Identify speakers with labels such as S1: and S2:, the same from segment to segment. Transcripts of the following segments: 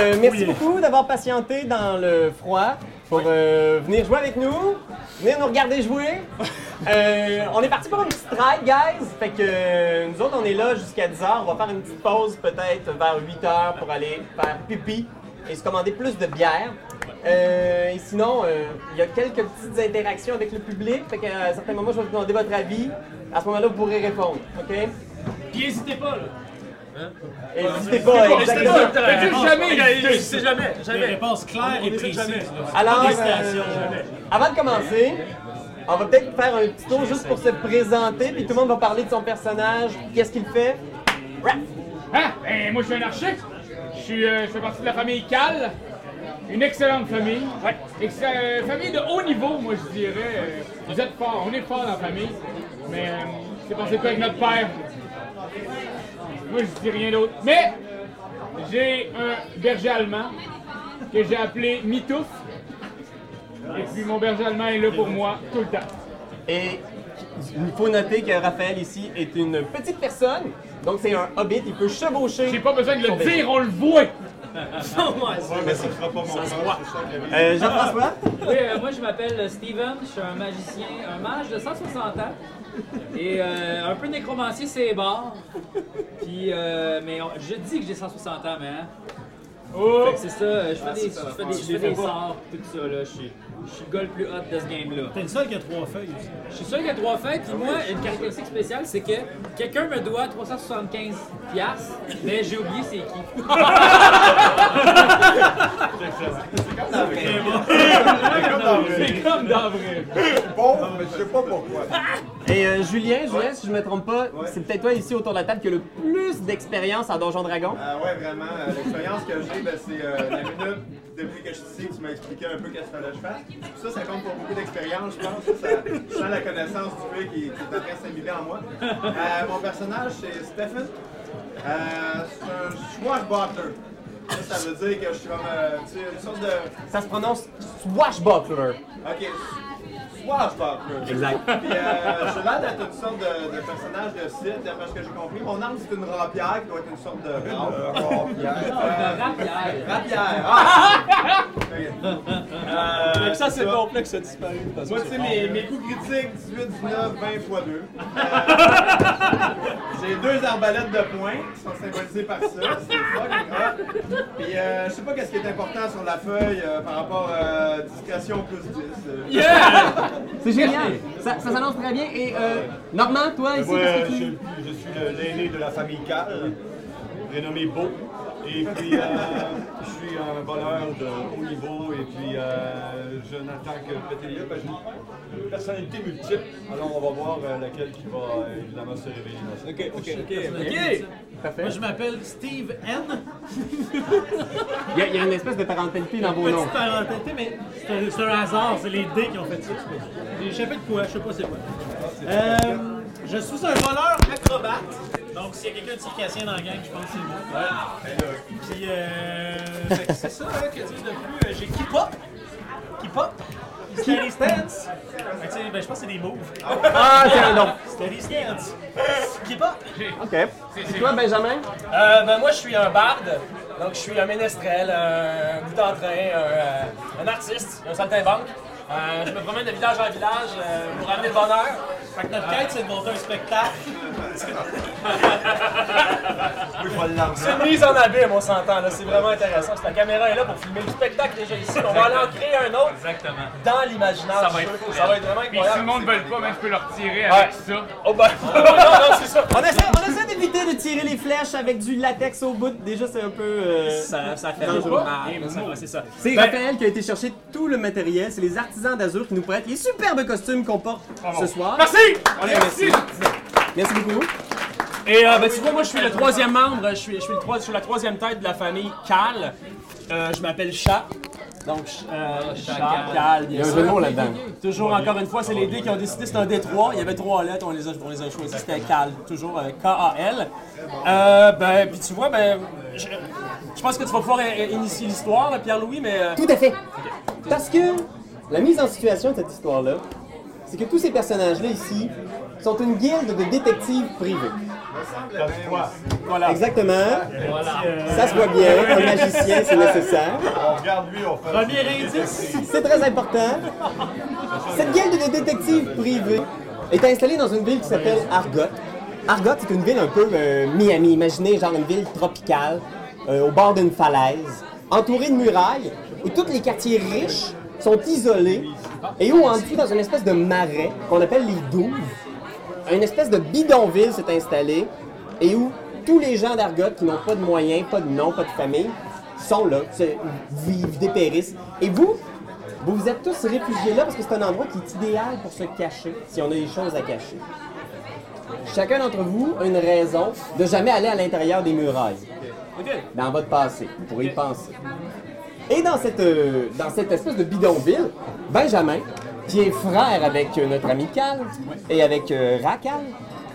S1: euh, merci beaucoup d'avoir patienté dans le froid pour euh, venir jouer avec nous, venir nous regarder jouer. Euh, on est parti pour une petite ride, guys. Fait que euh, nous autres, on est là jusqu'à 10h. On va faire une petite pause peut-être vers 8h pour aller faire pipi et se commander plus de bière. Euh, et sinon, euh, il y a quelques petites interactions avec le public. Fait qu'à un certain moment, je vais vous demander votre avis. À ce moment-là, vous pourrez répondre. OK?
S2: Puis n'hésitez pas, là.
S1: Et N'hésitez pas, exactement.
S2: jamais,
S3: jamais,
S2: Des réponses claires et précises.
S1: Alors, euh,
S2: jamais.
S1: avant de commencer, on va peut-être faire un petit tour juste pour se présenter, puis tout le monde va parler de son personnage, qu'est-ce qu'il fait. Rap.
S4: Ah, ben moi je suis un architecte. Je, suis, euh, je fais partie de la famille Cal. Une excellente famille. Ouais. famille de haut niveau, moi je dirais. Euh, vous êtes forts, on est forts dans la famille. Mais euh, c'est passé quoi avec notre père? Moi je dis rien d'autre. Mais j'ai un berger allemand que j'ai appelé Mitouf. Et puis mon berger allemand est là pour moi tout le temps.
S1: Et il faut noter que Raphaël ici est une petite personne, donc c'est un hobbit, il peut chevaucher.
S4: J'ai pas besoin de le dire, on le voit!
S1: Euh, Jean-François,
S5: Oui, euh, moi je m'appelle Steven, je suis un magicien, un mage de 160 ans et euh, un peu nécromancier c'est barres. Puis euh, mais on- je dis que j'ai 160 ans mais hein.
S4: Oh!
S5: Fait que c'est ça, euh, je
S2: Ah,
S5: fais des, je fais des, je fais des sorts, tout ça là, je suis je suis le gars le plus hot de ce game là.
S2: T'es le seul qui a trois feuilles aussi.
S5: Je suis sûr qu'il y a trois fêtes, puis moi une caractéristique spéciale c'est que quelqu'un me doit 375 piastres, mais j'ai oublié c'est qui.
S4: C'est comme dans vrai!
S6: Bon, mais je sais pas pourquoi.
S1: et euh, Julien, Julien, si je me trompe pas, c'est peut-être toi ici autour de la table qui a le plus d'expérience en Donjon Dragon.
S6: Ah ouais, vraiment, euh, l'expérience que j'ai, ben, c'est euh, la minute depuis que je suis ici que tu m'as expliqué un peu qu'est-ce qu'il fallait que je fasse. Ça, ça compte pour beaucoup d'expérience, je pense. Ça, je sens la connaissance du fait qui, qui est en train de s'imbiber en moi. Euh, mon personnage, c'est Stephen. Euh, c'est un swashbuckler. Ça, ça veut dire que je suis comme euh, tu sais, une sorte de.
S1: Ça se prononce Swashbuckler.
S6: Ok, swashbuckler.
S1: Exact.
S6: Puis euh, je l'air d'être une sorte de, de personnage de site, d'après ce que j'ai compris. Mon arme, c'est une rapière qui doit être une sorte de rapière. Euh,
S5: Raphaël.
S6: rapière. Ah! Ok. Euh,
S3: Fait que Euh, ça, c'est complexe à disparaître. parce que
S6: Moi, tu
S3: c'est
S6: sais,
S3: bon.
S6: mes, mes coups critiques, 18, 19, 20 x 2. Euh, j'ai deux arbalètes de poing qui sont symbolisées par ça. C'est ça qui est grave. Puis euh, je sais pas qu'est-ce qui est important sur la feuille euh, par rapport à discrétion plus 10. euh.
S1: C'est génial, ça, ça s'annonce très bien. Et euh, Normand, toi ici,
S7: Moi,
S1: qu'est-ce que
S7: je,
S1: tu...
S7: je suis le- l'aîné de la famille Cal, prénommé Beau. Et puis, euh, je suis un voleur de haut niveau. Et puis, euh, je n'attaque que pétilleux. Ben, j'ai une personnalité multiple. Alors, on va voir euh, laquelle qui va euh, évidemment se révéler. dans cette-
S3: Ok, ok, ok.
S5: Ok.
S2: Moi, je m'appelle Steve N.
S1: Il y, a- il y a une espèce de parentalité dans vos noms.
S2: Petite parenthèse, mais c'est un- c'est un, hasard, c'est les dés qui ont fait ça. c'est- J'ai échappé de quoi, je sais pas c'est quoi. Euh, je suis un voleur acrobate. Donc s'il y a quelqu'un de circassien dans la gang, je pense que c'est moi. Puis euh, fait que c'est ça, hein, que dire de plus, euh, j'ai keep-up, keep-up, steady stance. Fait que, tu sais, ben, je pense que c'est des moves.
S1: Ah, c'est un nom.
S2: Steady stance, keep-up.
S1: OK. Et toi, Benjamin?
S8: Euh, ben moi je suis un barde, donc je suis un ménestrel, un bout d'entrain, un, euh, un artiste, un saltimbanque. Euh, je me promène de village en village euh, pour amener le bonheur.
S2: Fait que notre quête, c'est de monter un spectacle.
S8: C'est une mise en abîme, on s'entend, là, c'est vraiment intéressant. Parce que la caméra est là pour filmer le spectacle déjà ici, mais on va aller en créer un autre
S4: Exactement.
S8: dans l'imaginaire.
S4: Ça
S8: du
S4: va être
S8: jeu.
S4: fou,
S8: ça va être vraiment
S4: Puis si tout le
S8: incroyable.
S4: monde ne veut pas, ben, je peux leur tirer avec ça.
S8: Oh ben, non, non, c'est ça.
S1: On essaie, on essaie d'éviter de tirer les flèches avec du latex au bout. Déjà, c'est un peu. euh,
S8: Ça, ça fait
S1: Dangereux.
S8: mal, Ah, mais ça va, c'est ça.
S1: C'est Raphaël qui a été chercher tout le matériel. C'est les artisans d'Azur qui nous prêtent les superbes costumes qu'on porte
S8: Ah
S1: ce soir.
S4: Merci!
S1: On les remercie. Merci beaucoup.
S8: Et euh, ben, tu vois, moi, je suis le troisième membre, je suis, je suis, le troi- je suis la troisième tête de la famille Cal. Euh, je m'appelle Chat. Donc, ch- euh, Chat, Cal, bien sûr.
S1: là-dedans.
S8: Toujours, encore une fois, c'est les dés qui ont décidé, c'est un D3. Il y avait trois lettres, on les a, on les a choisis, c'était Cal, toujours euh, K-A-L. Euh, ben, puis tu vois, ben, je, je pense que tu vas pouvoir euh, initier l'histoire, là, Pierre-Louis, mais... euh,
S1: Tout à fait. Parce que la mise en situation de cette histoire-là, c'est que tous ces personnages-là ici, sont une guilde de détectives privés.
S9: Voilà.
S1: Exactement. Ça se voit bien. Un magicien, c'est nécessaire.
S6: On regarde lui, on fait.
S10: Premier indice.
S1: C'est très important. Cette guilde de détectives privés est installée dans une ville qui s'appelle Argot. Argot, c'est une ville un peu euh, Miami. Imaginez genre une ville tropicale, euh, au bord d'une falaise, entourée de murailles, où tous les quartiers riches sont isolés et où en dessous, dans une espèce de marais qu'on appelle les douves, une espèce de bidonville s'est installée et où tous les gens d'Argot qui n'ont pas de moyens, pas de nom, pas de famille, sont là, se- vivent, dépérissent. Et vous, vous vous êtes tous réfugiés là parce que c'est un endroit qui est idéal pour se cacher, si on a des choses à cacher. Chacun d'entre vous a une raison de jamais aller à l'intérieur des murailles. Dans votre passé, vous pourrez y penser. Et dans cette, euh, dans cette espèce de bidonville, Benjamin, qui est frère avec euh, notre ami Cal et avec euh, Racal,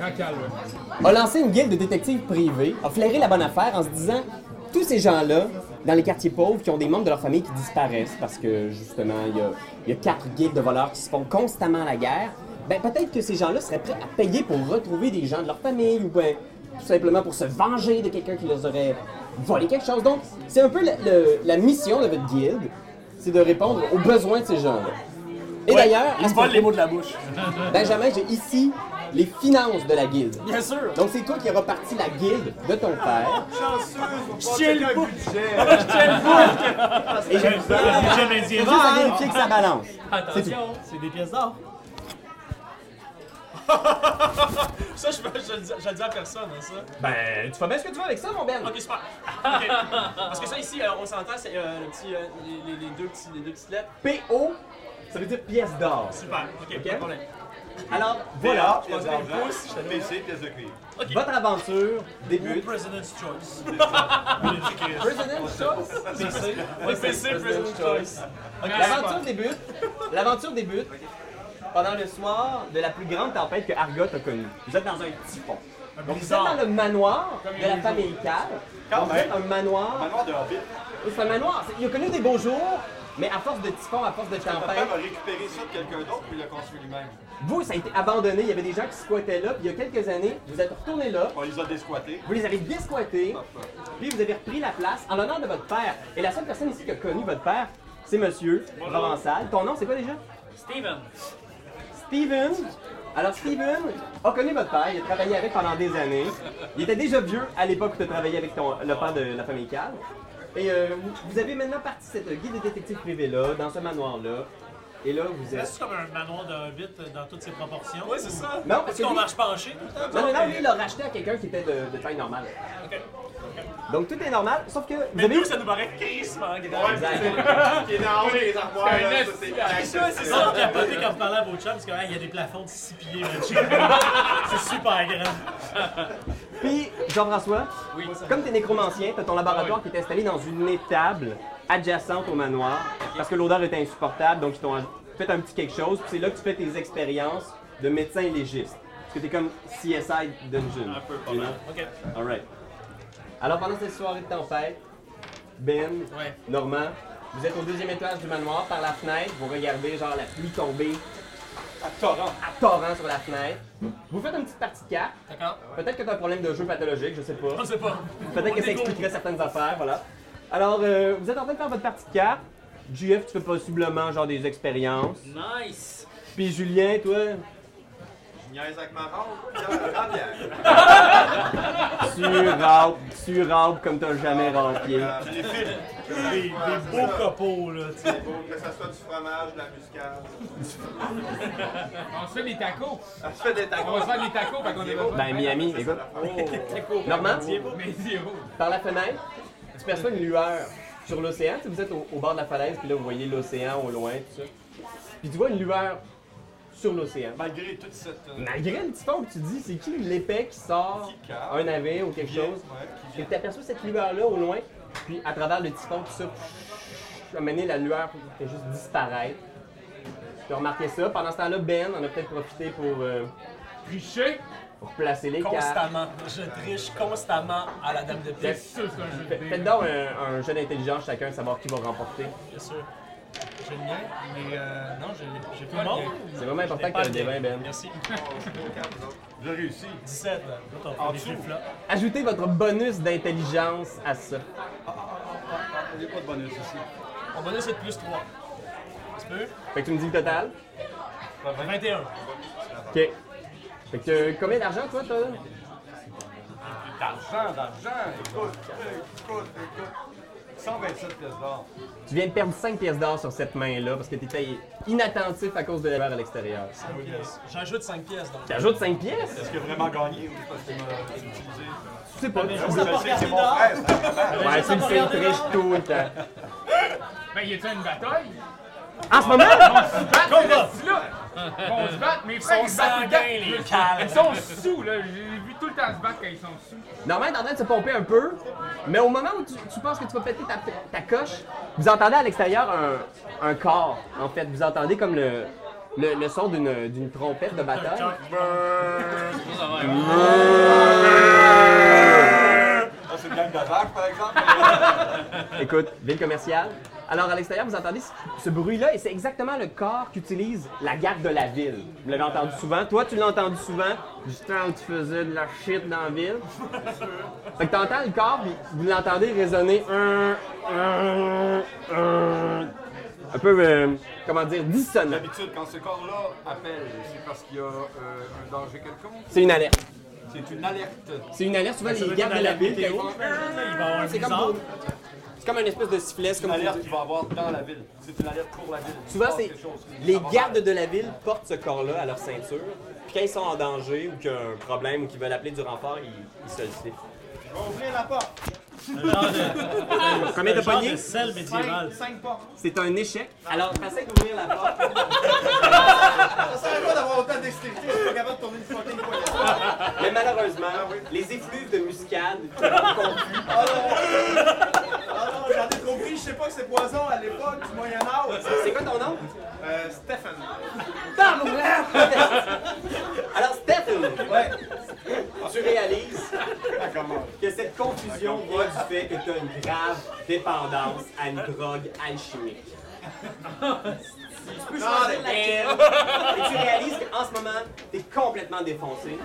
S4: Racal, ouais.
S1: a lancé une guilde de détectives privés, a flairé la bonne affaire en se disant tous ces gens-là, dans les quartiers pauvres, qui ont des membres de leur famille qui disparaissent parce que justement, il y a, il y a quatre guildes de voleurs qui se font constamment la guerre, ben peut-être que ces gens-là seraient prêts à payer pour retrouver des gens de leur famille ou ben tout simplement pour se venger de quelqu'un qui leur aurait volé quelque chose. Donc, c'est un peu le- le- la mission de votre guilde, c'est de répondre aux besoins de ces gens-là. Et d'ailleurs, à
S9: Il
S1: ce
S9: me vole les
S1: propos,
S9: mots de la bouche.
S1: Benjamin, j'ai ici les finances de la guilde.
S9: Bien sûr.
S1: Donc c'est toi qui as reparti la guilde de ton père.
S11: Je tiens le budget.
S1: Et j'ai juste à
S10: Jamais
S2: hein.
S10: dit
S1: vérifier que ça balance.
S10: Attention, c'est des pièces d'or.
S12: Ça, je, peux- je, le dis- je le dis à personne, hein, ça.
S1: Ben, tu fais bien ce que tu veux avec ça, mon Ben.
S12: Ok, super. Ok. Parce que ça, ici, euh, on s'entend, c'est euh, le petit, euh, les, les- les deux petits, les deux petites lettres.
S1: PO, ça veut dire pièce d'or.
S12: Super. Ok, pas de problème.
S1: Alors,
S6: Voilà,
S1: voilà,
S6: pièce d'argent, PC, pièce
S7: E
S6: de cuivre.
S1: votre aventure débute.
S10: President's Choice.
S1: President's Choice.
S12: Ouais, PC, President's Choice.
S1: L'aventure débute. L'aventure débute pendant le soir de la plus grande tempête que Argot a connue. Vous êtes dans un typhon. Donc, vous êtes dans le manoir de la famille Cal.
S6: Quand
S1: Vous êtes
S6: même.
S1: un manoir.
S6: Manoir de Hobbit.
S1: C'est un manoir. C'est- Il a connu des beaux jours, mais à force de typhon, à force de
S6: Papa
S1: tempête,
S6: va récupérer ça de quelqu'un d'autre puis il l'a construit lui-même.
S1: Vous, ça a été abandonné. Il y avait des gens qui squattaient là. Puis il y a quelques années, vous êtes retournés là.
S6: On les a désquattés.
S1: Vous les avez bien squattés. Puis vous avez repris la place en l'honneur de votre père. Et la seule personne ici qui a connu votre père, c'est monsieur Provençal. Ton nom, c'est quoi déjà?
S8: Steven,
S1: Steven. Alors, Steven a connu votre père. Il a travaillé avec pendant des années. Il était déjà vieux à l'époque où tu travaillais avec ton- le père de la famille Cal. Et euh, vous- vous avez maintenant parti cette euh, guide de détective privé là, dans ce manoir-là. Et là, vous êtes...
S10: C'est comme un manoir de Hobbit euh, dans toutes ses proportions.
S12: Ouais, c'est ça.
S1: Non, parce
S10: Est-ce
S1: que
S10: qu'on
S1: lui-
S10: marche penché tout le temps?
S1: Non, non, non, lui, il l'a racheté à quelqu'un qui était de, de taille normale. Donc tout est normal, sauf que vous avez
S12: Nous, ça nous paraît crissement grand.
S11: Qui est dans les armoires, là, ça c'est correct.
S12: Ça, c'est
S10: Non,
S12: ça.
S10: vous capotez quand vous parlez à vos chums, parce qu'il y a des plafonds de 6 pieds, man. C'est super grand.
S1: Puis, Jean-François, comme t'es nécromancien, t'as ton laboratoire qui est installé dans une étable adjacente au manoir, parce que l'odeur était insupportable, donc ils t'ont fait un petit quelque chose, puis c'est là que tu fais tes expériences de médecin légiste. Parce que t'es comme CSI Dungeon.
S12: Un peu, pas
S1: you
S12: mal.
S1: know?
S12: Ok.
S1: Alright. Alors pendant cette soirée de tempête, Ben,
S12: Ouais.
S1: Normand, vous êtes au deuxième étage du manoir par la fenêtre, vous regardez genre la pluie tomber
S6: À torrent.
S1: à torrent sur la fenêtre. Vous faites une petite partie de cartes.
S12: D'accord.
S1: Peut-être que t'as un problème de jeu pathologique, je sais pas.
S10: On sait pas.
S1: Peut-être que ça expliquerait certaines affaires, voilà. Alors, euh, vous êtes en train de faire votre partie de cartes. JF, tu fais possiblement genre des expériences.
S8: nice.
S1: Puis Julien, toi,
S11: Je niaise avec ma robe. Tiens, la bière.
S1: tu rampes, tu rampes comme t'as jamais rampé.
S11: Euh,
S6: Les fils.
S10: Des, des beaux copeaux, là. tu sais.
S11: C'est beau, Que ce soit du fromage, de la muscade.
S4: On se fait des tacos.
S11: Ah, Je fais des
S4: On va se
S11: tacos.
S4: faire des tacos, fait qu'on est besoin.
S1: Ben, Miami,
S11: C'est ça,
S1: écoute.
S11: l'affaire.
S6: Oh.
S1: Normand,
S4: Mais zéro.
S1: Par la fenêtre, tu perçois une lueur sur l'océan. Tu sais, Vous êtes au, au bord de la falaise, puis là, vous voyez l'océan au loin, tout ça. Puis tu vois une lueur sur l'océan.
S6: Malgré toute cette. euh,
S1: Malgré le typhon que tu dis, c'est qui l'épée qui sort
S6: Qui casse?
S1: un navire ou quelque
S6: vieille-
S1: chose?
S6: ouais, qui
S1: Et
S6: vient-
S1: tu aperçois cette lueur-là au loin, puis à travers le typhon, tout ça, amener la lueur fait juste disparaître. Tu as remarqué ça. Pendant ce temps-là, Ben en a peut-être profité pour, euh,
S4: Tricher,
S1: pour placer les cartes.
S10: Constamment. Je triche constamment à la dame de
S4: c'est
S10: pièce.
S4: sûr, c'est un jeu de
S1: Faites
S4: dés.
S1: donc un, un jeu d'intelligence chacun, savoir qui va remporter.
S10: Bien sûr.
S2: j'ai le mien, mais euh, non, j'ai j'ai pas le
S10: bon?
S2: mien.
S1: C'est vraiment important que tu aies des vins, Ben.
S2: Merci.
S6: J'ai réussi.
S2: 17, là, Là, t'en fais des flip-flops.
S1: Ajoutez votre bonus d'intelligence à ça.
S6: Il n'y a pas de bonus ici.
S2: Mon bonus c'est de plus 3. Tu peux?
S1: Fait que tu me dis le total.
S2: 21.
S1: OK. Fait que euh, combien d'argent, toi, t'as?
S6: D'argent, d'argent. Écoute, écoute, écoute. 127 pièces d'or.
S1: Tu viens de perdre 5 pièces d'or sur cette main-là parce que t'étais inattentif à cause de l'erreur à l'extérieur.
S2: J'ajoute 5 pièces, donc.
S1: T'ajoutes 5 pièces?
S6: Est-ce que vraiment gagné ou parce que m'a utilisé?
S1: Tu sais pas. Ouais,
S6: Oui, je le sais, c'est mon frère.
S1: tu le sais, il triche tout le temps.
S4: Ben, y a-tu une battle?
S1: En ce moment?
S4: Bon, on se bat, mais ils sont
S2: Ils sont sanguins, les calmes.
S4: Ils sont sous, là. J'ai vu tout le temps se battre quand ils sont sous.
S1: Norman est en train de se pomper un peu, mais au moment où tu, tu penses que tu vas péter ta, ta coche, vous entendez à l'extérieur un, un corps, en fait. Vous entendez comme le, le, le son d'une d'une trompette de bataille.
S6: Ah, c'est une gang de vaches, par exemple.
S1: Écoute, ville commerciale. Alors, à l'extérieur, vous entendez ce, ce bruit-là et c'est exactement le corps qu'utilise la garde de la ville. Vous l'avez entendu souvent. Toi, tu l'as entendu souvent du temps où tu faisais de la shit dans la ville. fait que t'entends le corps puis vous l'entendez résonner un, un, un, un peu, euh, comment dire, dissonant.
S6: D'habitude, quand ce corps-là appelle, c'est parce qu'il y a euh, un danger quelconque.
S1: C'est une alerte.
S6: C'est une alerte.
S1: C'est une alerte. Souvent, les gardes de la ville,
S2: Il va y avoir un
S1: c'est comme,
S2: blizzard.
S1: pour- c'est comme une espèce de sifflet, c'est
S6: C'est une
S1: comme pour
S6: alerte qu'il va avoir dans la ville. C'est une alerte pour la ville. Il
S1: Souvent,
S6: se passe
S1: c'est
S6: quelque chose.
S1: les
S6: Ça va
S1: gardes
S6: mal.
S1: de la ville portent ce corps-là à leur ceinture. Puis quand ils sont en danger ou qu'il y a un problème ou qu'ils veulent appeler du renfort, ils, ils se le sifflent.
S11: Ouvrir la porte.
S1: Combien de
S2: Genre
S1: poignées
S2: de sel médiéval.
S11: 5 portes.
S1: C'est un échec. Alors, t'essaies d'ouvrir la porte,
S11: Ça sert à quoi d'avoir autant de dextérité? Je suis pas capable de tourner une fucking poignée.
S1: mais malheureusement,
S6: Ah
S1: les effluves de muscade qui ont conclu.
S11: Ah non! Ah non, j'en ai trop pris, je sais pas que c'est poison à l'époque du Moyen-Âge.
S1: C'est quoi ton nom?
S11: Euh, Stéphane.
S1: Alors, Stephen,
S11: Ouais.
S1: tu réalises
S6: Ah, comment?
S1: que cette confusion vient du fait que tu as une grave dépendance à une drogue alchimique. tu peux choisir laquelle. Et tu réalises qu'en ce moment, t'es complètement défoncé.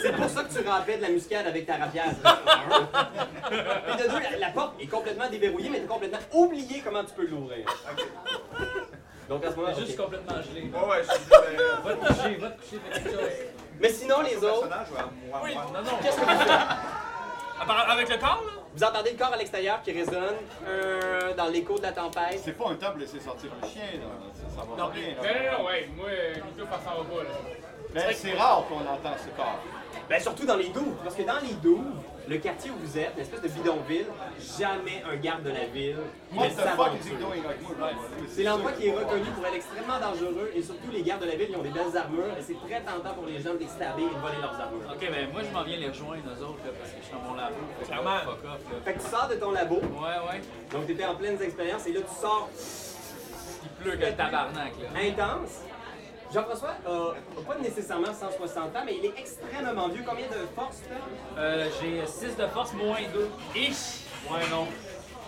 S1: C'est pour ça que tu rappelles de la muscade avec ta rapière. Et de deux, la, la porte est complètement déverrouillée, mais t'as complètement oublié comment tu peux l'ouvrir. Donc en ce moment,
S8: Juste
S1: ok.
S8: complètement gelé.
S11: Ouais, ouais, je suis euh,
S8: Va te coucher, va te coucher, fais quelque chose.
S1: Mais sinon, les autres,
S11: personnage, ouais, moi, moi.
S8: Non, non.
S1: qu'est-ce que vous faites?
S2: À part- Avec le corps, là?
S1: Vous entendez le corps à l'extérieur qui résonne euh, dans l'écho de la tempête.
S6: C'est pas un temps de laisser sortir un chien, là. Ça, ça va pas bien, là.
S4: Non, non, non, ouais, moi, euh, Mito passe en bas, là.
S6: Mais c'est rare qu'on entend ce corps.
S1: Ben surtout dans les douves, parce que dans les douves, le quartier où vous êtes, l'espèce de bidonville, jamais un garde de la ville ne
S6: What the fuck is
S1: s'aventure.
S6: he doing like me, right?
S1: C'est l'endroit qui est reconnu pour être extrêmement dangereux et surtout les gardes de la ville ils ont des belles armures et c'est très tentant pour les gens de les stabber et de voler leurs armures.
S8: Ok, ben moi je m'en viens les rejoindre, eux autres, là, parce que je suis dans mon labo. Fait que,
S2: Clairement.
S8: Fuck off, là.
S1: Fait que tu sors de ton labo,
S8: Ouais, ouais.
S1: donc t'étais en pleine expérience et là tu sors
S8: Il pleut que le tabarnak, là.
S1: intense. Jean-François a pas nécessairement 160 ans, mais il est extrêmement vieux. Combien de force t'as?
S8: Euh, j'ai 6 de force, moins 2. Ich! Ouais, non.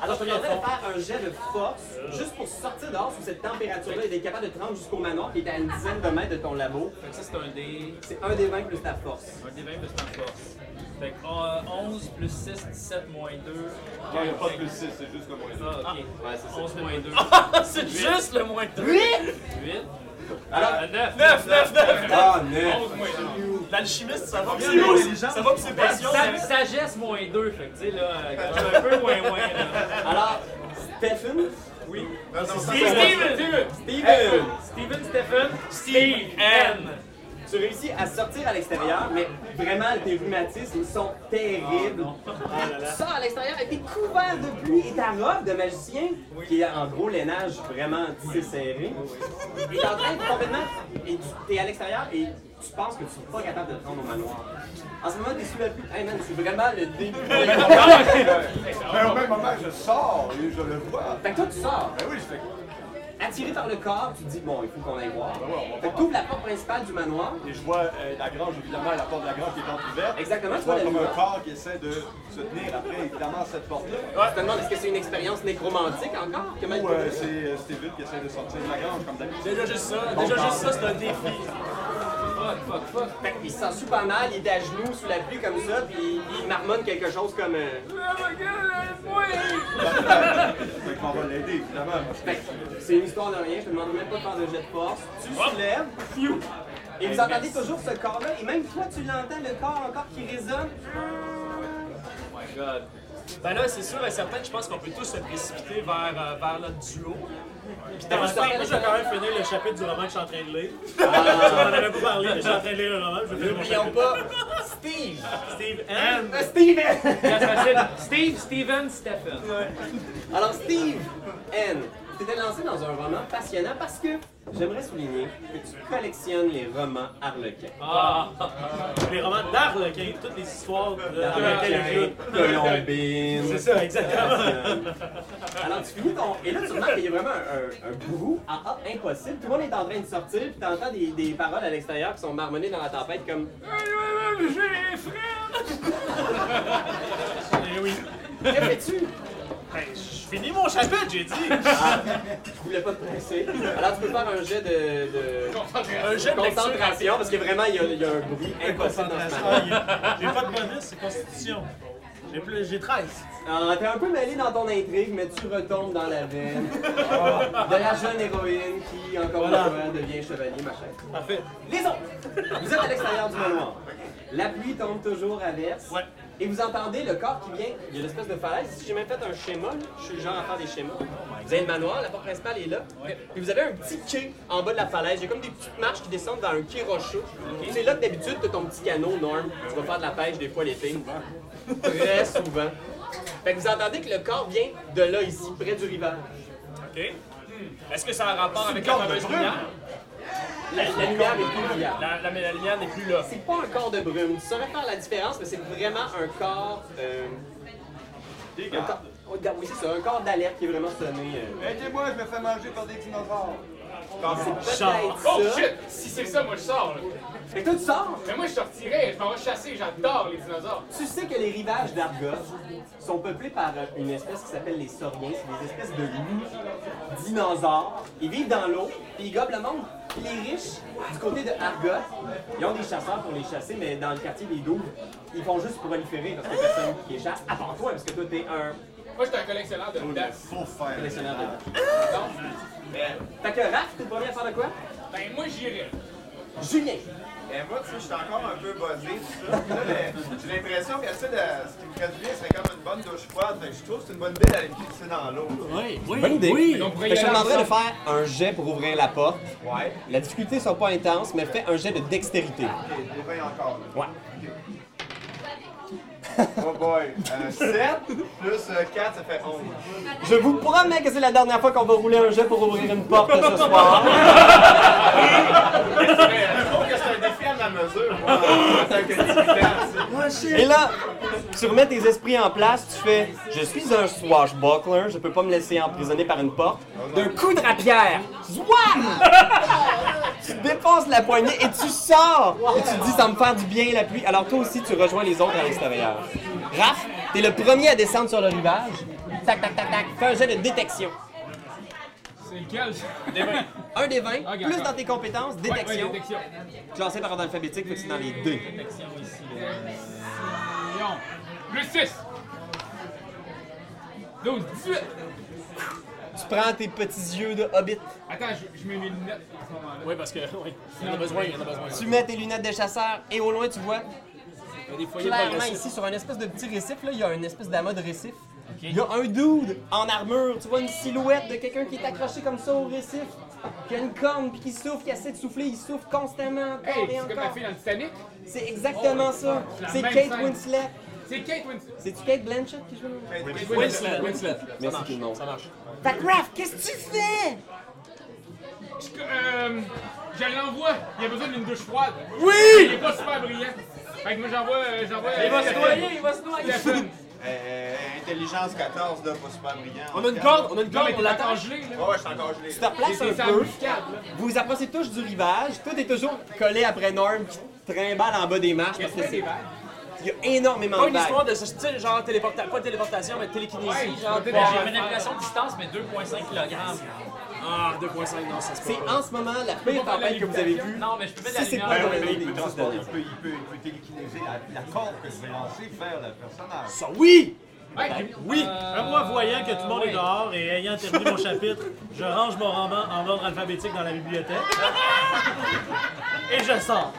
S1: Alors je te demanderais de faire un jet de force juste pour sortir dehors sous cette température-là et d'être capable de te rendre jusqu'au manoir qui est à une dizaine de mètres de ton labo.
S8: Fait que ça, c'est un D.
S1: C'est un des 20 plus ta force.
S8: Un D20 plus temps de force. Fait que euh, 11 plus 6, 17 moins 2.
S6: Non, il n'y a pas de plus 6, c'est juste comme on est là.
S8: Ah, ok.
S1: Ouais, c'est ça.
S8: 11 moins 2. Ah, c'est juste le moins 2. 8! 8.
S1: Alors-
S8: 9.
S2: 9, 9, 9!
S1: Ah, neuf!
S4: 11 moins 2.
S2: L'alchimiste, ça va bien. les gens. Ça va pour ses passions. mais-
S8: sagesse moins 2. Fait que tu sais, là, euh, quand j'ai un peu moins moins. là.
S1: Alors, Stephen,
S11: Non, non, ça,
S8: Steve, Steven!
S1: Steven,
S8: Steven, Stephen, Steve, N.
S1: tu réussis à sortir à l'extérieur, mais vraiment, tes rhumatismes sont
S11: Oh,
S1: terribles. Tu sors à l'extérieur avec tes couverts de pluie et ta robe de magicien, qui est en gros lainage vraiment tissé serré. Et t'es en train de complètement. Et tu es à l'extérieur et tu penses que tu seras pas capable de te rendre au manoir. En ce moment, t'es sous la pluie. Hey man, c'est vraiment le début.
S6: Mais au même moment, je sors et je le vois.
S1: fait que toi, tu sors.
S6: Ben oui, je fais.
S1: As-tu attiré par le corps, tu te dis, bon, il faut qu'on aille voir. Fait que t'ouvres la porte principale du manoir.
S6: Et je vois euh, la grange, évidemment, la porte de la grange qui est entrouverte.
S1: Exactement,
S6: Je
S1: tu vois la
S6: vois comme un
S1: lumière.
S6: corps qui essaie de se tenir après, évidemment, cette porte-là.
S1: Tu te demandes, est-ce que c'est une expérience nécromantique encore? Comment
S6: Ou euh, c'est euh, Steven qui essaie de sortir de la grange, comme d'habitude.
S2: Déjà juste ça, déjà juste ça, c'est un défi.
S8: Fuck, fuck, fuck.
S1: Fait qu'il se sent super mal, il est à genoux sous la pluie comme ça, puis il marmonne quelque chose comme... euh,
S6: Fait qu'on va l'aider, évidemment.
S1: Fait que ben, c'est une histoire de rien, je te demande même pas de faire de jet de force. Tu soulèves, fiou. Et vous entendez toujours ce corps-là, et même toi, tu l'entends, le corps encore qui résonne.
S2: Oh my god. Ben là, c'est sûr et certain que je pense qu'on peut tous se précipiter vers, euh, vers notre duo. Puis dans
S1: Ben,
S2: le
S1: je
S2: temps,
S1: t'appelle-
S2: moi, je vais quand même finir le chapitre du roman que je suis en train de lire. On en avait pas parlé, mais je suis en train de lire le roman. Je vais finir mon
S1: N'oublions
S2: chapitre.
S1: pas Steve.
S2: Steve M.
S1: Euh, Steve N.
S8: Yes, that's it. Steve, Steven, Stephen.
S1: Alors, Steve N. Tu t'es lancé dans un roman passionnant parce que j'aimerais souligner que tu collectionnes les romans Harlequin.
S2: Ah, les romans d'Arlequin, toutes les histoires de- d'Arlequin le vieux.
S1: Colombine.
S2: C'est ça, exactement.
S1: Alors tu finis ton. Et là tu remarques qu'il y a vraiment un, un, un bourreau à A impossible. Tout le monde est en train de sortir, puis t'entends des, des paroles à l'extérieur qui sont marmonnées dans la tempête comme.
S2: Eh oui.
S1: Que fais-tu?
S2: Ben, je finis mon chapitre, j'ai dit.
S1: Je voulais pas te presser. Alors tu peux faire un jet de, de
S2: Un jet de lecture.
S1: concentration parce que vraiment il y a, il y a un bruit impossible dans ce
S2: Ah,
S1: moment.
S2: il y a- J'ai pas de bonus, c'est constitution. J'ai plus- J'ai 13.
S1: Ah, T'es un peu mêlé dans ton intrigue, mais tu retombes dans la veine de la jeune héroïne qui, encore une fois, devient chevalier, machin.
S2: Parfait.
S1: Les autres, vous êtes à l'extérieur du manoir. La pluie tombe toujours à verse.
S2: Ouais.
S1: Et vous entendez le corps qui vient. Il y a l'espèce de falaise. Si j'ai même fait un schéma, là, je suis le genre à faire des schémas. Vous avez le manoir, la porte principale est là. Puis vous avez un petit quai en bas de la falaise. Il y a comme des petites marches qui descendent dans un quai rocheux. C'est là que d'habitude, tu ton petit canot, Norm. Tu vas faire de la pêche des fois l'été. Très souvent. Fait que vous entendez que le corps vient de là, ici, près du rivage.
S2: OK. Est-ce que ça a un rapport avec la fameuse lumière?
S1: La, la lumière est plus brillante.
S2: La, la, la lumière n'est plus là.
S1: C'est pas un corps de brume. Tu saurais faire la différence, mais c'est vraiment un corps. Euh, un corps- oh, da- oui, c'est ça, un corps d'alerte qui est vraiment sonné. euh.
S6: Aidez-moi, je me fais manger par des dinosaures.
S1: C'est
S2: Genre.
S1: peut-être
S4: Oh
S1: ça.
S4: shit! Si c'est ça, moi je sors là.
S1: Fait que toi, tu sors.
S4: Mais moi je sortirais, je m'en vais chasser, j'adore les dinosaures.
S1: Tu sais que les rivages d'Argos sont peuplés par euh, une espèce qui s'appelle les sauriens. C'est des espèces de loups, dinosaures. Ils vivent dans l'eau, puis ils gobent le monde. Puis les riches, du côté de Argos, ils ont des chasseurs pour les chasser, mais dans le quartier des douves, ils font juste pour proliférer parce qu'il y a personne qui les chasse. À part toi, parce que toi, t'es un
S4: Moi je suis un collectionneur de dates.
S6: Faut faire.
S1: collectionneur de
S4: donc,
S1: Fait que Raph, t'es le premier à faire de quoi?
S4: Ben moi j'irais.
S1: Julien.
S11: Ben moi, tu sais, je suis encore un peu buzzé, tout ça. Puis là, mais J'ai l'impression qu'à ça, de- ce qui me ferait du bien, c'est comme une bonne douche froide. Fait que je trouve que c'est une bonne idée d'aller me pisser dans l'eau.
S9: Oui, oui,
S1: Bonne idée.
S9: oui.
S4: Donc,
S1: Fait que je te demanderais de faire un jet pour ouvrir la porte.
S11: Ouais.
S1: La difficulté sera pas intense, mais fais un jet de dextérité.
S11: Ok, des vins encore. là.
S1: Ouais.
S11: Oh boy.
S6: Euh,
S11: 7 plus 4, ça fait 11.
S1: Je vous promets que c'est la dernière fois qu'on va rouler un jet pour ouvrir une porte ce soir.
S11: Je trouve que c'est un défi à ma mesure, moi. en tant que débutant, tu sais.
S1: Et là, tu remets tes esprits en place, tu fais Je suis un swashbuckler, je peux pas me laisser emprisonner par une porte. D'un coup de rapière, Zwam! tu défonces la poignée et tu sors Et tu te dis Ça me faire du bien la pluie. Alors toi aussi, tu rejoins les autres à l'extérieur. Raph, t'es le premier à descendre sur le rivage. Tac, tac, tac, tac, fais un jet de détection.
S4: C'est lequel?
S1: Un des 20,
S4: Ok,
S1: plus
S4: encore.
S1: dans tes compétences,
S4: Ouais,
S1: détection.
S4: détection.
S1: Classé par ordre alphabétique, fait que c'est dans les deux.
S4: Lyon. Plus 6. 12, 18.
S1: Tu prends tes petits yeux de hobbit.
S4: Attends, je, je mets mes lunettes à ce moment-là.
S2: Oui, parce que oui, il y en a besoin, il y en a besoin.
S1: Tu mets tes lunettes de chasseur et au loin tu vois
S2: Il y a des foyers
S1: clairement
S2: progressifs.
S1: ici sur un espèce de petit récif là, il y a une espèce d'amas de récif. Il y a un dude en armure, tu vois une silhouette de quelqu'un qui est accroché comme ça au récif, qui a une corne puis qui souffle, qui essaie de souffler, il souffle constamment encore
S4: Hey,
S1: et
S4: c'est comme la
S1: encore.
S4: fille dans le Titanic.
S1: C'est exactement ça.
S4: la
S1: C'est
S4: même
S1: Kate
S4: scène.
S1: Winslet.
S4: C'est Kate Winslet.
S1: C'est tu Kate Blanchett qui joue là
S2: Winslet. Winslet.
S1: Merci tout le monde.
S2: Ça marche.
S1: Fait que Raph, qu'est-ce que tu fais
S4: Je, euh, je l'envoie. Il a besoin d'une douche froide.
S1: Oui
S4: Il est pas super brillant. Fait que moi j'envoie. euh, j'envoie il
S2: va se noyer,
S4: il va se noyer.
S11: Euh, intelligence 14, là, pas super brillant.
S1: On a une corde, on a une
S4: Non,
S1: corde,
S4: mais
S1: on
S4: t'es
S1: l'attend.
S4: encore gelé, là.
S11: Ouais, ouais, je suis encore gelé.
S1: Tu te replaces un
S4: T'es en
S1: peu.
S4: muscade, là.
S1: Vous vous approchez tous du rivage. Tout est toujours collé après Norm qui trimballe en bas des marches parce que
S4: Fais des
S1: c'est.
S4: vagues.
S1: Il y a énormément
S12: Pas
S1: de
S12: une histoire
S1: vagues.
S12: de ce style, genre téléportation, pas téléportation, mais télékinésie,
S4: Ouais,
S12: genre.
S4: c'est
S12: bon,
S4: ça.
S8: Ben, J'ai manipulation de distance, mais 2,5 kg.
S12: Ah, 2.5, non, ça se
S1: C'est en ce moment la pire tempête que vous avez vue.
S8: Non, mais je peux mettre
S1: Si
S8: la
S1: c'est
S8: lumière.
S1: pas dans
S6: Ouais, mais
S1: les
S6: il peut
S1: dés, ça,
S6: transporter, il peut, il peut, il peut télékinéser la, la corde que je vais lancer, faire le personnage.
S1: Ça, oui!
S4: Ouais,
S1: Oui!
S10: Alors moi, voyant que tout le monde
S8: ouais.
S10: est dehors et ayant terminé mon chapitre, je range mon roman en ordre alphabétique dans la bibliothèque. et je sors.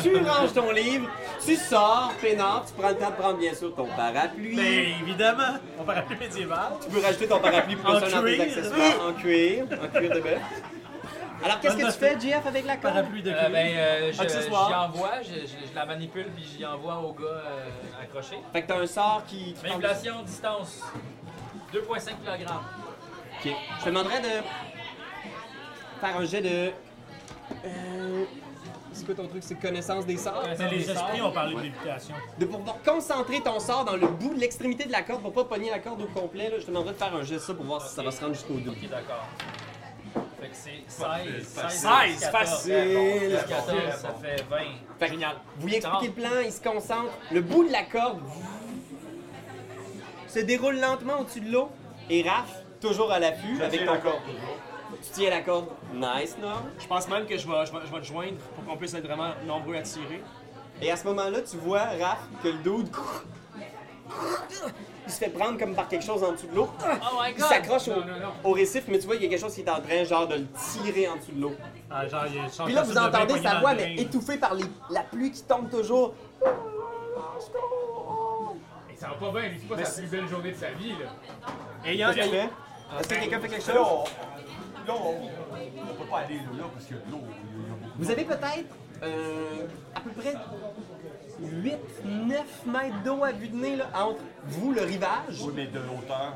S1: Tu ranges ton livre, tu sors, peinard, tu prends le temps de prendre bien sûr ton parapluie.
S10: Mais évidemment, on parapluie médiéval.
S1: Tu peux rajouter ton parapluie pour
S10: En
S1: ça dans tes
S10: cuir. Euh.
S1: accessoires en cuir, en cuir de bœuf. Alors qu'est-ce que tu fais, JF, avec la corde?
S10: Parapluie de
S8: Euh,
S10: cuir.
S8: ben, euh, je- j'y
S10: Accessoire.
S8: envoie, je, je- je la manipule puis j'y envoie au gars euh, accroché.
S1: Fait que t'as un sort qui. qui parle-
S8: Manipulation distance, 2,5 kg.
S1: Ok. Je te demanderais de faire un jet de. Euh, C'est quoi ton truc? C'est connaissance des sorts?
S8: Ben, euh,
S10: Mais les esprits ont parlé de lévitation.
S1: De pouvoir concentrer ton sort dans le bout de l'extrémité de la corde pour pas pogner la corde au complet. Là. Je te demanderais de faire un jet de ça pour voir si ça va se rendre jusqu'au dos.
S8: Ok, d'accord. Fait que c'est 16. 16,
S1: 16,
S8: 14,
S1: facile!
S8: 14, ça fait 20.
S1: Fait que Vous lui expliquez le plan, il se concentre. Le bout de la corde se déroule lentement au-dessus de l'eau. Et Raph, toujours à l'affût, avec ton corps. Tu tiens la corde. Nice, Norm.
S12: Je pense même que je vais, je vais, je vais te joindre pour qu'on puisse être vraiment nombreux à tirer.
S1: Et à ce moment-là, tu vois, Raph, que le dude... Il se fait prendre comme par quelque chose en dessous de l'eau.
S8: Oh my
S1: Il
S8: god!
S1: s'accroche au,
S4: Non, non, non.
S1: au récif, mais tu vois, il y a quelque chose qui est en train, genre, de le tirer en dessous de l'eau.
S10: Ah, genre, il y a une chance
S1: Puis là,
S10: que
S1: vous
S10: ça devait
S1: entendez
S10: pogner
S1: sa
S10: dans
S1: voix,
S10: le
S1: mais
S10: drain.
S1: étouffée par les- la pluie qui tombe toujours.
S4: Mais Ça va pas bien, lui, c'est pas sa plus belle journée de sa vie, là.
S10: Ayant,
S1: Qu'est-ce que tu fais? Est-ce que quelqu'un fait quelque
S6: Là,
S1: chose?
S6: on, là, on- on peut pas aller là parce qu'il y a de l'eau. il y a- il y a beaucoup
S1: Vous avez peut-être euh, à peu près 8-9 mètres d'eau à vue de nez là, entre vous, le rivage,
S6: d'eau, mais de l'auteur.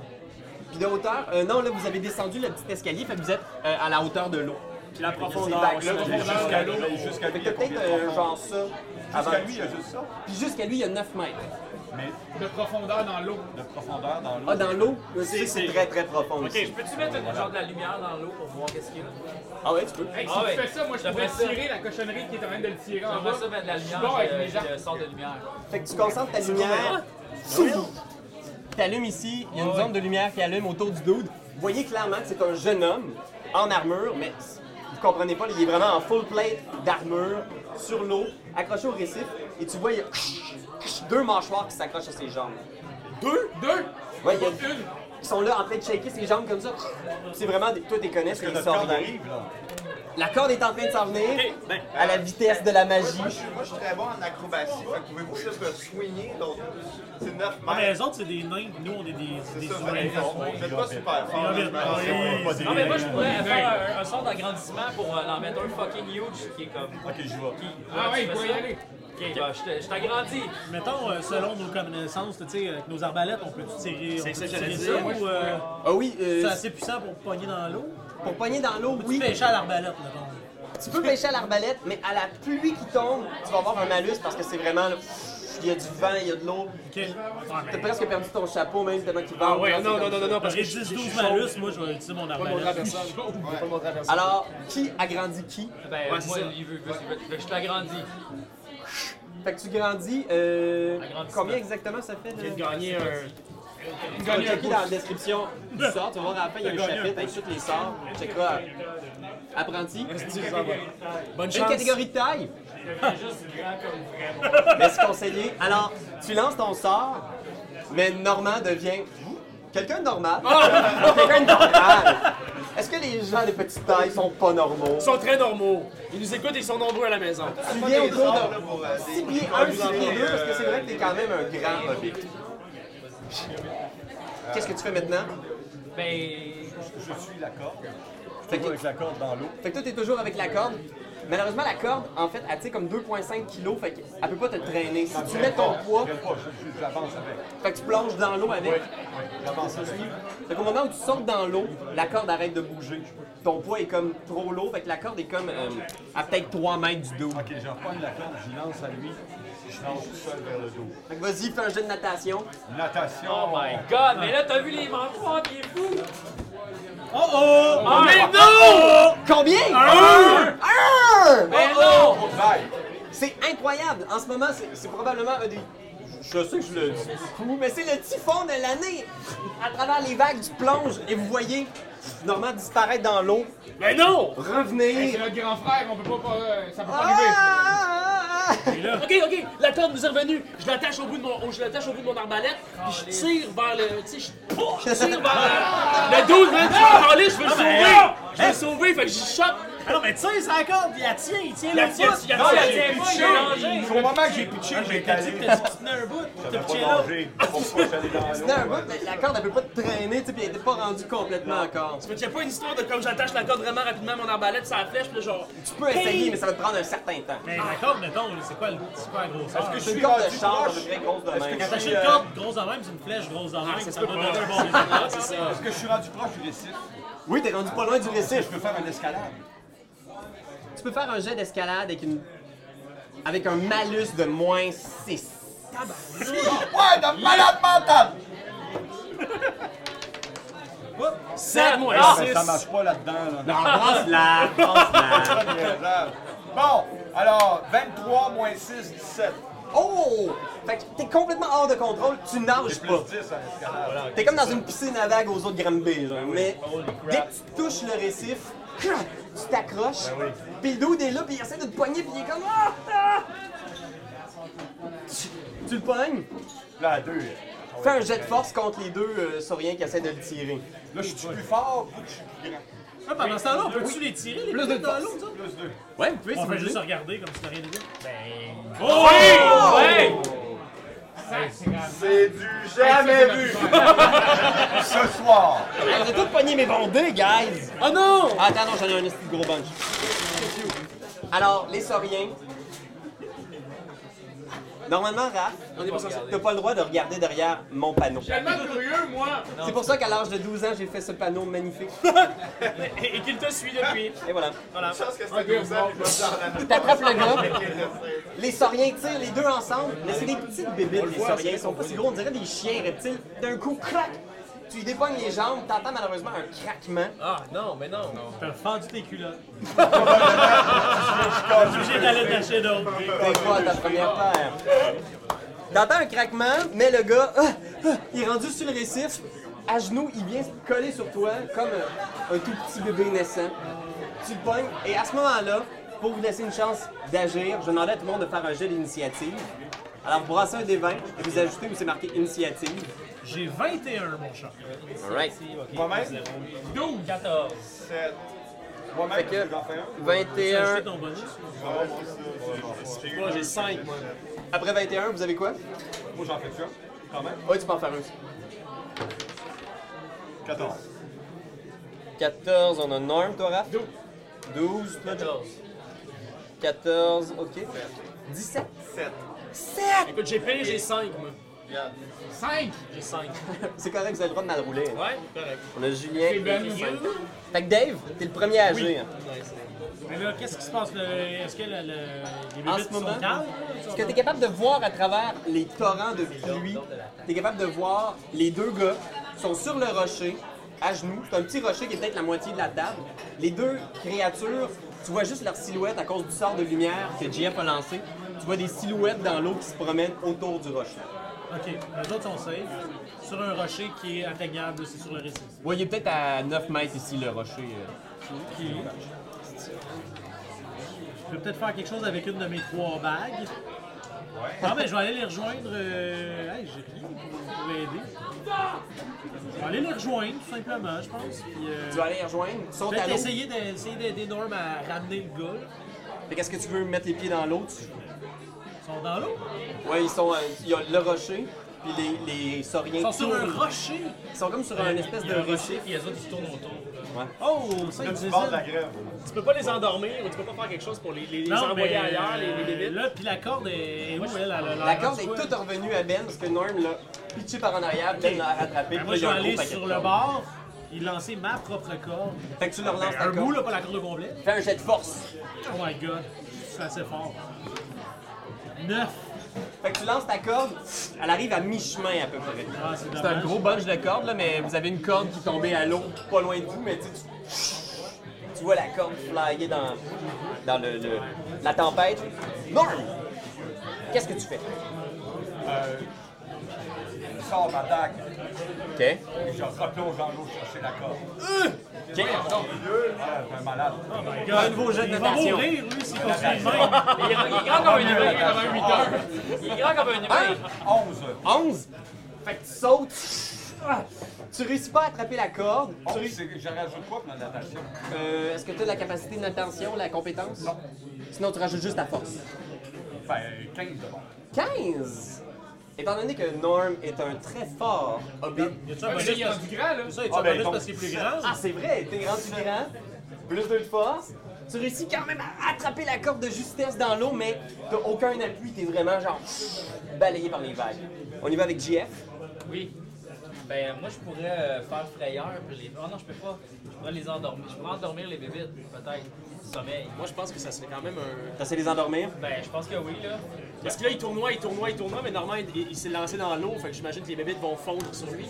S1: puis de hauteur. Euh, non, là, vous avez descendu le petit escalier, fait que vous êtes euh, à la hauteur de l'eau.
S10: Puis la profondeur.
S1: vagues-là,
S10: on s'en
S1: on
S10: fout.
S1: s'en
S6: Jusqu'à l'eau, mais jusqu'à
S1: Fait
S6: lui,
S1: que
S6: il y a
S1: t'as peut-être
S6: combien de
S1: euh,
S6: profondeur?
S1: genre ça.
S6: Jusqu'à
S1: avant-
S6: lui, il y a juste ça,
S1: Puis jusqu'à lui, il y a 9 mètres.
S6: mais
S4: De profondeur dans l'eau.
S6: de profondeur dans l'eau.
S1: Ah, dans l'eau, je sais que c'est très très profond.
S8: Ok, je peux-tu mettre une genre de la lumière dans l'eau pour voir qu'est-ce qu'il y a?
S1: Ah ouais, tu peux.
S4: Hey, si
S8: Ah
S4: tu
S8: ouais.
S4: fais ça, moi, je
S8: J'aimerais
S4: pourrais
S8: ça.
S4: tirer la cochonnerie qui est en train de le tirer en bas.
S8: J'aimerais ça mettre de la
S4: Je suis bon avec
S8: lumière,
S4: mes
S8: je, je
S4: arcs.
S8: sors de lumière.
S1: Fait que tu concentres ta lumière. T'allumes ici, il y a une zone de lumière qui allume autour du dude. Vous voyez clairement que c'est un jeune homme en armure, mais vous comprenez pas, il est vraiment en full plate d'armure sur l'eau, accroché au récif, et tu vois, il y a deux mâchoires qui s'accrochent à ses jambes.
S4: Deux? Deux?
S1: Ouais, il y a-
S4: Pas une.
S1: Ils sont là en train de shaker ses jambes comme ça. C'est vraiment, des... toi, t'es connais, c'est des
S6: Notre
S1: sorts
S6: corde
S1: de-
S6: arrive, là.
S1: La corde est en train de s'en venir à la vitesse de la magie.
S11: Moi, je suis, moi, je suis très bon en acrobatie. Fait que pouvez-vous juste me soigner? Donc, c'est 9
S10: Ah, mais
S11: mètres.
S10: les autres, c'est des nains. Nous, on est des,
S11: C'est
S10: des
S11: ça, vous
S10: humains.
S11: êtes bon. Vous êtes pas super fort.
S10: Oui, oui.
S6: Pas des-
S8: Non, mais moi, je pourrais faire un, un sort d'agrandissement pour euh, en mettre un fucking huge qui est comme.
S6: Ok, je vais.
S8: Qui,
S4: Ah ouais,
S8: tu
S4: il
S8: fais
S4: pourrait y
S8: ça?
S4: aller.
S8: Ok, bah, je te- je t'agrandis.
S10: Mettons, euh, selon nos connaissances, tu sais, avec nos arbalètes, on peut tirer, on peut
S12: ça que j'allais dire.
S10: tirer ça ou euh,
S1: Ah oui, euh,
S10: c'est assez puissant pour pogner dans l'eau?
S1: pour pogner dans l'eau,
S10: Ou
S1: oui.
S10: tu pêches à l'arbalète, mettons?
S1: Tu peux pêcher à l'arbalète, mais à la pluie qui tombe, tu vas avoir un malus parce que c'est vraiment là, pff, il y a du vent, il y a de l'eau.
S10: Ok. Ah,
S1: T'as
S10: mais-
S1: presque perdu ton chapeau même tellement qu'il vente.
S12: Ah ouais,
S1: là, c'est
S12: non, non,
S1: comme
S12: non, non,
S1: ça.
S12: non, parce que
S10: J'ai
S12: je
S10: 10-12 malus, moi, je vais utiliser mon
S12: Pas montrer à
S10: arbalète.
S12: personne. Pas montrer à personne.
S1: Alors, qui agrandit qui?
S8: Ben,
S12: Ouais, c'est
S8: moi,
S12: ça.
S8: il veut, il veut, il veut. Fait que je t'agrandis.
S1: Fait que tu grandis, euh,
S8: Agrandissement.
S1: combien exactement ça fait?
S12: J'ai
S1: De...
S12: gagné un.
S1: Tu vas checker dans la description du sort, tu vas voir à la fin, il y a un chapitre avec tous les sorts. Tu checkeras euh, apprenti.
S12: Bonne
S1: Une
S12: chance.
S1: catégorie de taille. Mais c'est conseillé. Alors, tu lances ton sort, mais Normand devient quelqu'un de normal.
S12: Ah!
S1: quelqu'un de normal. Est-ce que les gens de petite taille sont pas normaux?
S12: Ils sont très normaux. Ils nous écoutent et ils sont nombreux à la maison.
S2: Oh
S1: Tu viens autour
S11: sorts, là, pour, euh,
S1: de 6
S11: des-
S1: pieds 1, 6 pieds 2, parce que c'est vrai que t'es quand même un grand hobbit. Qu'est-ce que tu fais maintenant?
S8: Ben,
S6: Je suis la corde.
S1: Fait que,
S6: Avec la corde dans l'eau.
S1: fait que toi, t'es toujours avec la corde. Malheureusement, la corde, en fait, elle tient comme 2,5 kg, fait qu'elle peut pas te traîner. Si tu mets ton poids,
S6: Je pas, je- je- j'avance avec.
S1: fait que tu plonges dans l'eau avec.
S6: Oui, oui, j'avance avec.
S1: Fait qu'au moment où tu sautes dans l'eau, la corde arrête de bouger. Ton poids est comme trop lourd, fait que la corde est comme euh, à peut-être 3 mètres du dos.
S6: Ok, je reprends la corde, je lance à lui, je lance tout seul vers le dos.
S1: Fait que vas-y, fais un jeu de natation.
S6: Natation.
S2: Oh
S1: Ah,
S2: my god, mais là t'as vu les manchoirs, il est fou!
S10: Oh!
S2: Ah, mais non!
S1: Combien?
S10: Un!
S1: Un! Ben
S2: Mais non!
S6: Bye.
S1: C'est incroyable! En ce moment, c'est- c'est probablement un des. Je sais que je le dis beaucoup, mais c'est le typhon de l'année! À travers les vagues du plonge, et vous voyez Normand disparaître dans l'eau,
S2: Mais non!
S4: C'est
S1: revenir.
S4: notre grand frère, on peut pas. pas, euh, ça peut pas arriver.
S1: Ah!
S2: Ok, ok, la corde nous est revenue. Je l'attache au bout de mon, oh, je l'attache au bout de mon arbalète. Puis je tire vers le, tu sais, je, oh, je tire vers le, le dude, man, je veux parler, je veux le sauver. Je veux le sauver, fait que j'y chope.
S10: Ah non, mais tu sais, ça corde, il la tient, il tient
S2: La
S10: le
S2: tient,
S10: bout.
S2: il la
S10: Non,
S2: tient,
S10: il
S2: elle est
S10: pitché.
S2: pitchée.
S6: Au moment que j'ai pitché,
S10: Ah, mais
S6: j'ai
S10: t'as dit que
S6: calé.
S10: t'as dit que tu tenais un bout, puis t'as
S6: J'avais
S10: pitché
S6: pas
S10: là.
S6: danger. Pourquoi j'allais dans l'eau?
S1: Non, un bout, mais la corde, elle peut pas te traîner, tu sais, puis elle était pas rendue complètement encore.
S2: Mais t'as pas une histoire de comme j'attache la corde vraiment rapidement à mon arbalète, ça la flèche, puis là, genre.
S1: Tu peux essayer, mais ça va te prendre un certain temps.
S10: Mais la corde, mettons, c'est
S2: Ah,
S10: quoi, le- c'est quoi la grosseur?
S1: C'est une corde de char, à peu près grosse de même.
S10: Attacher une corde grosse de même, c'est une flèche grosse de même, ça, doit donner un bon résultat.
S2: c'est ça.
S6: Est-ce que je suis rendu proche du récif?
S1: Oui, t'es rendu pas loin du récif.
S6: Je peux faire une escalade.
S1: Tu peux faire un jet d'escalade avec une. avec un malus de moins 6.
S6: Ouais, d'un malade mental!
S2: 7 moins
S6: Ah,
S2: 6.
S6: ben, ça marche pas là-dedans. Là.
S1: Lance-la, lance-la.
S6: Bon, alors, 23 moins 6, 17.
S1: Oh! Fait que t'es complètement hors de contrôle, tu nages
S6: J'ai
S1: pas.
S6: plus 10 à l'escalade.
S1: T'es comme dans une piscine à vagues aux autres Granby, genre. Mais dès que tu touches le récif, tu t'accroches, puis le dude est là, puis il essaie de te poigner, puis il est comme... Ah! Ah! Tu, tu le pognes,
S6: Là, à 2.
S1: fais un jet de force contre les deux euh, sauriens qui essaient de le tirer.
S6: Là, je suis plus fort, plus que je suis plus grand.
S10: Ah, Pendant ce temps-là, on peut-tu les tirer, les
S1: de
S10: trucs dans l'eau, ça?
S6: Plus 2.
S1: Ouais, vous pouvez, si
S10: On
S1: vous
S10: fait
S1: voulez.
S10: juste regarder comme si t'as rien dit.
S1: Oh!
S2: Ouais!
S4: Ça, c'est grave.
S6: C'est du jamais
S4: Ça, c'est
S6: vu!
S4: notre frère.
S6: Ce soir!
S1: Ah, Vous avez tous pogné mes bons dés, guys!
S2: Oh non!
S1: Ah, attends, non, j'en ai un esti de gros bunch. Alors, les sauriens. Normalement, Raph, t'as pas le droit de regarder derrière mon panneau.
S4: Je suis tellement curieux, moi.
S1: C'est pour ça qu'à l'âge de 12 ans, j'ai fait ce panneau magnifique.
S2: Et, et qu'il te suit depuis.
S1: Et voilà.
S11: Je pense que c'était 12 ans, puis je
S1: T'attrapes le gars. Les sauriens tirent les deux ensemble, mais c'est des petites bébites, les sauriens. Ils sont pas si gros, on dirait des chiens reptiles. D'un coup, crac! Tu dépognes les jambes, t'entends malheureusement un craquement.
S2: Ah non, mais non.
S10: T'as fendu tes culottes.
S6: Quand je
S10: J'ai d'aller attacher d'autres.
S1: T'es pas à ta première paire. T'entends un craquement, mais le gars, ah, ah, il est rendu sur le récif, à genoux, il vient se coller sur toi comme euh, un, un tout petit bébé naissant. Tu le pognes, et à ce moment-là, pour vous laisser une chance d'agir, je demandais à tout le monde de faire un jet d'initiative. Alors, vous brassez un des 20 et vous ajoutez où c'est marqué initiative.
S10: J'ai 21, mon chat.
S1: Alright.
S6: Moi-même,
S2: 12, 14.
S6: 7. Moi-même,
S1: que-
S6: j'en fais un.
S10: T'as
S1: 21.
S10: acheté ton bonus?
S2: Moi j'ai 5, moi.
S1: Après 21, vous avez quoi?
S6: Moi, j'en fais un. Quand même.
S1: Ouais, tu peux en faire un aussi.
S6: 14.
S1: 14, on a un, toi, Raph? 12. 12, toi,
S2: 14.
S1: 14, ok. 17.
S11: 7.
S1: 7!
S2: Écoute, j'ai payé, j'ai 5, moi.
S4: Cinq.
S2: J'ai 5.
S1: C'est correct, vous avez le droit de mal rouler. hein.
S2: Ouais, correct.
S1: On a
S4: C'est
S1: Julien.
S4: Ben.
S1: Fait que Dave, t'es le premier à agir.
S10: Mais là, qu'est-ce qui se passe? le- Est-ce que le- le- les
S1: En
S10: bébés
S1: ce moment-
S10: sont calmes?
S1: Ce que t'es capable de voir à travers les torrents de pluie, t'es capable de voir les deux gars sont sur le rocher, à genoux. C'est un petit rocher qui est peut-être la moitié de la table. Les deux créatures, tu vois juste leur silhouette à cause du sort de lumière que JF a lancé. Tu vois des silhouettes dans l'eau qui se promènent autour du rocher.
S10: Ok, les autres sont safe. Sur un rocher qui est atteignable, c'est sur le récif.
S1: Ouais, il est peut-être à 9 mètres ici, le rocher. euh.
S10: Ok. Je peux peut-être faire quelque chose avec une de mes trois bagues. Non, mais je vais aller les rejoindre. euh, hey, j'ai rien pour, pour aider. Je vais aller les rejoindre, tout simplement, je pense. Puis, euh,
S1: Tu vas aller les rejoindre, ils sont
S10: je vais
S1: à
S10: peut-être
S1: l'eau.
S10: essayer de- essayer d'aider Norm à ramener le gars. là.
S1: Fait qu'est-ce que tu veux mettre les pieds dans l'eau? tu-
S10: Ils sont dans l'eau.
S1: Ouais, ils sont. euh, il y a le rocher. Puis les, les sauriens
S10: Ils sont sur un Euh,
S1: tournent.
S10: rocher.
S1: Ils sont comme sur un espèce de rocher.
S12: Puis les autres, ils se tournent autour.
S10: Oh, 5
S6: Tu pars de la grève.
S2: Tu peux pas les endormir ou tu peux pas faire quelque chose pour les, les, les
S10: Non,
S2: envoyer
S10: mais, euh,
S2: ailleurs, les, les débiles.
S10: Là, puis la corde est où, elle?
S1: La corde est toute revenue à Ben parce que Norm l'a pitché par en arrière, Ben l'a rattrapé. puis là, il
S10: Moi, je
S1: y
S10: vais
S1: a un gros
S10: aller
S1: paquet de
S10: sur le
S1: cordes.
S10: bord et lancer ma propre corde.
S1: Fait que tu leur lances ta
S10: Ben, Un bout,
S1: corde.
S10: là, pas la corde au complet.
S1: Fais un jet de force.
S10: Oh my god, c'est assez fort. 9.
S1: Fait que tu lances ta corde, elle arrive à mi-chemin à peu près.
S10: Ah, c'est
S1: C'est un
S10: dommage.
S1: gros bunch de cordes, là, mais vous avez une corde qui tombait à l'eau pas loin de vous, mais tu, sais, tu- tu vois la corde flyer dans, dans le, le- la tempête. Norm! Qu'est-ce que tu fais?
S6: Euh, Je sors ma dague
S1: OK. Euh!
S6: et je replonge en l'eau chercher la corde.
S1: OK.
S6: Ah, c'est un malade.
S1: Un nouveau jeu de
S10: Oh Il va
S1: natation.
S10: mourir, lui, s'il continue de même.
S8: Il est il est grand comme un humain.
S4: Avant 8 heures.
S8: Il est grand comme un humain.
S6: 11.
S1: 11. Fait que tu sautes. Ah! Tu réussis pas à attraper la corde.
S6: 11, c'est que je rajoute quoi pour la natation?
S1: Euh, Est-ce que tu as la capacité de natation, la compétence? Non. Sinon, tu rajoutes juste ta force.
S6: Enfin, 15 de bon.
S1: 15! Étant donné que Norm est un très fort hobbit.
S10: Y a-tu un
S4: Là, il
S10: bonus
S4: y a
S10: parce
S4: du grand, là.
S10: ça, y a-tu
S6: Ah,
S10: un
S6: ben,
S10: bonus
S6: donc,
S10: parce qu'il est plus grand?
S1: Ah, c'est vrai, t'es rendu grand, plus deux de force. Tu réussis quand même à attraper la corde de justesse dans l'eau, mais t'as aucun appui, t'es vraiment genre balayé par les vagues. On y va avec JF.
S8: Oui. Ben, moi, je pourrais euh, faire frayeur. Puis les... Oh non, je peux pas. Je pourrais les endormir. Je pourrais endormir les bébites, peut-être. Sommeil.
S2: Moi, je pense que ça serait quand même un.
S1: T'as essayé de les endormir.
S8: Ben, je pense que oui, là.
S2: Parce que là, il tournoie, il tournoie, il tournoie, mais normalement, il, il s'est lancé dans l'eau. Fait que j'imagine que les bébites vont fondre sur lui.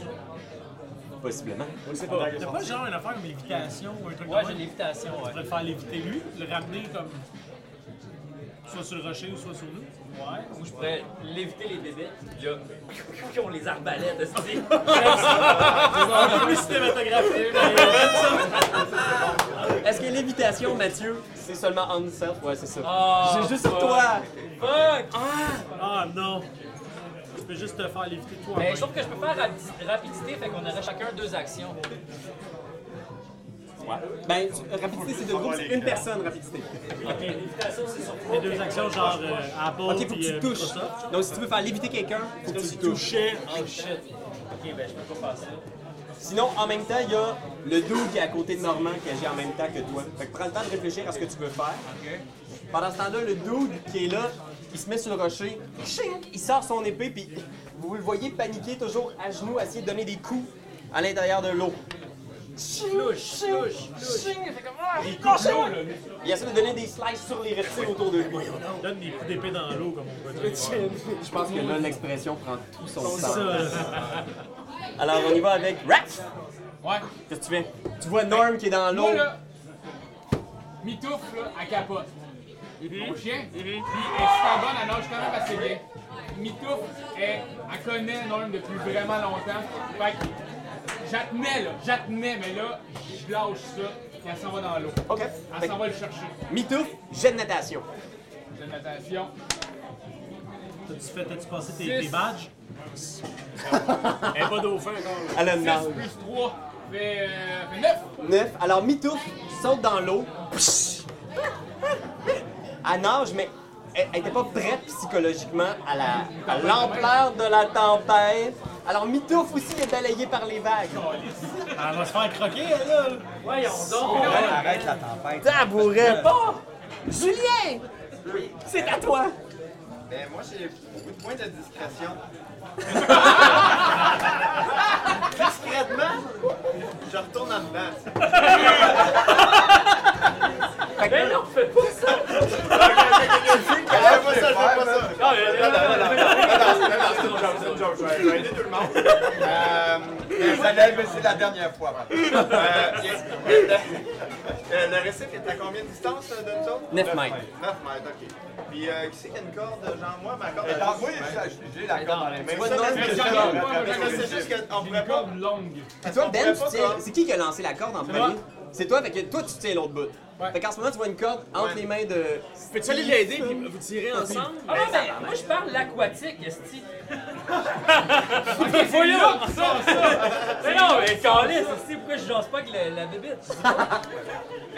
S1: Possiblement.
S2: On ne sait pas.
S10: T'as pas genre une affaire comme l'évitation ou un truc
S8: Ouais,
S10: de
S8: j'ai
S10: même?
S8: l'évitation,
S10: On
S8: ouais.
S10: pourrait le faire léviter lui, le ramener comme. soit sur le rocher ou soit sur nous.
S8: Ou je pourrais l'éviter les bébites. Puis là, on les arbalète, est-ce que c'est-
S10: Un peu plus cinématographique.
S1: Est-ce que l'évitation, Mathieu, c'est seulement on self? Ouais, c'est ça.
S8: Ah,
S1: J'ai juste sur toi.
S8: Fuck!
S10: Ah non! Je peux juste te faire léviter toi.
S8: Mais Ben, je trouve que je peux faire rapi- rapidité, fait qu'on aurait chacun deux actions.
S1: Ben, tu- rapidité, c'est deux groupes, c'est une personne, rapidité.
S10: Ok, l'évitation, c'est sur Les deux actions, genre euh, Apple
S1: Ok, faut que
S10: puis,
S1: tu
S10: euh,
S1: touches.
S10: Microsoft.
S1: Donc, si tu veux faire léviter quelqu'un, faut que tu le touches. Ah,
S8: Oh shit! Ok, ben je peux pas faire ça.
S1: Sinon, en même temps, il y a le doux qui est à côté de Normand qui agit en même temps que toi. Fait que prends le temps de réfléchir à ce que tu veux faire. Pendant ce temps-là, le dude qui est là, il se met sur le rocher, chink, il sort son épée, puis vous le voyez paniquer, toujours à genoux, à essayer de donner des coups à l'intérieur de l'eau. Chink, chink, chink, il fait comme, Ah, chink. Il essaie de donner des slices sur les reptiles autour de lui.
S10: Donne des coups d'épée dans l'eau, comme on peut dire.
S1: Je pense que là, l'expression prend tout son
S10: C'est
S1: sens.
S10: ça, là.
S1: Alors, on y va avec Raph!
S4: Ouais.
S1: Qu'est-ce que tu fais? Tu vois Norm qui est dans l'eau.
S4: Moi, là, mitouffe, là, à capote. Mon chien,
S12: Mm-hmm.
S4: puis elle est super bonne, elle nage quand même assez bien. Mitouffe, elle, elle connaît Norm depuis vraiment longtemps. Fait que j'attenais, là, j'attenais, mais là, je lâche ça, puis elle s'en va dans l'eau.
S1: OK. Fait
S4: Elle
S1: que-
S4: s'en va le chercher.
S1: Mitouf, jet de natation.
S4: De natation.
S10: T'as-tu fait, t'as-tu passé tes,
S4: Six.
S10: tes badges?
S2: Elle est pas dauphin encore. là.
S1: À la
S4: 6 plus 3 fait, euh, fait 9.
S1: 9. Alors, Mitouf saute dans l'eau. Psh! Elle nage, mais elle n'était pas prête psychologiquement à la- à l'ampleur de la tempête. Alors, Mitouf aussi est balayé par les vagues.
S10: Elle va se faire croquer, elle, là.
S8: Voyons donc!
S6: Arrête la tempête.
S1: Tabouret. Bon! Julien! C'est à toi!
S11: Ben, moi, j'ai beaucoup de points de discrétion. Discrètement, je retourne en dedans.
S1: Fait que-
S11: Ah, pas ça, je fais pas ça. Non, non, non, non, non, non, non, non, c'est une joke, c'est une joke, je vais- je vais aider tout le monde. Euh, mais
S6: Ça lève, c'est la dernière fois.
S11: Euh, y a- le- le- le récif est à combien de distance euh, de nous autres?
S1: 9 mètres.
S11: 9 mètres, ok. Puis euh, qui c'est qui a une corde? Genre moi, ma corde.
S6: Et
S11: elle-
S6: dans- moi, j'ai- j'ai la corde dans les mains.
S11: Mais
S1: vois,
S11: ça,
S1: non,
S11: c'est-
S1: mais
S11: c'est-
S4: j'en ai
S11: c'est-
S4: pas, moi, j'en ai
S11: c'est juste qu'on
S4: J'ai
S11: pourrait
S4: une
S11: pas.
S4: corde longue.
S1: Et toi, Ben, tu
S11: pas
S1: tiens-
S11: comme-
S1: c'est qui qui a lancé la corde en premier? C'est toi, fait que toi, tu tiens l'autre bout. Fait qu'en ce moment, tu vois une corde
S11: Ouais.
S1: entre les mains de...
S2: Peux-tu aller l'aider puis vous tirer ensemble? ben,
S8: Ah non, mais moi je parle l'aquatique, esti.
S2: voyons!
S8: Mais non, mais calé, esti, pourquoi je jase pas avec le- la bébite? Je sais pas.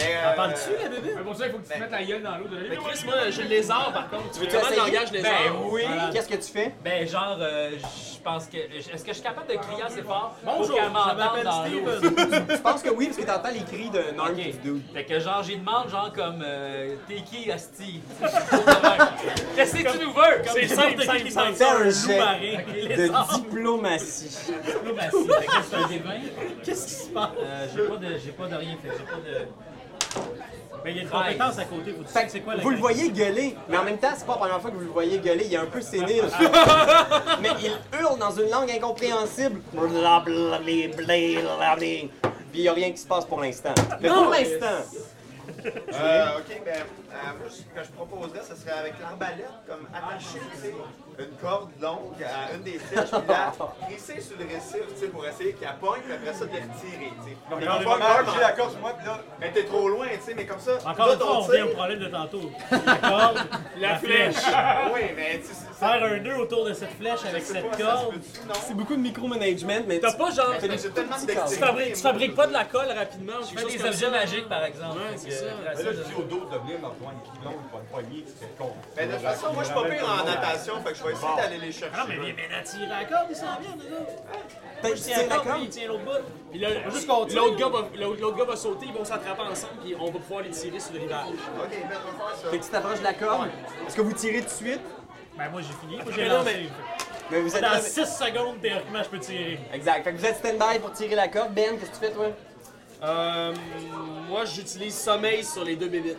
S11: Mais, euh,
S2: la bébé?
S4: Mais pour ça, il faut que tu te mettes la gueule dans l'eau de la
S2: Mais Chris, moi, j'ai le lézard par contre. Tu veux vraiment le
S1: essayer?
S2: langage lézard?
S1: Ben,
S10: Ben,
S1: oui. Qu'est-ce que tu fais?
S8: Ben genre, euh, je pense que... Est-ce que je suis capable de crier assez fort
S2: Bonjour,
S8: pour qu'elle
S2: je
S8: m'entende
S2: m'appelle
S8: dans l'eau?
S2: Steven.
S1: Je pense que oui, parce que t'entends les cris de Norm et du dude.
S8: Fait que genre, j'y demande genre comme euh, T'es qui, Asti? Qu'est-ce que tu nous veux?
S2: C'est simple, simple, simple.
S1: Fais un jet de diplomatie.
S8: Qu'est-ce que Qu'est-ce qui se passe? Euh, j'ai pas de, j'ai pas de rien fait, j'ai pas de.
S10: Mais Ben, il y a une compétence à côté, vous
S1: Fait
S10: savez
S1: que
S10: c'est quoi la
S1: vous le
S10: compétence?
S1: voyez gueuler, mais en même temps, c'est pas la première fois que vous le voyez gueuler, il est un peu sénile. mais il hurle dans une langue incompréhensible. Blablabli, blablabli. Puis il n'y a rien qui se passe pour l'instant. Mais pour l'instant,
S11: Euh, ok, ben, euh, moi, ce que je proposerais, ce serait avec l'arbalète, comme attacher, tu sais, une corde longue à une des flèches, puis la glisser sur le récif, tu sais, pour essayer qu'elle pogne, puis après ça, de la retirer, tu sais. Mais
S6: mais
S11: on
S6: vraiment,
S11: va
S6: j'ai
S11: j'ai
S6: la
S11: la corde sur moi, puis là, elle était trop loin, tu sais, mais comme ça,
S10: Encore
S11: là,
S10: une fois, on
S11: ton
S10: revient
S11: tir-
S10: au problème de tantôt. La corde, la flèche.
S11: Oui, mais tu sais, c'est- c'est-
S10: Faire un nœud autour de cette flèche avec
S11: je sais
S10: cette
S11: pas, ça se
S10: corde.
S11: peut-tu, non?
S1: c'est beaucoup de micromanagement, mais
S2: T'as pas genre.
S11: Mais J'ai tellement de dextérité,
S2: Tu fabriques, tu
S11: moi.
S2: fabriques pas de la colle rapidement ou
S8: Je
S2: quelque
S8: fais
S2: chose
S8: des
S2: comme
S8: objets
S2: ça.
S8: magiques par exemple.
S2: Ouais, c'est ça.
S6: Mais
S10: euh,
S6: là, je dis au dos de venir me rejoindre. Non, il va le poignet, c'est con.
S11: Mais Ben, de toute façon, moi, je suis pas pire en natation, fait que je vais essayer d'aller les chercher.
S10: Ah, mais viens maintenant tirer la corde, il s'en vient, nous autres.
S1: peut-être que
S10: Je
S1: c'est
S10: tiens la corde,
S1: d'accord.
S10: puis il tient l'autre bout.
S2: Puis là,
S10: juste continuer.
S2: l'autre gars, va- l'autre l'autre gars va sauter, ils vont s'attraper ensemble, puis on va pouvoir les tirer sur le
S11: Ok,
S2: rivage.
S11: ben, on va faire ça.
S1: Fait que tu t'approches de la corde. Est-ce que vous tirez tout de suite?
S10: Ben, moi, j'ai fini. Moi, j'ai lancé.
S1: Mais vous êtes là-
S10: Dans 6 secondes, théoriquement, je peux tirer.
S1: Exact. Fait que vous êtes stand-by pour tirer la corde. Ben, qu'est-ce que tu fais, toi?
S2: Euh, moi, j'utilise sommeil sur les deux bébites.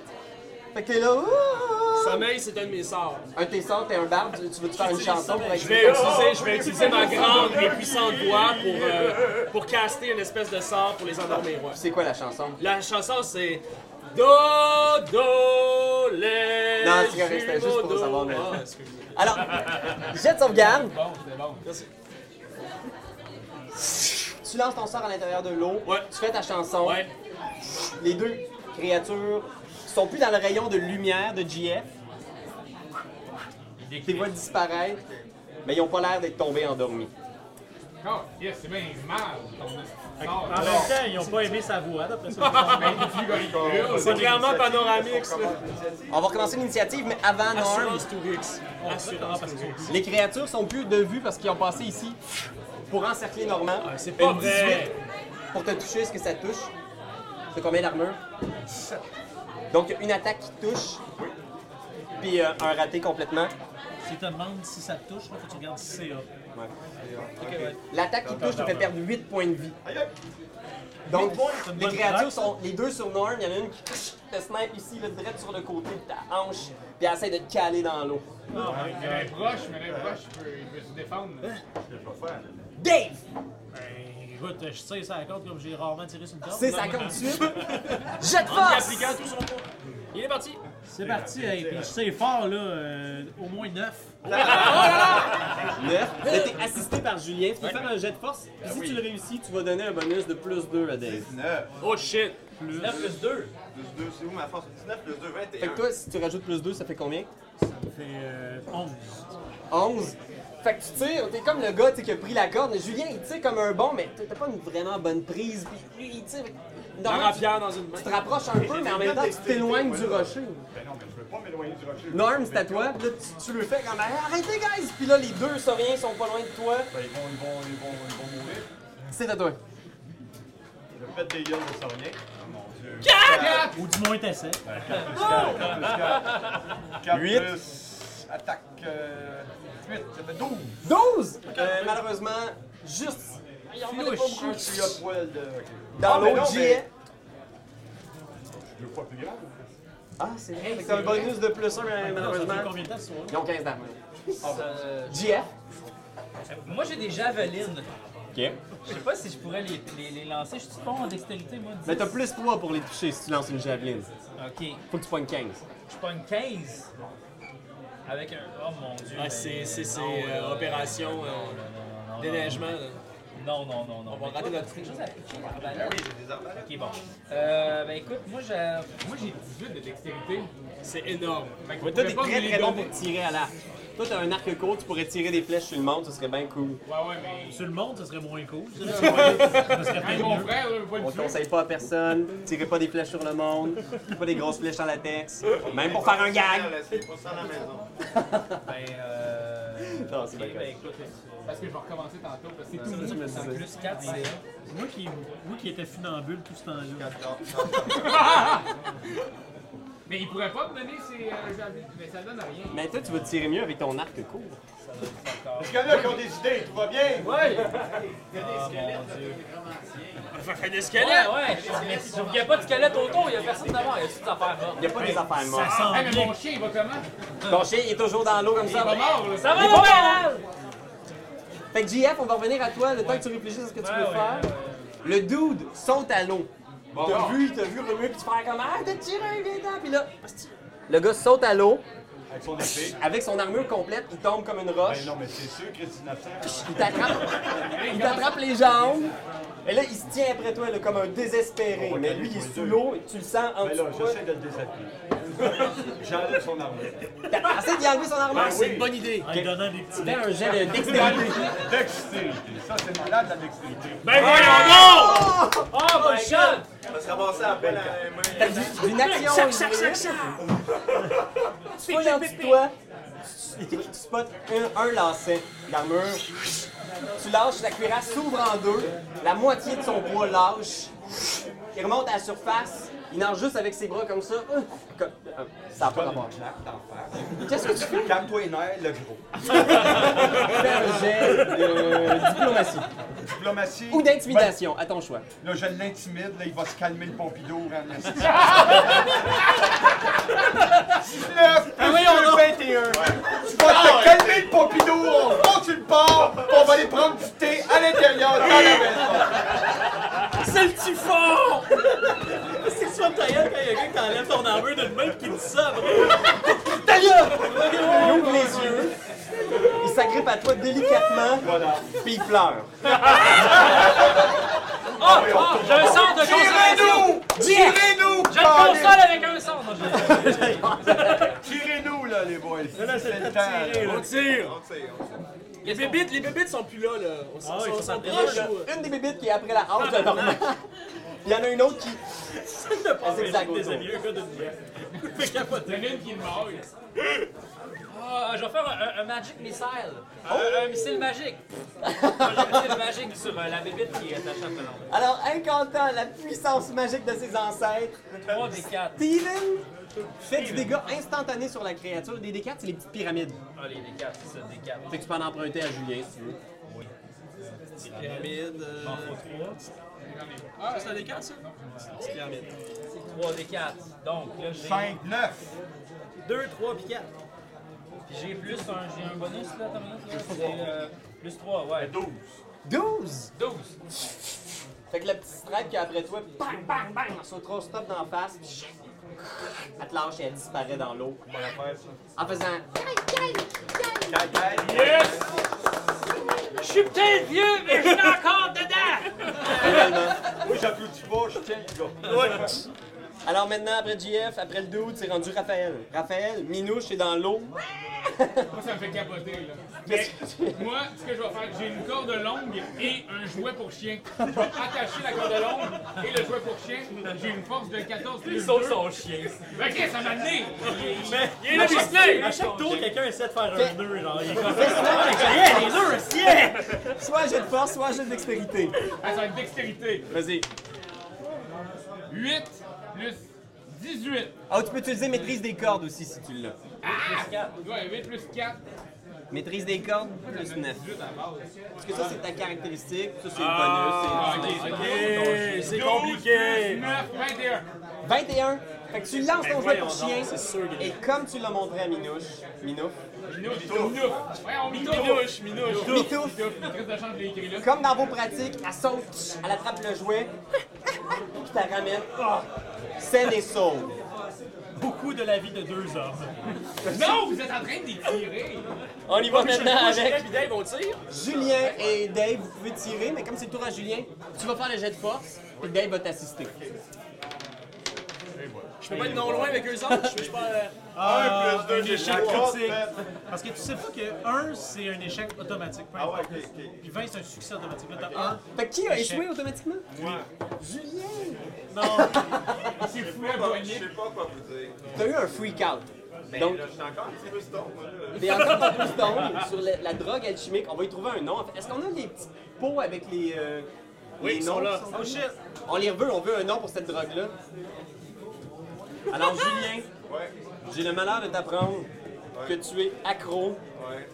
S1: Fait que t'es là. ouh!
S2: Sommeil, c'est un de mes sorts.
S1: Un de tes sorts, t'es un barbe. Tu veux-tu faire une chanson pour
S2: Je
S1: expliquer?
S2: vais utiliser, je vais utiliser ma grande et puissante voix pour, euh, pour caster une espèce de sort pour les endormir. ouais.
S1: C'est quoi la chanson?
S2: La chanson, c'est Do, Do, Les.
S1: Non, c'est correct, c'était juste pour
S2: jumeaux
S1: savoir,
S2: do.
S1: mais-
S2: Ah, excuse-moi.
S1: Alors, jet de sauvegarde.
S2: Merci.
S1: Tu lances ton sort à l'intérieur de l'eau.
S2: Ouais.
S1: Tu fais ta chanson.
S2: Ouais.
S1: Les deux créatures sont plus dans le rayon de lumière de JF. Tu les vois disparaître, mais ils n'ont pas l'air d'être tombés endormis.
S4: Oh, yes, c'est bien mal, ton
S10: En même temps, ils ont pas aimé sa voix, d'après ça.
S2: C'est clairement panoramique, ça.
S1: On va recommencer l'initiative, mais avant Norm,
S2: Assurance Tourix.
S1: Ah,
S2: Assurance Tourix.
S1: les créatures sont plus de vue parce qu'ils ont passé ici pour encercler Normand.
S2: Ah, C'est pas
S1: Une
S2: vrai.
S1: 18 pour te toucher, est-ce que ça touche? C'est combien d'armure? Donc, il y a une attaque qui touche, puis euh, un raté complètement.
S10: Si tu te demandes si ça te touche, là, faut que tu regardes si c'est A.
S1: L'attaque qui touche te fait perdre 8 points de vie. Donc,
S10: c'est une
S1: les
S10: bonne
S1: créatures
S10: attaque.
S1: sont les deux sur Norm. Il y en a une qui te snipe ici, le direct sur le côté de ta hanche, puis elle essaie de te caler dans l'eau.
S4: Mais elle est proche, mais elle est proche, il peut- il peut se défendre. là.
S1: Dave!
S10: Ben, écoute, je tire ça à la corde comme j'ai rarement tiré sur une corde.
S1: C'est ça comme tu Jette
S2: Il
S1: force!
S2: appliquant tout son poids. Il est parti.
S10: C'est parti, hey, puis je tire fort, là, euh, au moins 9.
S1: 9. Là, t'es assisté par Julien. Tu peux faire un jet de force.
S11: Ben
S1: Puis si tu le réussis, tu vas donner un bonus de plus 2 à Dave.
S11: 19
S2: Oh shit.
S8: 9 plus 2.
S11: plus 2, c'est où ma force? 19 plus 2, 21.
S1: Fait que toi, si tu rajoutes plus 2, ça fait combien?
S10: C'est euh, 11.
S1: 11. Fait que tu tires, t'es comme le gars tu sais, qui a pris la corde. Julien, il tire comme un bon, mais t'as t'as pas une vraiment bonne prise. Puis lui, il tire.
S2: La
S1: Normalement, tu,
S2: rapière dans une main.
S1: tu te rapproches un peu, mais en même temps, tu t'éloignes du rocher.
S6: Ben non, mais je peux pas m'éloigner du rocher.
S1: Norm, c'est à toi. Puis Là, tu, tu le fais comme arrêtez, guys! Puis là, les deux sauriens sont pas loin de toi.
S6: Ben ils vont, ils vont, ils vont, ils vont mourir.
S1: C'est à toi.
S6: Je vais mettre des gueules de sauriens. Oh mon dieu.
S10: Ou du moins t'essaies.
S6: 4 plus 4. 4
S1: Huit.
S6: plus. Attaque. euh, 8, ça fait 12.
S1: 12! Euh, malheureusement, juste
S6: Un tuyau de poil de. ok.
S1: dans
S6: Ah, mais
S1: l'autre
S6: non, mais-
S1: JF.
S6: Deux fois plus grave.
S1: Ah, c'est vrai. Fait que t'as un bonus de plus 1, mais
S10: Ça fait
S1: malheureusement.
S10: combien de temps ce soir?
S1: Ils ont 15 d'armes.
S8: Euh,
S1: JF.
S8: moi j'ai des javelines.
S1: Ok.
S8: Je sais pas si je pourrais les, les, les lancer. Je suis bon en dextérité, moi. dix.
S1: Mais t'as plus 3 pour les toucher si tu lances une javeline.
S8: Ok.
S1: Faut que tu pognes 15.
S8: Je prends une 15. Avec un. Oh mon dieu.
S2: Ah, c'est c'est- c'est, euh, opération euh, déneigement. là.
S8: Non, non, non, non.
S2: On va
S8: Mais toi,
S2: rater notre
S8: t'as
S2: truc.
S8: quelque chose à pitcher, l'arbalète?
S11: J'ai des arbalètes.
S8: Ok, bon. Euh, ben écoute, moi j'ai.
S4: Moi, j'ai 18 de dextérité.
S2: C'est énorme.
S4: Fait que vous
S1: Toi,
S4: pouvez
S1: t'es
S4: pas me
S1: très
S4: les
S1: très bon
S4: donner.
S1: pour tirer à l'arc. Toi, t'as un arc court, tu pourrais tirer des flèches sur le monde, ce serait bien cool.
S4: Ouais, ouais, mais.
S10: Sur le monde, ça serait moins cool. Ça Ça serait
S4: Hey,
S10: peut-être
S4: mon
S10: mieux.
S4: frère, là, je vais
S1: On
S4: le
S1: le
S4: tuer.
S1: conseille pas à personne, tirez pas des flèches sur le monde, tirez pas des grosses flèches en latex, même pour faire un gag.
S11: Pour ça à la maison.
S10: Ben, euh.
S1: Non, c'est pas
S10: ok,
S1: grave.
S10: ben, écoute, euh,
S4: Parce que je vais recommencer tantôt. parce que C'est tout.
S1: Je me suis dit-
S10: plus 4, c'est. Moi qui, moi qui étais funambule tout ce temps-là.
S4: Mais il pourrait pas me donner ses. euh, j'avais- mais ça donne rien.
S1: Mais toi, tu vas tirer mieux avec ton arc court.
S6: Parce qu'il y en a qui ont des idées, tout va bien.
S2: Fait des squelettes!
S8: ouais, mais il n'y a pas de squelette autour, il n'y a personne d'avant, il y a toutes affaires là.
S1: Il a pas des affaires mortes.
S10: sent
S4: Hey, mais mon chien, il va comment?
S1: Ton chien, il est toujours dans l'eau comme
S4: Il va
S1: ça.
S4: mort, là.
S8: Ça va, mon frère?
S1: Fait que JF, on va revenir à toi le temps que tu réfléchisses à ce que tu veux faire. Le dude saute à l'eau. t'as vu, t'as vu remuer puis tu fais comme Ah, t'as tiré un vieux Puis là, asti. le gars saute à l'eau.
S6: Avec son épée.
S1: Avec son armure complète, il tombe comme une roche.
S6: Ben non, mais c'est sûr, Christine hein. Absent.
S1: Il t'attrape. il t'attrape les jambes. Et là, il se tient après toi là, comme un désespéré. Mais lui, il est sous l'eau et tu le sens en
S6: Mais
S1: dessous
S6: Ben
S1: de
S6: là,
S1: toi.
S6: j'essaie de le désappuyer. J'enlève son armure.
S1: T'as essayé d'y enlever son armure.
S2: C'est une bonne idée.
S10: Ah en lui donnant des petits.
S1: Fais un jet de
S6: La
S1: dextérité.
S6: dextérité. Ça, c'est malade, la dextérité.
S2: Ben voyons donc!
S8: Oh my god!
S11: On va se ramasser à peine à la main.
S1: T'as du- d'une action. héroïque. Tu fouilles en dessous de toi, tu, tu- tu spots un, un lacet d'armure. Tu lâches, la cuirasse s'ouvre en deux, la moitié de son poids lâche. Il remonte à la surface, il nage juste avec ses bras comme ça. Euh, comme- euh, Ça n'a pas
S6: Comme
S1: rapport.
S6: une claque d'en face.
S1: Qu'est-ce que tu fais?
S6: Calme-toi les nerfs, le gros.
S1: Fais un jet de diplomatie
S6: Diplomatie.
S1: ou d'intimidation, à ton choix.
S6: Ben, Là, je l'intimide, là, il va se calmer le Pompidou. hein, là. 19, plus deux, 21. Tu
S10: Ah
S6: vas te calmer le Pompidou, on prend sur le port, puis on va aller prendre du thé à l'intérieur, dans la maison.
S8: C'est le typhon! C'est que tu vas me tailler quand il y a quelqu'un qui t'enlève ton armure d'une main et qui dit ça après.
S1: Il ouvre les yeux, il s'agrippe à toi délicatement,
S6: Voilà.
S1: puis il pleure.
S8: Ah! ah, J'ai un sort de consolation!
S6: Tirez-nous! Tirez-nous!
S8: Je le console avec un sort! Non, je-
S6: Tirez-nous, là, les boys. C'est le temps. là.
S2: On tire!
S11: On sait, on sait.
S2: Les bébites, les bébites sont plus là, là. On s'en
S10: ils
S2: on
S10: sont
S2: s'en
S1: Il y
S2: proche.
S1: en a une des bébites qui est après la hanche de Normand. Il y en a une autre qui. C'est exact.
S10: Mieux que de
S4: Il y en a une qui est mort.
S8: Ah, je vais faire un, un- un magic missile. Un, un missile magique. un missile magique sur euh, la bébite qui est attachée à ton armure.
S1: Alors, incantant la puissance magique de ses ancêtres,
S8: 3 des 4.
S1: Steven fait du dégât instantané sur la créature. Des D4, c'est les petites pyramides.
S8: Ah, les des 4, c'est ça, des 4.
S1: Fait que tu peux en emprunter à Julien si tu veux.
S11: Pyramide. euh,
S2: Ça, c'est un des quatre, ça?
S11: Pyramide.
S8: 3 des 4. Donc, là, j'ai
S6: 5, 9.
S10: 2, 3 puis 4.
S8: puis j'ai plus un, j'ai un bonus, là, attends une minute, là. C'est, euh, plus 3, ouais. 12.
S1: 12!
S8: 12.
S1: Fait que la petite stripe qui est après toi, bang, bang, bang, elle saute trop stop d'en face, puis elle te lâche et elle disparaît dans l'eau. En faisant.
S8: Je suis peut-être vieux, mais je suis encore dedans!
S6: Moi, j'applaudis pas, je tiens, les gars.
S1: Alors maintenant, après JF, après le dude, c'est rendu Raphaël. Raphaël, Minouche est dans l'eau.
S4: Moi, ça me fait capoter, là. Mais
S1: Qu'est-ce que tu-
S4: moi, ce que je vais faire, j'ai une corde longue et un jouet pour chien. Je vais attacher la corde longue et le jouet pour chien. J'ai une force de 14 plus
S8: Sauf
S4: 2.
S8: son chien.
S4: Ben, Chris, ça m'a amené!
S2: Il est là, Disney!
S10: À chaque tour, quelqu'un essaie de faire un 2. Genre, il est comme
S1: Soit j'ai de force, soit j'ai de dextérité.
S4: Ah, ça va être dextérité.
S1: Vas-y.
S4: 8 plus 18.
S1: Ah, tu peux utiliser maîtrise des cordes aussi si tu l'as.
S4: Ouais, 8 plus 4.
S1: Maîtrise des cordes, plus 9.
S4: 18 à la base.
S1: Parce que ça, c'est ta caractéristique, ça, c'est le bonus.
S4: Ah,
S1: c'est-
S4: ok, c'est bon.
S2: C'est
S4: 12 plus 9, 21.
S1: 21. Fait que
S4: Ben
S1: tu lances ton jouet pour chien. Et comme tu l'as montré à Minouche, Minouf,
S4: Minouf, minouf. Ouais, on minouf.
S2: Minouche, minouche.
S1: Mitouf,
S4: Minouf, il reste de chance de l'écrire là.
S1: comme dans vos pratiques, elle saute, elle attrape le jouet, puis la ramène. Ah! Saine et sauve.
S10: beaucoup de la vie de deux hommes.
S4: Non, vous êtes en train de l'étirer.
S1: On y va maintenant avec
S2: Puis Dave, on tire?
S1: Julien et Dave, vous pouvez tirer, mais comme c'est le tour à Julien, tu vas faire le jet de force, et Dave va t'assister.
S2: Je peux pas être non loin avec eux autres. Je peux pas. euh,
S10: Ah,
S11: Un plus deux,
S10: un
S11: j'ai
S10: échec
S11: quatre.
S10: critique. Parce que tu sais pas que 1, c'est un échec automatique. peu
S11: Ah ouais,
S10: importe
S11: ok,
S10: le
S11: ok.
S10: score. Puis 20, c'est un succès automatique. Là, t'as un.
S1: Fait que qui a échoué automatiquement?
S4: C'est fou
S11: Je
S4: à
S11: sais pas- Je
S4: poignée.
S11: sais pas quoi vous dire.
S1: T'as eu un freak out.
S11: Mais
S1: Donc,
S11: là, je suis encore un petit peu stone, moi, là.
S1: mais encore pas plus tombe sur la, la drogue alchimique. On va y trouver un nom. en fait. Est-ce qu'on a des petits pots avec les. euh, les noms qui
S10: Oh shit!
S1: On les veut, on veut un nom pour cette drogue-là. Alors, Julien,
S11: Ouais,
S1: j'ai le malheur de t'apprendre que tu es accro
S11: ouais.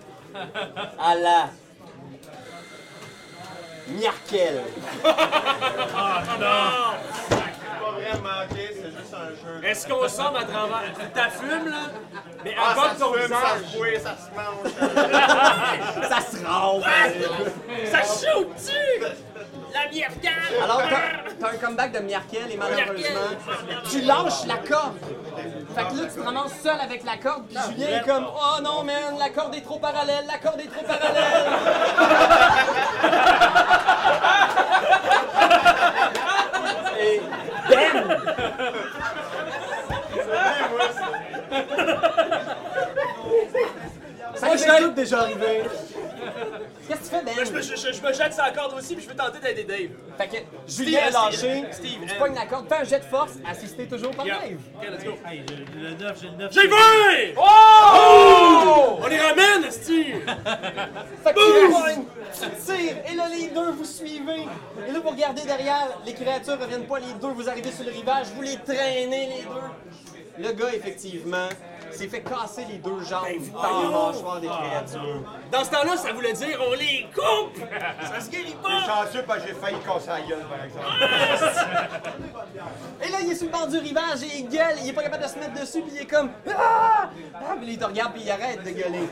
S1: à la. Miarkel.
S11: C'est pas vraiment ok, c'est juste un jeu.
S2: Est-ce qu'on somme à travers. Ta fume, là? Mais
S11: Ah,
S2: avant
S11: ça
S2: ton
S11: se fume, ça se
S2: visage.
S11: fouille, ça se mange.
S1: Ça se rend.
S2: Ça shoot dessus! La bière calme!
S1: Alors, t'as- t'as un comeback de Miarkel et malheureusement, tu lâches la corde. Fait que là, tu te ramasses seul avec la corde, puis Julien est comme Oh non, man, la corde est trop parallèle, la corde est trop parallèle. Et bam! Ça je suis déjà arrivé. Qu'est-ce que tu fais, Ben?
S2: Je, me- je- je- je me jette sur la corde aussi, puis je veux tenter d'aider Dave.
S1: Fait que Julien est lâché,
S2: Steve, hein.
S1: tu
S2: M.
S1: pognes la corde, fais un jet de force, assisté toujours par Dave.
S2: Ok, let's go.
S10: Hey, le, le 9, j'ai le 9.
S2: J'ai vu!
S1: Oh!
S2: On les ramène, Steve!
S1: Fait que tu la pognes, tu tires, et là les deux vous suivez. Et là vous regardez derrière, les créatures reviennent pas, les deux vous arrivez sur le rivage, vous les traînez les deux. Le gars effectivement s'est fait casser les deux jambes par les mâchoires des créatures.
S2: Ben, Dans ce temps-là, ça voulait dire on les coupe! Ça se guérit
S11: Je suis
S2: pas!
S11: chanceux parce que j'ai failli casser la gueule, par exemple.
S1: Et là il est sur le bord du rivage et il gueule, il est pas capable de se mettre dessus puis il est comme ah! ah! Puis là, il te regarde puis il arrête de gueuler.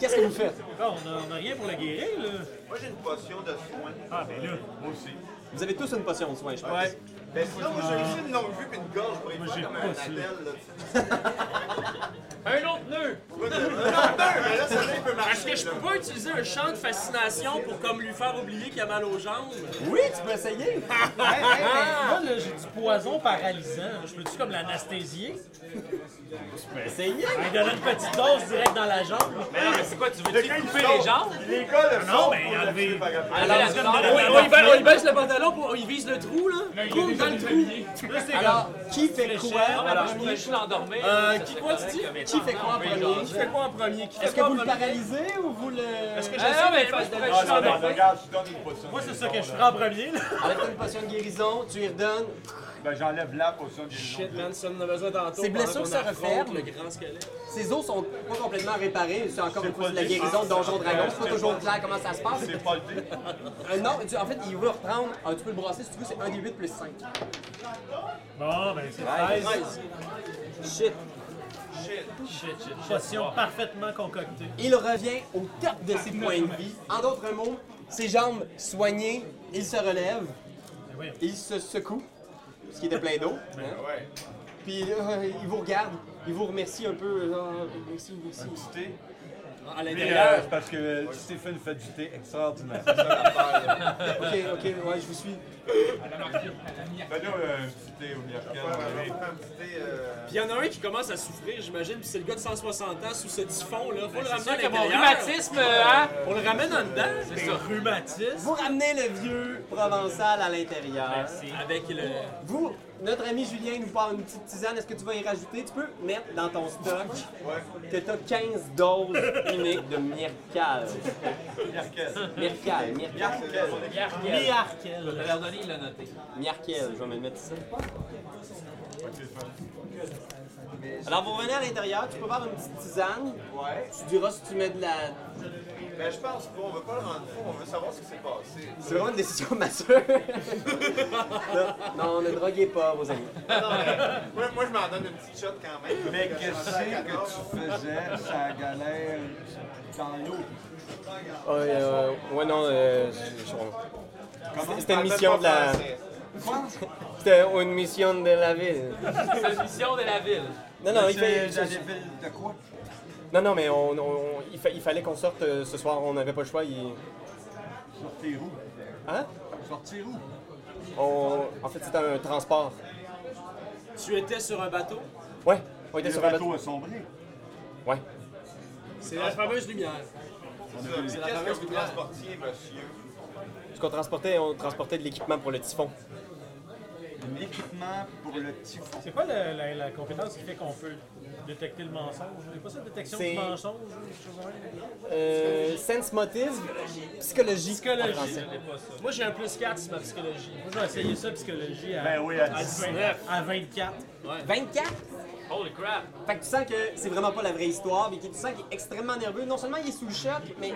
S1: Qu'est-ce que vous faites?
S10: Bon, on a, Oh, on a rien pour le guérir, là.
S11: Moi, j'ai une potion de soin.
S10: Ah, ben là.
S11: Moi aussi.
S1: Vous avez tous une potion de soin, je pense.
S11: Ouais. Mais Ben, sinon, moi, j'ai aussi une longue vue et une gorge pour y faire comme un Adèle, là, tu sais.
S2: Un autre nœud!
S11: Moi, c'est- Non, non, mais là, ça là, il peut
S2: Est-ce
S11: marcher.
S2: que je peux pas utiliser un champ de fascination pour comme lui faire oublier qu'il a mal aux jambes? Ah!
S1: Oui, tu peux essayer.
S10: Hey, hey, hey, moi, là, j'ai du poison paralysant. Je peux-tu comme l'anesthésier?
S1: Essayer.
S10: Il donne une petite dose direct dans la jambe.
S2: Mais non, mais c'est quoi, tu veux
S11: Le gars, il
S2: couper
S11: saute.
S2: les jambes?
S11: Les gars, le
S10: Non,
S11: saut
S10: mais
S11: pour le
S10: enlever-
S11: tuer, par exemple.
S2: Alors,
S10: c'est comme dans
S2: on,
S10: la-
S2: on y va- on y baisse le pantalon, pour, on y vise le trou, là.
S4: Là, il y a
S2: Cool,
S4: déjà
S2: dans
S4: des
S2: le trou.
S4: tabliers.
S10: Là, c'est
S1: Alors,
S10: comme-
S1: qui fait quoi en
S2: Alors, je
S1: premier?
S2: pourrais juste l'endormir.
S10: Euh,
S2: qui quoi, tu dis?
S1: Qui fait quoi en premier?
S2: Qui fait quoi en premier? Qui fait
S1: Est-ce que
S2: quoi en
S1: vous le
S2: premier?
S1: paralysez ou vous le... Est-ce
S2: Ah non, mais moi, je pourrais juste
S11: Non, non,
S2: l'endormir.
S11: regarde, je donne une potion.
S10: Moi, c'est ça que je ferais en premier, là.
S1: Avec Ah, une potion de guérison, tu lui redonnes.
S11: Ben, j'enlève la potion de guérison.
S2: Shit, man, ça, on en a besoin tantôt.
S1: Ses
S2: pendant
S1: blessures
S2: qu'on
S1: se
S2: affronte
S1: referment.
S2: Le grand squelette.
S1: Ses os sont pas complètement réparés. C'est encore une fois
S11: pas
S1: de la
S11: le-
S1: guérison de Donjon Dragon. C'est pas
S11: c'est
S1: toujours
S11: pas-
S1: clair comment ça se passe.
S11: C'est pas le dé.
S1: Euh, non, tu- en fait, il veut reprendre. Ah, tu peux le brasser si tu veux. C'est 1 des 8 plus 5.
S10: Bon, ben, c'est 13.
S1: Shit.
S10: Potion parfaitement concoctée.
S1: Il revient au top de ses points de vie. En d'autres mots, ses jambes soignées, il se relève,
S10: voyons.
S1: il se secoue, parce qu'il était plein d'eau. hein. Puis euh, il vous regarde, il vous remercie un peu. euh, merci, merci.
S10: Ah,
S1: À
S6: Mais,
S1: l'intérieur.
S6: euh, c'est parce que euh, Stéphane fait du thé extraordinaire. C'est ça l'affaire, là.
S1: Ok, ok, ouais, je vous suis.
S11: Fais-nous un petit thé au Mirkel. Un petit thé. euh,
S2: Puis il y en a un qui commence à souffrir, j'imagine, puis c'est le gars de 160 ans sous ce typhon, là.
S10: Ben,
S2: Faut
S8: C'est
S2: le
S8: sûr
S2: ramener
S8: que
S2: à
S8: mon
S2: l'intérieur.
S8: rhumatisme, euh, hein?
S2: On le ramène en dedans. C'est
S13: Ben,
S2: ça.
S10: Rhumatisme.
S1: Vous ramenez le vieux provençal à l'intérieur.
S2: Avec le.
S1: Vous, notre ami Julien nous parle une petite tisane. Est-ce que tu vas y rajouter? Tu peux mettre dans ton stock que tu as 15 doses uniques de Myrcal.
S11: Mirkel.
S1: Myrcal, Myrcal.
S11: Mirkel.
S8: Je vais leur donner, il l'a noté.
S1: Miarkel, je vais me le mettre ici. Alors, vous revenez à l'intérieur, tu peux faire une petite tisane.
S11: Ouais.
S1: Tu diras si tu mets de la.
S11: Ben, je pense qu'on veut pas le rendre fou, on veut savoir ce qui s'est passé.
S1: C'est vraiment une décision mature. non, ne droguez pas, vos amis.
S11: Non, mais moi, moi, je m'en donne une petite shot quand même.
S6: Mais
S11: Parce
S6: qu'est-ce
S11: je suis rendu à
S6: que
S11: 14.
S6: tu faisais, ça galère dans l'eau?
S1: Oh, euh, ouais, non,
S11: Comment
S1: C'était une
S11: je m'en fais pas
S1: mission de la-
S11: penser?
S1: c'était une mission de la ville.
S8: C'est la mission de la ville.
S1: Non, non,
S6: Non,
S1: il fait.
S6: de quoi?
S1: Non, non, mais on, on- il, fa- il fallait qu'on sorte euh, ce soir, on n'avait pas le choix. il-
S6: Sortir où?
S1: Hein?
S6: Sortir où?
S1: On- En fait, c'était un transport.
S13: Tu étais sur un bateau.
S1: Ouais, on était
S6: Le
S1: sur un bateau.
S6: bateau a sombré.
S1: Ouais.
S13: C'est la fameuse lumière.
S11: Qu'est-ce que vous transportiez, monsieur?
S1: Ce qu'on transportait, on transportait de l'équipement pour le typhon.
S6: L'équipement pour le typhon.
S10: C'est quoi la, la- la compétence qui fait qu'on peut détecter le mensonge? C'est pas ça, détection
S1: C'est-
S10: du mensonge? ou quelque chose comme ça?
S1: Euh, sense motive, psychologie. en
S10: Psychologie,
S1: français.
S10: je l'ai pas ça.
S13: Moi, j'ai un plus 4 sur ma psychologie.
S10: Moi, je vais essayer ça, psychologie, à,
S6: Ben oui, à
S10: à
S13: 19.
S10: 20 à 24.
S1: 24?
S13: Holy crap!
S1: Fait que tu sens que c'est vraiment pas la vraie histoire, mais que tu sens qu'il est extrêmement nerveux. Non seulement il est sous le choc, mais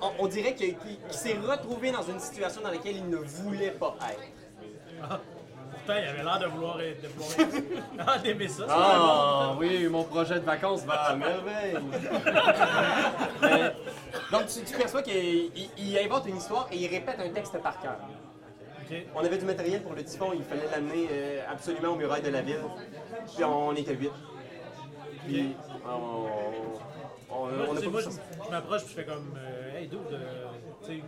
S1: on, on dirait qu'il qu'il- qu'il s'est retrouvé dans une situation dans laquelle il ne voulait pas être.
S10: Pourtant, il avait l'air de vouloir être. de vouloir- Ah, d'aimer ça, ça.
S1: Ah oui, mon projet de vacances va à merveille. donc tu, tu perçois qu'il il- il invente une histoire et il répète un texte par cœur.
S10: Ok.
S1: On avait du matériel pour le typhon, il fallait l'amener euh, absolument aux murailles de la ville. Puis on était huit. Puis on, on,
S10: Moi,
S1: Euh, on
S10: tu
S1: a
S10: sais,
S1: pas
S10: moi,
S1: pu
S10: je,
S1: sortir.
S10: je m'approche et je fais comme euh, Hey, dude, euh, tu sais,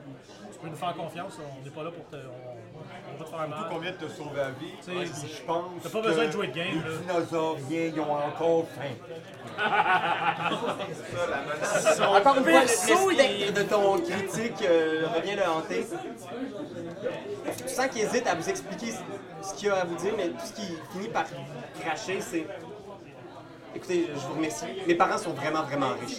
S10: tu peux nous faire confiance, on n'est pas là pour te. On, on va te faire
S6: Tout
S10: mal.
S6: qu'on vient de te sauver la vie,
S10: C'est-
S6: puis je pense
S10: T'as pas
S6: que
S10: besoin de jouer de game,
S6: Les
S10: là.
S6: dinosauriens, ils ont encore faim.
S11: Ça, la menace.
S1: Encore une fois, le- le spectre de ton critique euh, revient le hanter. Tu sens qu'il hésite à vous expliquer ce- ce qu'il a à vous dire, mais tout ce qu'il finit par cracher, c'est... Écoutez, je vous remercie. Mes parents sont vraiment, vraiment riches.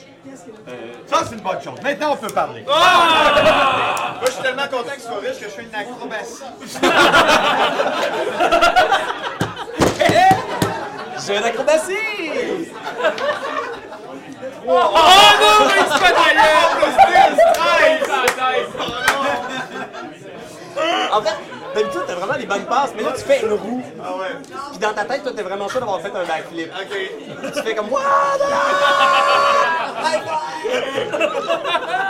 S6: Ça, c'est une bonne chose. Maintenant, on peut parler. Ah.
S11: Moi, je suis tellement content que tu sois riche que je fais une acrobatie.
S1: J'ai une acrobatie! En fait, d'habitude, t'as vraiment des bonnes passes, mais là, tu fais une roue.
S11: Ah ouais.
S1: Puis dans ta tête, toi, t'es vraiment sûr d'avoir fait un backflip.
S11: Ok.
S1: Tu fais comme « What Ah! High five!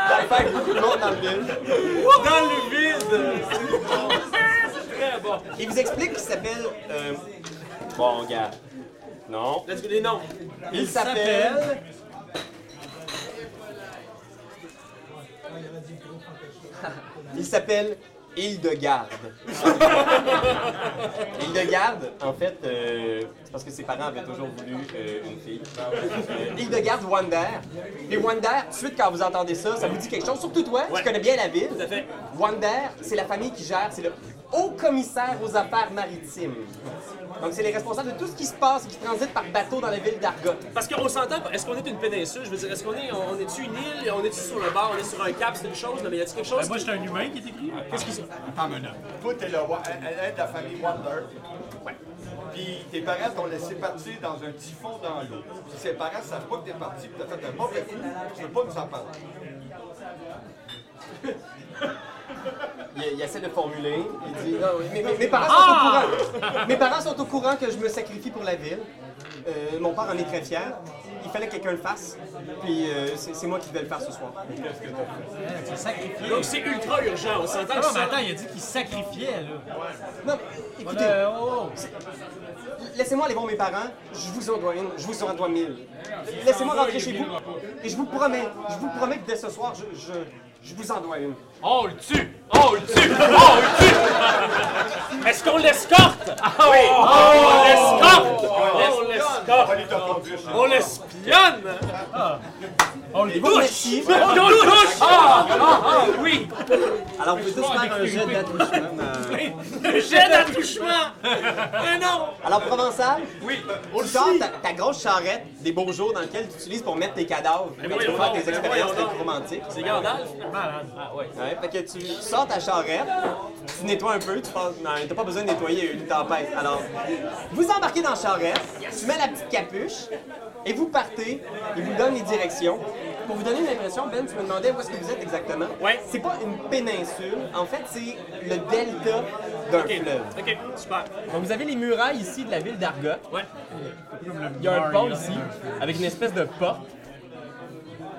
S1: High five beaucoup de monde dans le vide.
S13: Dans le vide!
S1: Il vous explique qu'il s'appelle. euh, Bon, gars. Non.
S13: Let's go, les noms.
S1: Il s'appelle. Il s'appelle Hildegarde. Hildegarde, en fait, euh, c'est parce que ses parents avaient toujours voulu euh, une fille. Euh, Hildegarde Wander. Et Wander, tout de suite quand vous entendez ça, ça vous dit quelque chose. Surtout toi, tu connais bien la ville. Tout
S13: fait.
S1: Wander, c'est la famille qui gère, c'est le haut commissaire aux affaires maritimes. Donc c'est les responsables de tout ce qui se passe et qui transite par bateau dans la ville d'Argot.
S13: Parce qu'on s'entend, est-ce qu'on est une péninsule? Je veux dire, est-ce qu'on est, on est-tu une île? On est-tu sur le bord? On est sur un cap? C'est une chose? Non, mais y a-tu quelque chose?
S10: Ben, Moi, j'étais un humain qui est écrit.
S13: Qu'est-ce qu'ils sont?
S6: Attends une minute. Toi, t'es le roi- elle elle est de la famille Wonder. Ouais. Puis tes parents t'ont laissé partir dans un typhon dans l'eau. Puis ses parents savent pas que t'es parti, puis t'as fait un mauvais coup. Tu veux pas nous en parler.
S1: Il, il essaie de formuler. Il dit Non, oui, mes, mes- mes parents sont
S10: Ah!
S1: au courant. Mes parents sont au courant que je me sacrifie pour la ville. Euh, mon père en est très fier. Il fallait que quelqu'un le fasse. Puis euh, c'est c'est moi qui vais le faire ce soir.
S10: Il sacrifié.
S13: Donc c'est ultra urgent, on s'entend que
S10: Non, mais
S13: ça.
S10: attends, il a dit qu'il sacrifiait, là.
S1: Non, mais écoutez,
S10: Euh, oh, oh.
S1: laissez-moi aller voir mes parents. Je vous en dois une. Je vous en dois mille. Laissez-moi rentrer chez vous. Et je vous promets, je vous promets que dès ce soir, je, je, je vous en dois une.
S2: On le tue! On le tue! On le tue!
S13: Est-ce qu'on l'escorte?
S2: Ah oui! On l'escorte!
S13: On l'escorte!
S6: Allez, t'as conduit chez
S13: On l'espionne!
S1: Et vous, merci.
S2: On le touche! Ah! Ah! Ah! Oui!
S1: Alors, vous pouvez tous faire un jet d'attouchement. euh.
S13: J'ai d'attouchement! Mais non!
S1: Alors, Provençal, oui, tu sors ta, ta grosse charrette des beaux jours dans laquelle tu utilises pour mettre tes cadavres, quand tu
S13: voyons
S1: veux faire
S13: donc,
S1: tes
S13: mais
S1: expériences
S13: voyons donc.
S1: romantiques.
S13: C'est Gandalf? Ah,
S1: Ouais, fait que tu sors ta charrette, tu nettoies un peu, tu penses, non, t'as pas besoin de nettoyer une tempête. Alors, vous embarquez dans la charrette, tu mets la petite capuche, et vous partez, et vous donne les directions. Pour vous donner une impression, Ben, tu me demandais où est-ce que vous êtes exactement.
S13: Ouais.
S1: C'est pas une péninsule, en fait, c'est le delta d'un fleuve.
S13: Ok, super.
S1: Donc vous avez les murailles ici de la ville d'Argot.
S13: Ouais.
S1: Il y a un pont ici, avec une espèce de porte.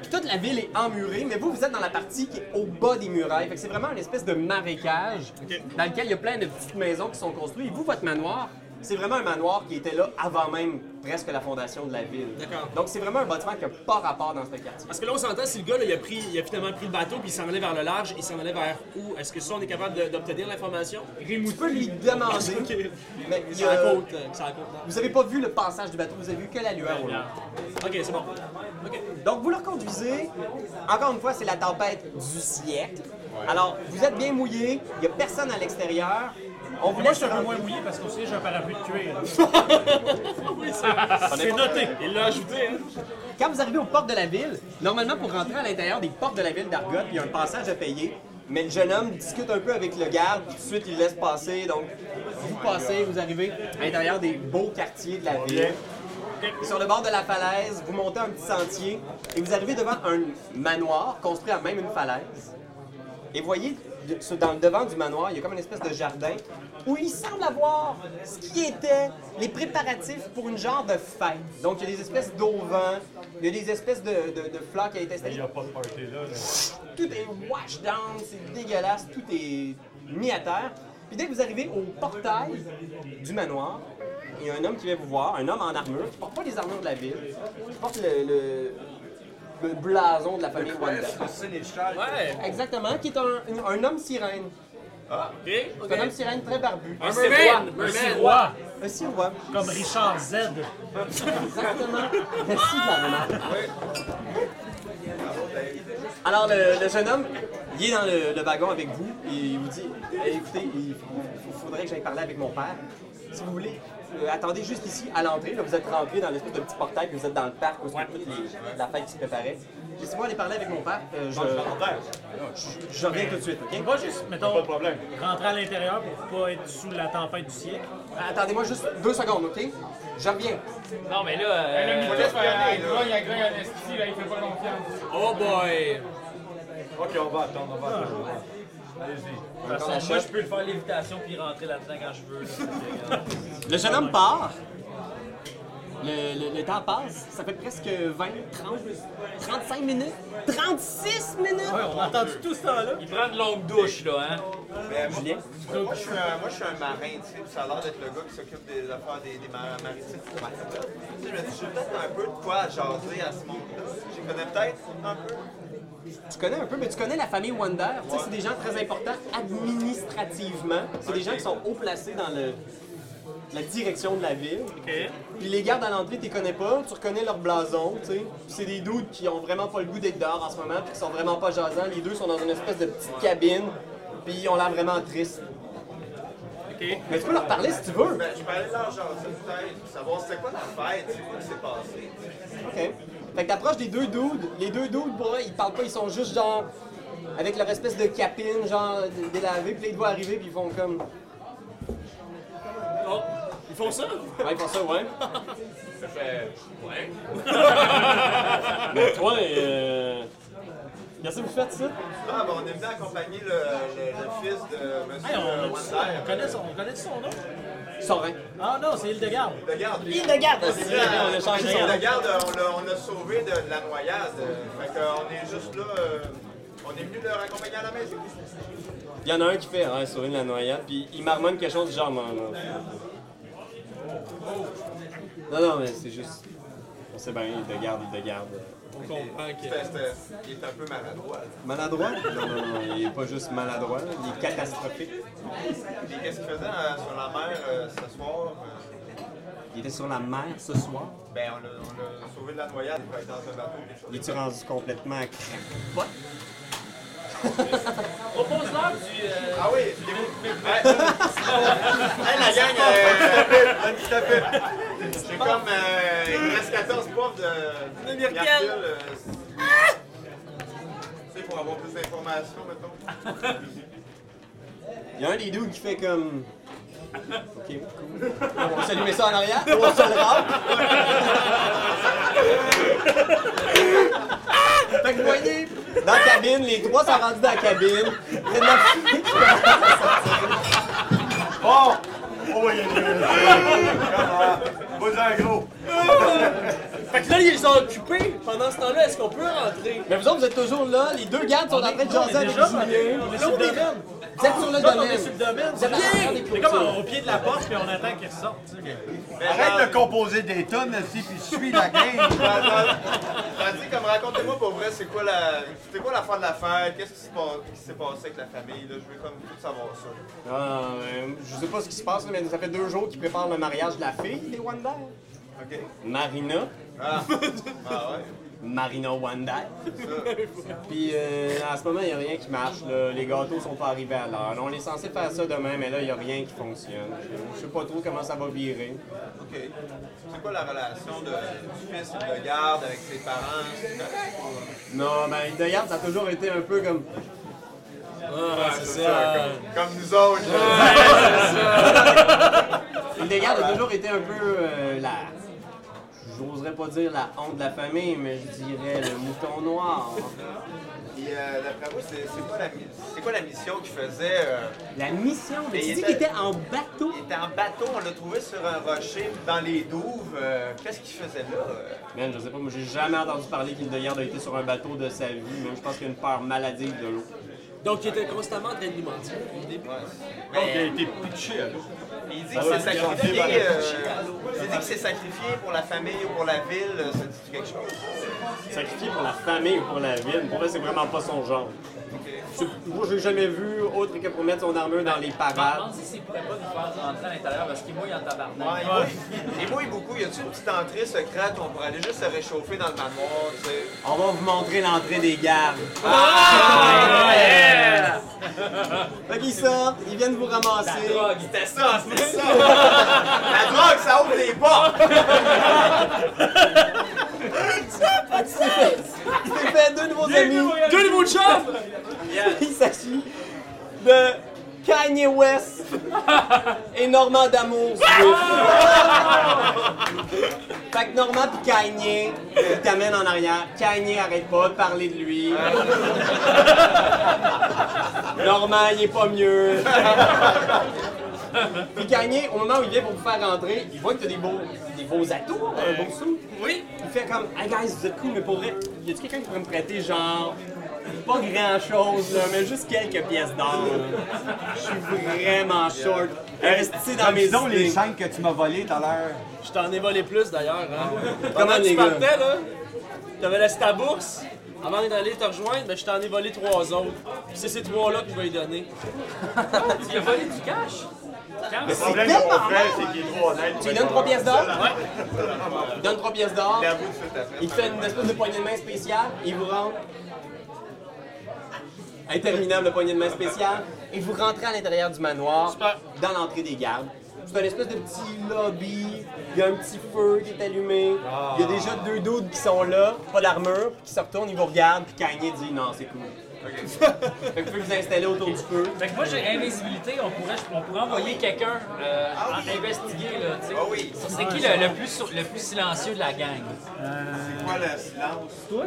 S1: Puis toute la ville est emmurée, mais vous, vous êtes dans la partie qui est au bas des murailles. Fait que c'est vraiment une espèce de marécage dans lequel il y a plein de petites maisons qui sont construites. Et vous, votre manoir, C'est vraiment un manoir qui était là avant même presque la fondation de la ville.
S2: D'accord.
S1: Donc c'est vraiment un bâtiment qui n'a pas rapport dans ce quartier.
S2: Parce que là, on s'entend, si le gars, là, il, a pris, il a finalement pris le bateau, puis il s'en allait vers le large, il s'en allait vers où? Est-ce que ça, on est capable de- d'obtenir l'information?
S1: Tu peux lui demander, mais il y
S2: Sur la
S1: a-
S2: côte, euh, sur la côte, là.
S1: vous avez pas vu le passage du bateau, vous avez vu que la lueur au loin.
S2: OK, c'est bon. OK.
S1: Donc, vous le reconduisez. Encore une fois, c'est la tempête du siècle. Alors, vous êtes bien mouillé. Il n'y a personne à l'extérieur. On vous
S10: Moi,
S1: laisse
S10: je suis un peu
S1: rentrer.
S10: moins mouillé parce qu'on sait que j'ai un parapluie de cuir.
S2: C'est noté. Il l'a ajouté, hein?
S1: Quand vous arrivez aux portes de la ville, normalement, pour rentrer à l'intérieur des portes de la ville d'Argote, il y a un passage à payer. Mais le jeune homme discute un peu avec le garde, puis tout de suite, il laisse passer. Donc, vous passez, vous arrivez à l'intérieur des beaux quartiers de la ville. Sur le bord de la falaise, vous montez un petit sentier et vous arrivez devant un manoir construit à même une falaise. Et voyez, de- sur- dans le devant du manoir, il y a comme une espèce de jardin où il semble avoir ce qui était les préparatifs pour une genre de fête. Donc, il y a des espèces d'auvents, il y a des espèces de, de, de fleurs qui ont été
S6: Il
S1: installées.
S6: n'y a pas de party là. là.
S1: Tout est wash down, c'est dégueulasse, tout est mis à terre. Puis dès que vous arrivez au portail du manoir, il y a un homme qui vient vous voir, un homme en armure, qui porte pas les armures de la ville, qui porte le, le- le blason de la famille Wanda.
S2: Ouais.
S1: Exactement, qui est un, un homme sirène.
S2: OK.
S1: C'est un homme sirène très barbu.
S2: Un
S8: Merman.
S2: Merman.
S10: Quoi?
S1: Un sirois.
S10: Comme Richard Z.
S1: Exactement. Merci de la remarque. Alors, le, le jeune homme, il est dans le, le wagon avec vous et il vous dit Eh, écoutez, il faut- faudrait que j'aille parler avec mon père. Si vous voulez, euh, attendez juste ici à l'entrée. Là, vous êtes rentré dans l'espèce de petit portail puis vous êtes dans le parc où est toute les- la fête qui se préparait. Laissez-moi aller parler avec mon père. euh, je, je, je reviens tout de suite, OK?
S10: Moi, juste, mettons,
S6: Pas de problème.
S10: rentrer à l'intérieur pour pas être sous la tempête du siècle.
S1: Attendez-moi juste deux secondes, OK? Je reviens.
S14: Non, mais là, euh,
S4: Le mytho, euh, grogne à grogne à l'esti, là, il fait pas confiance.
S2: Oh boy.
S6: Ok, on va attendre, on va attendre. Allez-y.
S14: de toute façon, moi, je peux le faire l'évitation puis rentrer là-dedans quand je veux.
S1: Le jeune homme part. Le, le- le temps passe. Ça fait presque 20, 30, 35 minutes. 36 minutes!
S10: On a entendu tout ce temps-là.
S14: Il prend une longue douche, là, hein.
S15: Mais Ben, moi, moi, je suis un, moi, je suis un marin, tu sais, puis ça a l'air d'être le gars qui s'occupe des affaires des, des mar- maritimes. Tu sais, je me dis, j'ai peut-être un peu de quoi à jaser à ce monde-là. J'y connais peut-être un peu.
S1: Tu connais un peu, mais tu connais la famille Wonder. Tu sais, c'est des gens très importants administrativement. C'est des gens qui sont haut placés dans le, la direction de la ville. Puis les gardes à l'entrée, tu les connais pas. Tu reconnais leur blason, tu sais. Puis c'est des doutes qui ont vraiment pas le goût d'être dehors en ce moment, puis qui sont vraiment pas jasants. Les deux sont dans une espèce de petite cabine, puis ils ont l'air vraiment tristes. Mais tu peux leur parler si tu veux.
S15: Ben, je vais aller leur jaser peut-être, puis savoir c'est quoi la fête, c'est quoi qui s'est passé. tu sais.
S1: OK. Fait que t'approches des deux dudes. Les deux dudes, bah, ils parlent pas, ils sont juste genre. Avec leur espèce de capine, genre dé- délavée, puis les doigts arrivés, puis ils font comme.
S2: Oh. Ils font ça?
S1: Ouais, ils font ça, ouais.
S2: Ouais.
S1: Ouais, euh. Merci, vous faites ça.
S15: Ah, ben, on est venu accompagner le, le- le fils de monsieur
S10: Hey,
S15: euh,
S10: on, a- on
S15: Wonder.
S10: connaît son, on connaît son nom?
S1: Sorin.
S10: Ah non, c'est Hildegarde.
S15: Regarde,
S1: Il regarde,
S15: on est
S1: aussi,
S15: venu à-
S1: on a changé son
S15: on le garde, on l'a- on a sauvé de, de la noyade. euh, Fait qu'on est juste là, euh, on est venu leur accompagner à la maison.
S1: Il y en a un qui fait, ouais, sauver de la noyade, puis il marmonne quelque chose du genre, non, non. Non, non, mais c'est juste. On sait bien, il te garde, il te garde.
S15: C'était- c'était- Il est un peu maladroit. là.
S1: Maladroit? Non, non, non, il est pas juste maladroit, là, il est catastrophique.
S15: Puis qu'est-ce qu'il faisait euh, sur la mer euh, ce soir? euh,
S1: Il était sur la mer ce soir.
S15: ben, on l'a- on l'a sauvé de la noyade, il va être dans un bateau ou quelque chose.
S1: Il est rendu complètement
S14: Propose-leur du. euh,
S15: Ah oui, les mots de pipe. Hey, hey, la gang, euh, un petit tapis, un petit tapis. J'ai comme euh, il me reste 14 profs de, de Mercure, euh, c'est- c'est pour avoir plus d'informations, mettons.
S1: Il y a un des deux qui fait comme. Ok, cool. On va s'allumer ça en arrière, on va se le râle. Fait que vous voyez, dans la cabine, les trois sont rendus dans la cabine. Il y a de la fumée qui commence à sortir.
S10: Ah.
S15: Vas-y, gros.
S2: Fait que là, ils ont occupé. Pendant ce temps-là, est-ce qu'on peut rentrer?
S1: Mais vous autres, vous êtes toujours là. Les deux gardes sont en train de jaser avec vous.
S10: On est sur le domaine.
S1: Vous êtes sur le
S10: Là, on est sur le
S1: domaine.
S10: domaine.
S1: Vous êtes en train
S10: Pied!
S1: d'écouter
S10: C'est comme
S1: ça.
S10: au pied de la porte, puis on attend qu'ils ressortent. tu sais.
S6: Arrête de composer des tonnes, aussi, puis suis la game.
S15: Tandis comme racontez-moi pour vrai, c'est quoi la, c'est quoi la fin de l'affaire, qu'est-ce qui se passe- qui s'est passé avec la famille, là, je veux comme tout savoir ça.
S1: Ah, euh, je sais pas ce qui se passe, là, mais ça fait deux jours qu'ils préparent le mariage de la fille des Wanda.
S15: Ok.
S1: Marina.
S15: Ah, ah ouais.
S1: Marina Wanda. Puis euh, en ce moment, il n'y a rien qui marche. là. Les gâteaux sont pas arrivés à l'heure. Là, On est censé faire ça demain, mais là, il n'y a rien qui fonctionne. Je sais pas trop comment ça va virer.
S15: Ok. C'est quoi la relation de, du fils qui le garde avec ses parents? c'est correct, ou-
S1: Non, ben, le garde, ça a toujours été un peu comme. Ah,
S6: Euh.
S15: Comme, comme nous autres. là.
S1: Il dégage a toujours été un peu euh, la. J'oserais pas dire la honte de la famille, mais je dirais le mouton noir.
S15: Puis euh, d'après vous, c'est, c'est quoi la, mi- c'est quoi la mission qu'il faisait? euh,
S1: La mission, mais
S15: Mais
S1: tu
S15: il
S1: dis
S15: était-
S1: qu'il était en bateau.
S15: il était en bateau, on l'a trouvé sur un rocher dans les douves. euh, qu'est-ce qu'il faisait là? euh?
S1: Man, je sais pas, moi j'ai jamais entendu parler qu'il dégage a été sur un bateau de sa vie, même je pense qu'il y a une peur maladive de l'eau.
S2: Donc, ils étaient constamment en train d'alimenter.
S15: Mais-
S6: Il a été pitché à l'eau.
S15: Il dit que c'est sacrifié, euh, il dit que c'est sacrifié pour la famille ou pour la ville, euh, ça dit quelque chose.
S1: Sacrifié pour la famille ou pour la ville, pour moi c'est vraiment pas son genre. C'est- Moi j'ai jamais vu autre que pour mettre son armure dans les
S8: Je me
S1: parades.
S8: demande si c'est pourrait pas nous faire rentrer à l'intérieur parce qu'il mouille en tabarnak.
S15: Ouais, Ah, il mouille- il mouille beaucoup, y a-tu une petite entrée secrète où on pourrait aller juste se réchauffer dans le manoir, tu sais?
S1: On va vous montrer l'entrée des gardes.
S15: Ah!
S1: Fait qu'ils sortent, ils viennent vous ramasser.
S15: C'était ça, c'était ça! la drogue, ça ouvre les portes!
S1: Il s'est fait deux nouveaux amis.
S2: Deux nouveaux chums!
S1: Il s'agit de Kanye West et Normand Damour. si vous
S15: Ah!
S1: voulez. fait que Normand pis Kanye, il t'amène en arrière. Kanye arrête pas de parler de lui. Normand, il est pas mieux. Puis Kanye, au moment où il vient pour vous faire rentrer, il voit que t'as des beaux, des beaux atouts, un beau sou. Oui. Il fait comme, hey guys, vous êtes cool, mais pour vrai, y a-tu quelqu'un qui pourrait me prêter genre pas grand chose, mais juste quelques pièces d'or. là. Je suis vraiment short. Restez dans mes
S6: Disons les
S1: idées.
S6: scènes que tu m'as volées tout à l'heure.
S2: Je t'en ai volé plus d'ailleurs. Hein.
S1: Comment,
S2: Quand
S1: les
S2: tu
S1: gars?
S2: partais, là, t'avais laissé ta bourse. Avant d'aller te rejoindre, ben, je t'en ai volé trois autres. Puis c'est ces trois-là que je vais lui donner.
S8: Il a volé du cash.
S15: Le problème
S1: tellement
S15: qu'on fait,
S1: mal.
S15: c'est qu'il est trop honnête.
S1: Tu lui donnes trois pièces d'or? Il donne trois pièces d'or.
S15: Il avoue tout de suite après.
S1: Il te fait une espèce de poignée de main spéciale. Il vous rentre. Interminable poignée de main spéciale. Et vous rentrez à l'intérieur du manoir, dans l'entrée des gardes. C'est un espèce de petit lobby. Il y a un petit feu qui est allumé. Il y a déjà
S15: Ah.
S1: deux doudes qui sont là, pas d'armure, puis qui se retournent, ils vous regardent, puis Kanye dit non, c'est cool. fait que vous pouvez vous installer autour du feu.
S8: Fait que moi j'ai invisibilité, on pourrait, on pourrait envoyer quelqu'un euh, en- investiguer là, tu sais.
S15: oui.
S8: Ça, C'est qui le, le plus, sur- le plus silencieux de la gang?
S15: C'est quoi le silence?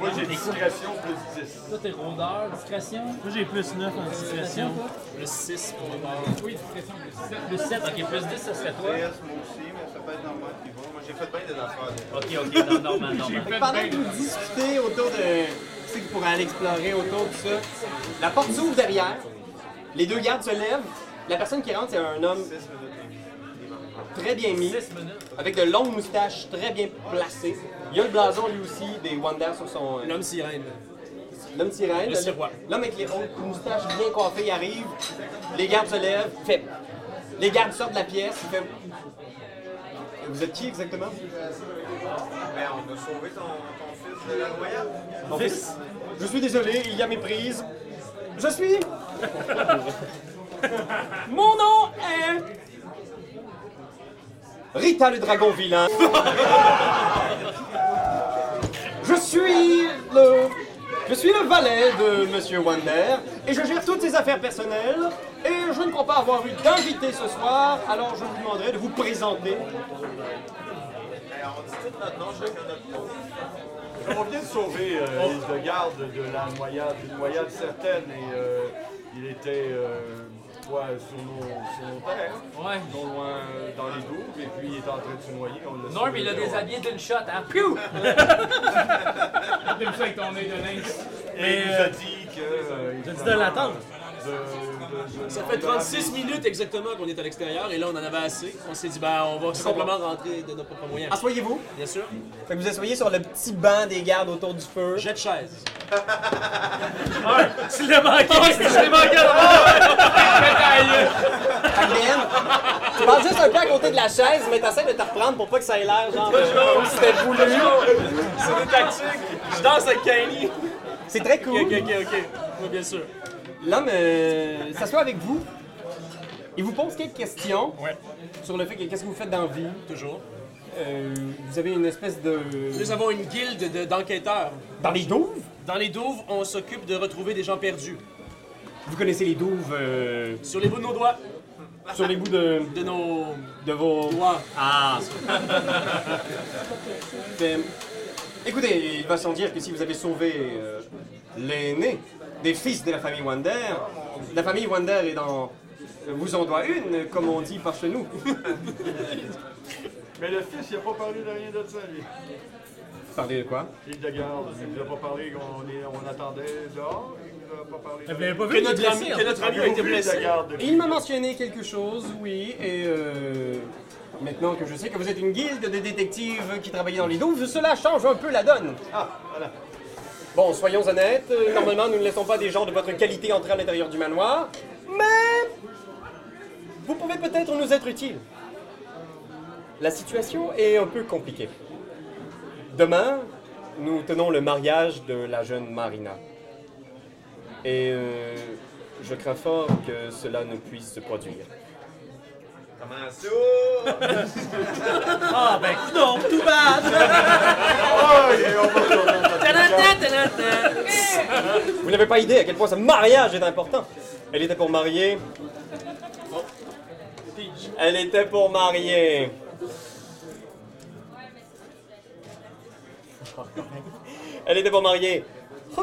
S6: Moi, j'ai discrétion plus 10.
S8: Toi t'es rôdeur, discrétion.
S10: Moi, j'ai plus 9 en discrétion.
S2: Le 6 pour le bord.
S8: Plus 7, ok, plus 10 ça serait toi.
S15: Moi aussi, mais ça peut être normal qu'il va. Moi, j'ai fait bien des affaires.
S8: Ok, ok, non, normal, normal.
S1: Pendant que vous discutez autour de ce qui pourrait aller explorer autour de ça, la porte s'ouvre derrière, les deux gardes se lèvent, la personne qui rentre c'est un homme très bien mis, avec de longues moustaches très bien placées. Il a le blason lui aussi des Wanda sur son euh,
S2: L'homme sirène.
S1: l'homme sirène.
S2: Le sirois.
S1: L'homme avec les hautes moustaches bien coiffées il arrive, les gardes se lèvent, fait. Les gardes sortent de la pièce, il fait. Vous êtes qui exactement?
S15: Mais Ben, on a sauvé ton, ton fils de la noyade.
S1: Mon fils, Je suis désolé, il y a méprise. Je suis. Mon nom est. Rita le dragon vilain. Je suis le. Je suis le valet de Monsieur Wander et je gère toutes ses affaires personnelles. Et je ne crois pas avoir eu d'invité ce soir, alors je vous demanderai de vous présenter.
S15: Mais on dit tout notre nom, chacun notre nom.
S6: On vient de sauver euh, les deux gardes de la noyade, une noyade certaine, et euh, il était euh, fois sur nos, sur nos terres,
S8: Ouais.
S6: non loin euh, dans les douves, et puis il est en train de se noyer. On euh, l'a
S8: Norm,
S6: sauvé,
S8: il a
S6: on-
S8: déshabillé d'une shot, hein? Piou!
S4: T'aimes ça avec ton œil de lynx.
S6: Et il nous a dit que. euh, il euh,
S10: dit de l'attendre.
S13: Ça fait 36 minutes exactement qu'on est à l'extérieur et là on en avait assez. On s'est dit ben on va simplement rentrer de notre propre moyen.
S1: Asseyez-vous.
S13: Bien sûr.
S1: Fait que vous asseyez sur le petit banc des gardes autour du feu.
S13: Jet de chaise.
S10: Tu l'as manqué!
S1: Amen. Tu passes juste un peu à côté de la chaise, mais t'essaies de te reprendre pour pas que ça ait l'air genre euh, comme si c'était voulu.
S13: C'est des tactiques. Je danse avec Kylie. Ok,
S1: C'est très
S13: ok,
S1: cool.
S13: ok. ok. Oui, bien sûr.
S1: L'homme euh, s'assoit avec vous. Il vous pose quelques questions sur le fait que qu'est-ce que vous faites dans la vie.
S13: Toujours.
S1: Euh, vous avez une espèce de...
S13: Nous avons une guilde de- d'enquêteurs.
S1: Dans les douves?
S13: Dans les douves, on s'occupe de retrouver des gens perdus.
S1: Vous connaissez les douves euh,
S13: Sur les bouts de nos doigts,
S1: sur les bouts de,
S13: de nos
S1: de vos...
S13: doigts.
S1: Ah! Fait- Écoutez, il va sans dire que si vous avez sauvé euh, l'aîné des fils de la famille Wander, la famille Wander est dans... Vous en doit une, comme on dit par chez nous.
S6: Mais le fils, il n'a pas parlé de rien de ça, lui.
S1: Parlez de quoi?
S6: Il de garde, il nous a pas parlé qu'on est- on attendait dehors, il nous a pas parlé.
S10: Vous l'avez pas
S13: Que
S10: vu?
S13: notre ami, que notre ami a été blessé.
S1: Il m'a mentionné quelque chose, oui, et euh, maintenant que je sais que vous êtes une guilde de détectives qui travaillent dans les douves, cela change un peu la donne. Ah, voilà. Bon, soyons honnêtes, euh, normalement nous ne laissons pas des gens de votre qualité entrer à l'intérieur du manoir, mais vous pouvez peut-être nous être utile. La situation est un peu compliquée. Demain, nous tenons le mariage de la jeune Marina. Et euh, je crains fort que cela ne puisse se produire.
S11: Comment ça?
S10: Ah, ben non, tout bad!
S1: Vous n'avez pas idée à quel point ce mariage est important. Elle était pour marier. Elle était pour marier. Elle était pour marier.
S11: Ah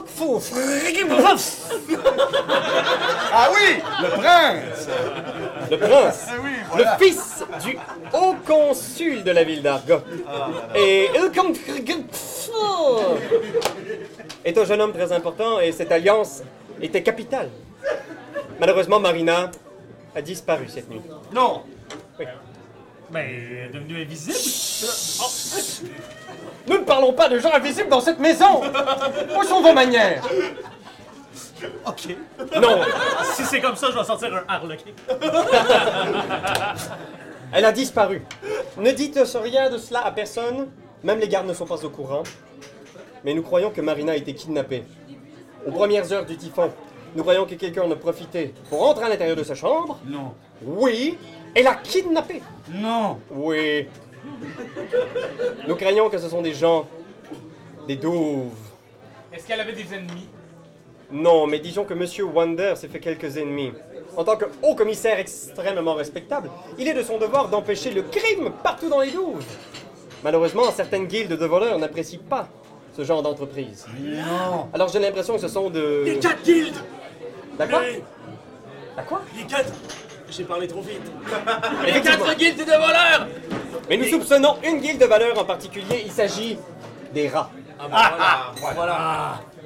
S11: oui! Le prince! Eh
S1: Le prince,
S11: oui,
S1: le fils du haut consul de la ville d'Argot.
S11: Ah,
S1: Et Ilkam est un jeune homme très important et cette alliance était capitale. Malheureusement, Marina a disparu cette nuit.
S11: Non!
S10: Ben, il est devenu invisible!
S1: Nous ne parlons pas de gens invisibles dans cette maison Pochons vos manières
S10: Ok.
S1: Non
S10: Si c'est comme ça, je vais sortir un harlequin.
S1: Elle a disparu. Ne dites rien de cela à personne. Même les gardes ne sont pas au courant. Mais nous croyons que Marina a été kidnappée. Aux premières heures du typhon, nous croyons que quelqu'un en a profité pour entrer à l'intérieur de sa chambre.
S11: Non!
S1: Oui, elle a kidnappé.
S11: Non!
S1: Oui. Nous craignons que ce sont des gens, des douves.
S4: Est-ce qu'elle avait des ennemis?
S1: Non, mais disons que Monsieur Wander s'est fait quelques ennemis. En tant que haut commissaire extrêmement respectable, il est de son devoir d'empêcher le crime partout dans les douves. Malheureusement, certaines guildes de voleurs n'apprécient pas ce genre d'entreprise.
S11: Non!
S1: Alors j'ai l'impression que ce sont de...
S13: Les quatre guildes!
S1: La quoi
S13: Les-
S1: La quoi
S13: Les quatre! J'ai parlé trop vite. Les
S1: Effectivement.
S13: quatre guildes de voleurs!
S1: Mais nous soupçonnons une guilde de valeur en particulier, il s'agit des rats. Ah.
S13: Ah, bah, voilà.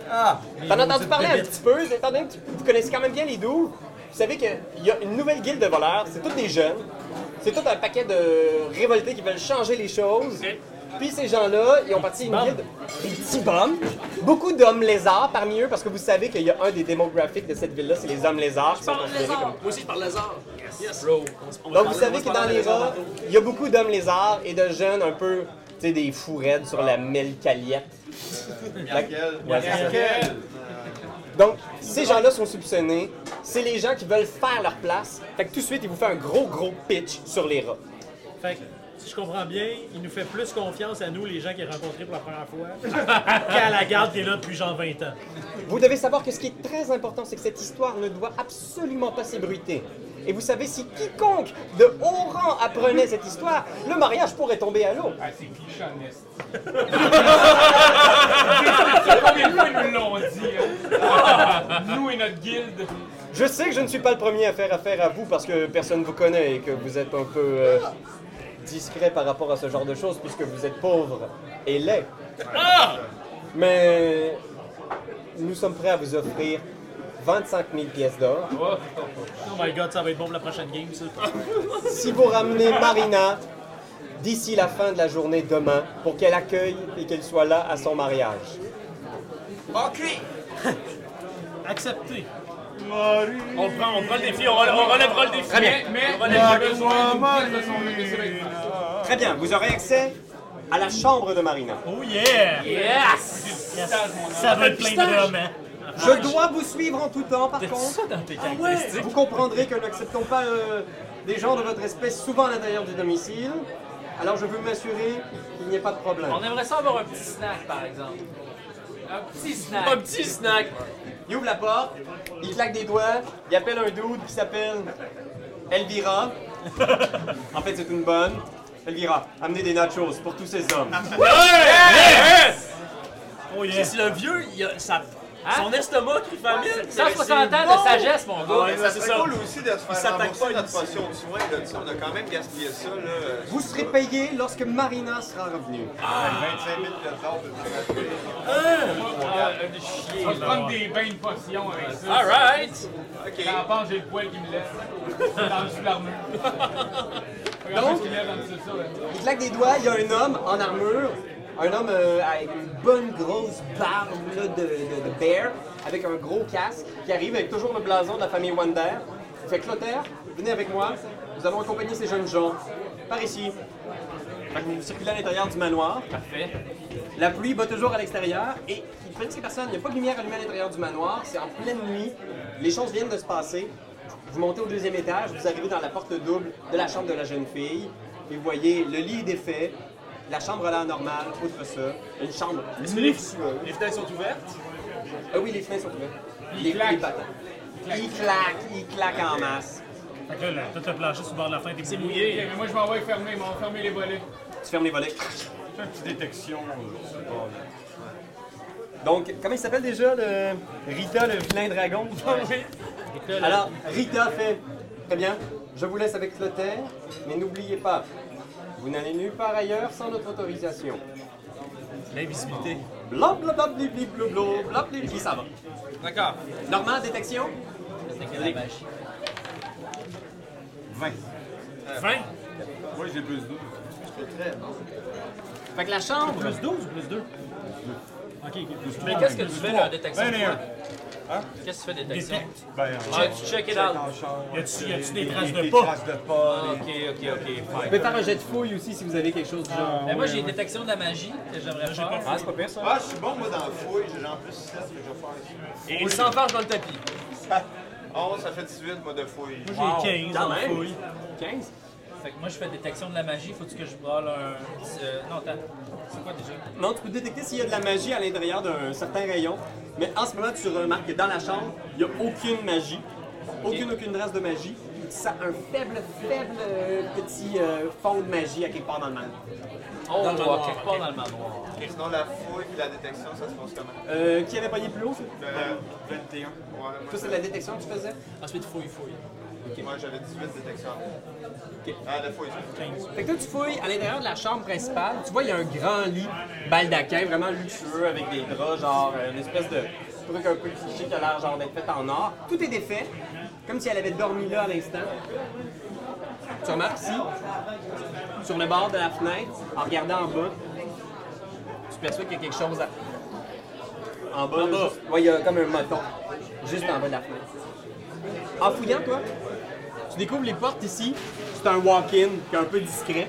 S13: Ah.
S1: T'en as entendu parler un petit peu, étant donné que vous connaissez quand même bien les douves, vous savez qu'il y a une nouvelle guilde de voleurs, c'est tous des jeunes, c'est tout un paquet de révoltés qui veulent changer les choses. Puis ces gens-là, ils ont parti une guilde, des petits bombes, beaucoup d'hommes lézards parmi eux, parce que vous savez qu'il y a un des démographiques de cette ville-là, c'est les hommes lézards. qui sont considérés comme-
S13: Moi aussi, je parle Lazare. Yes. Bro. On- on
S1: Donc vous
S13: parle- on
S1: savez
S13: se
S1: que dans
S13: parle
S1: les
S13: Lazare
S1: rats,
S13: tantôt.
S1: il y a beaucoup d'hommes lézards et de jeunes un peu, tu sais, des fous raides sur la melcaliette.
S11: Laquelle?
S1: Donc, ces gens-là sont soupçonnés. C'est les gens qui veulent faire leur place. Fait que tout de suite, ils vous font un gros, gros pitch sur les rats.
S10: Fait que, si je comprends bien, il nous fait plus confiance à nous, les gens qu'il a rencontrés pour la première fois, qu'à la garde qui est là depuis genre 20 ans.
S1: Vous devez savoir que ce qui est très important, c'est que cette histoire ne doit absolument pas s'ébruiter. Et vous savez, si quiconque de haut rang apprenait cette histoire, le mariage pourrait tomber à l'eau.
S4: Ah, c'est cliché en est. C'est la première fois qu'ils nous l'ont dit. hein. Nous et notre guilde.
S1: Je sais que je ne suis pas le premier à faire affaire à vous parce que personne ne vous connaît et que vous êtes un peu euh, discret par rapport à ce genre de choses puisque vous êtes pauvre et laid.
S10: Ah!
S1: Mais nous sommes prêts à vous offrir 25 000 pièces d'or
S10: Oh my god, ça va être bon pour la prochaine game, ça.
S1: si vous ramenez Marina d'ici la fin de la journée demain pour qu'elle accueille et qu'elle soit là à son mariage.
S10: Accepté.
S2: On prend, on prend le défi, on, rel- on relèvera le défi.
S1: Très bien.
S4: Mais, mais, on a besoin d'une pièce de son de ses vêtements.
S1: Très bien, vous aurez accès à la chambre de Marina.
S10: Oh yeah!
S8: Yes!
S10: Yes. Ça va être plein de rhum, hein.
S1: Je dois vous suivre en tout temps, par contre.
S2: ça dans tes
S1: Vous comprendrez que nous n'acceptons pas euh, des gens de votre espèce souvent à l'intérieur du domicile. Alors je veux m'assurer qu'il n'y ait pas de problème.
S8: On aimerait ça avoir un petit snack, par exemple. Un petit snack.
S13: Un petit snack.
S1: Il ouvre la porte, il claque des doigts, il appelle un dude qui s'appelle Elvira. en fait, c'est une bonne. Elvira, amenez des nachos pour tous ces hommes.
S10: Ah. Oh yeah.
S13: C'est le vieux, il a, ça, son estomac qui famine.
S8: 160 ans de sagesse, mon gars.
S13: Ah Ouais,
S11: ça
S13: c'est
S11: serait
S13: ça. Ah,
S11: cool aussi de se faire
S13: s'attaque
S11: rembourser
S13: pas
S11: notre
S13: ici.
S11: potion de soin, là, tu sais, on a quand même gaspillé ça, là. euh,
S1: Vous serez payé lorsque Marina sera revenue.
S11: 25 000 pièces d'or de plus
S4: On va se prendre des bains de potions avec ça.
S13: Alright.
S11: Ok.
S4: Quand on part, j'ai le poil qui me laisse. Dans le sous l'armure. Regarde ce qu'il y a dans le sous ça. là.
S1: Il claque des doigts, il y a un homme en armure, un homme euh, avec une bonne grosse barbe là, de, de, de bear, avec un gros casque, qui arrive avec toujours le blason de la famille Wander. Il fait Clotaire, venez avec moi, nous allons accompagner ces jeunes gens. Par ici. Fait que vous circulez à l'intérieur du manoir. Parfait. La pluie bat toujours à l'extérieur et il fait de ces personnes, il n'y a pas de lumière allumée à l'intérieur du manoir, c'est en pleine nuit, les choses viennent de se passer. Vous montez au deuxième étage, vous arrivez dans la porte double de la chambre de la jeune fille et vous voyez le lit est défait, la chambre à l'air normale, outre ça, une chambre luxueuse.
S13: Les fenêtres sont ouvertes.
S1: Ah oui, les fenêtres sont ouvertes.
S4: Il
S1: Les,
S4: claque.
S1: les battants. Il claque, il claque en masse.
S10: Fait que là, là, tout le plancher sur le bord de la fin, t'es c'est
S4: Ok, mais moi je m'en vais fermer, ils m'ont fermé les volets.
S1: Tu fermes les volets.
S6: Fais une petite détection euh, sur le bord, là.
S1: Donc, comment il s'appelle déjà le Rita le vilain dragon? Alors, Rita fait Très bien, je vous laisse avec Clotaire, mais n'oubliez pas, vous n'allez nulle part ailleurs sans notre autorisation.
S13: L'invisibilité.
S1: Bla bla bla bli, bli, blo, blo, bla bli, bli, ça va.
S13: D'accord.
S1: Normand, détection?
S11: 20.
S2: 20?
S11: Moi, j'ai plus 12.
S1: Fait que la chambre,
S10: Plus 12 ou plus 2?
S8: Mais qu'est-ce que tu fais, là, détection?
S10: Ben,
S6: 21.
S8: Qu'est-ce que tu fais, détection?
S6: Ben,
S8: Tu check it out.
S10: Y a-tu y a-tu des traces
S6: des
S10: de pas?
S6: traces de pas.
S8: Ok, ok, ok.
S1: vous pouvez faire un jet de fouille aussi si vous avez quelque chose du genre.
S8: Mais moi, j'ai une détection de la magie que j'aimerais faire.
S1: Ah, c'est pas pire ça?
S11: Ah, je suis bon, moi, dans le fouille. J'ai en plus 6 que je vais
S13: Et il s'enfarge dans le tapis.
S11: faire. 11, Ah, ça fait 18, moi, de fouille.
S10: J'ai 15
S1: Quand
S10: en
S1: même.
S10: fouille.
S1: 15?
S8: Fait que moi, je fais détection de la magie. Faut-tu que je brûle un. euh, non, attends. C'est quoi déjà?
S1: Non, tu peux détecter s'il y a de la magie à l'intérieur d'un certain rayon, mais en ce moment, tu remarques que dans la chambre, il n'y a aucune magie. Aucune, aucune trace de magie. Tu sens un faible, faible euh, petit euh, fond de magie à quelque part dans le monde.
S8: Oh, dans le manoir. Quelque part dans le manoir.
S11: Et sinon, la fouille et la détection, ça se passe comment?
S1: Euh, qui avait pogné plus haut, ça?
S11: Euh, 21. Ouais, moi,
S1: Toi, c'est de la détection que tu faisais?
S13: Ensuite, fouille, fouille.
S11: moi j'avais 18 détections. Ah, de fouille.
S1: Fait que toi, tu fouilles à l'intérieur de la chambre principale. Tu vois, il y a un grand lit baldaquin, vraiment luxueux, avec des draps, genre euh, une espèce de truc un peu cliché qui a l'air genre d'être fait en or. Tout est défait, comme si elle avait dormi là à l'instant. Tu remarques ici, sur le bord de la fenêtre, en regardant en bas, tu perçois qu'il y a quelque chose à... en bas. là, juste- Ouais, il y a comme un moton, juste en bas de la fenêtre. En fouillant, toi, tu découvres les portes ici. C'est un walk-in qui est un peu discret.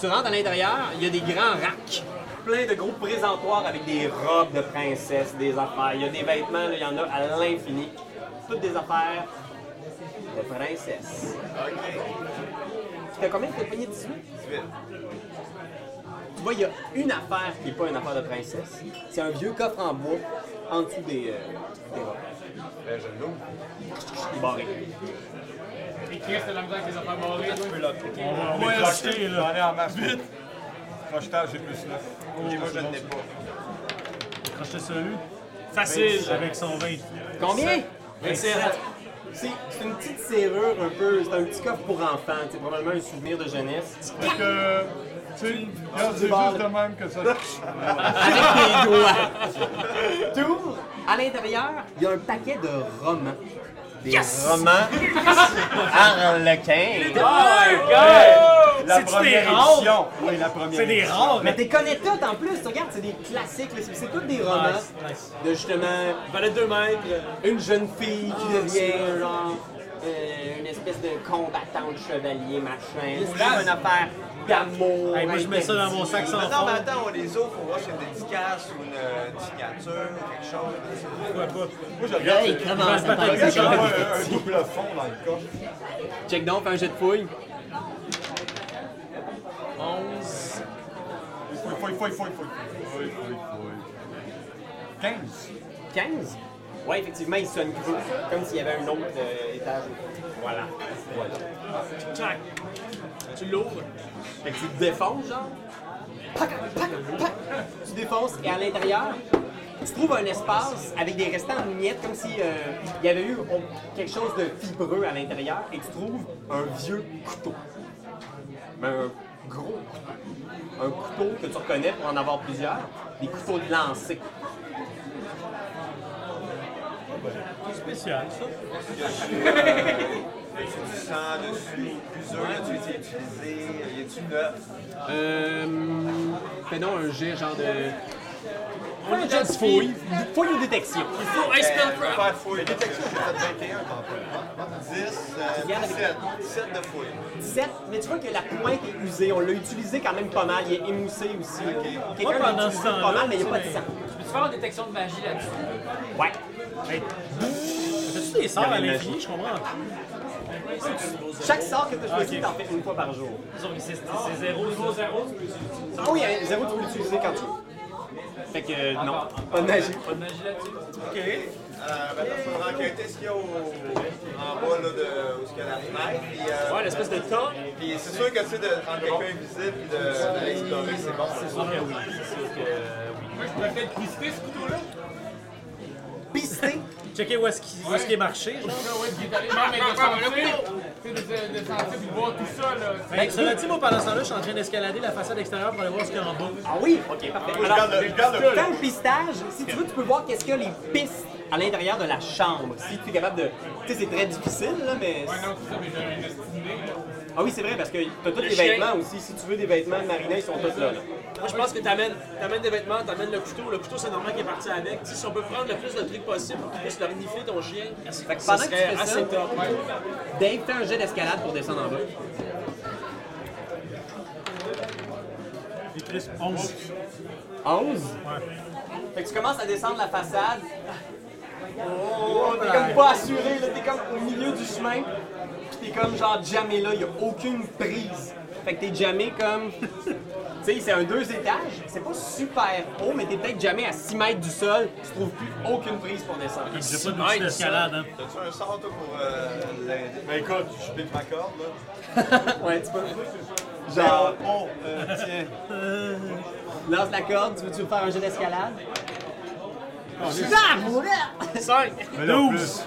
S1: Tu rentres à l'intérieur, il y a des grands racks. Plein de gros présentoirs avec des robes de princesse, des affaires. Il y a des vêtements, là, il y en a à l'infini. Toutes des affaires de princesse.
S11: Ok,
S1: T'as combien de pogné 18?
S11: 18.
S1: Tu vois, il y a une affaire qui n'est pas une affaire de princesse. C'est un vieux coffre en bois en dessous des, euh, des robes.
S11: Ben, je l'ouvre.
S1: Il est barré.
S4: Et Chris, t'as de la misère avec les affaires barrées.
S10: On va on
S6: Ouais,
S10: va
S6: crocheté,
S10: acheter,
S6: là.
S10: là.
S6: J'en ai en masse. Vite. Crochetage, j'ai plus 9.
S11: Et moi, je ne l'ai pas.
S10: Crocheter celui
S2: Facile.
S10: avec son 20.
S1: Combien?
S2: 27.
S1: C'est c'est une petite serrure un peu, c'est un petit coffre pour enfants, c'est probablement un souvenir de jeunesse.
S6: Fait que, tu sais, regarde, c'est juste de même que ça.
S1: Avec tes doigts. Tour, à l'intérieur, il y a un paquet de romans. Des romans harlequins.
S6: La première édition. Oui, la première
S10: C'est des
S6: édition.
S10: rares.
S1: Oh, Mais t'es connais toutes en plus, regarde, c'est des classiques, là, c'est c'est tous des romans de justement
S2: valait deux mètres.
S1: une jeune fille qui devient genre euh, une espèce de combattant de chevalier machin. C'est une affaire d'amour.
S10: Hey, moi, je mets ça dans mon sac sans
S11: Ah,
S1: interdit.
S10: fond.
S15: Attends, mais attends, on les offre, on va chez une dédicace ou une euh, signature, quelque chose.
S6: Moi, je regarde,
S1: Hey,
S6: je
S1: comment ça parle
S6: regarde,
S1: de
S6: j'ai
S1: genre?
S6: Euh, un, un double fond dans le coffre.
S1: Check donc, fais un jet de fouille.
S2: 11.
S6: Fouille, fouille, fouille, fouille, fouille. Fouille, fouille, fouille. 15.
S1: 15? Ouais, effectivement, il sonne creux, comme s'il y avait un autre euh, étage. Voilà. voilà.
S2: Tac. Tu l'ouvres.
S1: Fait que tu te défonces, genre. Pac, pac, pac. Tu défonces et à l'intérieur, tu trouves un espace avec des restants de miettes, comme si euh, il y avait eu oh, quelque chose de fibreux à l'intérieur, et tu trouves un vieux couteau. Mais un gros couteau. Un couteau que tu reconnais pour en avoir plusieurs, des couteaux de lancer.
S10: Spécial, ça.
S15: Sans dessus, plusieurs, y a-tu été utilisé, y a-tu neuf?
S1: Euh. Fais donc un jet, genre de.
S2: On est déjà
S1: Fouille. Fouille ou détection.
S2: Faut un spellcraft.
S15: Faire fouille. Les textures, j'ai fait 21 tantôt. 10, euh,
S1: Regarde avec-
S15: 17. 17 de fouille.
S1: 17, mais tu vois que la pointe est usée. On l'a utilisé quand même pas mal. Il est émoussé aussi.
S10: Moi,
S1: Quelqu'un l'a
S10: pendant ce
S1: utilisé pas
S10: temps-là,
S1: mal, mais il n'y a pas de sang.
S8: Je peux-tu faire une détection de magie là-dessus?
S1: Ouais.
S10: T'as-tu des sorts à l'infini? Je comprends.
S1: Chaque sort que tu as choisi, t'en fais une fois par jour.
S10: C'est- C'est c'est zéro, zéro, zéro.
S1: Ah oui, hein, zéro, tu peux l'utiliser quand tu veux. Fait que euh, non, pas de magie.
S8: Pas de magie là-dessus.
S15: OK. Euh, maintenant, il faudra enquêter ce qu'il y a au, en bas, là, de, où ce qu'il y a la fenêtre. Puis, euh,
S2: Ouais, l'espèce de top.
S15: puis c'est sûr que, tu sais, de prendre quelqu'un invisible puis de, de l'explorer, c'est bon. C'est sûr.
S4: Moi, je pourrais peut-être pister ce couteau-là.
S1: Pisté.
S10: Checker où est-ce qu'il où est-ce qu'il est marché. genre.
S4: Là, ouais, puis d'aller même avec le sentir. Tu sais, de- de- de sentir puis de voir tout ça, là.
S10: Hey, cela dit, moi, pendant ce temps-là, je suis en train d'escalader la façade extérieure pour aller voir ce qu'il y a en bas.
S1: Ah oui, ok, parfait.
S6: Je
S1: Alors,
S6: garde le- je garde le
S1: Dans le pistage, si tu veux, tu peux voir qu'est-ce qu'il y a les pistes à l'intérieur de la chambre. Si tu es capable de. Tu sais, c'est très difficile, là, mais.
S4: Ouais, non, c'est ça, mais j'ai un estimé, là.
S1: Ah oui, c'est vrai, parce que t'as tous les
S2: chien.
S1: vêtements aussi. Si tu veux des vêtements de Marina, ils sont tous là. là.
S2: Moi, je pense que t'amènes, t'amènes des vêtements, t'amènes le couteau. Le couteau, c'est normal qu'il est parti avec. Tu sais, si on peut prendre le plus de trucs possible pour qu'il puisse renifler ton chien,
S1: Fait que
S2: ça
S1: pendant que tu
S2: serait
S1: fais ça-
S2: assez top.
S1: Dave, fais un jet d'escalade pour descendre en bas.
S10: J'ai Chris 11.
S1: 11? Fait que tu commences à descendre la façade. Oh, t'es comme pas assuré, là, t'es comme au milieu du chemin. Pis t'es comme genre jamais là, y a aucune prise. Fait que t'es jamais comme. tu sais, c'est un deux étages, c'est pas super haut, mais t'es peut-être jamais à 6 mètres du sol. Tu trouves plus aucune prise pour descendre.
S10: J'ai pas d'outil d'escalade, hein.
S15: T'as-tu un sort, toi, pour euh, l'aider?
S6: Ben écoute,
S15: Je pique ma corde, là.
S1: ouais, tu peux.
S15: Ah,
S1: Genre,
S15: oh, euh, tiens.
S1: lance la corde, tu veux-tu faire un jeu d'escalade? Ah, ouais!
S2: 5.
S6: mais là, en
S10: 12.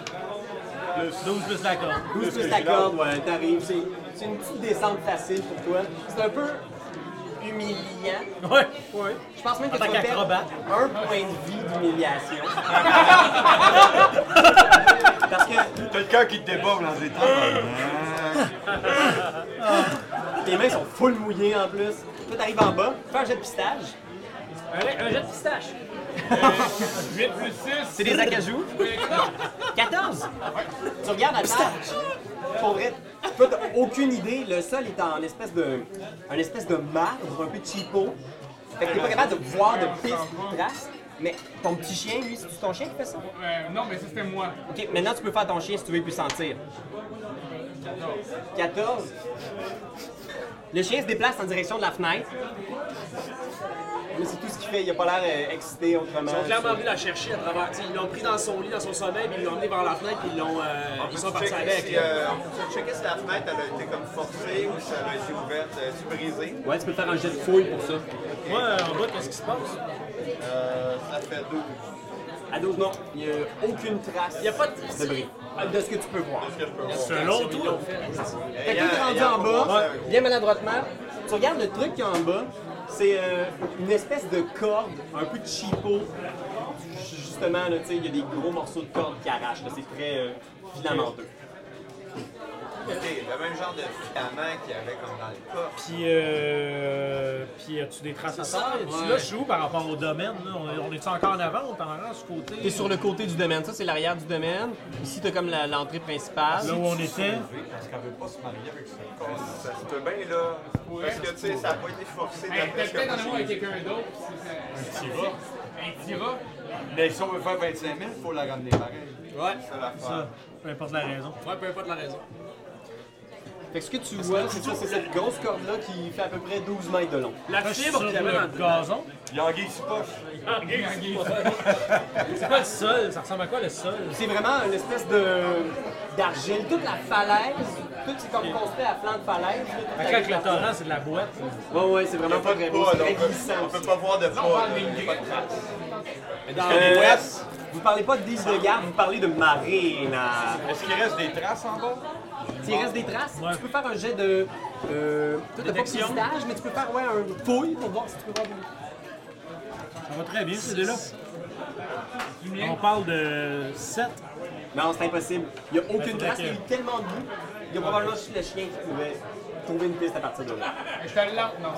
S6: plus,
S10: 12 plus la corde.
S1: 12 plus la corde, ouais, t'arrives. C'est c'est une petite descente facile pour toi. C'est un peu humiliant.
S10: Ouais.
S1: Ouais. Je pense même que
S10: En tant
S1: tu vas perdre
S10: qu'acrobate.
S1: un point de vie d'humiliation. Parce que
S6: quelqu'un qui te déborde dans les temps.
S1: tes mains sont full mouillées en plus. Toi, t'arrives en bas, fais un jet de pistage.
S8: Un, un jet de pistache.
S4: 8 plus 6.
S1: C'est des acajou. 14! Tu regardes à terre. Pour vrai, toi, t'as aucune idée. Le sol est en espèce de. un espèce de marbre, un peu cheapo. Fait que t'es pas capable de voir de pistes ou de traces. Mais ton petit chien, lui, c'est ton chien qui fait ça?
S4: Euh, non, mais ça, c'était moi.
S1: Ok, maintenant tu peux faire ton chien si tu veux, il peut sentir. 14. Le chien se déplace en direction de la fenêtre. Mais c'est tout ce qu'il fait, il a pas l'air euh, excité autrement.
S2: Ils ont clairement voulu la chercher à travers. tu sais, ils l'ont pris dans son lit, dans son sommeil, puis ils l'ont emmené vers la fenêtre, puis ils l'ont. euh, ils sont
S15: Faut
S2: partis
S15: checker
S2: avec.
S15: si,
S2: là.
S15: euh, faut checker si la fenêtre elle a été comme forcée ou si elle a été ouverte, euh, si brisée.
S1: Ouais, tu peux faire un jet de fouille pour ça.
S2: euh,
S10: Moi, en bas, qu'est-ce qui se passe?
S15: Euh, ça fait 12.
S16: À 12, non, il n'y a aucune trace.
S2: Il n'y a pas de.
S16: de bris. De ce que tu peux voir.
S15: Qu'est-ce que je peux voir?
S10: C'est un long tour.
S1: Fait que là, t'es rendu en bas, bien maladroitement. Tu regardes le truc qu'il y a en bas, c'est euh, une espèce de corde, un peu cheapo. Justement, là, tu sais, il y a des gros morceaux de corde qui arrachent. là. C'est très euh, filamenteux.
S15: Ok, le même genre de filament qu'il y avait comme dans le coffre.
S10: Puis, euh, puis as-tu des traces à terre? Tu Là, je suis où par rapport au domaine? Là? On est- On est-tu encore en avant ou par en arrière, ce côté?
S1: T'es sur le côté du domaine, ça c'est l'arrière du domaine. Ici t'as comme la- l'entrée principale.
S10: Là où on était?
S6: Parce qu'elle veut pas se marier avec ça.
S15: Ça se peut bien, là. Parce que, tu sais, ça n'a pas été forcé
S4: Hey,
S15: d'après
S4: peut-être
S15: ce que
S4: peut-être en
S15: moi,
S4: avoir avec quelqu'un d'autre. Un petit rat. Un petit rat. Euh,
S6: Mais si on veut faire 25 000, il faut la ramener pareil.
S2: Ouais,
S15: c'est la fin.
S10: Ça, peu importe la raison.
S2: ouais, peu importe la raison.
S1: Fait que ce que tu vois, c'est ça, c'est cette grosse corde-là qui fait à peu près 12 mètres de long.
S2: La
S10: Là, je suis
S2: fibre
S10: sur
S2: qu'il y avait dans
S10: le gazon.
S6: Il y a Anguille sous poche.
S10: C'est quoi le sol? Ça ressemble à quoi le sol?
S1: C'est vraiment une espèce de d'argile. Toute la falaise, tout c'est comme construit à flanc de falaise. là, toute la-
S10: Avec le torrent, c'est de la boîte.
S1: Ouais, ouais, c'est vraiment pas
S15: de
S1: très beau,
S15: pas,
S1: c'est très
S15: donc,
S1: glissant.
S15: on peut pas voir de pas. là. Il y a pas de trace.
S1: Euh, vous parlez pas de 10 de garde, vous parlez de marine.
S6: Est-ce qu'il reste des traces en bas?
S1: S'il reste des traces,
S10: Ouais.
S1: tu peux faire un jet de. Euh, toi, t'as pas de
S2: Détection.
S1: pistage, mais tu peux faire ouais, un fouille pour voir si tu peux voir des.
S10: Ça va très bien, ces deux-là. On parle de 7.
S1: Non, c'est impossible. Il n'y a aucune
S10: Ben, faudrait
S1: trace,
S10: que-
S1: il y a eu tellement de boue. Il y a probablement juste le chien qui pouvait trouver une piste à partir de là.
S4: Je te le lance. Non,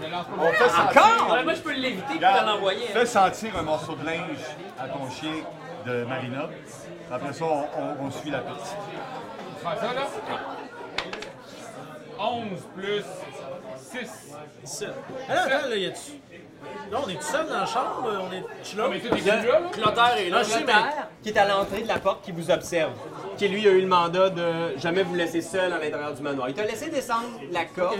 S4: je le lance pas.
S6: On fait
S1: Encore!
S8: Ouais, moi, je peux l'éviter puis t'en
S6: Regarde,
S8: l'envoyer. hein.
S6: Fais sentir un morceau de linge à ton chien de Marina. Après ça, on, on- on suit la partie.
S4: Prends ça, là. 11 plus 6.
S10: Seul. Attends, attends, là, y a-tu. Là, on est tout seul dans la chambre, euh, on est. Je suis là.
S4: Mais tout est plus là, là.
S2: Clotaire est là.
S10: je sais, mais.
S1: Notaire qui est à l'entrée de la porte qui vous observe. Qui lui a eu le mandat de jamais vous laisser seul à l'intérieur du manoir. Il t'a laissé descendre la corde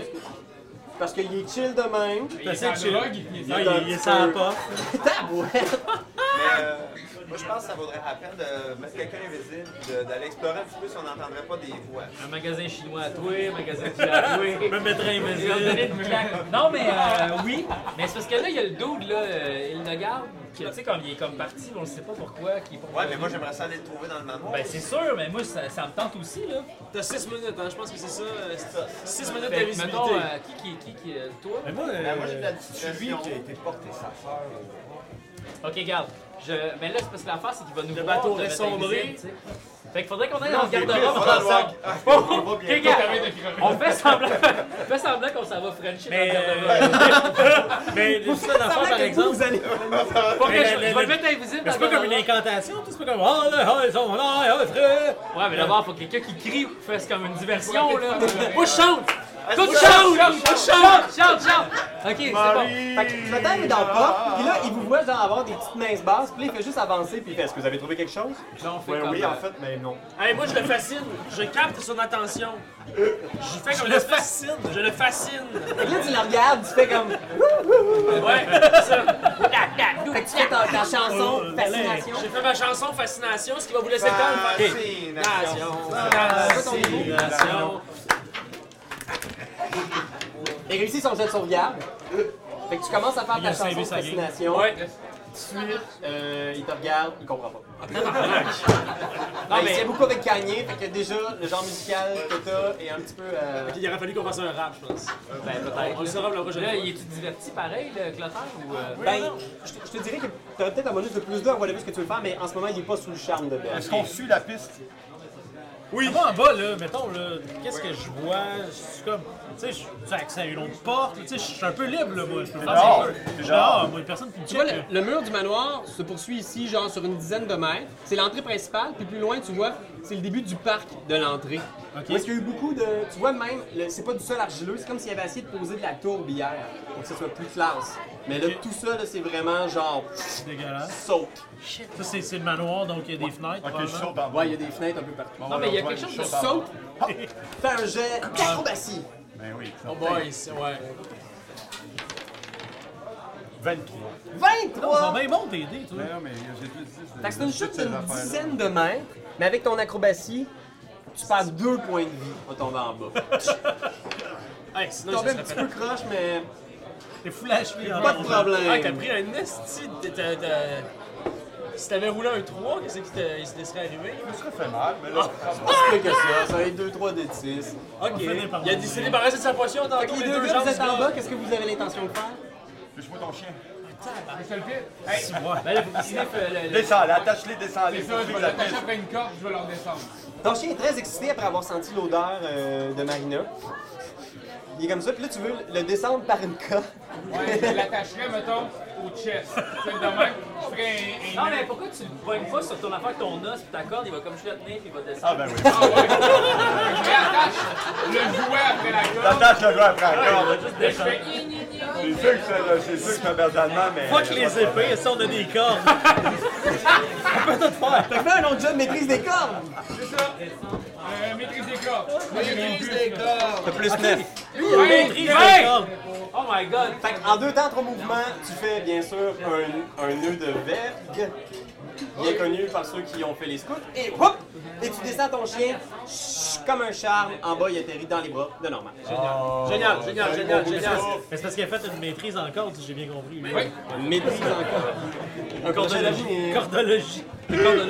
S1: parce qu'il est chill de même.
S4: Il est en
S10: c'est
S4: drogue, il est
S10: Ah, il- il est sans la porte.
S1: Tabouette!
S15: Mais euh, moi, je pense que ça vaudrait la peine de mettre quelqu'un invisible, de- d'aller explorer un petit peu si on n'entendrait pas des voix.
S8: Un magasin chinois à toi, un magasin chinois à toi.
S10: Je me mettrais
S8: Je vais me donner
S10: invisible.
S8: une claque. Non, mais euh, oui. Mais c'est parce que là, il y a le dude, là, euh, il ne garde. Tu sais, comme il est comme parti, on ne sait pas pourquoi. Qui est
S15: Ouais, mais moi, j'aimerais ça aller le trouver dans le manoir.
S8: Ben, c'est sûr, mais moi, ça, ça me tente aussi, là.
S2: T'as 6 minutes, hein, je pense que c'est ça. 6 minutes
S8: Fait que,
S2: d'invisibilité.
S8: mettons, euh, qui, qui, qui, qui, euh, toi?
S10: Mais moi,
S15: Ben, moi, j'ai de la
S10: euh,
S15: discrétion.
S8: Ok, garde. Je... Mais là, c'est parce que l'affaire, c'est qu'il va nous
S2: Le
S8: voir,
S2: bateau
S8: on va
S2: reste
S8: mettre
S2: sombré.
S8: invisible, tu sais. Fait qu'il faudrait qu'on aille dans le
S15: Des
S8: garde-robe
S15: griffes, on va dans le
S8: ensemble.
S15: walk. Ah, on va
S8: Ok,
S15: bien.
S8: garde. On fait semblant, on fait semblant qu'on s'en va French dans
S10: Mais,
S8: le garde-robe.
S10: euh, mais c'est ça l'affaire, par exemple.
S1: Vous allez.
S8: Pas que
S10: mais
S8: je,
S10: le-
S8: je vais
S10: le-
S8: le mettre invisible
S10: Mais
S8: dans
S10: c'est
S8: le
S10: pas comme une
S8: garde-robe.
S10: incantation, tout, c'est pas comme Oh là, oh, ils sont mon air, oh, frère.
S8: Ouais, mais d'abord, faut que quelqu'un qui crie ou qui fasse comme une diversion, là. Moi, je chante!
S1: Ah,
S8: Tout chante!
S15: moi, je
S8: Chante, chante, chante, chante! Ok, c'est bon.
S1: Fait que le temps, il est dans le porte, puis là, il vous voit genre avoir des petites minces basses, puis là, il fait juste avancer, puis il fait Est-ce que vous avez trouvé quelque chose?
S8: Là, on fait
S15: Ouais,
S8: comme...
S15: oui,
S8: euh,
S15: en fait, mais non.
S2: Hey, moi, je le fascine. Je capte son attention. J'y fais comme
S10: le
S2: espèce- Je le fascine.
S1: Fait que là, tu le regardes, tu fais comme.
S2: Ouais, c'est ça.
S1: Fait que tu fais ta, ta
S10: Oh,
S1: chanson, Fascination.
S2: J'ai fait ma chanson Fascination, ce qui va vous laisser le temps.
S15: Fascination.
S2: Fascination.
S1: Il réussit son jet de sauvegarde. Fait que tu commences à faire
S10: Il a
S1: ta
S10: sauvé
S1: chanson,
S10: sa game.
S1: Fascination.
S2: Ouais.
S1: Tout de suite, euh, il te regarde, il comprend pas.
S10: Ah, ben,
S2: Non,
S1: Ben, Il
S2: mais
S1: tient beaucoup avec Kanye, fait que déjà, le genre musical que t'as est un petit peu. euh,
S2: il aurait fallu qu'on fasse un rap, je pense.
S1: Ben, peut-être.
S2: On le saura pour la prochaine
S8: Là,
S2: fois.
S8: il est-tu diverti pareil, le Clotaire, ou... euh,
S1: Ben, je te, je te dirais que t'as peut-être un bonus de plus 2 en voie de ce que tu veux faire, mais en ce moment, il est pas sous le charme de Ben.
S6: Est-ce qu'on suit la piste?
S10: Oui. Moi en bas, là, mettons, là, qu'est-ce que je vois? Je suis comme, tu sais, j'ai accès à une autre porte, tu sais, je suis un peu libre, là, moi. Je peux faire
S6: dehors,
S10: ce que je veux.
S6: t'es
S10: Je suis
S6: dehors.
S10: dehors, moi, une personne qui me
S1: Tu vois,
S10: check.
S1: le,
S10: là.
S1: le mur du manoir se poursuit ici, genre sur une dizaine de mètres. C'est l'entrée principale, puis plus loin, tu vois, c'est le début du parc de l'entrée. Où est-ce qu'il y a eu beaucoup de. Tu vois, même, le- c'est pas du sol argileux, c'est comme s'il avait essayé de poser de la tourbe hier, pour que ce soit plus classe. Mais là, tout ça, là, c'est vraiment genre.
S10: C'est dégueulasse.
S1: saute.
S10: Ça, c'est, c'est le manoir, donc il y a des
S6: Ok,
S10: fenêtres,
S6: je
S10: probablement.
S6: saute en bas.
S1: Ouais, il y a des fenêtres un peu partout.
S8: Non, mais il y a quelque chose de...
S1: Saute, hop, fais un jet d'acrobatie.
S6: Ben oui.
S2: Oh boy, c'est- ouais.
S6: 23.
S1: 23!
S10: C'est bien bon, tes dés, toi.
S6: Ben non, mais j'ai plus 10.
S1: Fait que c'est une chute d'une dizaine de mètres, mais avec ton acrobatie, tu perds deux points de vie en tombant en bas.
S2: Hey,
S1: Tu
S2: sinon, je
S1: tombes un
S2: serais
S1: petit
S2: fait.
S1: peu croche, mais
S10: T'es fou la cheville. hein.
S12: Pas de
S13: Ah, t'as
S12: problème.
S13: pris un esti. de- t'as- t'as- Si t'avais roulé un 3, qu'est-ce qui te, il se laisserait arriver?
S11: Je me serais fait mal, mais là,
S12: Plus que ça, ça va être 2-3 des 6.
S13: Ok. Il a décidé de débarrasser de sa potion dans
S1: Fait que les deux gars, vous êtes en bas, qu'est-ce que vous avez l'intention de faire?
S11: touche-moi ton chien.
S4: C'est le pire.
S8: Ben là, faut qu'il sniffe, euh, le- le-
S11: Descends, attache-les, descends-les.
S4: C'est ça, je
S11: Poursuivre
S4: vais
S11: la
S4: l'attacher
S11: piste.
S4: après une corde, je vais leur descendre.
S1: Ton chien est très excité après avoir senti l'odeur euh, de Marina. Il est comme ça, puis là, tu veux le descendre par une corde.
S4: Ouais, je l'attacherai, mettons, au chest. C'est le même. Je ferais un.
S8: Non,
S4: un...
S8: mais pourquoi tu le pognes pas sur ton affaire avec ton os pis ta corde, il va comme je le tenir pis il va descendre.
S11: Ah ben oui.
S4: Ah ouais. Je réattache le jouet après la corde.
S11: T'attaches le doigt après encore.
S4: Je fais.
S11: C'est sûr que c'est- c'est sûr que c'est un berger allemand, mais...
S10: Fuck les épées, ça on a des cordes. On peut tout faire.
S1: Fait que fais un autre jeu de maîtrise des cordes!
S4: Euh, maîtrise des cordes.
S12: Maîtrise des cordes.
S1: T'as plus 9.
S4: Maîtrise
S10: des cordes.
S8: Oh my god!
S1: Fait que en deux temps, trois mouvements, tu fais bien sûr un, un nœud de vergue, bien connu par ceux qui ont fait les scouts, et hop! Et tu descends ton chien, chut, comme un charme, en bas, il atterrit dans les bras de Norman.
S13: Génial, génial, génial, génial.
S10: Mais c'est parce qu'il a fait une maîtrise en cordes, si j'ai bien compris. Oui.
S1: Une maîtrise encore. Un prochain
S10: Cordologie.
S1: avenir.
S10: Cordologie.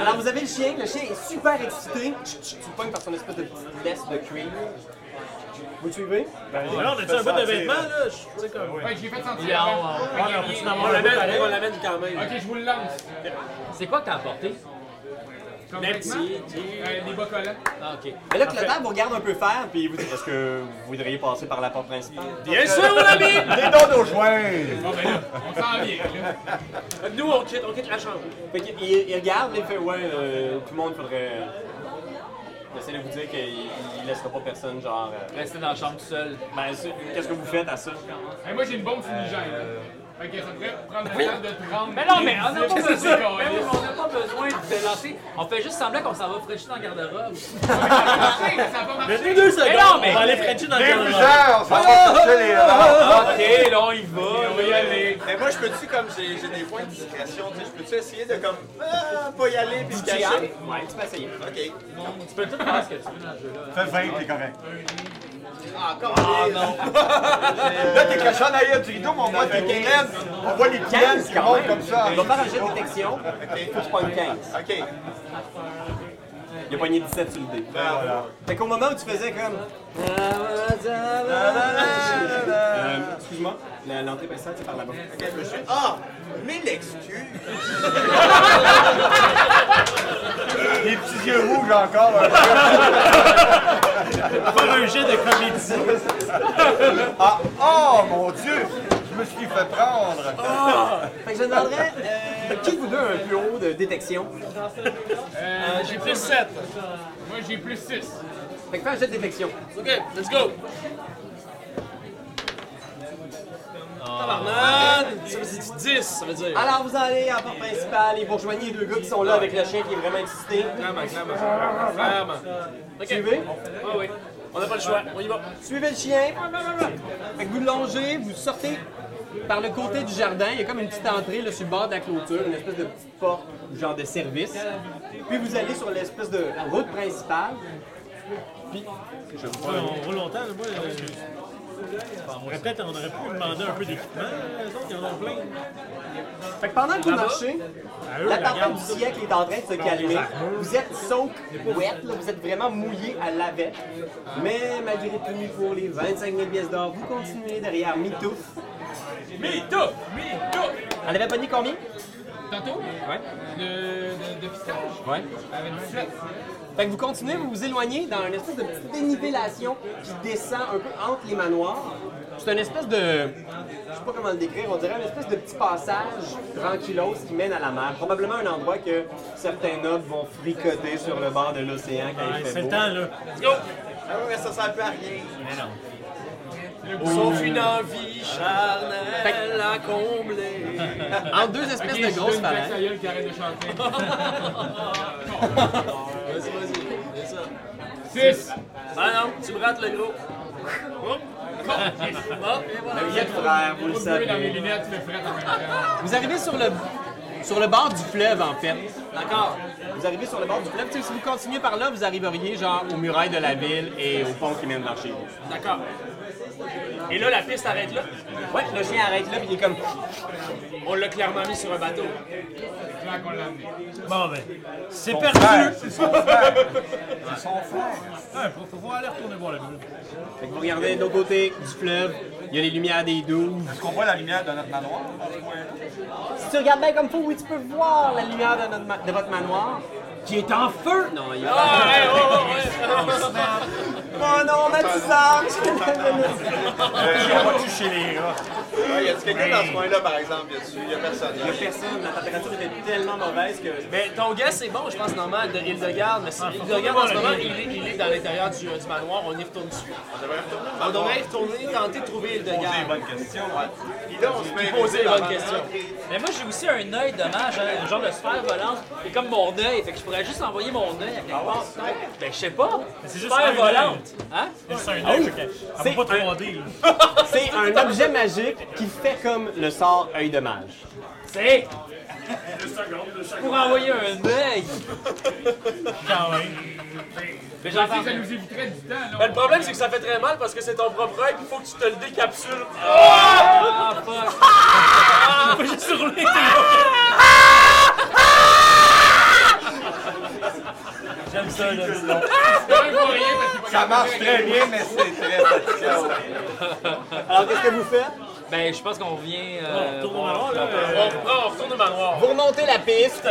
S1: Alors vous avez le chien, le chien est super excité. Chut, chut, Tu le pognes par son espèce de petite laisse de cuir. Vous suivez?
S10: Là, on a-tu un bout de vêtement, là? Je- Tu sais, comme.
S4: Ouais, j'ai fait sentir. avant. Fait qu'il y a rien.
S13: On l'amène, on l'amène quand même.
S4: Ok, je vous le lance.
S8: C'est quoi que t'as apporté?
S4: Comme
S13: Même
S4: vêtement.
S13: si.
S4: Euh, des bas collants.
S8: Ah, ok.
S1: Mais là, Clotaire vous regarde un peu faire, puis vous dit Est-ce que vous voudriez passer par la porte principale?
S13: Bien sûr, mon ami!
S11: Les dons nos joints!
S4: Bon, ben là, on s'en vient. là.
S13: Nous, on quitte, on quitte la chambre.
S1: Fait qu'il il- il regarde, il fait Ouais, euh, tout le monde faudrait. J'essaie de vous dire qu'il il laissera pas personne, genre. euh,
S8: Rester dans la chambre tout seul.
S1: ben, ça, qu'est-ce que vous faites à ça?
S4: Hey, moi, j'ai une bombe fumigène. là. Fait que ça pourrait prendre le temps de 30.
S8: Mais non, mais on n'a pas
S4: C'est
S8: besoin.
S4: ça,
S8: mais oui,
S4: câlisse.
S8: mais on n'a pas besoin de lancer. On fait juste semblant qu'on s'en va fraîchir dans le garde-robe.
S4: Ça va marcher.
S10: Deux secondes,
S8: non,
S10: on
S8: mais-
S10: va aller frencher dans
S11: Les
S10: le corps.
S11: musards, Ah, on
S8: Ah,
S11: s'en va toucher les...
S8: ok, là on y va.
S4: On va y aller.
S11: Mais moi, je peux-tu, comme j'ai j'ai des points de discrétion, tu sais, je peux-tu essayer de, comme, ah, pas y aller puis me cacher?
S1: Ouais, tu peux essayer.
S11: OK.
S8: Tu peux tout faire ce que tu veux dans le jeu là.
S11: Fais 20, t'es correct. Ah,
S8: non.
S11: Là, t'es caché en arrière du rideau, mais on voit tes quinzaines. On voit les quinzaines qui montent comme ça.
S1: Il va faire un jet de détection. Faut que tu pognes 15.
S11: OK.
S1: Il a pogné 17 sur le dé.
S11: Ben, voilà.
S1: Fait qu'au moment où tu faisais comme. Euh, Excuse-moi, la- l'entrée principale, c'est par là-bas.
S11: OK, monsieur. Ah! Mille excuses! Les petits yeux rouges encore.
S10: Faire un jet de comédie.
S11: Ah! Oh, mon Dieu! Je me suis fait prendre.
S1: Fait que je demanderais, euh, qui de vous deux a un plus haut de détection?
S13: J'ai plus 7.
S4: Moi, j'ai plus 6.
S1: Fait que fais un jet de détection.
S13: Ok, let's go. Tabarnak! Ça veut dire 10, ça veut dire.
S1: Alors, vous allez à la porte principale et vous rejoignez les deux gars qui sont là avec le chien qui est vraiment excité.
S13: Clairement, clairement. Clairement. Ok.
S1: Suivez.
S13: Ah oui. On n'a pas le choix. On y va.
S1: Suivez le chien. Fait que vous longez, vous sortez par le côté du jardin. Il y a comme une petite entrée là, sur le bord de la clôture, une espèce de petite porte, genre de service. Puis vous allez sur l'espèce de route principale.
S10: Ouais, on roule longtemps, là, moi. euh, enfin, on aurait peut-être on aurait pu demander un peu d'équipement, euh, eux autres, ils en ont plein.
S1: Fait que pendant que vous marchez, la tempête du siècle est en train de se calmer. Vous êtes soak, wet, là, vous êtes vraiment mouillé à la vette. Mais malgré tout, pour les 25 000 pièces d'or, vous continuez derrière Mitouf.
S4: Mais tout! Mais tout!
S1: Elle avait pogné combien?
S4: Tantôt?
S1: Ouais.
S4: De, de, de pistage?
S1: Ouais.
S4: Avec 17.
S1: Fait que vous continuez, vous vous éloignez dans une espèce de petite dénivellation qui descend un peu entre les manoirs. C'est une espèce de. Je sais pas comment le décrire, on dirait une espèce de petit passage tranquillos qui mène à la mer. Probablement un endroit que certains nobles vont fricoter sur le bord de l'océan quand
S10: Ouais,
S1: il
S10: c'est
S1: fait
S10: le
S1: beau.
S10: temps, là.
S11: Ah ouais, ça sert plus à rien.
S13: Sauf une envie charnelle à combler.
S1: En deux espèces de grosses falaises.
S4: gueule qui arrête de chanter.
S13: Vas-y, vas-y. C'est ça.
S4: 6.
S13: Ah non, tu me rates le gros. Hop. Hop, et voilà.
S1: Vous êtes frères, vous le
S4: Trop de bruit dans mes
S1: savez.
S4: lunettes, tu le ferais en même temps.
S1: Vous arrivez sur le, sur le bord du fleuve, en fait. D'accord. Vous arrivez sur le bord du fleuve. Tu sais, si vous continuez par là, vous arriveriez genre aux murailles de la ville et au pont qui mène vers chez vous.
S13: D'accord.
S2: Et là, la piste arrête là.
S1: Ouais, le chien arrête là, puis il est comme.
S2: On l'a clairement mis sur un bateau.
S4: Claire qu'on l'a amené.
S10: Bon, ben, c'est perdu.
S11: C'est son frère.
S10: Il faut, faut voir aller retourner voir le mur.
S1: Fait que vous regardez de l'autre côté du fleuve, il y a les lumières des douves.
S11: Est-ce qu'on voit la lumière de notre manoir?
S1: Si tu regardes bien comme faut, oui, tu peux voir la lumière de, notre ma- de votre manoir. Qui est en feu! Non, il est pas Oh,
S2: Ah, ouais, ouais, ouais, ouais.
S1: Mon nom, Matisard!
S11: Euh, on va toucher les rats. Il Ah, y a quelqu'un dans ce coin-là, par exemple? Il n'y a personne.
S1: Il y a personne, la température était tellement mauvaise que.
S2: Mais ton gars, c'est bon, je pense, normalement, de Hildegarde. Mais si Hildegarde, en ce moment, il est, il est dans l'intérieur du, du manoir, on y retourne dessus. On devrait y retourner, tenter de trouver
S11: Poser les
S2: Hildegarde.
S11: bonnes questions. Puis là, on se met
S2: Poser les bonnes
S11: bonne
S2: questions.
S8: Mais moi, j'ai aussi un œil de mage, hein, un genre de sphère volante. C'est comme mon œil, fait que je pourrais juste envoyer mon œil à quelque part. Ben, je sais pas.
S10: c'est juste
S8: sphère
S10: un
S8: volante. Hein?
S10: C'est un œil,
S2: Ah,
S10: fait que- elle
S1: C'est
S10: va pas 3D, là.
S1: C'est un objet magique qui fait comme le sort œil de mage.
S8: C'est. Pour envoyer un œil.
S10: Quand même.
S8: Mais
S4: Je sais
S8: j'entends.
S4: que ça nous éviterait du temps, là.
S2: Mais Ben, le problème, c'est que ça fait très mal parce que c'est ton propre œil, il faut que tu te le décapsules.
S8: Ah, fuck.
S10: Pas juste sur les J'aime ça, j'aime ça.
S4: C'est pas rien parce qu'il va
S11: Ça
S4: garder
S11: marche
S4: avec-
S11: très bien, mais c'est très fatigant.
S1: Alors, qu'est-ce que vous faites?
S8: Ben, je pense qu'on revient. euh,
S10: Tourne au
S8: bon,
S10: manoir, là.
S2: On reprend, on retourne au manoir.
S1: Vous remontez la piste.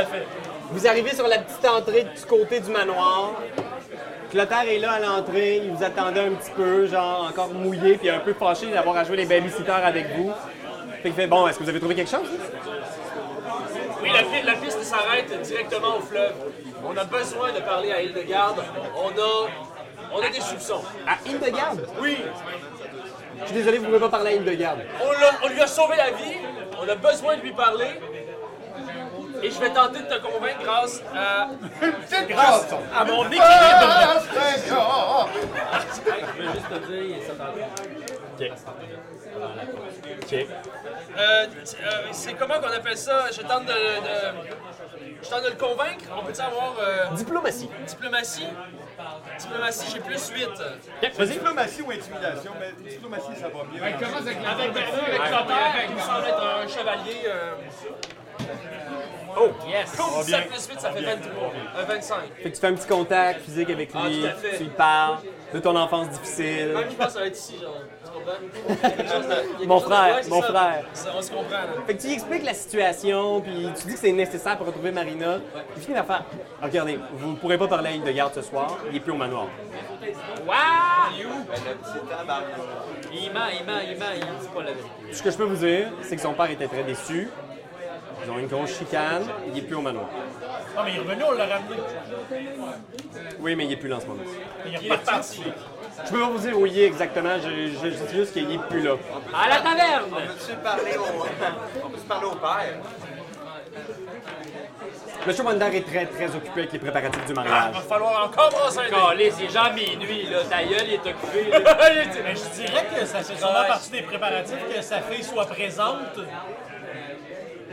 S1: Vous arrivez sur la petite entrée du côté du manoir. Clotaire est là à l'entrée. Il vous attendait un petit peu, genre encore mouillé, puis un peu fâché d'avoir à jouer les babysitters avec vous. Fait qu'il fait bon, est-ce que vous avez trouvé quelque chose?
S2: Oui, la, pi- la piste s'arrête directement au fleuve. On a besoin de parler à Hildegarde. On a, on a des soupçons.
S1: À Hildegarde?
S2: Oui,
S1: Je suis désolé, vous ne pouvez pas parler à Hildegarde.
S2: on, l'a- on lui a sauvé la vie. On a besoin de lui parler. Et je vais tenter de te convaincre grâce à,
S11: C'est grâce
S2: à mon équilibre.
S8: Juste te dire, ça t'en va.
S2: Euh, t- euh, c'est comment qu'on appelle ça? Je tente de, de- je tente de le convaincre. On peut-tu avoir euh,
S1: Diplomatie.
S2: diplomatie? Diplomatie, j'ai plus 8.
S11: Diplomatie ou intimidation, mais diplomatie, ça va
S4: Fait
S11: bien.
S4: que commence avec la avec
S2: Il me semble être un chevalier. euh,
S8: Yes.
S2: Comme 17 plus 8, ça fait 23. Euh, 25.
S1: Fait que tu fais un petit contact physique avec
S2: Ah,
S1: lui,
S2: tout à fait.
S1: tu lui parles de ton enfance difficile.
S2: Même, je pense que ça va être ici, genre. Tu comprends? Il y a quelque chose de- il y a quelque
S1: Mon
S2: chose de-
S1: frère,
S2: ouais, c'est
S1: mon
S2: ça.
S1: frère.
S2: Ça, on se comprend, là.
S1: Fait que tu lui expliques la situation, puis tu dis que c'est nécessaire pour retrouver Marina. Puis finit par faire Regardez, vous ne pourrez pas parler à Hildegarde ce soir, il est plus au manoir.
S8: Il ment, il ment, il ment, il dit pas la vérité.
S1: Ce que je peux vous dire, c'est que son père était très déçu. Ils ont eu une grosse chicane, il est plus au manoir.
S10: Ah, mais il est revenu, on l'a ramené.
S1: Oui, mais il est plus là en ce moment.
S10: Il est reparti.
S1: Je peux pas vous dire où il est exactement, je, je, je sais juste qu'il est plus là.
S8: À la taverne!
S11: Peux-tu parler au- On peut se parler au père?
S1: Monsieur Wonder est très très occupé avec les préparatifs du
S2: Il
S1: mariage.
S2: va falloir encore brasser un dé.
S8: Calé, c'est genre minuit, là. Ta gueule, il est occupé. là.
S10: Mais je dirais que ça fait sûrement partie des préparatifs que sa fille soit présente.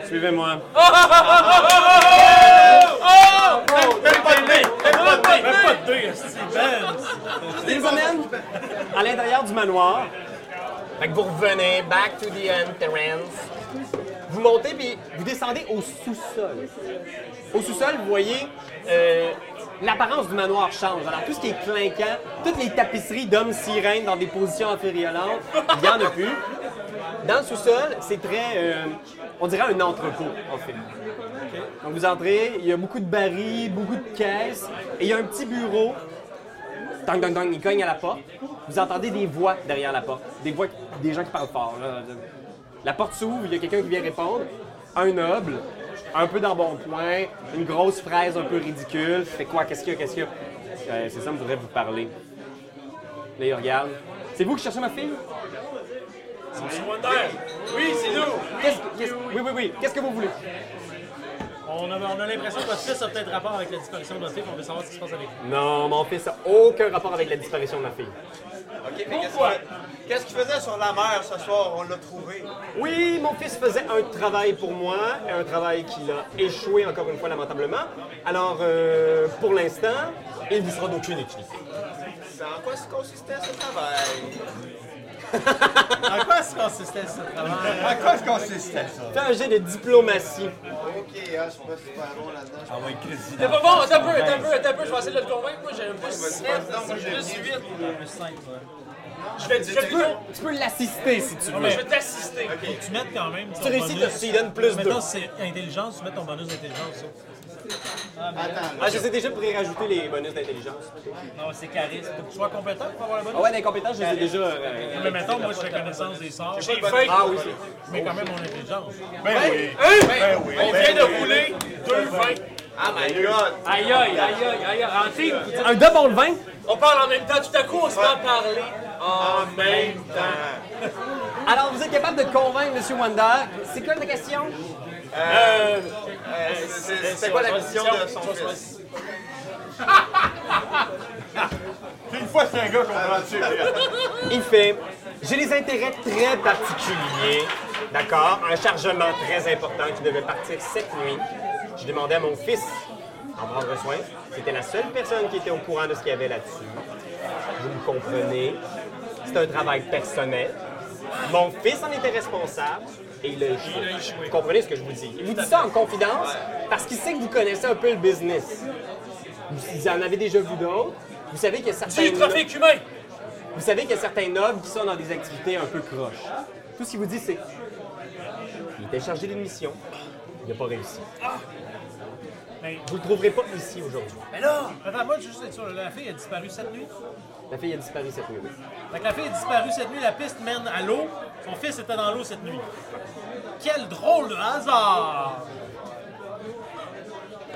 S1: Suivez-moi.
S10: Ah, Même pas de deux, c'est Ben.
S1: Il vous amène à l'intérieur du manoir. Fait que vous revenez, back to the entrance. Vous montez puis vous descendez au sous-sol. Au sous-sol, vous voyez, euh, l'apparence du manoir change. Alors tout ce qui est clinquant, toutes les tapisseries d'hommes sirènes dans des positions inférieures, il n'y en a plus. Dans le sous-sol, c'est très, euh, on dirait un entrepôt en fait. Donc vous entrez, il y a beaucoup de barils, beaucoup de caisses, et il y a un petit bureau Tang, tang, tang, il cogne à la porte. Vous entendez des voix derrière la porte. Des voix, des gens qui parlent fort. là. La porte s'ouvre, il y a quelqu'un qui vient répondre. Un noble, un peu d'embonpoint, une grosse fraise un peu ridicule. Fait quoi, qu'est-ce qu'il y a, qu'est-ce qu'il y a? Euh, c'est ça, je voudrais vous parler. Là, il regarde. C'est vous qui cherchez ma fille?
S2: Monsieur Wonder. Oui, c'est nous.
S1: Qu'est-ce que- qu'est-ce- oui, oui, oui. Qu'est-ce que vous voulez?
S10: On a, on a l'impression que votre fils a peut-être rapport avec la disparition de notre fille, puis on veut savoir ce qui se passe avec lui.
S1: Non, mon fils n'a aucun rapport avec la disparition de ma fille.
S11: Ok, mais qu'est-ce que- Qu'est-ce qu'il faisait sur la mer ce soir? On l'a trouvé.
S1: Oui, mon fils faisait un travail pour moi, un travail qu'il a échoué encore une fois lamentablement. Alors, euh, pour l'instant, il vous sera d'aucune utilité.
S11: C'est en quoi se consistait ce travail?
S10: En quoi ça consistait ce travail?
S6: À quoi ça consistait ça?
S1: Fais un jet de diplomatie.
S11: Ok, ah, je suis pas super bon là-dedans.
S6: Ah ouais, Christy.
S13: T'es pas bon, t'as peu, t'as peu, t'as peu, je vais essayer de le convaincre. Moi, j'ai un plus 7,
S11: non, moi, j'ai
S13: plus
S11: rien.
S13: 8.
S10: Un 5, ouais.
S13: Je vais, je vais,
S1: Tu peux, tu peux l'assister si tu veux.
S13: je vais t'assister.
S10: Faut que tu mettes quand même.
S1: tu réussis, tu- tu lui donnes plus deux.
S10: Maintenant, c'est intelligence, tu mets ton bonus d'intelligence. ça.
S11: Attends,
S1: Ah, je sais déjà pour y rajouter les bonus d'intelligence.
S10: Non, c'est charisme. Faut que tu sois compétent pour avoir le
S1: Ah
S10: bonus.
S1: ouais, l'incompétence, je les ai déjà. euh,
S10: Mais mettons, moi, je fais connaissance des sorts.
S13: J'ai faim.
S1: Ah oui,
S10: Mais quand même, mon intelligence.
S6: Ben oui! Ben oui!
S13: On vient de rouler deux vins.
S11: Ah, my god!
S8: Aïe, aïe, aïe, aïe, aïe, en team, vous dites-
S1: euh, Un double 20?
S13: On parle en même temps, tout à coup, on se met à parler en même temps.
S1: Alors, vous êtes capable de convaincre M. Wanda. C'est quoi ta question?
S13: Euh,
S11: Euh, c'est- c'est- C'était quoi la mission de son fils?
S6: Une fois, c'est un gars qu'on va tuer.
S1: Il fait J'ai des intérêts très particuliers. D'accord? Un chargement très important qui devait partir cette nuit. Je demandais à mon fils d'en prendre soin. C'était la seule personne qui était au courant de ce qu'il y avait là-dessus. Vous me comprenez? C'est un travail personnel. Mon fils en était responsable et il a échoué. Vous comprenez ce que je vous dis? Il vous dit ça en confidence parce qu'il sait que vous connaissez un peu le business. Vous en avez déjà vu d'autres. Vous savez que certains...
S13: du trafic humain.
S1: Vous savez qu'il y a certains nobles qui sont dans des activités un peu croches. Tout ce qu'il vous dit, c'est. Il était chargé d'une mission. Il n'a pas réussi.
S10: Mais-
S1: Vous ne le trouverez pas ici aujourd'hui.
S10: Mais là, attends, moi, juste être sûr, la fille a disparu cette nuit.
S1: La fille a disparu cette nuit.
S10: Fait que la fille a disparu cette nuit, la piste mène à l'eau. Son fils était dans l'eau cette nuit. Quel drôle de hasard!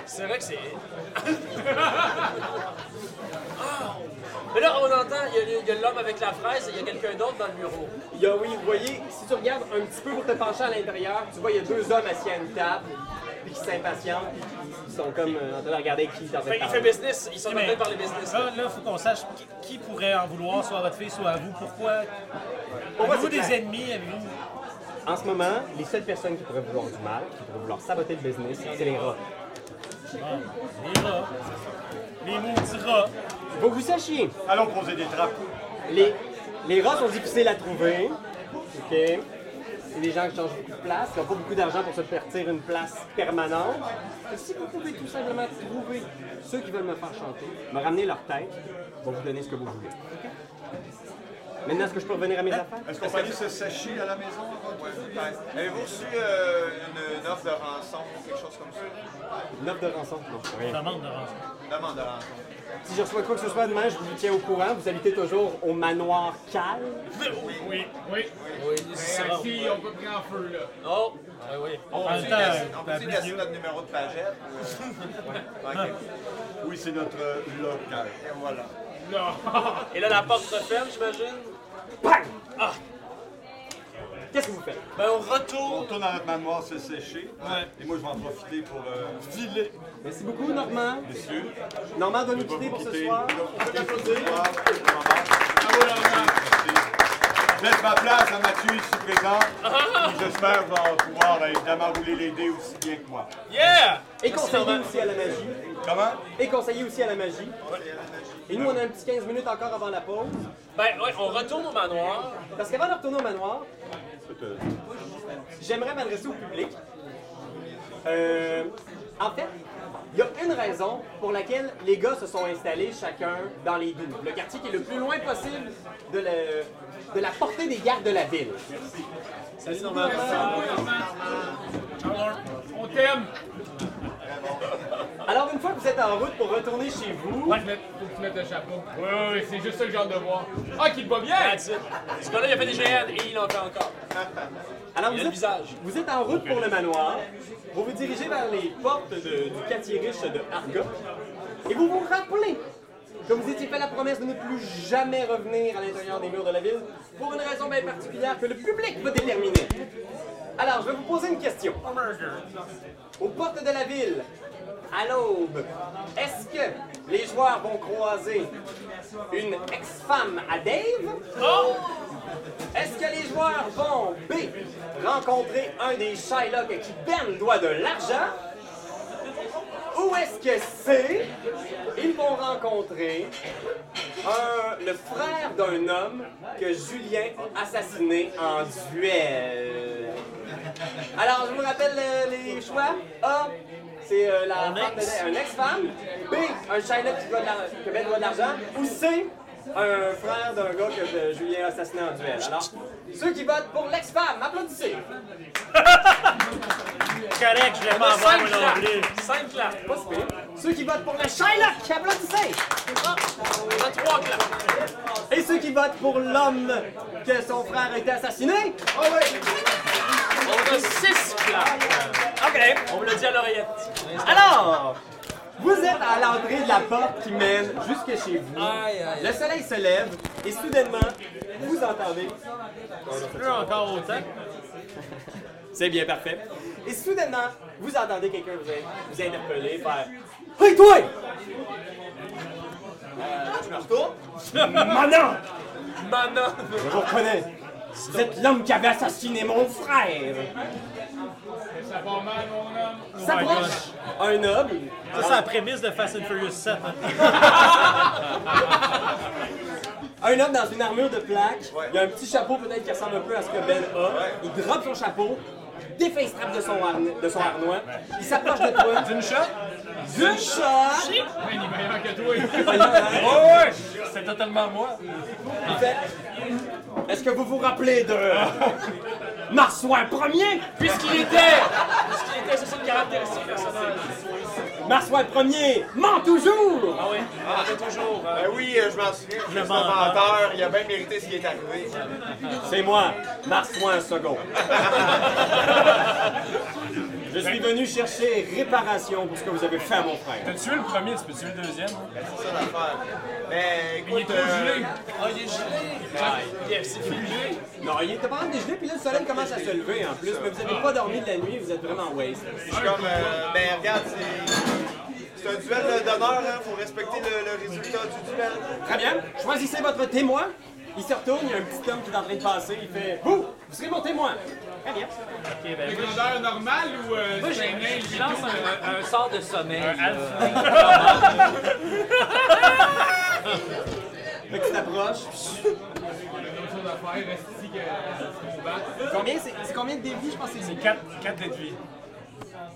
S13: C'est vrai que c'est. Mais là, on entend, il y a le- il y a l'homme avec la fraise et il y a quelqu'un d'autre dans le bureau.
S1: Il y a, oui, vous voyez, si tu regardes un petit peu pour te pencher à l'intérieur, tu vois, il y a deux hommes assis à une table, puis qui s'impatientent, puis ils sont comme euh, en train de regarder qui est en
S13: Fait
S1: train de
S13: qu'il fait
S1: parler.
S13: business, ils sont en
S10: Mais-
S13: train de parler business.
S10: Là, il faut qu'on sache qui, qui pourrait en vouloir, soit à votre fille, soit à vous. Pourquoi?
S1: Pourquoi
S10: Avez-vous
S1: c'est
S10: des
S1: clair?
S10: ennemis? Avez-vous...
S1: En ce moment, les seules personnes qui pourraient vouloir du mal, qui pourraient vouloir saboter le business, c'est les rats.
S10: Les rats. Les maudits rats.
S1: Faut que vous sachiez,
S6: Allons poser des trappes.
S1: Les, les rats sont difficiles à trouver. OK. C'est des gens qui changent beaucoup de place, qui n'ont pas beaucoup d'argent pour se partir une place permanente. Et si vous pouvez tout simplement trouver ceux qui veulent me faire chanter, me ramener leur tête, vont vous donner ce que vous voulez. OK? Maintenant, est-ce que je peux revenir à mes affaires?
S6: Est-ce qu'on peut aller se sécher à la maison?
S11: Avez-vous reçu euh, une, une offre de rançon ou quelque chose comme ça?
S1: Neuf de rançon, non, rien.
S10: Demande de rançon.
S11: Demande de rançon.
S1: Si je reçois quoi que ce soit demain, je vous tiens au courant. Vous habitez toujours au manoir calme.
S4: Oui. Si on peut prendre feu, là.
S13: Oh, ah oui.
S11: On
S10: En
S11: peut-tu
S10: même temps,
S11: laisser-
S10: euh,
S11: on
S10: la
S11: peut-tu
S10: plus
S11: laisser
S10: vieux.
S11: notre numéro de pagette? ou, euh, ok.
S6: Oui, c'est notre euh, local.
S11: Et voilà.
S13: Et là, la porte se ferme, j'imagine.
S1: Bang! Ah! Qu'est-ce que vous faites?
S13: Ben, on
S6: On
S13: retourne.
S6: retourne dans notre manoir se sécher. Et moi, je vais en profiter pour euh, filer,
S1: Merci beaucoup, Normand.
S6: messieurs.
S1: Normand doit nous
S6: Je vais
S1: quitter
S6: vous
S1: pour ce
S6: quitter.
S1: soir.
S6: Je vais vous quitter pour ce soir. Bravo, Laurent. Merci. Laisse ma place à Mathieu ici présent. qui, J'espère va pouvoir euh, évidemment rouler les dés aussi bien que moi.
S13: Yeah!
S1: Et conseiller aussi à la magie.
S6: Comment?
S1: Et conseiller aussi à la magie. Et nous, on a un petit 15 minutes encore avant la pause.
S13: Ben, ouais, on retourne au manoir.
S1: Parce qu'avant de retourner au manoir,
S6: C'est, euh,
S1: j'aimerais m'adresser au public. Euh, en fait, il y a une raison pour laquelle les gars se sont installés chacun dans les douves. Le quartier qui est le plus loin possible de, le- de la portée des gardes de la ville. Salut, Normand.
S4: On t'aime.
S1: Alors, une fois que vous êtes en route pour retourner chez vous,
S4: Faut que tu mettes- faut que tu mettes le chapeau. Oui, oui, oui, c'est juste ça que j'ai hâte de voir. Ah, qu'il te va bien!
S13: That's it. Ce gars-là, il a fait des GN et il en fait encore.
S1: Alors,
S13: Il y
S1: vous
S13: a le
S1: êtes,
S13: visage.
S1: vous êtes en route pour le manoir. Vous vous dirigez vers les portes de- du quartier riche de Argot. Et vous vous rappelez que vous étiez fait la promesse de ne plus jamais revenir à l'intérieur des murs de la ville pour une raison bien particulière que le public va déterminer. Alors, je vais vous poser une question. Aux portes de la ville, à l'aube, est-ce que les joueurs vont croiser une ex-femme à Dave est-ce que les joueurs vont B rencontrer un des Shylocks qui Ben doit de l'argent? Ou
S12: est-ce que c'est, ils vont rencontrer un- le frère d'un homme que Julien a assassiné en duel. Alors, je vous rappelle euh, les choix. A, c'est euh, la femme de- un ex-femme. B, un Shylock qui, doit de la- que Ben doit de l'argent. Ou C, un frère d'un gars que euh, Julien a assassiné en duel. Alors, ceux qui votent pour l'ex-femme, applaudissez.
S10: Correct, je voulais pas avoir moi non plus.
S12: Pas si pire. Ceux qui votent pour le Shylock, applaudissez. Et ceux qui votent pour l'homme que son frère a été assassiné,
S17: On a 6 plaques.
S12: OK.
S17: On me l'a dit à l'oreillette.
S12: Alors, Oh! vous êtes à l'entrée de la porte qui mène jusque chez vous. Le soleil se lève et soudainement, vous entendez.
S10: Eux encore autant.
S12: C'est bien parfait. Et soudainement, vous entendez quelqu'un vous, vous interpeller, faire Hey toi! Euh, Manon!
S17: Manon.
S12: Je vous reconnais. Vous êtes l'homme qui avait assassiné mon frère.
S4: Ça va mal, mon homme.
S12: S'approche un noble
S10: Ça, c'est la prémisse de Fast and Furious 7. hein.
S12: Un homme dans une armure de plaque, il a un petit chapeau peut-être qui ressemble un peu à ce que Ben a. Il drop son chapeau, il défait le strap de son, harna- de son harnois, il s'approche de toi. D'une shot? D'une shot!
S4: Ben, il est meilleur que toi.
S17: C'est totalement moi.
S12: Il fait, Est-ce que vous vous rappelez de Marsouin Ier?
S17: Puisqu'il était. Puisqu'il était, c'est ça une caractéristique personnelle.
S12: Marsouin Ier ment toujours!
S17: Ah oui. Ah, c'est toujours.
S15: Ben oui, euh, je m'en souviens, je suis un menteur, il a bien mérité ce qui est arrivé.
S12: C'est moi, Marsouin Second. Je suis venu chercher réparation pour ce que vous avez fait à mon frère.
S18: T'as tué le premier, tu peux tuer le deuxième.
S15: Ben, c'est ça l'affaire. Mais écoute, euh,
S17: Ah, il est gelé. C'est figé.
S12: Non, il était pas en dégelé, puis là, le soleil commence à se lever en plus, mais vous avez pas dormi de la nuit, vous êtes vraiment waste.
S15: je suis comme, euh, ben regarde, c'est- c'est un duel d'honneur, hein, faut respecter le, le résultat du duel.
S12: Très bien, choisissez votre témoin. Il se retourne, il y a un petit homme qui est en train de passer, il fait Vous, vous serez mon témoin. Très bien.
S4: De grandeur normale ou euh,
S8: Moi, j'ai-
S4: gêné,
S8: je
S4: lui,
S8: lance
S4: tout, euh,
S8: un, un sort de sommeil. euh,
S12: Fait que tu t'approches.
S4: quelque chose à faire, reste ici que euh, qu'on batte.
S12: Combien c'est c'est combien de déduits, je pense que c'est
S18: 4, 4 déduits.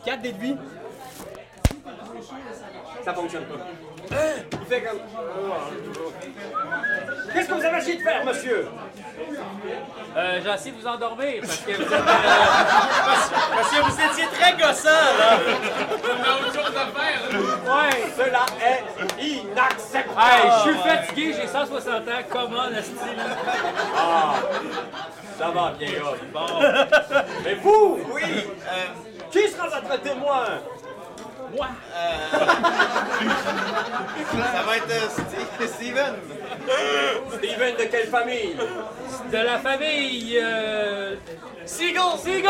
S12: 4 déduits. Ça fonctionne pas. Il fait comme Qu'est-ce que vous avez essayé de faire, monsieur
S8: euh, j'ai essayé de vous endormir parce que vous êtes. euh,
S17: Parce que vous étiez très gossant, là.
S4: On a autre chose à faire.
S12: Ouais, cela est inacceptable.
S8: hey, je suis fatigué, j'ai 160 ans. Comment le style?
S12: Ça va bien, gars. Bon. Mais vous, oui. euh, qui sera votre témoin
S15: Ça va être euh, Steve- Steven.
S12: Steven de quelle famille
S8: De la famille. Euh... Seagull!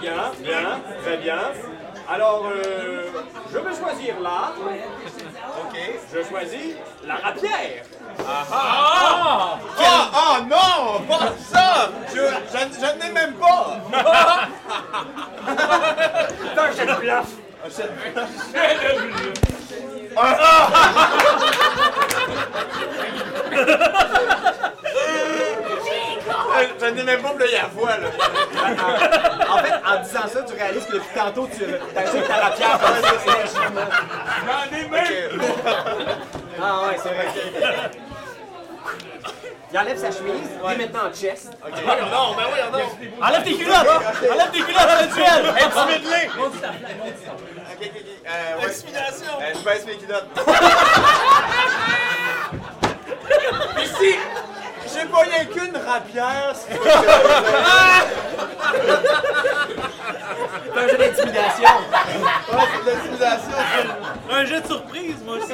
S12: Bien, bien, très bien. Alors, euh, je vais choisir l'arme.
S15: Ok.
S12: Je choisis la rapière.
S15: Ah, oh non, pas ça! Je, je, je n'ai même pas!
S12: Putain, j'ai le bluff.
S15: Euh, Je n'ai même pas plus la voix, là.
S12: En fait, en disant ça, tu réalises que depuis tantôt, tu as que ta rapière pendant que c'est Ah ouais, c'est vrai. Il enlève sa chemise, il est maintenant en chest.
S17: Non, ben oui, non.
S10: Enlève tes culottes! Enlève tes culottes dans le duel!
S15: Intimide-les! Ok, ok, ok. Euh, ouais.
S17: Intimidation.
S15: Euh, je baisse mes culottes.
S17: Ici.
S15: J'ai pas rien qu'une rapière, c'est
S12: C'est un jeu d'intimidation.
S15: pas de l'intimidation.
S10: Un jeu de surprise, moi aussi.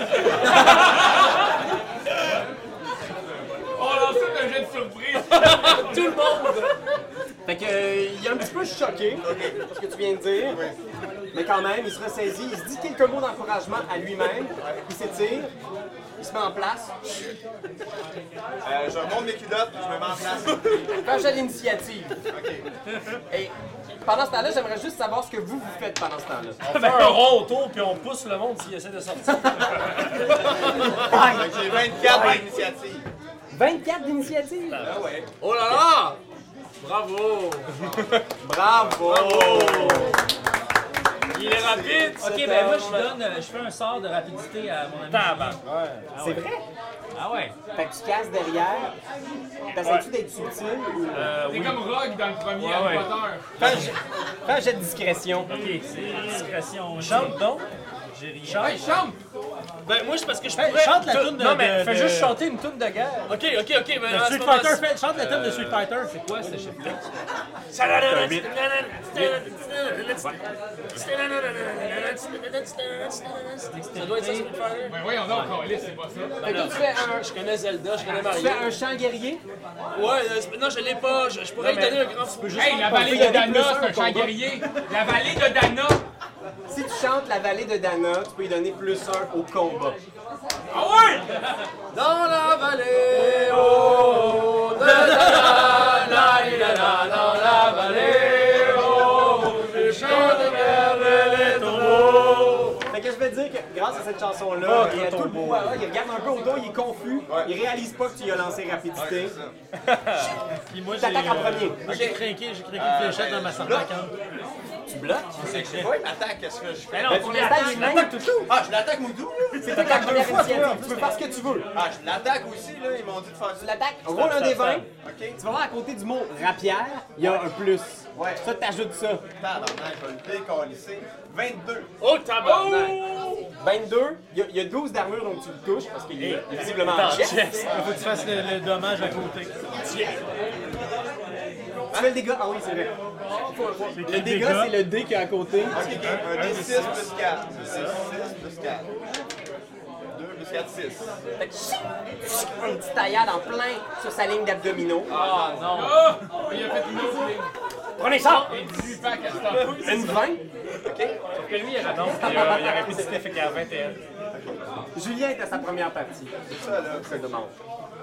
S4: On lance tout un jet de surprise.
S12: Fait que, euh, il est un petit peu choqué par ce que tu viens de dire. Mais quand même, il se ressaisit, il se dit quelques mots d'encouragement à lui-même. Il s'étire, il se met en place.
S15: Euh, je remonte mes culottes, je me mets en place.
S12: Fait un jeu d'initiative. Et
S19: Pendant ce temps-là, j'aimerais juste savoir ce que vous, vous faites pendant ce temps-là.
S2: On fait un rond autour, puis on pousse le monde s'il essaie de sortir.
S15: Fait que j'ai 24 à l'initiative.
S12: 24 d'initiative!
S15: Ah ouais.
S2: Oh là là! Bravo!
S15: Bravo!
S2: Il est rapide!
S8: Ok, ben moi je donne, euh, je fais un sort de rapidité à mon ami.
S2: Tabac.
S12: C'est vrai?
S8: Ah ouais.
S12: Fait que tu casses derrière. T'essaies-tu d'être subtil ou.
S4: C'est comme Rogue dans le premier Harry Potter.
S12: Fais un jet de discrétion.
S8: Ok, c'est discrétion.
S2: Chante donc!
S8: J'ai Richard.
S4: Hey, chante!
S2: Ben moi, c'est parce que je pourrais...
S1: chante la toune de-
S2: Non, mais
S1: de-
S2: fais
S1: de-
S2: juste chanter une toune de guerre. OK, OK, OK, mais à ce euh,
S1: Street
S2: moment
S1: Fighter, fait, chante le thème de Street Fighter. C'est quoi ce chef
S2: Ça doit être ça, Street Fighter.
S4: Ben voyons donc, Carlis, c'est pas ça.
S19: Fait que toi, tu fais un,
S2: Je connais Zelda, je connais
S19: tu
S2: Mario.
S19: fais un chant guerrier.
S2: Ouais, euh, c'est- non, je l'ai pas. Je, je pourrais lui donner un grand petit peu juste.
S4: Hey, la vallée
S12: y
S4: de
S12: aller plus
S4: Dana,
S12: un
S4: c'est un
S12: combat.
S4: champ guerrier. La vallée de Dana.
S12: Si tu chantes la vallée de Dana, tu peux y donner plus un au combat.
S4: Ah ouais!
S2: Dans la vallée, oh, de la la la la la la, dans la vallée, oh, je chante vers les tombeaux.
S12: Fait que je vais te dire que grâce à cette chanson-là, il y a tout le bois là, il regarde un peu autour, il est confus, il réalise pas que tu lui as lancé rapidité.
S1: Puis moi, j'ai
S12: T'attaques en
S1: euh,
S12: premier.
S1: moi, j'ai craqué, j'ai craqué
S15: Euh,
S1: une fléchette
S15: ben,
S1: dans ma sarbacane.
S15: C'est quoi, il m'attaque, qu'est-ce que je
S1: Ben
S15: fais?
S12: Mais pour l'instant, il est Ben, même.
S15: Ah, je l'attaque Moudou, là!
S12: C'est toi la première initiative, tu peux faire ce que tu veux.
S15: Ah, je l'attaque aussi, là, ils m'ont dit de faire
S12: Tu
S15: ça.
S12: l'attaques, roule un des 20,
S15: Ok,
S12: tu vas voir à côté du mot rapière, il y a un plus.
S15: Ouais.
S12: Ça, t'ajoutes ça.
S15: tabarnak, Ah, je vais le décalisser. 22.
S2: Oh, tabarnak!
S12: 22, il y a- il y, a 12 d'armure donc tu le touches parce qu'il est visiblement en chest.
S1: Faut que tu fasses le, le dommage à côté.
S12: Tu fais le dégât, ah oui, c'est vrai. Le dégât,
S1: dégât?
S12: c'est le dé qui est à côté.
S15: Ok, ok, un D6 plus 4. 6 plus 4. 2 plus 4, 6.
S12: Fait que chou, une petite taillade en plein sur sa ligne d'abdominaux.
S4: Ah, Oh! Il a fait une autre ligne.
S12: Prenez ça!
S4: Et 18 packs à stopper.
S12: Une 20. Julien est à sa première partie.
S15: C'est ça, là.
S12: C'est dommage.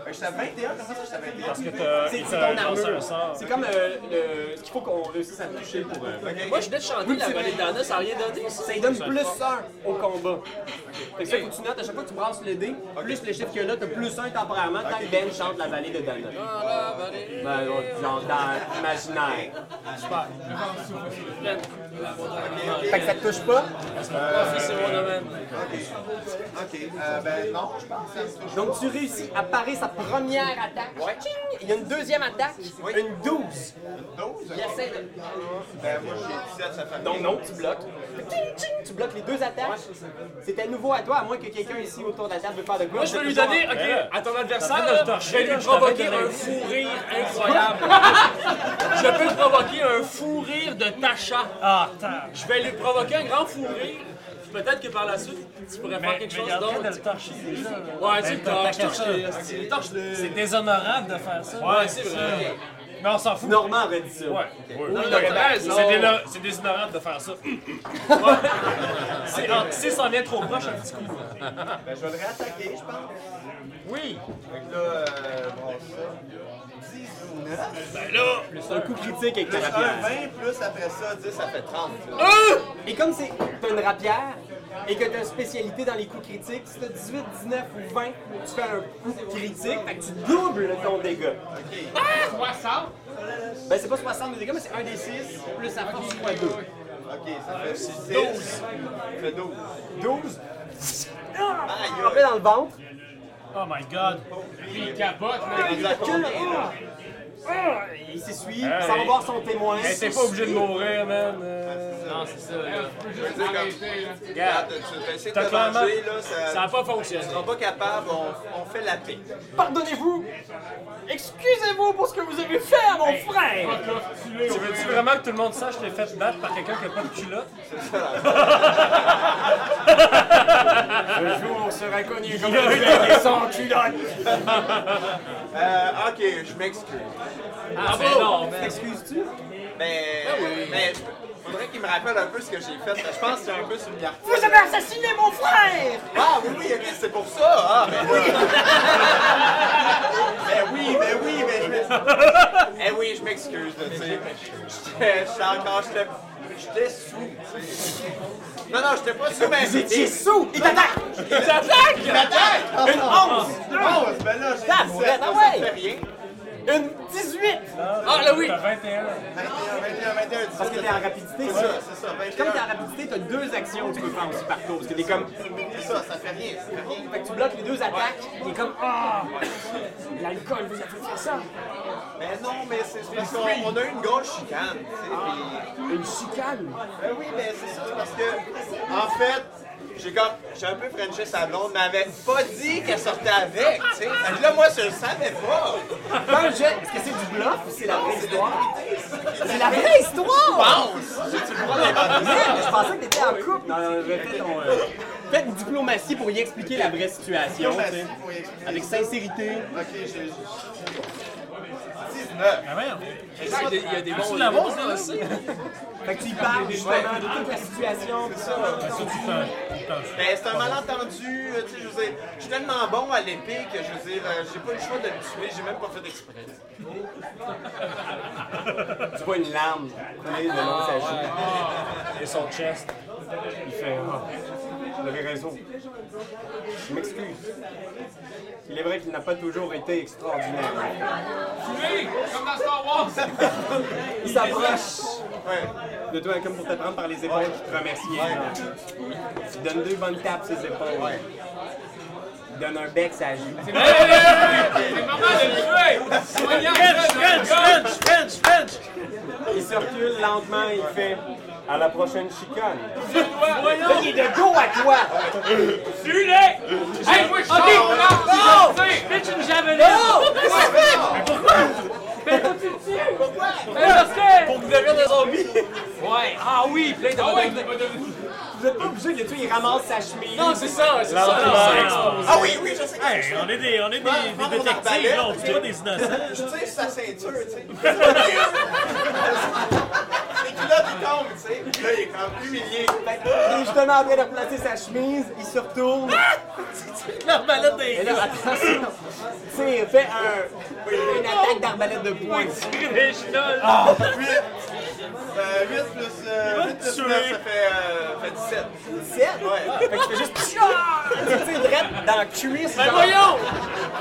S15: Fait que Ben, j'étais à 21, comment ça, j'étais à 21?
S12: C'est c'est ton armure. C'est comme euh, le- ce qu'il faut qu'on réussisse à toucher pour. euh,
S2: Moi, je venais de chanter la vallée d'Anna, ça n'a rien donné, ça.
S12: Ça lui donne plus 1 au combat. Fait que ça, faut que tu notes, à chaque fois que tu brasses le dé, plus le chiffre qu'il y a là, t'as plus 1 temporairement tant que Ben chante la vallée de Dana. Ben, ouais, genre dans l'imaginaire.
S15: Ah,
S12: Fait que ça te touche pas,
S2: C'est mon domaine.
S15: Ok, euh, ben non, je pense que ça me touche.
S12: donc tu réussis à parer sa première attaque. Ching! Il y a une deuxième attaque, une 12.
S15: 12?
S12: Il essaie de...
S15: Ben moi, j'ai 17, ça fait
S12: Donc non, tu bloques. Ching, ching, tu bloques les deux attaques. C'est à nouveau à toi, à moins que quelqu'un ici autour de la table veut faire de quoi.
S2: Moi, je vais lui donner, ok, à ton adversaire, là, je vais lui provoquer un fou rire incroyable. je peux lui provoquer un fou rire de Tacha.
S1: Ah, t'as.
S2: Je vais lui provoquer un grand fou rire. Peut-être que par la suite, tu pourrais faire quelque chose d'autre.
S1: torcher déjà.
S2: Ouais, tu le torches,
S1: t'attaques ça.
S2: torche-le, hostie, torche-le.
S1: C'est déshonorable de faire ça.
S2: Ouais, c'est vrai.
S1: Mais on s'en fout.
S12: Normand aurait dit ça.
S2: Non, il aurait raison.
S1: C'est déshonorable de faire ça. C'est en- Si ça en vient trop proche, un petit coup.
S15: Ben je vais le réattaquer, je pense.
S1: Oui.
S15: Fait que là, euh, bon, ça. 19.
S12: Un coup critique avec ta
S15: Plus
S12: rapière.
S15: un 20, plus après ça, 10, ça fait 30. là.
S12: Et comme c'est t'as une rapière et que t'as une spécialité dans les coups critiques, si t'as 18, 19 ou 20, tu fais un coup critique, fait que tu doubles ton dégât.
S4: 60.
S12: Ben c'est pas 60 de dégâts, mais c'est 1 des 6 plus sa force fois 2.
S15: Ok, ça fait 6. 12. Ça fait 12.
S12: 12. Ah,
S15: Aïe,
S12: il fait dans le ventre.
S1: Oh my god.
S4: Puis il capote, là.
S12: Il recule. Ah! Ah! Il s'essuie, ça va voir son témoin.
S2: Ah T'es pas obligé de mourir, man.
S1: euh.
S4: Tu peux juste arrêter, là.
S15: Regarde, tu vas essayer de
S1: T'as
S15: te
S1: clairement-
S15: venger, là, ça...
S2: Ça n'a pas fonctionné.
S15: On sera pas capable, on, on fait la paix.
S12: Pardonnez-vous. Excusez-vous pour ce que vous avez fait à mon frère.
S4: Pas là, tu
S1: Tu veux-tu vraiment que tout le monde sache que je t'ai fait battre par quelqu'un qui a pas de culotte?
S15: C'est ça la
S12: Un jour, on sera connu comme le père des sans-culottes.
S15: euh, Ok, je m'excuse.
S2: Ah ben non, man.
S12: T'excuses-tu?
S15: Mais, mais je- faudrait qu'il me rappelle un peu ce que j'ai fait. Je pense que c'est un peu sur le
S12: Vous avez assassiné mon frère!
S15: Ah oui, oui, ok, c'est pour ça. Ah, ben, oui. ben oui, ben oui, mais je me Eh oui, je m'excuse, là, tu sais. J'étais j'étais encore, j'étais. J'étais sous. tu sais. Non, non, j'étais pas sous, mais.
S12: T'es sous! Il t'attaque!
S15: Il m'attaque! Une 11! 11! Ben là, j'ai 17,
S12: Ah, ouais,
S15: ça,
S12: ah
S15: ça
S12: ouais.
S15: fait rien.
S12: Une 18!
S1: Ah, là oui!
S15: 21, 21, 21, 17.
S12: Parce que t'es en rapidité,
S15: C'est ça,
S12: ça.
S15: c'est ça, 21.
S12: Comme t'es en rapidité, t'as deux actions que tu peux faire aussi par tour. Parce que t'es comme.
S15: C'est ça, ça fait rien, ça fait rien.
S12: Fait que tu bloques les deux attaques, t'es comme. Ah! L'alcool vous a fait faire ça!
S15: Mais non, mais c'est c'est parce qu'on on a eu une grosse chicane, tu sais. puis-
S6: Une chicane.
S15: Ben oui, mais c'est ça, c'est parce que, en fait, j'ai comme, j'ai un peu frenché sa blonde, mais elle m'avait pas dit qu'elle sortait avec, tu sais. Fait que là, moi, je le savais pas.
S12: Fais un jet. Est-ce que c'est du bluff ou c'est la vraie histoire? C'est la vraie
S15: Je
S12: histoire!
S15: pense! J'ai-tu le droit d'inventer ça?
S12: Je pensais que t'étais en couple! Non, non, fais ton. euh, Fais de diplomatie pour y expliquer la vraie situation, tu sais.
S15: Faut y expliquer.
S12: Avec sincérité.
S15: Ok, j'ai- j'ai... 19.
S1: Il y a des bons.
S12: Fait que tu y parles justement de toute la situation, tout ça.
S15: Ben, c'est un malentendu, euh, tu sais, je veux dire, je suis tellement bon à l'épée que, je veux dire, euh, j'ai pas eu le choix de le tuer, j'ai même pas fait exprès.
S12: Tu vois une larme couler le long de sa joue.
S6: Et son chest. Il fait.
S12: Vous avez raison. Je m'excuse. Il est vrai qu'il n'a pas toujours été extraordinaire.
S4: Tuer, comme dans Star Wars.
S12: Il s'approche
S15: Ouais.
S12: de toi comme pour te prendre par les épaules et te remercier. Tu donnes deux bonnes tapes sur ses épaules. Il donne un bec sa joue.
S4: C'est le moment de tuer. Soignant, Fred, Fred.
S12: Il circule lentement et il fait à la prochaine chicane. Là, il est de go à toi!
S4: Tue-les. Hey, moi, je sors, là, je vais sortir.
S20: Faites une javeline! Non! Mais pourquoi? Mais pourquoi tu le Pourquoi?
S15: Vous avez des zombies!
S20: Ouais, ah oui, plein de
S4: Ah ouais, il va devenir-
S12: Vous êtes pas obligé de le tuer, il ramasse sa chemise.
S1: Non, c'est ça, c'est ça.
S15: Ah oui, oui, je sais que
S10: Hey, on est des, on est des,
S15: Prends-
S10: des
S15: prends mon
S10: détectives,
S15: arbalète.
S10: là, on tue pas des innocents.
S15: je tire sa ceinture, tu sais. Les culottes, ils tombent, tu sais. Puis Là, il est comme humilié.
S12: Il est justement en train de replacer sa chemise, il se retourne.
S1: L'arbalète des.
S12: Et là, attention! Tu sais, fait un, une attaque d'arbalète de poing.
S15: Huit. Euh, 8 plus, euh, 8 plus
S10: tuer.
S15: 9, ça fait, euh, fait 17.
S12: 17?
S15: Ouais.
S12: Fait que tu fais juste. Tu sais, direct dans le cuisse. genre.
S1: Voyons!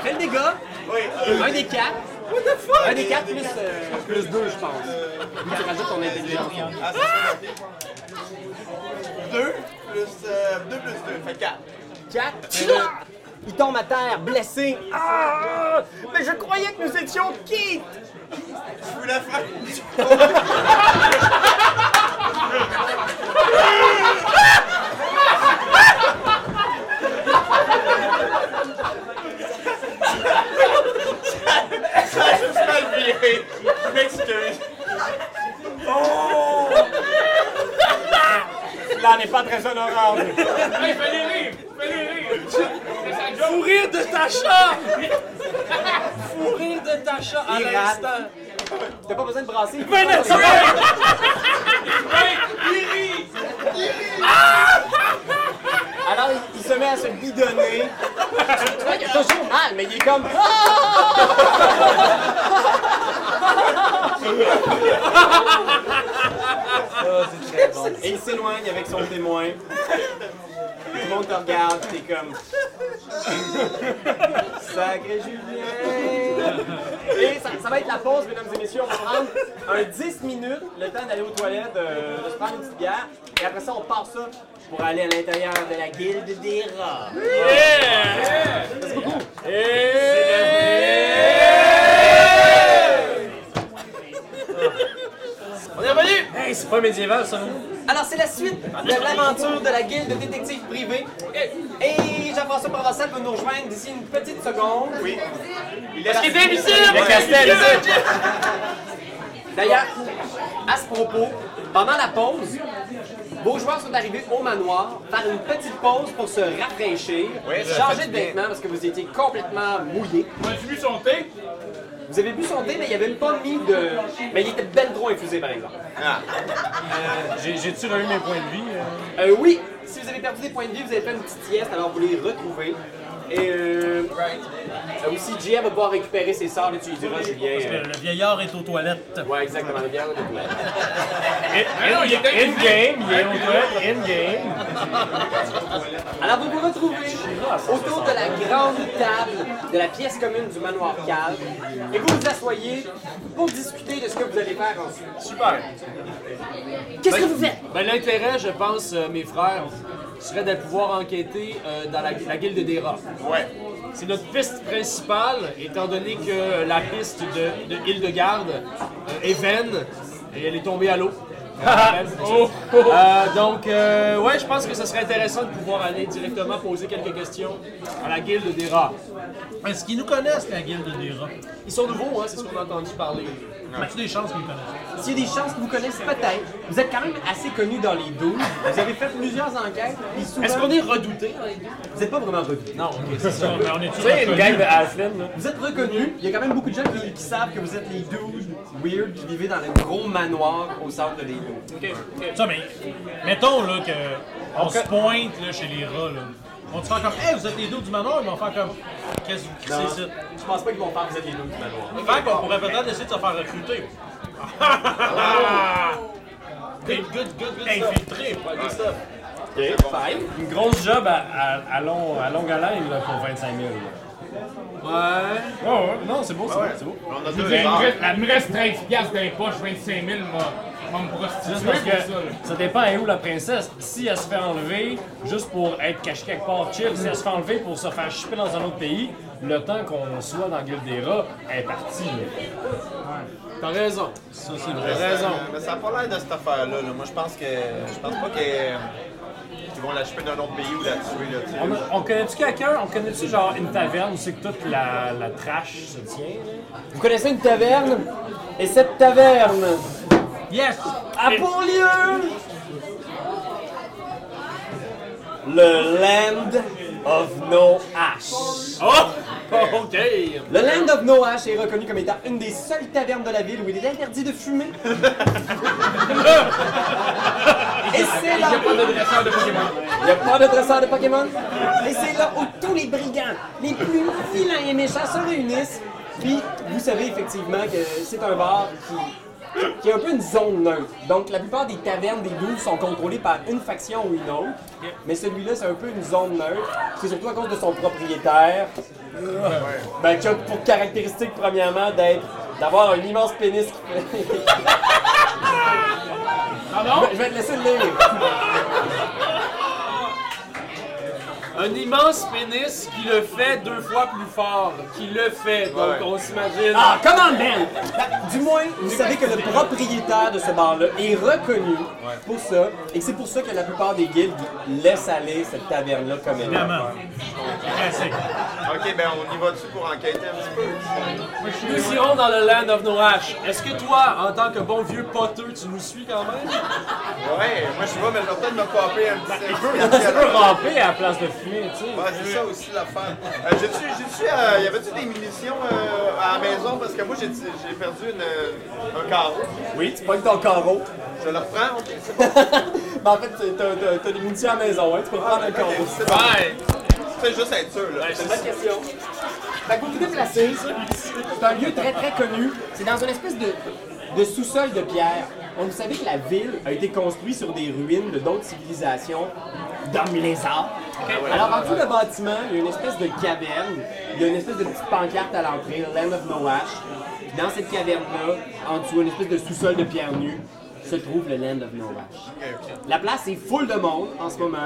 S12: Fais le dégât.
S15: Oui.
S12: Un des quatre. What the fuck? Un des quatre plus. euh, plus deux, je pense. Puis tu rajoutes ton intelligence.
S15: Ah, ça fait 2 plus, euh, 2 plus 2, fait 4.
S12: Quatre. Il tombe à terre, blessé. Ah! Mais je croyais que nous étions quittes!
S15: Je vous la fin. Ça a juste mal viré. Je m'excuse.
S12: Là, on n'est pas très honorable.
S4: Hey, fais-les rire. Fais-les rire. C'est sa job.
S1: Mourir de ta chat! Mourir de ta chat à
S12: Il rate.
S1: l'instant!
S12: T'as pas besoin de brasser. Alors, il, il se met à se bidonner. tu vois qu'il a toujours mal, Ah! mais il est comme. Ah, Et il s'éloigne avec son témoin. Tout le monde te regarde, t'es comme. Sacré Julien! Et ça, ça va être la pause, mesdames et messieurs. On va prendre un 10 minutes, le temps d'aller aux toilettes, euh, de se prendre une petite bière. Et après ça, on part ça pour aller à l'intérieur de la guilde des rats.
S20: Hey, c'est pas médiéval ça!
S12: Alors, c'est la suite de l'aventure de la guilde de détectives privés. Et Jean-François Provençal va nous rejoindre d'ici une petite seconde. Oui. Parce qu'il est invisible! D'ailleurs, à ce propos, pendant la pause, vos joueurs sont arrivés au manoir, faire une petite pause pour se rafraîchir, changer de vêtements parce que vous étiez complètement mouillés.
S4: As-tu vu son thé?
S12: Vous avez bu son thé, mais il n'y avait pas mis de... Mais il était ben trop infusé, par exemple.
S10: J'ai-tu revu mes points de vie?
S12: Euh, oui, si vous avez perdu des points de vie, vous avez fait une petite sieste, alors vous les retrouvez. Et euh, euh, aussi, JF va pouvoir récupérer ses sorts. Là, tu lui diras, Julien. euh,
S10: Le vieillard est aux toilettes.
S12: ouais, exactement. Le bien,
S4: il était
S12: In-game, il est in-game. Alors, vous vous retrouvez autour de la grande table de la pièce commune du manoir Cal et vous vous asseyez pour discuter de ce que vous allez faire ensuite.
S2: Super. Qu'est-ce que vous faites? Ben, l'intérêt, je pense, euh, mes frères, serait de pouvoir enquêter euh, dans la, la guilde des rats. Ouais. C'est notre piste principale, étant donné que la piste de, de Hildegarde euh, est vaine et elle est tombée à l'eau. Euh, donc, euh, ouais, je pense que ce serait intéressant de pouvoir aller directement poser quelques questions à la guilde des rats.
S10: Est-ce qu'ils nous connaissent, la guilde des rats?
S2: Ils sont nouveaux, hein, c'est ce qu'on a entendu parler.
S10: As-tu des chances qu'ils nous connaissent?
S12: S'il y a des chances que vous connaissez peut-être, vous êtes quand même assez connus dans les douves. Vous avez fait plusieurs enquêtes. puis souvent,
S2: Est-ce qu'on est redouté?
S12: Vous n'êtes pas vraiment reconnus. Non,
S10: On est tous
S12: une gang de Vous êtes reconnus. Il y a quand même beaucoup de gens qui, qui savent que vous êtes les dudes weird qui vivez dans le gros manoir au centre de l'île.
S10: Ça, mais mettons là, que on se pointe là, chez les rats. Là. On te fait comme, hey, vous êtes les deux du manoir, ils vont faire comme, qu'est-ce que vous crissez ça?
S12: Je pense pas qu'ils vont faire vous êtes les dudes du manoir.
S10: Fait qu'on pourrait peut-être essayer de se faire recruter. Good, good, good, good. Infiltré, pas good stuff.
S8: Une grosse job à, à, à long, à longue haleine là, pour 25 000. Ouais. Ouais, Oh, ouais. Non, c'est beau, c'est beau, c'est beau.
S15: On a
S4: Il
S15: deux bars.
S4: me reste 13 piastres dans les poches, 25 000, moi. Je vais me prostituer
S8: Juste
S4: pour
S8: parce que
S4: ça. là.
S8: ça dépend à où la princesse. Si elle se fait enlever juste pour être cachée quelque part chill, si elle se fait enlever pour se faire chipper dans un autre pays, le temps qu'on soit dans la gueule des rats, elle est partie. là.
S2: T'as raison.
S10: Ça, c'est vrai.
S15: Mais ça- Mais euh, ben, ça n'a pas l'air de cette affaire-là. là. Moi, je pense que. Je pense pas que- euh, qu'ils vont la choper d'un autre pays ou la tuer. Là, tu sais.
S8: On, a- on connaît-tu quelqu'un? On connaît-tu genre une taverne où c'est que toute la, la trash se tient? là?
S12: Vous connaissez une taverne? Et cette taverne
S10: Yes!
S12: a pour lieu le Land of No Ash.
S2: Oh! OK!
S12: Le Land of No Ash est reconnu comme étant une des seules tavernes de la ville où il est interdit de fumer. Et c'est là
S4: Pas de dresseur de Pokémon.
S12: Il n'y a pas de dresseur de Pokémon. Et c'est là où tous les brigands, les plus vilains et méchants se réunissent. Puis, vous savez effectivement que c'est un bar qui, qui est un peu une zone neutre. Donc, la plupart des tavernes, des douves sont contrôlées par une faction ou une autre. Mais celui-là, c'est un peu une zone neutre. C'est surtout à cause de son propriétaire. Ben, qui a pour caractéristique, premièrement, d'être d'avoir un immense pénis qui fait... Ben,
S4: Pardon?
S12: Je vais te laisser le lire.
S2: Un immense pénis qui le fait deux fois plus fort. Qui le fait, donc
S15: Ouais.
S2: on s'imagine.
S12: Ah, comment man! Ben, Du moins, vous savez que le propriétaire de ce bar-là est reconnu pour ça, et que c'est pour ça que la plupart des guildes laissent aller cette taverne-là comme elle est.
S10: Évidemment. Classique.
S15: Ok, ben on y va dessus pour enquêter un petit peu.
S2: Nous irons dans le Land of Noash. Est-ce que toi, en tant que bon vieux poteux, tu nous suis quand même?
S15: Ouais, moi je vois, mais je vais peut-être me coiffer un petit
S8: Tu peux
S15: peu.
S4: Ah,
S8: ramper à la place de fumer, tu sais.
S15: Ouais, c'est ça aussi l'affaire. Euh, j'ai-tu, j'ai-tu, euh, y avait-tu des munitions euh, à la maison? Parce que moi, j'ai, j'ai perdu une, euh, un carreau.
S12: Oui, tu pognes ton carreau.
S15: Je le reprends, ok? C'est bon.
S12: Mais en fait, t'as- t'as t'as des munitions à la maison, hein? tu peux prendre un
S15: Ok,
S12: carreau.
S15: c'est bon. C'est juste être sûr, là.
S12: C'est une bonne question. Fait que vous vous déplacez, c'est un lieu très très connu. C'est dans une espèce de, de sous-sol de pierre. Donc vous savez que la ville a été construite sur des ruines de d'autres civilisations d'hommes lézards. Alors en dessous le bâtiment, il y a une espèce de caverne. Il y a une espèce de petite pancarte à l'entrée, Land of Noash. Puis Dans cette caverne-là, en dessous, une espèce de sous-sol de pierre nue, se trouve le Land of Noash. La place est full de monde en ce moment.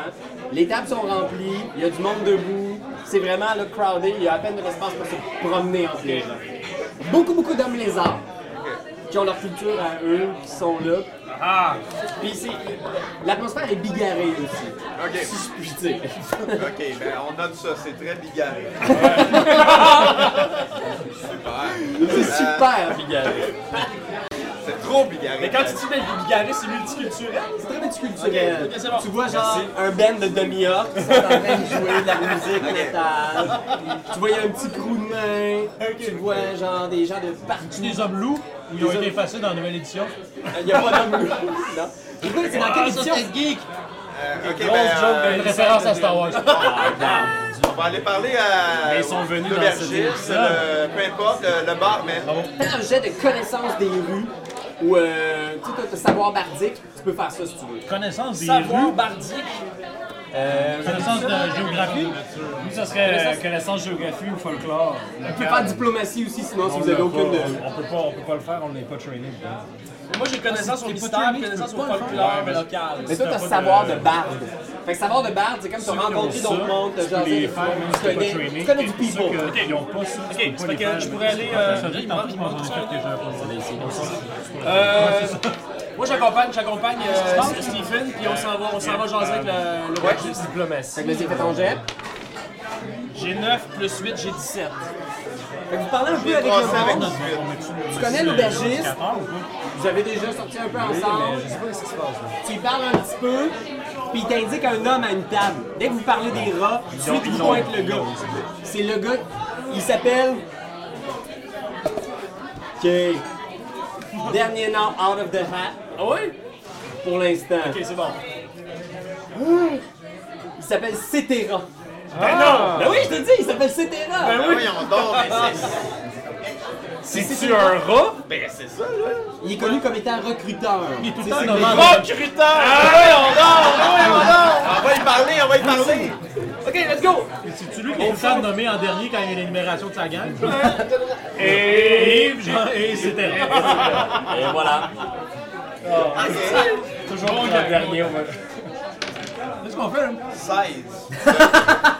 S12: Les tables sont remplies, il y a du monde debout. C'est vraiment le crowded, il y a à peine de l'espace pour se promener en fait. Beaucoup, beaucoup d'hommes lézards qui ont leur culture à eux, qui sont là.
S15: Ah!
S12: Puis c'est- l'atmosphère est bigarrée aussi,
S15: Ok,
S12: si je puis dire.
S15: ok, ben on note ça, c'est très bigarré.
S12: C'est
S15: Euh,
S12: super bigarré.
S15: C'est trop bigarré.
S2: Mais quand tu dis d'être bigarré, c'est multiculturel.
S12: C'est très multiculturel.
S10: euh,
S12: Tu vois genre un band de demi-orcs qui sont en train de jouer de la musique métal. Tu vois, il y a un petit crew de main. Tu vois genre des gens de partout.
S10: Des hommes loups, où ils ont été effacés dans la nouvelle édition.
S12: Il n'y a pas d'homme loup. Non. Écoute, c'est
S10: Ah,
S12: dans quelle édition?
S15: Euh, ok, ben, euh,
S10: Une référence à Star Wars.
S12: Ah,
S15: va aller parler à.
S10: Mais ils sont venus dans Ah
S15: l'aubergiste,
S10: cet épisode.
S15: le- Peu importe, le, le barman.
S12: Faites un jet de connaissance des rues ou euh, tu sais, t'as- t'as savoir bardique, tu peux faire ça si tu veux.
S10: Connaissance des
S21: Savoir
S10: rues,
S21: bardique.
S12: Euh,
S10: connaissance de géographie. Nous, ça serait euh, connaissance géographie ou folklore.
S12: vous pouvez faire diplomatie aussi, sinon si vous avez aucune. de-
S10: On peut pas, on peut pas le faire, on n'est pas trainé.
S2: Moi, j'ai
S8: Ah,
S2: connaissance au mystère, connaissance au folklore local.
S12: Mais toi, t'as savoir de barde. Fait que savoir de barde, c'est comme t'as rencontré d'autres mondes, t'as jasé,
S10: les faire, même
S12: tu
S10: si t'es pas
S12: connais,
S10: trainé.
S12: tu connais du
S10: C'est sûr
S12: people.
S10: que Ils ont pas ça. Ok,
S2: ça fait que je pourrais aller, euh,
S10: Tantôt, je m'en rendais compte que j'avais pas le droit.
S2: Euh, moi, j'accompagne, j'accompagne euh, Stephen, puis on s'en va, on s'en va jaser avec le, le
S12: Juste diplomatie. Fait que vas-y, fais ton jet.
S2: J'ai 9 plus 8, j'ai 17.
S12: Fait que vous parlez un peu avec
S15: Brassé
S12: le
S15: avec
S12: monde.
S15: 18.
S12: Tu euh, connais l'aubergiste. Vous avez déjà sorti un peu ensemble. je sais pas ce qui se passe. Tu lui parles un petit peu, puis il t'indique un homme à une table. Dès que vous parlez des rats, tu lui pointes le gars. C'est le gars, il s'appelle. OK. Dernier nom out of the hat. Ah oui? Pour l'instant. OK, c'est bon. Il s'appelle Cetera. Ben non! Ben oui, je te dis, il s'appelle Cetera!
S15: Ben voyons donc, mais c'est-
S12: C'est-tu un rat? Ben c'est ça, là! Il est connu comme étant recruteur. Il est tout le temps
S15: Recruteur! Ah, voyons donc! Voyons donc! On va y parler, on va y parler!
S12: Ah
S2: Ok, let's go!
S10: C'est tu lui qui est le temps nommé en dernier quand il y a l'énumération de sa gang.
S4: Et.
S10: Jean et c'était.
S12: Et voilà.
S15: Ah, Ok,
S4: Toujours le dernier, on va.
S10: Qu'est-ce qu'on fait là?
S15: 16.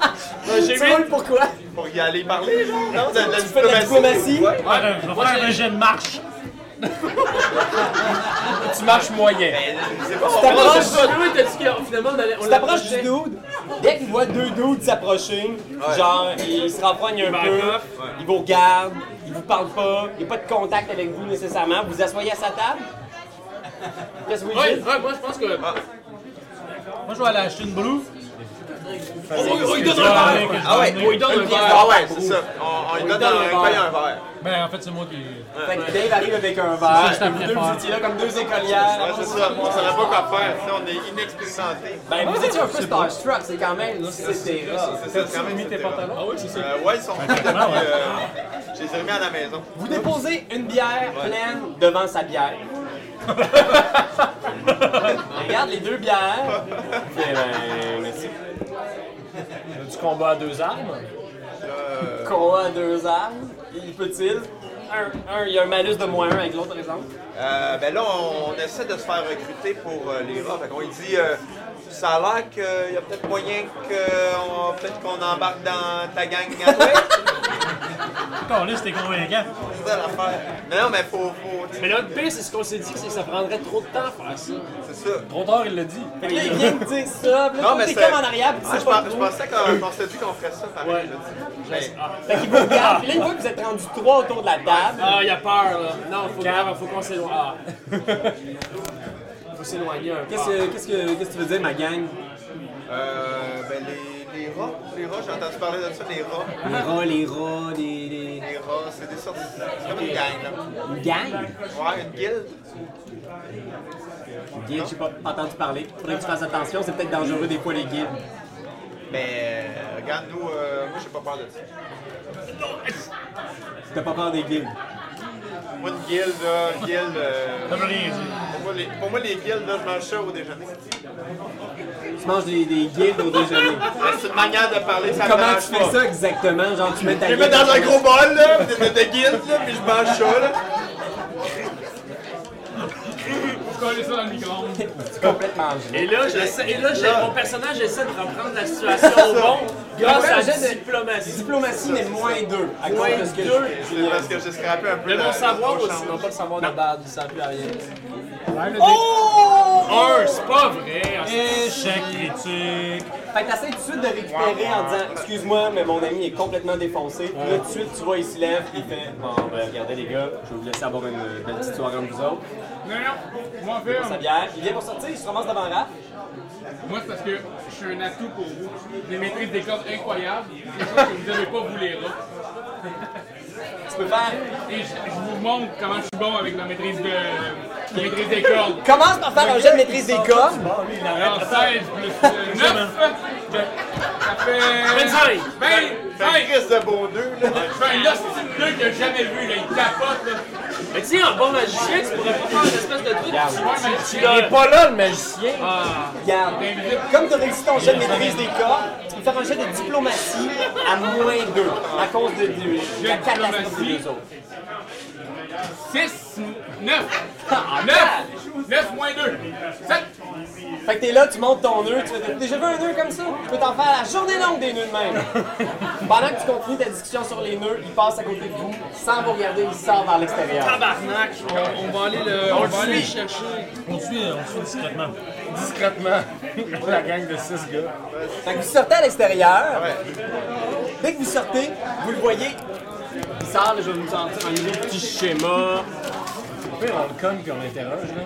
S12: Tu vois le pourquoi?
S15: Pour y aller parler, genre? Non, de, de la
S12: Tu fais de la diplomatie?
S15: Ouais.
S10: Je vais faire un jet de marche.
S4: Tu marches moyen.
S15: Ben, je sais pas, on
S12: t'approches-
S15: va
S2: Ah, oui, t'as dit qu'on- finalement, on allait- on
S12: Tu t'approches du
S2: l'approchait.
S12: dude, dès qu'il voit deux dudes s'approcher, genre, ils se rapprochent un peu, ils vous regardent, ils vous parlent pas, il n'y a pas de contact avec vous nécessairement, vous vous asseyez à sa table. Qu'est-ce que vous
S2: Ouais,
S12: dites?
S2: ouais, moi, je pense que.
S15: Ah.
S10: Moi, je vais aller acheter une broue.
S2: On, on- on lui donne un verre!
S15: Ah ouais,
S2: On lui donne un verre!
S15: Ah ouais, c'est ça. On, on lui donne un coin et un verre.
S10: Ben, en fait, c'est moi qui.
S12: Fait que Dave arrive avec un verre,
S10: je t'en
S12: vous
S10: venais
S12: deux vous
S10: faire.
S12: étiez là comme deux
S15: Ouais,
S12: écolières.
S15: c'est ça. On saurait pas quoi faire. tu sais, on est inexpérimenté.
S12: Ben, vous étiez un peu starstruck, c'est quand même, c'était
S15: C'est ça, quand même. tes pantalons? Ah oui, c'est ça. ouais, ils sont euh, Je les ai remis à la maison.
S12: Vous déposez une bière pleine devant sa bière. Regarde les deux bières. Et ben, merci.
S2: Du combat à deux armes?
S12: Euh, Combat à deux armes, il peut-il? Un, un, il y a un malus de moins un avec l'autre, par exemple.
S15: Euh, ben là, on, on essaie de se faire recruter pour euh, les rats. Fait qu'on lui dit, euh, ça a l'air qu'il y a peut-être moyen qu'on peut-être qu'on embarque dans ta gang à toi.
S10: Encore là, c'était convaincant.
S15: c'est ça l'affaire. Mais non, mais faut, faut tu sais,
S2: Mais là, le pire, c'est ce qu'on s'est dit, c'est que ça prendrait trop de temps à faire ça.
S15: c'est ça.
S2: Trop tard, il l'a dit.
S12: Fait que là, il vient de dire ça, puis là,
S15: Non, mais
S12: t'es
S15: c'est-
S12: comme en arrière, puis tu
S15: Ouais,
S12: sais
S15: je,
S12: pas
S15: pens- je
S12: trop.
S15: pensais qu'on qu'on s'est dit qu'on ferait ça pareil.
S2: Ouais.
S15: je dis. Mais-
S12: Fait qu'il vous regarde, puis là, une fois que vous êtes rendus trois autour de la table,
S2: Ah, il a peur, là. Non, faut, grave, faut qu'on s'éloigne. Ah. faut s'éloigner un peu.
S12: qu'est-ce que, qu'est-ce que- qu'est-ce que tu veux dire, ma gang?
S15: Euh, ben les, les rats, les rats, j'ai entendu parler de ça, les rats.
S12: Les rats, les rats, des... des...
S15: Les rats, c'est des sortes, c'est comme une gang, là.
S12: Une gang?
S15: Ouais, une guilde.
S12: Guilde, j'ai pas entendu parler. Faudrait que tu fasses attention, c'est peut-être dangereux des fois, les guildes.
S15: Mais euh, regarde, nous, euh, moi, j'ai pas peur de ça.
S12: T'as pas peur des guildes.
S15: Moi, une guilde, là, une guilde. euh,
S10: Ça veut rien dire.
S15: pour, moi, les, pour moi, les guildes, là, je mange ça au déjeuner.
S12: Tu manges des, des guildes au déjeuner.
S15: Ben, c'est une manière de parler, ça me
S12: Comment tu
S15: dérange
S12: fais
S15: pas.
S12: ça exactement? Genre, tu mets ta
S15: Je les mets dans un gros bol, là, pis de, de guilde, là, pis je mange ça, là.
S4: Je coller ça dans le micro-ondes.
S12: complètement gelé.
S2: Et là, j'essaie- et là, j'ai- mon personnage essaie de reprendre la situation au bon grâce à
S12: J'ai
S2: la
S12: de-
S2: diplomatie.
S12: Diplomatie, mais moins deux. À cause de ce que
S2: deux.
S12: je-
S15: C'est parce que j'ai scrappé un peu.
S2: Mais
S15: la-
S2: mon savoir
S15: mon
S2: aussi,
S15: champ.
S2: on n'a pas le savoir de base, il sert plus à rien.
S12: Oh!
S2: Un, c'est pas vrai.
S4: Ah,
S10: Échec critique.
S12: Fait que t'essayes tout de suite de récupérer en disant Excuse-moi, mais mon ami est complètement défoncé. Puis là, tout de suite, tu vois, il se lève, puis il fait Bon, ben regardez les gars, je vais vous laisser avoir une euh, belle petite soirée entre vous autres.
S4: Non, non, moi, en fait,
S12: Sa bière. Il vient pour sortir, il se ramasse devant Raph.
S4: moi, c'est parce que je suis un atout pour vous. Des maîtrises des cordes incroyables. C'est sûr que vous n'avez pas vous les rats.
S12: Tu peux faire
S4: Et je, je vous montre comment je suis bon avec la maîtrise de la maîtrise des cordes.
S12: Commence par faire un jeu de maîtrise des cordes.
S4: Alors 16 plus 9, ça fait
S1: 25!
S22: Ben,
S15: Un
S22: ben,
S15: Christ de bon nœud, là.
S22: je fais un hostile nœud que j'ai jamais vu, là, il capote, là.
S1: Mais tu sais, en bon magicien, tu pourrais pas faire une espèce de truc. tu- tu- tu-
S4: Il est pas là, le magicien.
S12: Regarde, comme tu as réussi ton jet de maîtrise des corps, tu peux faire un jet de diplomatie à moins 2 à cause de, de- de la catastrophe des deux autres.
S22: 6, 9,
S4: Ah,
S22: 9, 9 moins 2, 7.
S12: Fait que t'es là, tu montes ton nœud, tu fais t'as déjà vu un nœud comme ça? Tu peux t'en faire la journée longue des nœuds de même. Pendant que tu continues ta discussion sur les nœuds, il passe à côté de vous, sans vous regarder, il sort vers l'extérieur.
S22: Ah, bah.
S1: Tabarnak! On, on va aller le, on va aller le chercher.
S10: On suit, on suit discrètement.
S4: Discrètement. la gang de 6 gars.
S12: Fait que vous sortez à l'extérieur. Dès que vous sortez, vous le voyez. Il sort, là, je vais vous sortir un nouveau petit schéma.
S4: On peut rendre con qu'on l'interroge, là.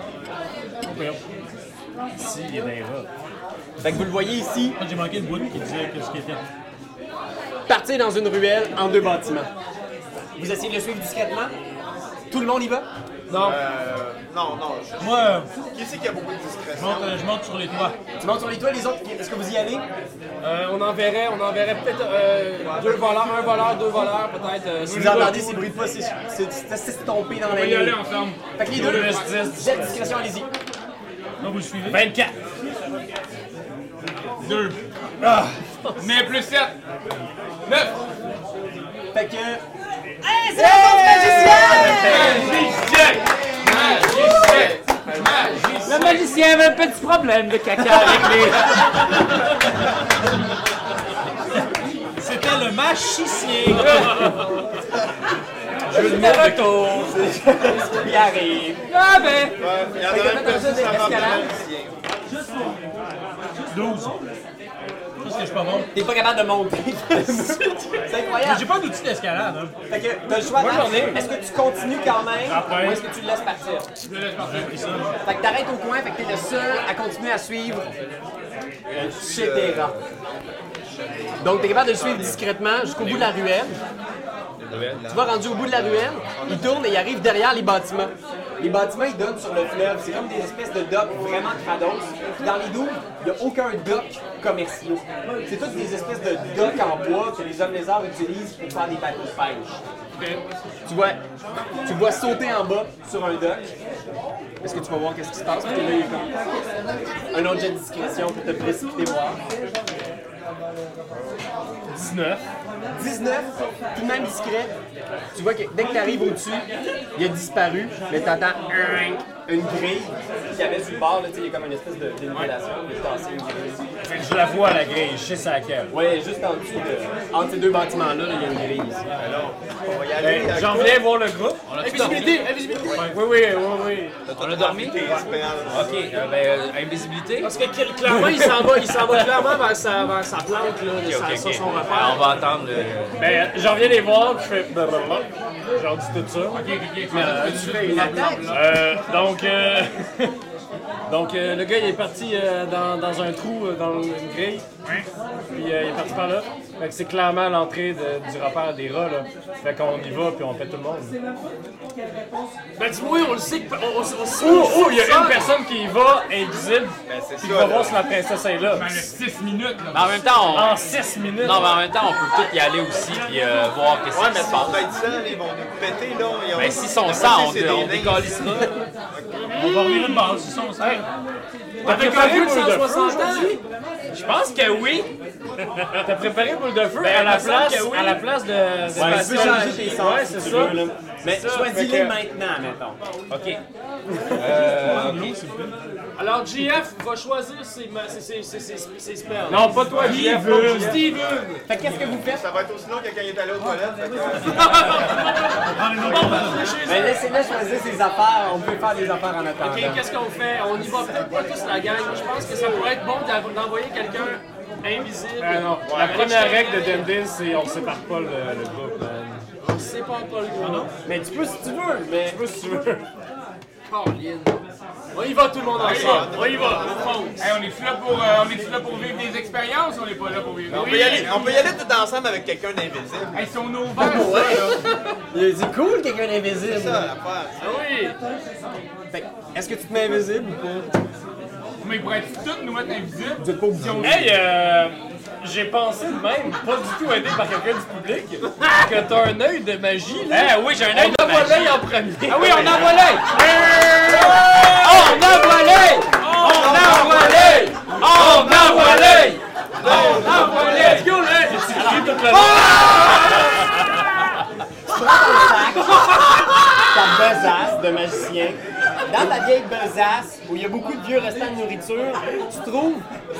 S4: Si, il est dans les rats.
S12: Fait que vous le voyez ici,
S10: J'ai manqué une boîte qui disait qu'est-ce qu'il était.
S12: partir dans une ruelle en deux bâtiments. Vous essayez de le suivre discrètement? Tout le monde y va?
S15: Euh, non, non. je-
S10: Moi, euh,
S15: Qui c'est qui a beaucoup de discrétion?
S10: je monte, euh, je monte sur les toits.
S12: Tu montes sur les toits, les autres, est-ce que vous y allez?
S1: Euh, on enverrait, on enverrait peut-être euh, deux voleurs, un voleur, deux voleurs, peut-être. euh,
S12: Si vous entendez ces bruits de pas, c'est- c'est c'est- c'est tombé dans
S22: On
S12: la
S22: va y aller
S12: nuit.
S22: ensemble.
S12: Fait que les deux, jet de discrétion, allez-y.
S10: Là, vous le suivez.
S4: 24!
S22: 2. Mais plus 7. 9.
S12: Fait que. Hey, c'est la danse magicienne!
S22: Magicien. Magicien. Magicien.
S8: Le magicien avait un petit problème de caca avec les.
S10: C'était le magicien.
S12: Il arrive.
S8: Ah ben!
S15: Ouais, Il y en a un que ça, ça va bien. magicien.
S10: 12. Je pense que je suis pas bon.
S12: T'es pas capable de monter. c'est
S10: Mais
S12: incroyable.
S10: J'ai pas d'outil d'escalade. Hein.
S12: Fait que t'as le choix de- Est-ce que tu continues quand même ou est-ce que tu le laisses partir?
S22: Je laisse partir.
S12: Fait que t'arrêtes au coin, fait que t'es le seul à continuer à suivre chez tes rangs. Donc t'es capable de le suivre discrètement jusqu'au bout de la ruelle. Tu vas rendu au bout de la ruelle, il tourne et il arrive derrière les bâtiments. Les bâtiments, ils donnent sur le fleuve. C'est comme des espèces de docks vraiment crados. Puis Dans les douves, il n'y a aucun dock commerciaux. C'est toutes des espèces de docks en bois que les hommes lézards utilisent pour faire des bateaux de pêche. Tu vois, tu vois sauter en bas sur un dock. Est-ce que tu vas voir qu'est-ce qui se passe? Parce que là, il y a comme un autre jet de discrétion pour te précipiter voir.
S4: 19.
S12: 19, tout de même discret. Tu vois que dès que tu arrives au-dessus, il a disparu, mais t'entends un- une grille qui avait sur le bord, là, tu sais, il y a comme une espèce de dénivellation, de tasser une grille.
S4: Fait que je la vois, la grille. Je sais c'est laquelle.
S12: Ouais, juste en dessous de. Entre ces deux bâtiments-là, là, il y a une grille ici.
S15: On va y aller.
S4: Ben, J'en viens voir le groupe.
S1: Invisibilité, invisibilité.
S4: Oui, oui, oui, oui.
S1: On a dormi.
S15: Espérance.
S8: Ok, euh, ben, euh, invisibilité.
S1: Parce que quel- clairement, il s'en va, il s'en va clairement vers sa, vers sa plante là, sa-
S8: Ok,
S1: sa-
S8: ok.
S1: son
S8: Alors,
S1: repère.
S8: on va attendre le.
S4: Ben, j'en viens les voir. Je fais. ben, blablabla. J'en dis tout ça. Euh, donc, euh, donc euh, le gars il est parti euh, dans, dans un trou, euh, dans une grille. Puis euh, il est parti par là. Fait que c'est clairement l'entrée de- du repère des rats. Là. Fait qu'on y va puis on fait tout le monde.
S1: Ben dis-moi, on le sait que. On, on, on sait-
S4: Oh, oh, il y a
S1: ça.
S4: une personne qui y va, invisible.
S15: Ben, c'est
S4: Puis on
S15: ça,
S4: va
S15: là.
S4: voir si la princesse est là.
S22: Ben, 6 minutes, là.
S8: Mais en même temps, on...
S4: En 6 minutes.
S8: non, mais en même temps, on peut tout y aller aussi puis euh, voir qu'est-ce
S15: Ouais,
S8: qui
S15: mais
S8: se
S15: ils sont
S8: passe.
S15: peut-être sales, ils vont nous péter, là. Ils ont-
S8: Ben, s'ils sont
S15: Moi,
S8: ça, on,
S15: c'est des
S8: on
S15: nains.
S8: décalissera.
S10: On va revenir une base. Ils sont cinq.
S4: T'as préparé
S1: Vu que
S4: boule de feu?
S1: 160 ans,
S8: Je pense que oui.
S4: T'as préparé boule de feu
S8: Ben,
S4: à, la
S8: il me semble
S4: place,
S8: que oui.
S4: à la place de. de
S12: Ouais,
S4: Pascal.
S12: tu peux changer tes sens
S4: Ouais,
S12: si
S4: c'est
S12: tu
S4: ça.
S12: veux, là. Mais
S4: ça,
S12: choisis-les
S4: fait que-
S12: maintenant, mettons.
S8: Ok.
S1: Alors GF va choisir ses, ma- ses, ses, ses, ses, ses spells.
S4: Non, pas toi, JF. pas JF.
S1: Steven!
S12: Fait que qu'est-ce que vous faites?
S15: Ça va être aussi long que quand il est allé aux toilettes. fait que-
S12: Ben, laissez-le choisir ses affaires, on peut faire des affaires en attendant.
S1: Ok, qu'est-ce qu'on fait? On y va peut-être pas tous la gang. Je pense que ça pourrait être bon d'av- d'envoyer quelqu'un invisible.
S4: Ah non, la première règle de Dendis, c'est on sépare pas le, le groupe. man.
S1: C'est pas pas le
S22: Ah
S1: gros nom.
S12: Mais tu peux si tu veux, mais.
S4: Je sais pas si tu veux.
S1: Caroline. On y va tout le monde ensemble. On y va. On fonce.
S22: Hey, on est-tu là, pour, euh, on est là pour vivre des expériences on n'est pas là pour vivre
S15: On peut y aller- On peut y aller tout ensemble avec quelqu'un d'invisible.
S22: Hey, si on est ouvert, ça, là.
S12: Il a dit cool quelqu'un d'invisible.
S15: C'est ça, l'affaire.
S1: Ah oui.
S12: Fait que, Est-ce que tu te mets invisible ou pas?
S22: Mais pour être tous, nous mettre invisibles.
S12: Vous êtes pas obligés.
S4: Hey, euh, j'ai pensé de même, pas du tout aidé par quelqu'un du public, que t'as un œil de magie, là. Eh oui, j'ai un œil de magie. On envoie l'œil en premier. Ah oui, on envoie l'œil. On envoie l'œil. On envoie l'œil. On envoie l'œil. On envoie l'œil. Let's go, l'œil. J'ai tout le
S12: ta besace de magicien. Dans ta vieille besace, où il y a beaucoup de vieux restants de nourriture, tu trouves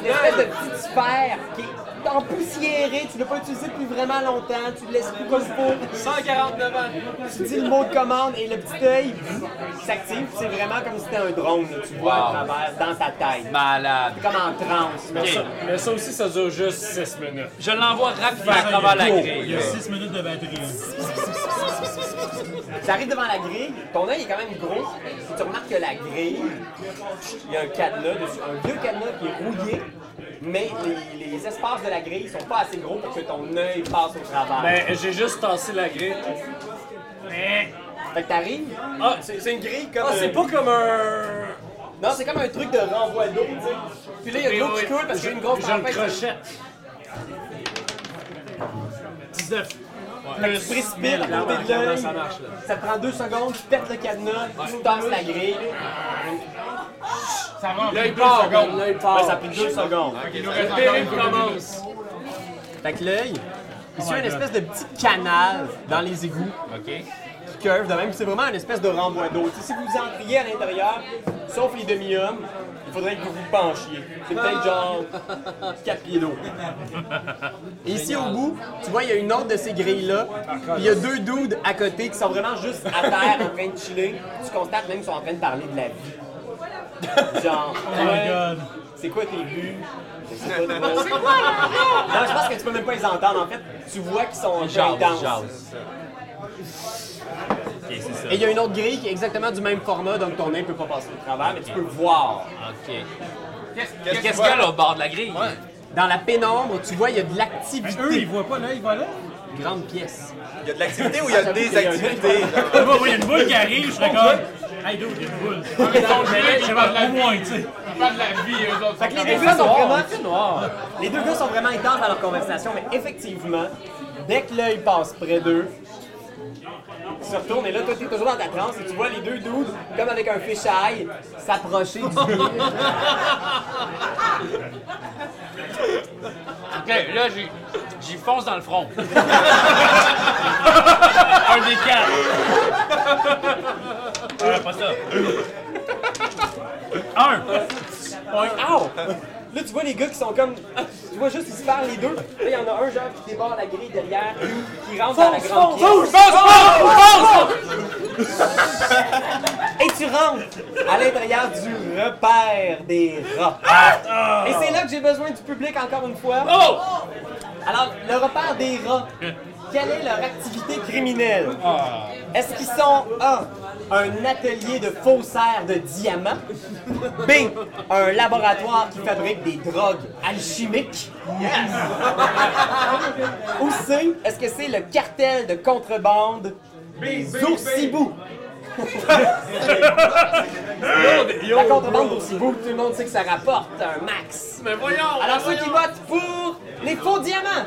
S12: une espèce de petite sphère qui est empoussiérée, tu l'as pas utilisée depuis vraiment longtemps, tu le laisses plus comme il faut.
S23: 149 ans.
S12: Tu dis le mot de commande et le petit œil s'active, puis c'est vraiment comme si c'était un drone, là, tu vois à travers, dans ta tête.
S4: Malade.
S12: C'est comme en transe. là.
S4: Mais ça aussi, ça dure juste 6 minutes. Je l'envoie rapidement à travers la
S10: Il y
S4: grille.
S10: a 6 minutes de batterie. hein.
S12: T'arrives devant la grille, ton œil est quand même gros, et tu remarques que la grille, il y a un cadenas dessus, un vieux cadenas qui est rouillé, mais les, les espaces de la grille sont pas assez gros pour que ton œil passe au travers.
S4: Ben, j'ai juste tassé la grille.
S12: Fait que t'arrives,
S4: Ah, c'est
S12: c'est une grille comme.
S4: ah, c'est
S12: un-
S4: pas comme un.
S12: Non, c'est comme un truc de renvoi d'eau, tu sais. Puis là, il y a de l'eau qui coule parce qu'il y a une grosse
S4: Je le
S12: tempête.
S4: crochette. 19.
S12: Fait que tu te précipites à côté de l'œil.
S4: Ça marche, là.
S12: Ça te prend deux secondes, tu perds le cadenas, tu tasses la grille.
S24: Ça va en
S4: L'œil
S24: deux
S4: part,
S24: secondes.
S4: comme l'œil part.
S12: Ben, ça prend deux secondes.
S4: Le périple commence.
S12: Fait que l'œil, il suit une espèce de petit canal dans les égouts. Qui curve de même. puis C'est vraiment une espèce de renvoi d'eau. Tu sais, si vous entriez à l'intérieur, sauf les demi-hommes, il faudrait que vous vous penchiez. C'est peut-être genre 4 pieds d'eau. Et ici au bout, tu vois, il y a une autre de ces grilles-là. puis Il y a deux dudes à côté qui sont vraiment juste à terre en train de chiller. Tu constates même qu'ils sont en train de parler de la vie. Genre,
S10: Oh my
S12: ouais,
S10: god.
S12: c'est quoi tes buts? Je sais pas trop. Non, je pense que tu peux même pas les entendre. En fait, tu vois qu'ils sont
S4: jasent,
S12: intenses.
S4: ils
S12: Et il y a une autre grille qui est exactement du même format, donc ton nez peut pas passer au travers, mais tu peux voir.
S4: Ok.
S24: Qu'est-ce
S4: Qu'est-ce qu'il y a là au bord de la grille?
S12: Dans la pénombre, tu vois, il y a de l'activité.
S10: Eux, ils voient pas l'œil, voilà.
S12: Grande pièce.
S6: Il y a de l'activité ou il y a des activités?
S10: Ah, bah, oui, il y a une boule qui arrive, je serais comme. Hey, dude, il y a une boule. Je sais pas, au moins, tu sais.
S24: Pas de la vie, eux autres.
S12: Fait que les deux gars sont vraiment. Les deux gars sont vraiment intenses dans leur conversation, mais effectivement, dès que l'œil passe près d'eux, ils se retournent et là, toi, t'es toujours dans ta transe et tu vois les deux dudes, comme avec un fisheye, s'approcher du
S4: Ok, là, j'y, j'y fonce dans le front. Un des quatre.
S10: Ah, pas ça.
S12: Ow! Là, tu vois les gars qui sont comme. ah, Tu vois juste, ils se parlent les deux. Là, il y en a un genre qui déborde la grille derrière, qui rentre dans la grande pièce. Et tu rentres à l'intérieur du repère des rats. Et c'est là que j'ai besoin du public encore une fois. Alors, le repère des rats, quelle est leur activité criminelle? Est-ce qu'ils sont A, un atelier de faussaires de diamants? B, un laboratoire qui fabrique des drogues alchimiques? Yes! Ou C, est-ce que c'est le cartel de contrebande des oursibous? La contrebande d'oursibous, tout le monde sait que ça rapporte un max.
S4: Mais voyons!
S12: Alors ceux qui votent pour les faux diamants!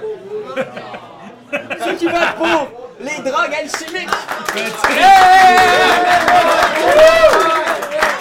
S12: ceux qui votent pour les drogues alchimiques!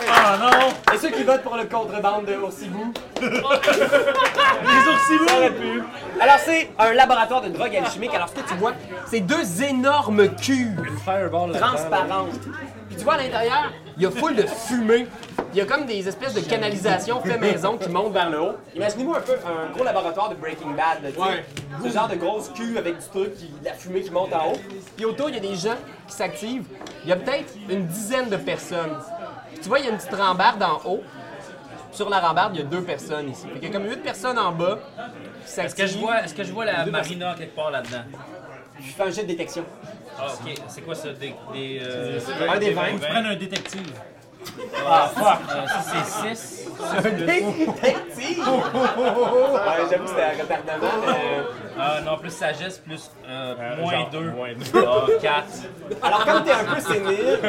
S10: Ah non.
S12: Et ceux qui votent pour le contrebande de Oursibou?
S10: Les oursibous.
S12: Alors c'est un laboratoire de drogues alchimiques. Alors ce que tu vois, c'est deux énormes cubes transparentes. Puis tu vois à l'intérieur, il y a full de fumée. Il y a comme des espèces de canalisations fait maison qui montent vers le haut. Imaginez-vous un peu un gros laboratoire de Breaking Bad, là, tu sais. Ce genre de grosse cuve avec du truc, qui- la fumée qui monte en haut. Puis autour, il y a des gens qui s'activent. Il y a peut-être une dizaine de personnes. Puis tu vois, il y a une petite rambarde en haut. Sur la rambarde, il y a deux personnes ici. Fait qu'il y a comme huit personnes en bas qui s'activent.
S2: Est-ce que je vois, est-ce que je vois la marina quelque part là-dedans?
S12: Je fais un jet de détection.
S2: Ah, ok. C'est quoi ça? Des. des euh,
S12: Un des 20.
S10: Faut que tu prennes un détective.
S2: euh, ça, c'est 6.
S12: Un détective! Ouais, j'avoue que c'était un retardement, mais... euh,
S2: Ah, non, plus sagesse, plus. euh, moins
S10: genre,
S2: 2.
S10: moins deux.
S2: Ah, 4.
S12: Alors, comme t'es un peu sénile,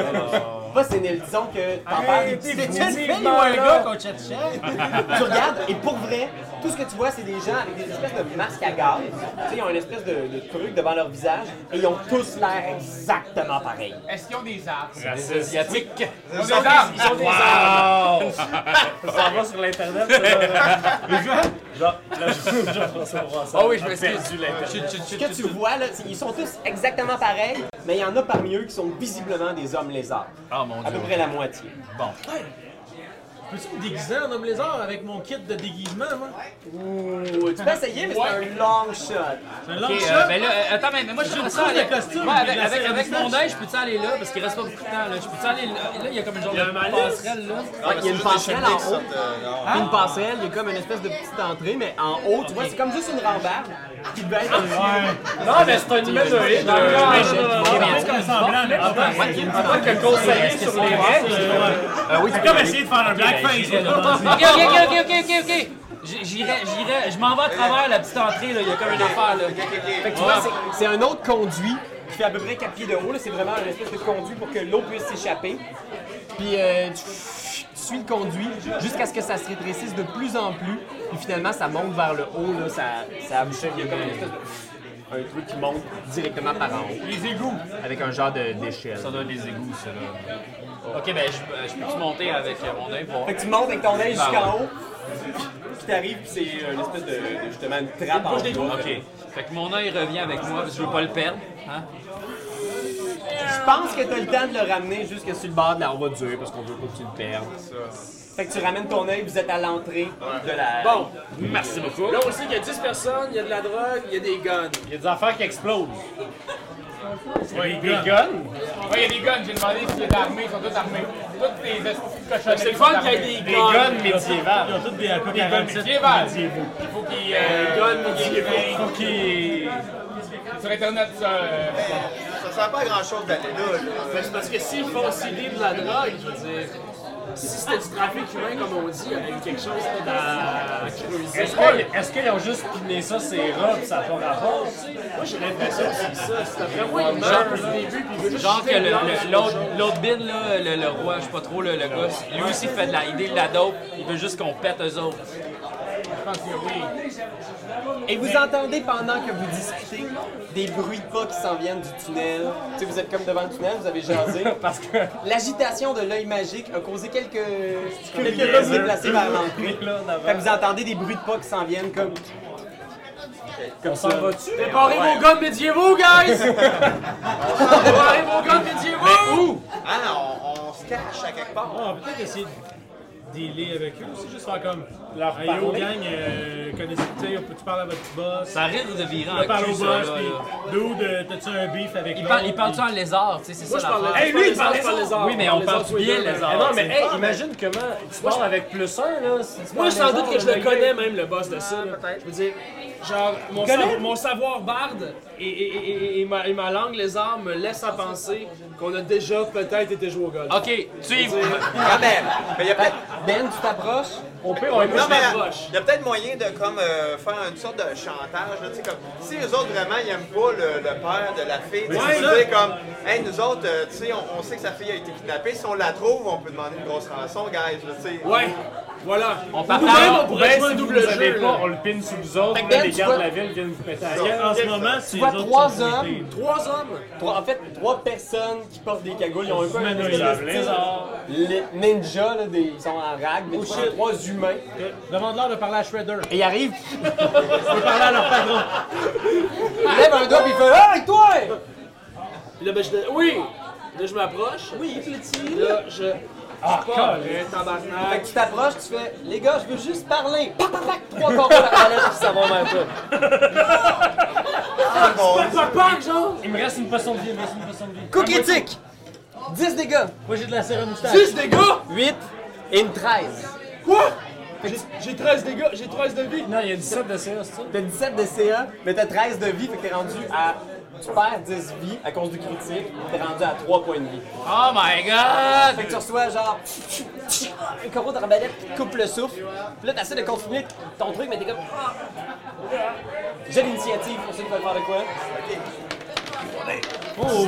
S12: Pas sénile, disons que t'en
S10: Hey,
S12: parles.
S10: t'es
S12: C'est une fille ou
S10: effectivement
S12: un
S10: là.
S12: gars qu'on tu regardes, et pour vrai, tout ce que tu vois, c'est des gens avec des espèces de masques à gaz. Tu sais, ils ont une espèce de, de truc devant leur visage et ils ont tous l'air exactement pareil.
S4: Est-ce qu'ils ont des armes?
S1: Asiatique.
S4: Ils ont des armes!
S1: Ils ont des armes.
S10: Ça va sur l'internet. Genre, là,
S1: Ah oui, je m'excuse du l'internet.
S12: Ce que tu vois, là, c'est- ils sont tous exactement pareils, mais il y en a parmi eux qui sont visiblement des hommes lézards.
S1: Ah mon
S12: À peu près la moitié.
S1: Bon.
S10: Peux-tu me déguiser en homme lézard avec mon kit de déguisement, moi?
S12: Ouh, tu peux essayer, mais c'est un long shot.
S10: C'est un long
S8: Ok,
S10: shot.
S8: euh, ben là, euh, attends, mais, mais moi je suis
S10: J'ai une
S8: ça
S10: trousse de
S8: avec,
S10: costume,
S8: moi, avec,
S10: puis
S8: avec,
S10: la
S8: avec
S10: série
S8: mon
S10: de
S8: œil, je peux-tu aller là parce qu'il reste pas beaucoup de temps là. Je peux-tu aller là, là il y a comme une genre
S10: Il y a
S8: de
S10: un malaise.
S8: passerelle là.
S12: Ouais, il y a une passerelle en haut. Il y a une passerelle, il y a comme une espèce de petite entrée, mais en haut, tu vois, c'est comme juste une rambarde qui devait être.
S1: Non, mais c'est un humanoïde.
S10: que conseiller sur les oui, c'est comme essayer de faire un blackface.
S8: Ok, ok, ok, ok, ok, ok, ok. J- J'irai, j'irai, je m'en vais à travers la petite entrée là, il y a comme une affaire là.
S12: Fait que tu vois, c'est- c'est un autre conduit qui fait à peu près 4 pieds de haut. là. C'est vraiment une espèce de conduit pour que l'eau puisse s'échapper. Puis euh, tu, tu suis le conduit jusqu'à ce que ça se rétrécisse de plus en plus. Puis finalement, ça monte vers le haut. Là, ça, ça aboutit. Il y a comme une espèce de... Un truc qui monte directement par en haut. Les égouts! Avec un genre de- d'échelle.
S1: Ça doit être des égouts, ça là. Ok, ben je, euh, je peux-tu monter avec euh, mon œil pour voir?
S12: Fait que tu montes avec ton œil jusqu'en haut. Puis t'arrives, puis c'est euh, une espèce de, de- justement une trappe en bois.
S1: Ok. Fait que mon œil revient avec moi parce que je veux pas le perdre. Hein?
S12: Je pense que t'as le temps de le ramener jusque sur le bord de la voiture parce qu'on veut pas que tu le perdes. Fait que tu ramènes ton œil, vous êtes à l'entrée de la.
S2: Bon,
S1: Merci beaucoup.
S2: là on sait qu'il y a 10 personnes, il y a de la drogue, il y a des guns.
S10: Il y a des affaires qui explosent.
S4: Ouais, des guns? Ouais, il y a des guns. J'ai demandé s'ils étaient armés. Ils sont tous armés. Toutes les esprits de cochonneries.
S2: C'est le
S4: sont
S2: fun qu'il
S4: armés.
S2: y ait des
S4: Des
S2: guns.
S4: guns
S10: Ils
S4: médiévales.
S10: ont toutes des AK-47.
S4: Des guns médiévales. Il faut qu'ils. euh,
S2: guns médiévaux.
S4: il faut qu'ils- Sur Internet, ça. euh,
S15: Ça sert pas à grand chose d'aller là. là.
S2: Mais c'est parce que s'ils font aussi vivre de la drogue, je veux dire, si c'était du trafic humain, comme on dit, il y aurait eu quelque chose à creuser.
S10: Est-ce que- est-ce qu'ils ont juste piné ça, ces robes, ça n'a pas rapport?
S2: Moi, j'ai l'impression que c'est ça. C'est après moi, il meurt au début, puis il veut juste
S1: Genre que
S2: jeter
S1: le-
S2: une
S1: le-
S2: lance.
S1: l'autre l'autre bin, là, le, le roi, je sais pas trop, le, le gars, lui aussi fait de la idée de la dope, il veut juste qu'on pète eux autres.
S12: Et vous entendez pendant que vous discutez des bruits de pas qui s'en viennent du tunnel. Tu sais, vous êtes comme devant le tunnel, vous avez jasé.
S10: Parce que...
S12: L'agitation de l'œil magique a causé quelques quelques pas qui se déplacer vers l'entrée. Fait que vous entendez des bruits de pas qui s'en viennent comme. Comme ça.
S2: Préparez vos guns médiévaux, guys! Préparez vos guns médiévaux!
S15: Ah, on, on se cache à quelque part.
S10: Ah, peut-être essayer de dealer avec eux aussi, juste faire comme... Leur hey, yo, gang, euh, connaissez-vous, tu sais, tu parles à votre petit boss.
S1: Ça risque de virer en
S10: On parle
S1: cul,
S10: au
S1: ça,
S10: boss,
S1: là, là.
S10: puis dude, euh, t'as-tu un beef avec
S1: Il
S10: l'autre,
S1: parle, il parle-tu
S10: puis-
S1: en lézard, tu sais, c'est ça
S2: Moi, je parle
S1: l'affaire.
S2: Hey, lui, il parle par Ah, les
S1: Oui, mais on parle bien lézard.
S10: Non,
S1: tu
S10: mais
S1: sais.
S10: hey, imagine comment tu parles avec plus un, là. si tu
S2: Moi,
S10: parles
S2: sans
S10: des
S2: doute que
S10: autres,
S2: je
S10: là,
S2: le connais même, le boss de ça. là. Je veux dire, genre, mon, sav- mon savoir barde et, et- et- et- et ma, et ma langue lézard me laissent à penser qu'on a déjà peut-être été joué au golf.
S1: Ok, tu y vas.
S15: Quand même. Mais il y a peut-être.
S12: Ben, tu t'approches.
S2: On peut, on
S15: Non, mais
S2: s'approche.
S15: il y a peut-être moyen de comme, euh, faire une sorte de chantage. Là, tu sais, comme, si les autres vraiment ils aiment pas le, le père de la fille, tu sais, tu peux dire comme hey, nous autres, euh, tu sais, on, on sait que sa fille a été kidnappée. Si on la trouve, on peut demander une grosse rançon, guys. Là, tu sais.
S2: Ouais, voilà.
S1: On
S2: Ou
S1: partage.
S2: même, on
S1: Ou
S2: pourrait jouer un double
S25: Vous savez
S2: jeu.
S25: pas,
S2: là.
S25: on le pine sous vous autres,
S12: Fait que
S25: là,
S12: Ben,
S25: les
S12: tu
S25: gardes de
S12: vois-
S25: la ville viennent vous péter à la gueule.
S10: En ce moment, c'est
S12: Tu
S10: les
S12: vois
S10: autres qui
S12: trois
S10: sont
S12: hommes.
S2: Trois hommes.
S12: Trois, en fait, trois personnes qui portent des cagoules. Ils ont un peu un
S10: Humanoïdes.
S12: espèce de style les ninjas, là, des- ils sont en rag, mais tu vois, c'est trois humains.
S10: traités. Oh, Demande-leur de parler à Shredder.
S12: Et ils arrivent,
S10: Je veux parler à leur patron.
S12: ils lèvent un doigt, puis ils font Hey, toi
S2: Puis là, ben, je dis, oui. Là, je m'approche. Oui, petit. Là, je. Ah,
S12: Fait
S2: tabarnak.
S12: que tu t'approches, tu fais Les gars, je veux juste parler. Pac, pac, pac, trois corbeaux dans la palette, puis ça va même pas.
S15: Ah, bon,
S2: Pas pack, genre.
S10: Il me reste une potion de vie, il me reste une potion de vie.
S12: Cook et tic 10 dégâts,
S10: Moi, j'ai de la sérum moustache.
S2: 10 dégâts.
S12: 8 et une 13.
S2: Quoi? J'ai- J'ai 13 dégâts, j'ai 13 de vie.
S10: Non, il y a 17 de CS, ça.
S12: T'as 17 de CA, mais t'as 13 de vie, fait que t'es rendu à. Tu perds 10 vies à cause du critique, t'es rendu à 3 points de vie.
S1: Oh my god!
S12: Fait que tu reçois genre un corbeau de rabalette qui te coupe le souffle. Puis là, t'essaies de continuer ton truc, mais t'es comme. Ah! J'ai l'initiative pour ceux qui veulent faire de quoi.
S10: Oh,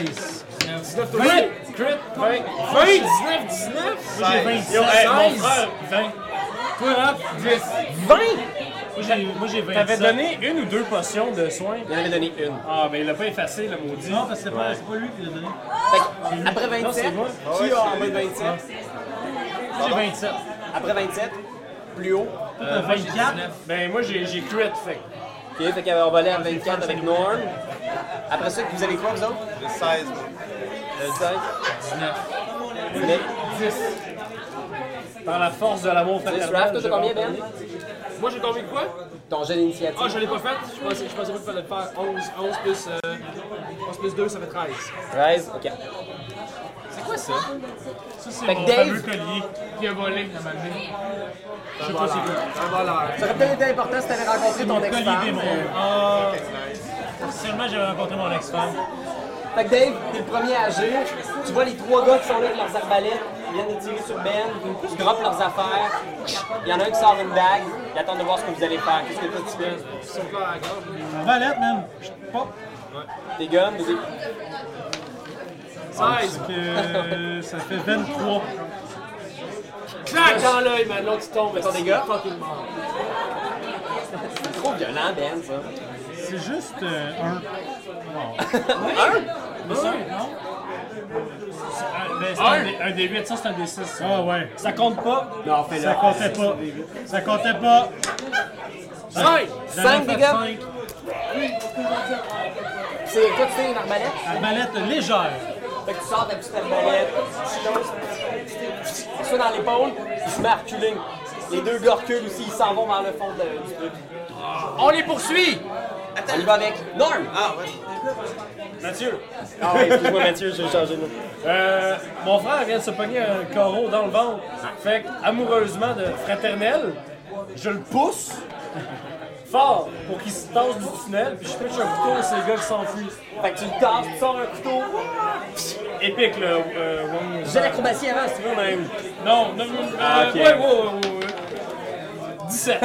S10: nice!
S2: 19 tout de suite.
S4: crit. 20, 20 19, 19.
S10: Moi, j'ai
S26: 16.
S10: 26.
S4: Yo, hey, mon
S10: 16.
S4: frère.
S10: 20.
S4: Toi, Raph, 10.
S10: 20? Moi, j'ai 20.
S2: T'avais donné une ou deux potions de soins.
S12: Il en avait donné une.
S2: Ah, mais il l'a pas effacé, le maudit.
S10: Non, parce que c'est pas, c'est pas lui qui l'a donné.
S12: Après
S2: Non, c'est
S12: 27,
S2: moi.
S12: qui a en bas de 27?
S10: J'ai 27.
S12: Après 27, plus haut.
S10: T'as 24.
S2: Ben, moi, j'ai j'ai crit, fait.
S12: Ok, fait qu'on va aller à 24 avec Norm. Après ça, vous avez quoi, vous autres?
S26: J'ai 16, moi.
S12: Le 16? 19.
S2: Par la force de l'amour
S12: 10.
S2: fraternel.
S12: Raph, toi, t'as
S2: je
S12: combien,
S2: vais en
S12: Ben?
S2: donner.
S4: Moi, j'ai tombé de quoi?
S12: Ton jeu d'initiative.
S4: Ah, je l'ai pas fait. Je pensais, je pensais pas qu'il fallait le faire. 11, 11 plus, euh, 11 plus 2, ça fait 13.
S12: 13, ok.
S4: C'est quoi ça?
S10: Ça, c'est
S12: Fait
S10: mon
S12: que Dave-
S10: fameux collier.
S1: Qui a volé la magie?
S4: Je sais pas c'est quoi. Un voleur.
S12: Ça aurait peut-être été important si t'avais rencontré ton
S10: Collier des
S12: ex-femme.
S10: mots.
S12: mais-
S10: Ah. Seulement, j'avais rencontré mon ex-femme.
S12: Fait que Dave, t'es le premier à agir. Tu vois les trois gars qui sont là avec leurs arbalètes, ils viennent de tirer sur Ben, ils droppent leurs affaires. Il y en a un qui sort une bague, ils attendent de voir ce que vous allez faire. Qu'est-ce que toi tu fais?
S10: Valette, même. Je pop.
S12: Tes guns, vas-y.
S4: 16.
S10: Euh, ça fait 23.
S4: Clac dans l'œil, man. L'autre, tu tombes. Attends,
S12: des gars?
S4: Fucking mort.
S12: C'est trop violent, Ben, ça.
S10: C'est juste euh, un. Un? Mais Ah, ben, c'est un, des- un des 8, ça c'est un des 6. Ah ouais. Ça compte pas? Non, fais-le. Ça comptait pas. Ça comptait pas.
S4: 5.
S12: Cinq dégâts.
S10: 5.
S12: C'est toi, tu fais une arbalète.
S10: Arbalète légère.
S12: Fait que tu sors ta petite arbalète, tu lances, tu fais dans l'épaule, il se met à reculer. Les deux gars reculent aussi, ils s'en vont vers le fond de- du truc.
S4: On les poursuit.
S12: On y va avec Norm!
S26: Ah, ouais.
S2: Mathieu,
S12: Ah ouais, excuse-moi Mathieu, j'ai changé de nom.
S2: euh, mon frère vient de se pogner un corot dans le ventre. Fait que, amoureusement de fraternel, je le pousse fort pour qu'il se tasse du tunnel, puis je pêche un couteau à ces gars qui s'enfuient.
S12: Fait que tu le tasses, tu sors un couteau.
S2: Épique, le euh, Wong.
S12: J'ai l'acrobatie avant si tu veux
S1: ben.
S12: même.
S2: Non, non, non,
S8: Ah,
S2: euh, ouais, ouais, ouais, ouais, ouais. 17.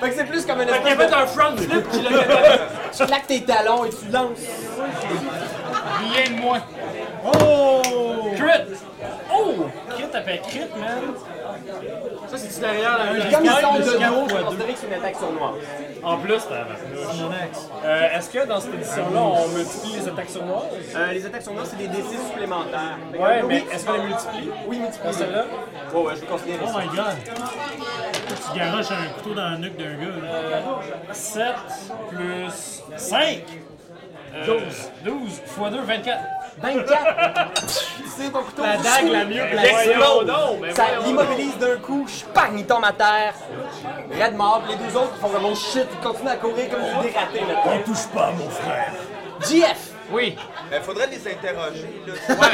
S12: Fait que c'est plus comme une
S4: Fait qu'il a
S12: espèce
S4: fait un front flip qui l'a fait.
S12: de- Tu claques tes talons et tu lances.
S1: Rien de moins.
S4: Crit.
S10: Oh! Crit après crit, man.
S4: Ça, c'est-tu derrière la
S10: Un
S12: Comme ils sont
S10: de
S12: de
S10: quatre
S12: dos, je vais
S10: fois deux.
S12: considérer que c'est une attaque sournoise.
S2: En plus, t'as
S10: Mon ex.
S2: euh, Est-ce que dans cette édition-là, on multiplie les attaques sournoises?
S12: Euh, les attaques sournoises, c'est des D6 supplémentaires. Fait que-
S2: Ouais, mais
S12: oui,
S2: est-ce qu'on les multiplie?
S12: Oui,
S2: Dans
S12: multiplié.
S2: celle-là?
S12: Ouais, ouais, je vais considérer
S10: Oh
S12: ça.
S10: my god. Tu garoches un couteau dans la nuque d'un gars. là.
S8: Euh,
S2: 7 plus 5.
S8: Euh,
S2: 12. 12 x 2, 24.
S12: 24! Tu sais, ton couteau.
S2: La
S12: tu
S2: dague
S12: suis,
S2: la mieux
S12: la
S2: placée.
S12: explose.
S2: Voyons donc, mais
S12: Ça
S2: voyons
S12: l'immobilise d'un coup, pang, il tombe à terre. Red mort, puis les deux autres qui font comme oh shit, ils continuent à courir comme des dératés là.
S10: Ne touche pas, mon frère.
S12: GF!
S4: Oui.
S26: Ben, faudrait les interroger, là. faut, pas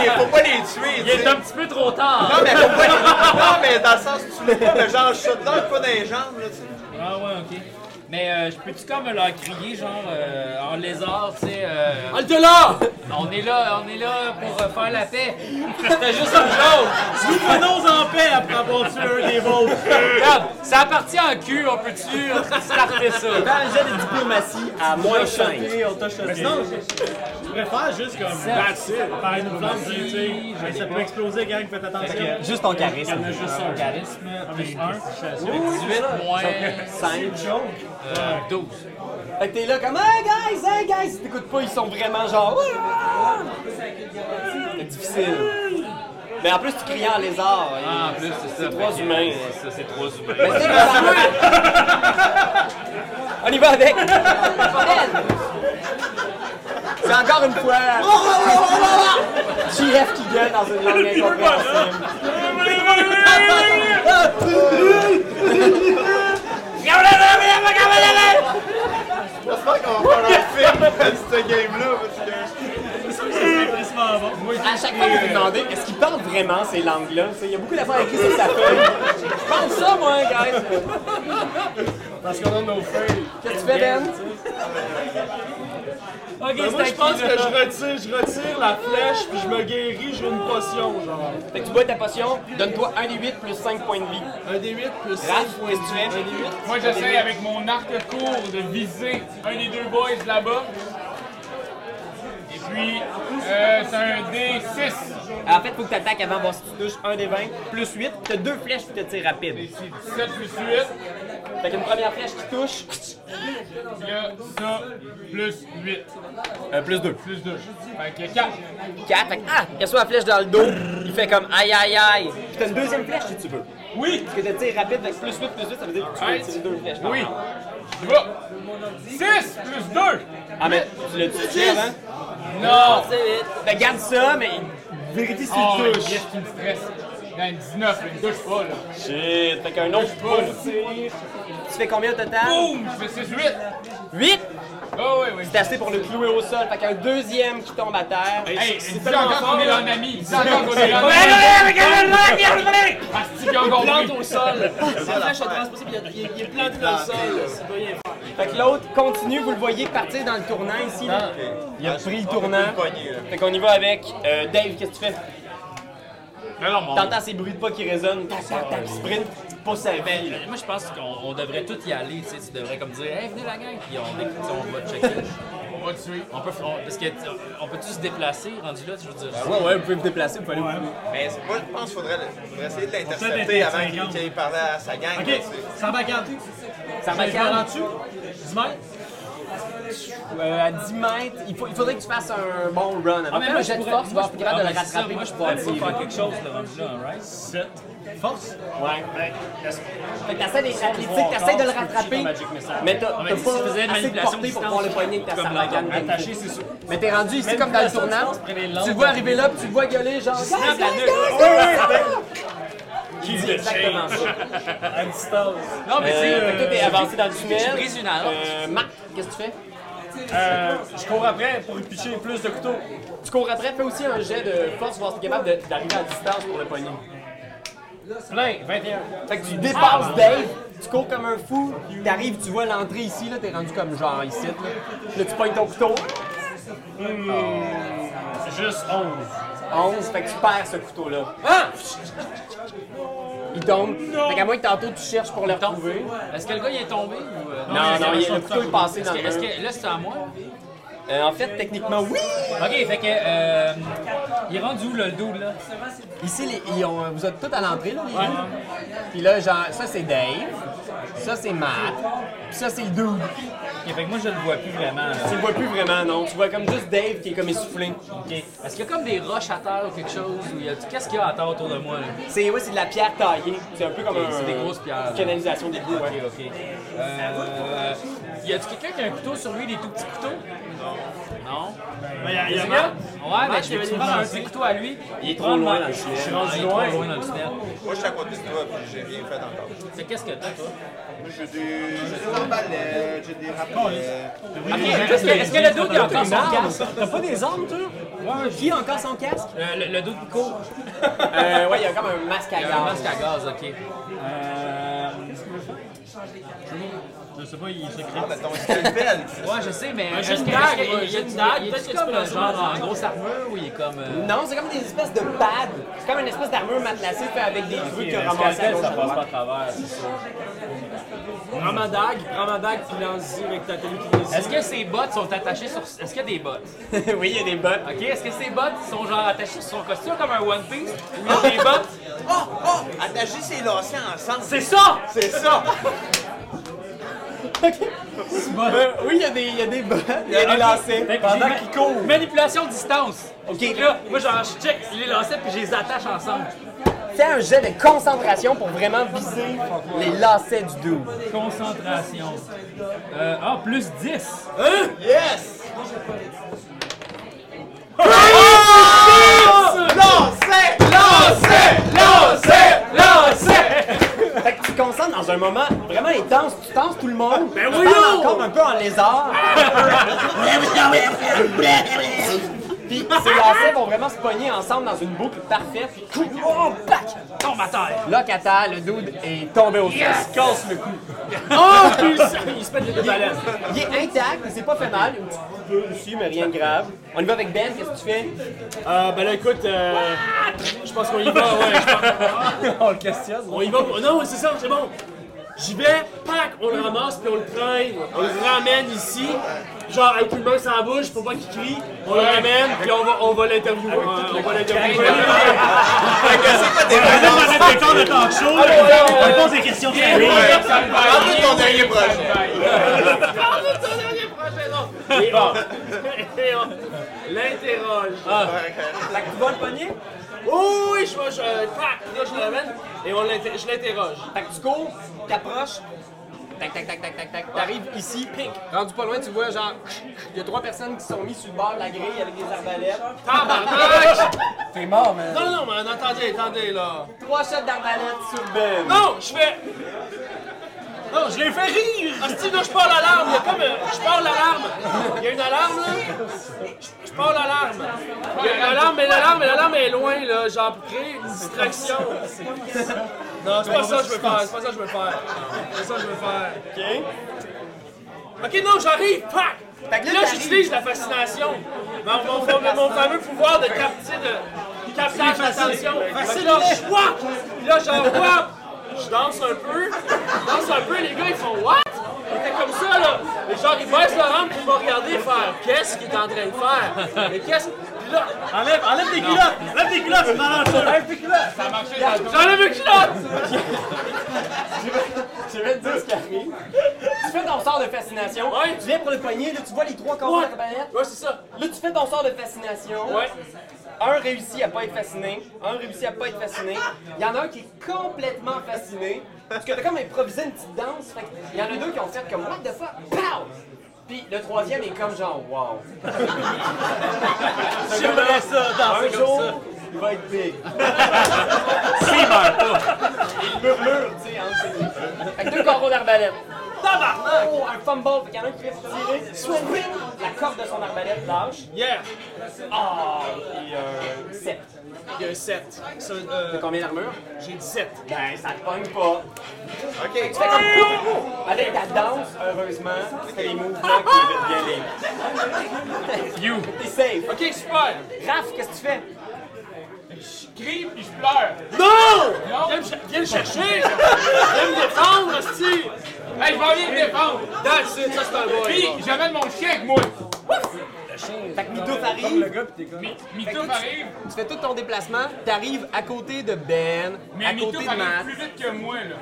S26: les, faut pas les tuer,
S4: Il
S26: tu sais.
S4: est un petit peu trop tard.
S26: Non, mais faut pas les... Non, mais dans le sens, tu l'es pas, mais genre, je saute là, pas dans les jambes, là, tu sais.
S8: Ah ouais, ok. Mais euh, je peux-tu comme leur crier, genre, euh, en lézard, tu sais, euh,
S4: On te là!
S8: on est là, on est là pour euh, faire la paix. C'était juste une joke.
S10: Nous venons en paix après avoir tué un des vôtres.
S8: Regarde, ça appartient à cul, on peut-tu euh, starter ça?
S12: Dans le jet de diplomatie à moins 5.
S10: on t'a choqué. Mais sinon, je- je préfère juste comme. That's it. Par une flamme, tu sais, tu sais. hey, Ça peut exploser, gang, faites attention.
S12: euh, Juste ton charisme.
S10: Il y en a juste un. Charisme.
S8: Ah,
S10: Avec un.
S8: 18 moins
S12: 5.
S8: euh, 12.
S12: Fait que t'es là comme Hey guys, hey guys! Si t'écoutes pas, ils sont vraiment genre. Ah! C'est difficile. Mais en plus, tu cries en lézard.
S8: Ah, en plus, c'est ça.
S12: trois
S8: fait que,
S12: humains.
S8: euh, Ça, c'est trois
S12: Mais
S8: humains.
S12: c'est On y va avec! Ben! C'est encore une fois. JF qui gueule dans une langue incompréhensible.
S26: J'espère qu'on va faire un film de ce game-là, parce que...
S12: À chaque fois, vous vous demandez est-ce qu'ils parlent vraiment ces langues-là Tu sais, Il y a beaucoup d'affaires écrites sur sa feuille. Je parle ça, moi, guys.
S2: Parce qu'on a nos feuilles.
S12: Qu'est-ce que tu fais, Ben
S4: Ok,
S2: Ben, moi, je
S4: c'est
S2: pense
S4: à
S2: que je retire, je retire la flèche, puis je me guéris, je veux une potion, genre.
S12: Fait que tu bois ta potion, donne-toi 1 des 8 plus 5 points de vie.
S4: Un des 8 plus
S12: Raph, où est-ce que tu es
S1: Moi, j'essaie avec mon arc court de viser un des deux boys là-bas. Et puis,
S4: puis euh, c'est un D6.
S1: En fait, faut que tu attaques avant de voir si tu touches un des 20 plus 8. Tu as deux flèches qui te tirent rapide.
S4: 7 plus 8.
S1: Fait qu'une première flèche qui touche,
S4: Il y a ça, plus 8.
S1: euh, plus 2.
S4: Plus 2. Fait que 4.
S1: 4. Fait que, ah, qu'elle soit la flèche dans le dos, il fait comme aïe aïe aïe. Puis t'as une deuxième flèche si tu veux.
S4: Oui!
S1: Parce que tu tires rapide, fait que plus 8, plus 8, ça veut dire que tu peux
S4: Hey.
S1: tirer deux flèches. par
S4: Oui!
S1: round.
S4: Tu vas! 6 plus 2!
S1: Ah, mais tu l'as tué avant?
S4: Non!
S1: Ben, garde ça, mais vérifie si
S4: Oh,
S1: tu touches.
S4: yes, tu me stresses. Dans une 19, une touche pas, là.
S1: Shit. Fait qu'un autre
S4: Pas, là.
S1: Tu fais combien au total?
S4: Boum! Je fais 6-8!
S1: 8!
S4: Oh, oui, oui.
S1: C'est assez pour le clouer au sol. Fait qu'un deuxième qui tombe à terre.
S4: Hey, dis encore qu'on est en ami! Dis encore qu'on est en
S8: Ben,
S1: Ouais,
S4: ami!
S1: ouais, regarde, regarde, regarde, regarde.
S2: Ah,
S4: Parce qu'il y a encore
S2: plante
S4: plus.
S2: au sol. Sa flèche est transposée, puis il, est- il est planté dans le sol. Il peut rien faire.
S1: euh, Fait que l'autre continue, vous le voyez partir dans le tournant ici. Là. Il a pris le tournant. Fait qu'on y va avec euh, Dave, qu'est-ce que tu fais? T'entends ces bruits de pas qui résonnent, tac, tac, tac, sprint, pousse sa veille. là.
S8: Moi, je pense qu'on on devrait tous y aller. Tu, sais, tu devrais comme dire, hey, venez la gang, puis on, écoute, on va checker.
S4: On va tuer.
S8: on peut, on- parce que, euh, on peut tous se déplacer, rendu là, tu veux dire.
S1: Ah, Ouais, ouais, vous pouvez vous déplacer, vous pouvez aller.
S15: Mais c'est- moi, je pense qu'il faudrait, le- faudrait essayer de
S10: Peut-être
S15: l'intercepter
S10: être
S15: avant qu'il
S10: 50.
S15: qu'il parle à sa gang. là,
S10: Ok,
S15: tu sais.
S10: ça va canter.
S1: Ça
S10: Je
S1: va
S10: vais en dessus. 10 mètres.
S1: Euh, à 10 mètres, il, faut, il faudrait que tu fasses un bon run.
S8: Ah,
S1: Avant. Fais un jet de force, tu vas être capable de le rattraper.
S8: Moi, je pourrais ah, faire quelque chose de rendu là, right?
S10: 7. Force.
S1: Ouais. Fait que t'essaies d'être athlétique, t'essaies de le rattraper, mais t'as t'as
S8: mais si tu faisais une
S1: pas assez de
S8: manipulation
S1: portée pour
S8: distance,
S1: pouvoir le poigner avec ta
S8: comme
S1: sarbacane.
S8: l'entendre.
S1: Attaché, c'est sûr. Mais t'es rendu ici comme dans le tournant,
S8: tu préviens l'autre.
S1: tu le vois arriver là, puis tu le vois gueuler genre... Guys,
S8: snap la
S1: guys,
S8: nuque.
S1: guys, guys! Il dit exactement ça.
S8: Non, mais c'est.
S1: Euh, fait que toi, t'es avancé dans le tunnel.
S8: j'ai pris une arme.
S1: Euh, Marc, qu'est-ce que tu fais?
S10: Euh, Je cours après pour lui picher plus de couteaux.
S1: Tu cours après, fais aussi un jet de force, voir si t'es capable de- d'arriver à distance pour le poignet.
S10: Plein, 21.
S1: Fait que tu
S10: Ah,
S1: dépasses Dave, tu cours comme un fou, t'arrives, tu vois l'entrée ici, là, t'es rendu comme genre ici, là. Là, tu pognes ton couteau,
S10: C'est Hmm, juste Ah! 11.
S1: 11, fait que tu perds ce couteau-là. Il tombe. Fait qu'à moins que tantôt tu cherches pour le retrouver.
S8: Est-ce que le gars il est tombé ou. euh,
S1: Non, non, il- le couteau est passé dans le
S8: Est-ce que, est-ce que- là c'est à moi? là?
S1: Euh, En fait, techniquement, oui!
S8: Ok, fait que. euh, il est rendu où là, le dos là?
S1: Ici, les- ils ont, euh, vous êtes tous à l'entrée, là, les deux. Puis là, genre, ça c'est Dave, ça c'est Matt, puis ça c'est le dude.
S8: Ok, fait que moi je le vois plus vraiment. là.
S1: Tu le vois plus vraiment, non? Tu vois comme juste Dave qui est comme essoufflé.
S8: Ok. Est-ce qu'il y a comme des roches à terre ou quelque chose? ou il y a- Qu'est-ce qu'il y a à terre autour de moi là?
S1: C'est ouais, c'est de la pierre taillée. C'est un peu comme un-
S8: c'est des grosses pierres. hein.
S1: une canalisation des ouais.
S8: Ok, ok. Euh, y a-tu quelqu'un qui a un couteau sur lui, des tout petits couteaux? Non.
S10: Il y a
S8: Ouais,
S10: Marc.
S8: mais je vais lui prendre un petit couteau à lui.
S1: Il est trop loin dans le
S8: Je suis
S1: tunnel.
S8: rendu loin. loin dans le tunnel.
S15: Moi, je suis à côté de toi, puis j'ai rien fait encore.
S8: C'est qu'est-ce que t'as, toi?
S15: Moi, j'ai des, j'ai des arbalètes, euh, j'ai des euh, rapports.
S8: Ok, est-ce que, est-ce que le dos, il a encore son casque?
S1: T'as pas des armes, toi? Ouais, qui a encore son casque?
S8: Le, le, le dos qui court?
S1: Euh, ouais, il y a comme un masque à
S8: Il
S1: gaz.
S8: a un masque à gaz, ok.
S10: Je sais pas, il est secret.
S1: ben,
S15: Ah, mais ton scalpel!
S8: Ouais, je sais, mais.
S10: j'ai
S8: est-ce
S10: une
S8: que-
S10: dague,
S8: est-ce que-
S10: ouais,
S8: il-
S10: j'ai une
S8: il-
S10: dague,
S8: il-
S10: peut-être
S8: il-
S10: que
S8: comme
S10: tu peux
S8: euh, genre
S10: me
S8: en grosse armure ou il est comme. euh,
S1: Non, c'est comme des espèces de pads. C'est comme une espèce d'armure matelassée faite avec des trucs que ramassés à gauche à droite.
S10: travers.
S9: Prends ma dague, prends ma dague, puis lance-y avec ta télékinésie.
S8: Est-ce que ses bottes sont attachées sur. Est-ce qu'il y a des bottes?
S1: oui, il y a des bottes.
S8: Ok, est-ce que ses bottes sont genre attachées sur son costume comme un One Piece? Ou il y a des bottes?
S15: Oh, oh! Attacher ses lacets ensemble,
S8: C'est ça!
S15: c'est ça!
S1: Euh, oui, il y a des, il y a des bottes. Il y a des lacets.
S8: Pendant qu'il court. Ben, Manipulation distance. OK, là, moi, genre, je check les lacets puis je les attache ensemble.
S1: Fais un jet de concentration pour vraiment viser les lacets du dude.
S8: Concentration. Euh, ah, plus 10.
S1: Hein?
S15: Yes!
S1: Ah! Fait que tu te concentres dans un moment vraiment intense. Tu tenses tout le monde. Ben oui, encore un peu en lézard. Puis ces lacets vont vraiment se pogner ensemble dans une boucle parfaite. Puis, oh, pac!
S8: Tombe à terre.
S1: Locataire, le dude est tombé au sol.
S8: Casse le cou.
S1: Oh,
S8: Il se pète les deux baleines.
S1: Il est intact, il s'est pas fait mal. Un petit peu dessus, mais rien de grave. On y va avec Ben, qu'est-ce que tu fais?
S9: Euh, ben là, écoute, euh, je pense qu'on y va, ouais. je pense-
S10: On le questionne.
S9: On y va. pour- Non, c'est ça, c'est bon.
S2: J'y vais, pac, on le ramasse, puis on le traîne, on le ramène ici, genre avec une main sans bouche pour pas qu'il crie, on le ramène, puis on va, on va l'interviewer.
S27: Ah,
S2: Euh, on va l'interviewer. Ah,
S27: On pose des questions sérieuses.
S15: Parle de ton dernier projet.
S2: Et on- et on l'interroge.
S12: Fait que tu vas le pogner,
S2: Oh oui, je vais, je, euh, tac, là je le ramène et on l'inter- je l'interroge.
S12: fait que tu cours, t'approches, tac tac tac tac tac tac, t'arrives ici, ping.
S1: Rendu pas loin, tu vois, genre, il y a trois personnes qui sont mises sur le bord de la grille avec des arbalètes.
S2: Tabarnak!
S28: T'es mort, man.
S2: Non, non, mais attendez, attendez là.
S12: Trois shots d'arbalète sur Ben.
S2: Non, je fais. Non, je les fais rire! Hostie, là, je pars l'alarme, il y a comme. euh, Je pars l'alarme! Il y a une alarme, là! Je, je pars l'alarme! Il y a une alarme, mais l'alarme, mais l'alarme est loin, là, genre pour créer une distraction! Non, c'est pas ça que je veux faire, c'est pas ça que je veux faire! C'est pas ça que je veux faire! Ok? Ok, non, j'arrive! Pac! là, j'utilise la fascination! Mon, mon- mon fameux pouvoir de capter de. captage d'attention! Fait que là, je whap! Puis là, genre, whap! Je danse un peu, je danse un peu, les gars, ils font what? Ils étaient comme ça, là. Les gens, ils baissent leur rampe pour me regarder faire qu'est-ce qu'il est en train de faire? Mais qu'est-ce. Puis là,
S27: Enlève, enlève tes culottes! Enlève tes culottes, c'est malade! Enlève tes culottes!
S2: j'enlève une culotte!
S12: Je vais te dire ce qui arrive. Tu fais ton sort de fascination.
S2: Ouais.
S12: Tu viens pour le poignet, là, tu vois les trois corps
S2: Ouais.
S12: d'arbalète.
S2: Ouais, c'est ça.
S12: Là, tu fais ton sort de fascination.
S2: Ouais.
S12: Un réussit à pas être fasciné, un réussit à pas être fasciné. Il y en a un qui est complètement fasciné. Parce que t'as comme improvisé une petite danse. Fait que il y en a deux qui ont fait comme What the fuck? Pow! Puis le troisième est comme genre Wow.
S27: J'aimerais ça,
S12: Un
S27: danser comme ça!
S12: jour, il va être big.
S27: C'est bon!
S12: Il murmure, tu sais, entre ses deux. Fait que deux coraux d'arbalète. Tabarnak! Oh, un fumble. Fait qu'il y en a un qui fait tirer. Swing! La corde de son arbalète lâche.
S2: Yeah!
S12: Sept.
S2: Il y a un 7.
S12: T'as combien d'armure?
S2: J'ai 17.
S12: Ben, ça te pogne pas.
S15: OK.
S12: Tu fais comme pouf! Avec ta danse, heureusement, c'est les mouvements qui évitent bien les. You! T'es safe!
S2: Ok, super!
S12: Raph, qu'est-ce que tu fais?
S4: Je crie puis je pleure.
S2: Non! Viens me ch- Viens le chercher! Viens me défendre, Asti!
S4: Hey, je m'en viens te défendre.
S2: That's it, ça c'est un boy!
S4: Puis, j'amène mon chien avec moi.
S12: Fait que Mitouf arrive,
S4: Mi- Mitouf arrive.
S12: tu fais tout ton déplacement, t'arrives à côté de Ben, à
S4: Mais
S12: côté
S4: Mitouf
S12: de Matt.
S4: arrive plus vite que moi, là.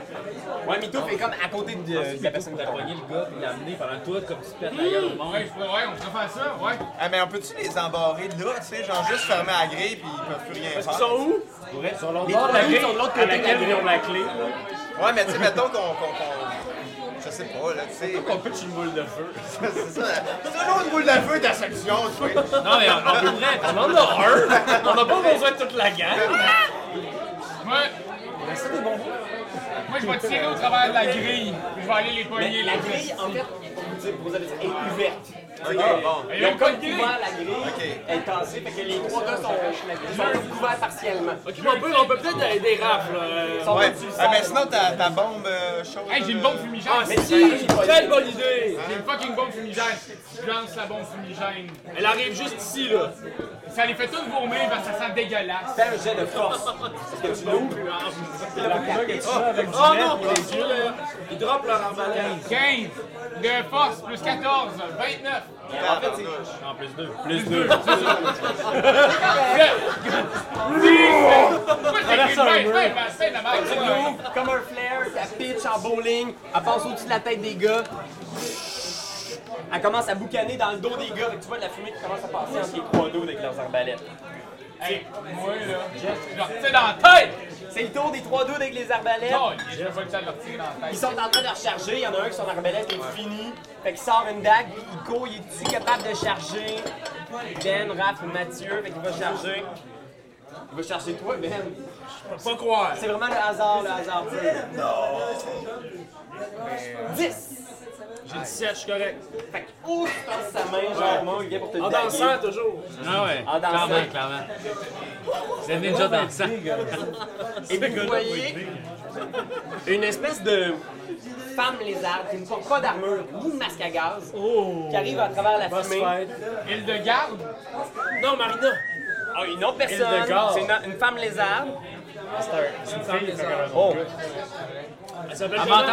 S12: Ouais, Mitouf est comme à côté de, de la personne qui t'a
S8: Pogner le gars, puis l'amener pendant toi, comme tu pètes la gueule au monde.
S4: Ouais, je pourrais- ouais, on pourrait faire ça, ouais.
S15: Ah, mais on peut-tu les embarrer là, tu sais, genre juste fermer à grille puis ils peuvent plus rien faire?
S2: Ils sont où?
S12: Les
S8: Ah
S12: trois loups sont de l'autre côté de la grille.
S15: Ouais, mais tu sais, mettons qu'on. qu'on- qu'on- Je sais pas, là, tu sais. Qu'on pitch une boule de feu. c'est ça. C'est toujours une boule de feu d'ascension, tu sais.
S2: Non, mais on peut vrai, on en a un! On n'a pas besoin de toute la gang!
S4: Moi. Moi, je vais tirer au travers de la grille. puis Je vais aller les
S12: Mais
S4: poigner.
S12: la grille, en fait, pour vous dire, pour vous avez est ouverte.
S15: Ok, bon.
S4: Il
S12: Ils
S4: y a
S12: ont
S4: pas
S12: comme
S4: de grille.
S12: couvert la grille, elle est tassée, fait que les trois gars sont, sont couverts partiellement.
S2: Ok, mais on peut, on peut peut-être des, des rafles.
S12: Ils
S2: euh.
S12: sont
S15: Ouais.
S12: au-dessus du
S15: Ah, mais
S12: sol.
S15: sinon, ta, ta bombe euh, chaude.
S4: Hey, j'ai une bombe fumigène.
S2: Ah, si! Quelle bonne idée!
S4: J'ai une fucking bombe fumigène. Je lance la bombe fumigène.
S2: Elle arrive juste ici, là.
S4: Ça les fait tous vomir parce que ça sent dégueulasse.
S12: Fais un jet de force. Parce que tu l'ouvres.
S2: Oh non! les yeux, là. Ils droppent leur arbalète.
S4: 15 de force plus 14, 29.
S15: Ah, En fait, c'est.
S4: Pourquoi j'ai pris une baisse? Ben, ben, c'est la merde.
S12: Tu l'ouvres comme un flair, ça pitch en bowling, elle passe au-dessus de la tête des gars. Elle commence à boucaner dans le dos des gars, fait que tu vois de la fumée qui commence à passer entre les trois dos avec leurs arbalètes.
S4: Hey, moi, là, je leur tire dans la tête.
S12: C'est le tour des trois dos avec les arbalètes.
S4: Oh, je vais pas le temps de leur tirer dans la
S12: Ils
S4: tête.
S12: sont en train de recharger, il y en a un qui son arbalète est fini. Fait qu'il sort une dague, puis il court, il est-tu capable de charger? Ben, Raph, Mathieu, fait qu'il va charger. Il va charger toi, Ben.
S2: Je peux pas croire.
S12: C'est vraiment le hasard, le hasard. Non! 10!
S2: J'ai 17, je suis correct.
S12: Fait que ouf, tu passes sa main, genre, mon, il vient pour te
S2: En
S12: daguer.
S2: dansant, toujours.
S8: Ah ouais,
S12: Ah, dans ça.
S8: clairement, clairement. C'est déjà
S12: ben,
S8: dans ça.
S12: Et vous voyez une espèce de femme lézard qui ne porte pas d'armure ni de masque à gaz qui arrive à travers la fumée.
S4: Île de garde,
S2: Non, Marina.
S12: Ah, une autre personne, c'est une, une femme lézarde. C'est une femme lézarde. Oh.
S29: Elle s'appelle
S4: Elle
S29: comment?
S4: m'entend-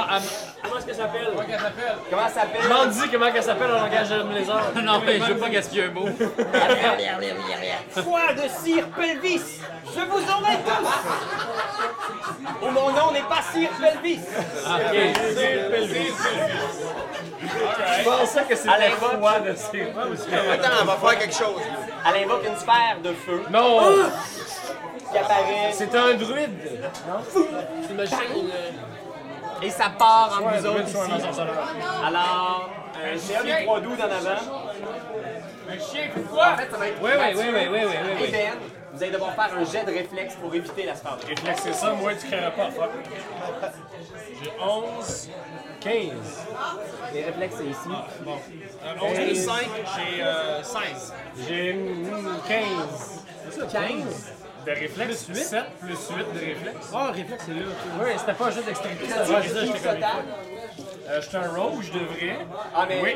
S29: Comment est-ce qu'elle s'appelle? Comment qu'elle s'appelle?
S12: Comment ça s'appelle?
S29: M'en dis comment qu'elle s'appelle en langage de lézard.
S4: Non, mais je veux pas gaspiller un mot.
S12: Foi de Sir Pelvis, je vous aurai tous! Oh, mon nom n'est pas Sir Pelvis!
S4: Ah,
S1: Je pensais que
S12: À
S1: c'était
S12: l'époque.
S1: froid de ces.
S15: Attends, on va faire quelque chose. là.
S12: Elle invoque une sphère de feu
S30: Non!
S12: qui apparaît
S30: C'est un druide!
S4: euh,
S12: et ça part en vous autres ici. Alors, euh, c'est un des trois douze en avant.
S30: Un chien froid!
S12: En fait, ça va être
S4: Oui, oui, oui, oui, oui, oui, oui.
S12: et Ben, vous allez devoir faire un jet de réflexe pour éviter la sphère de feu.
S2: Réflexez ça, moi, tu créeras pas. fuck. J'ai 11, 15.
S12: Les réflexes, c'est ici.
S2: Bon. Euh, 11 plus 5, j'ai euh, 16.
S12: J'ai mm, 15. 15?
S2: De réflexe, 7 plus 8 de réflexe. Ah, réflexe, c'est là.
S12: Oui, c'était pas juste d'extrémité. T'as-tu
S2: Ouais, c'est ça,
S12: écrit
S2: j'étais comme
S12: total?
S2: Euh, je suis un rouge, de vrai.
S12: Ah, mais
S2: Oui.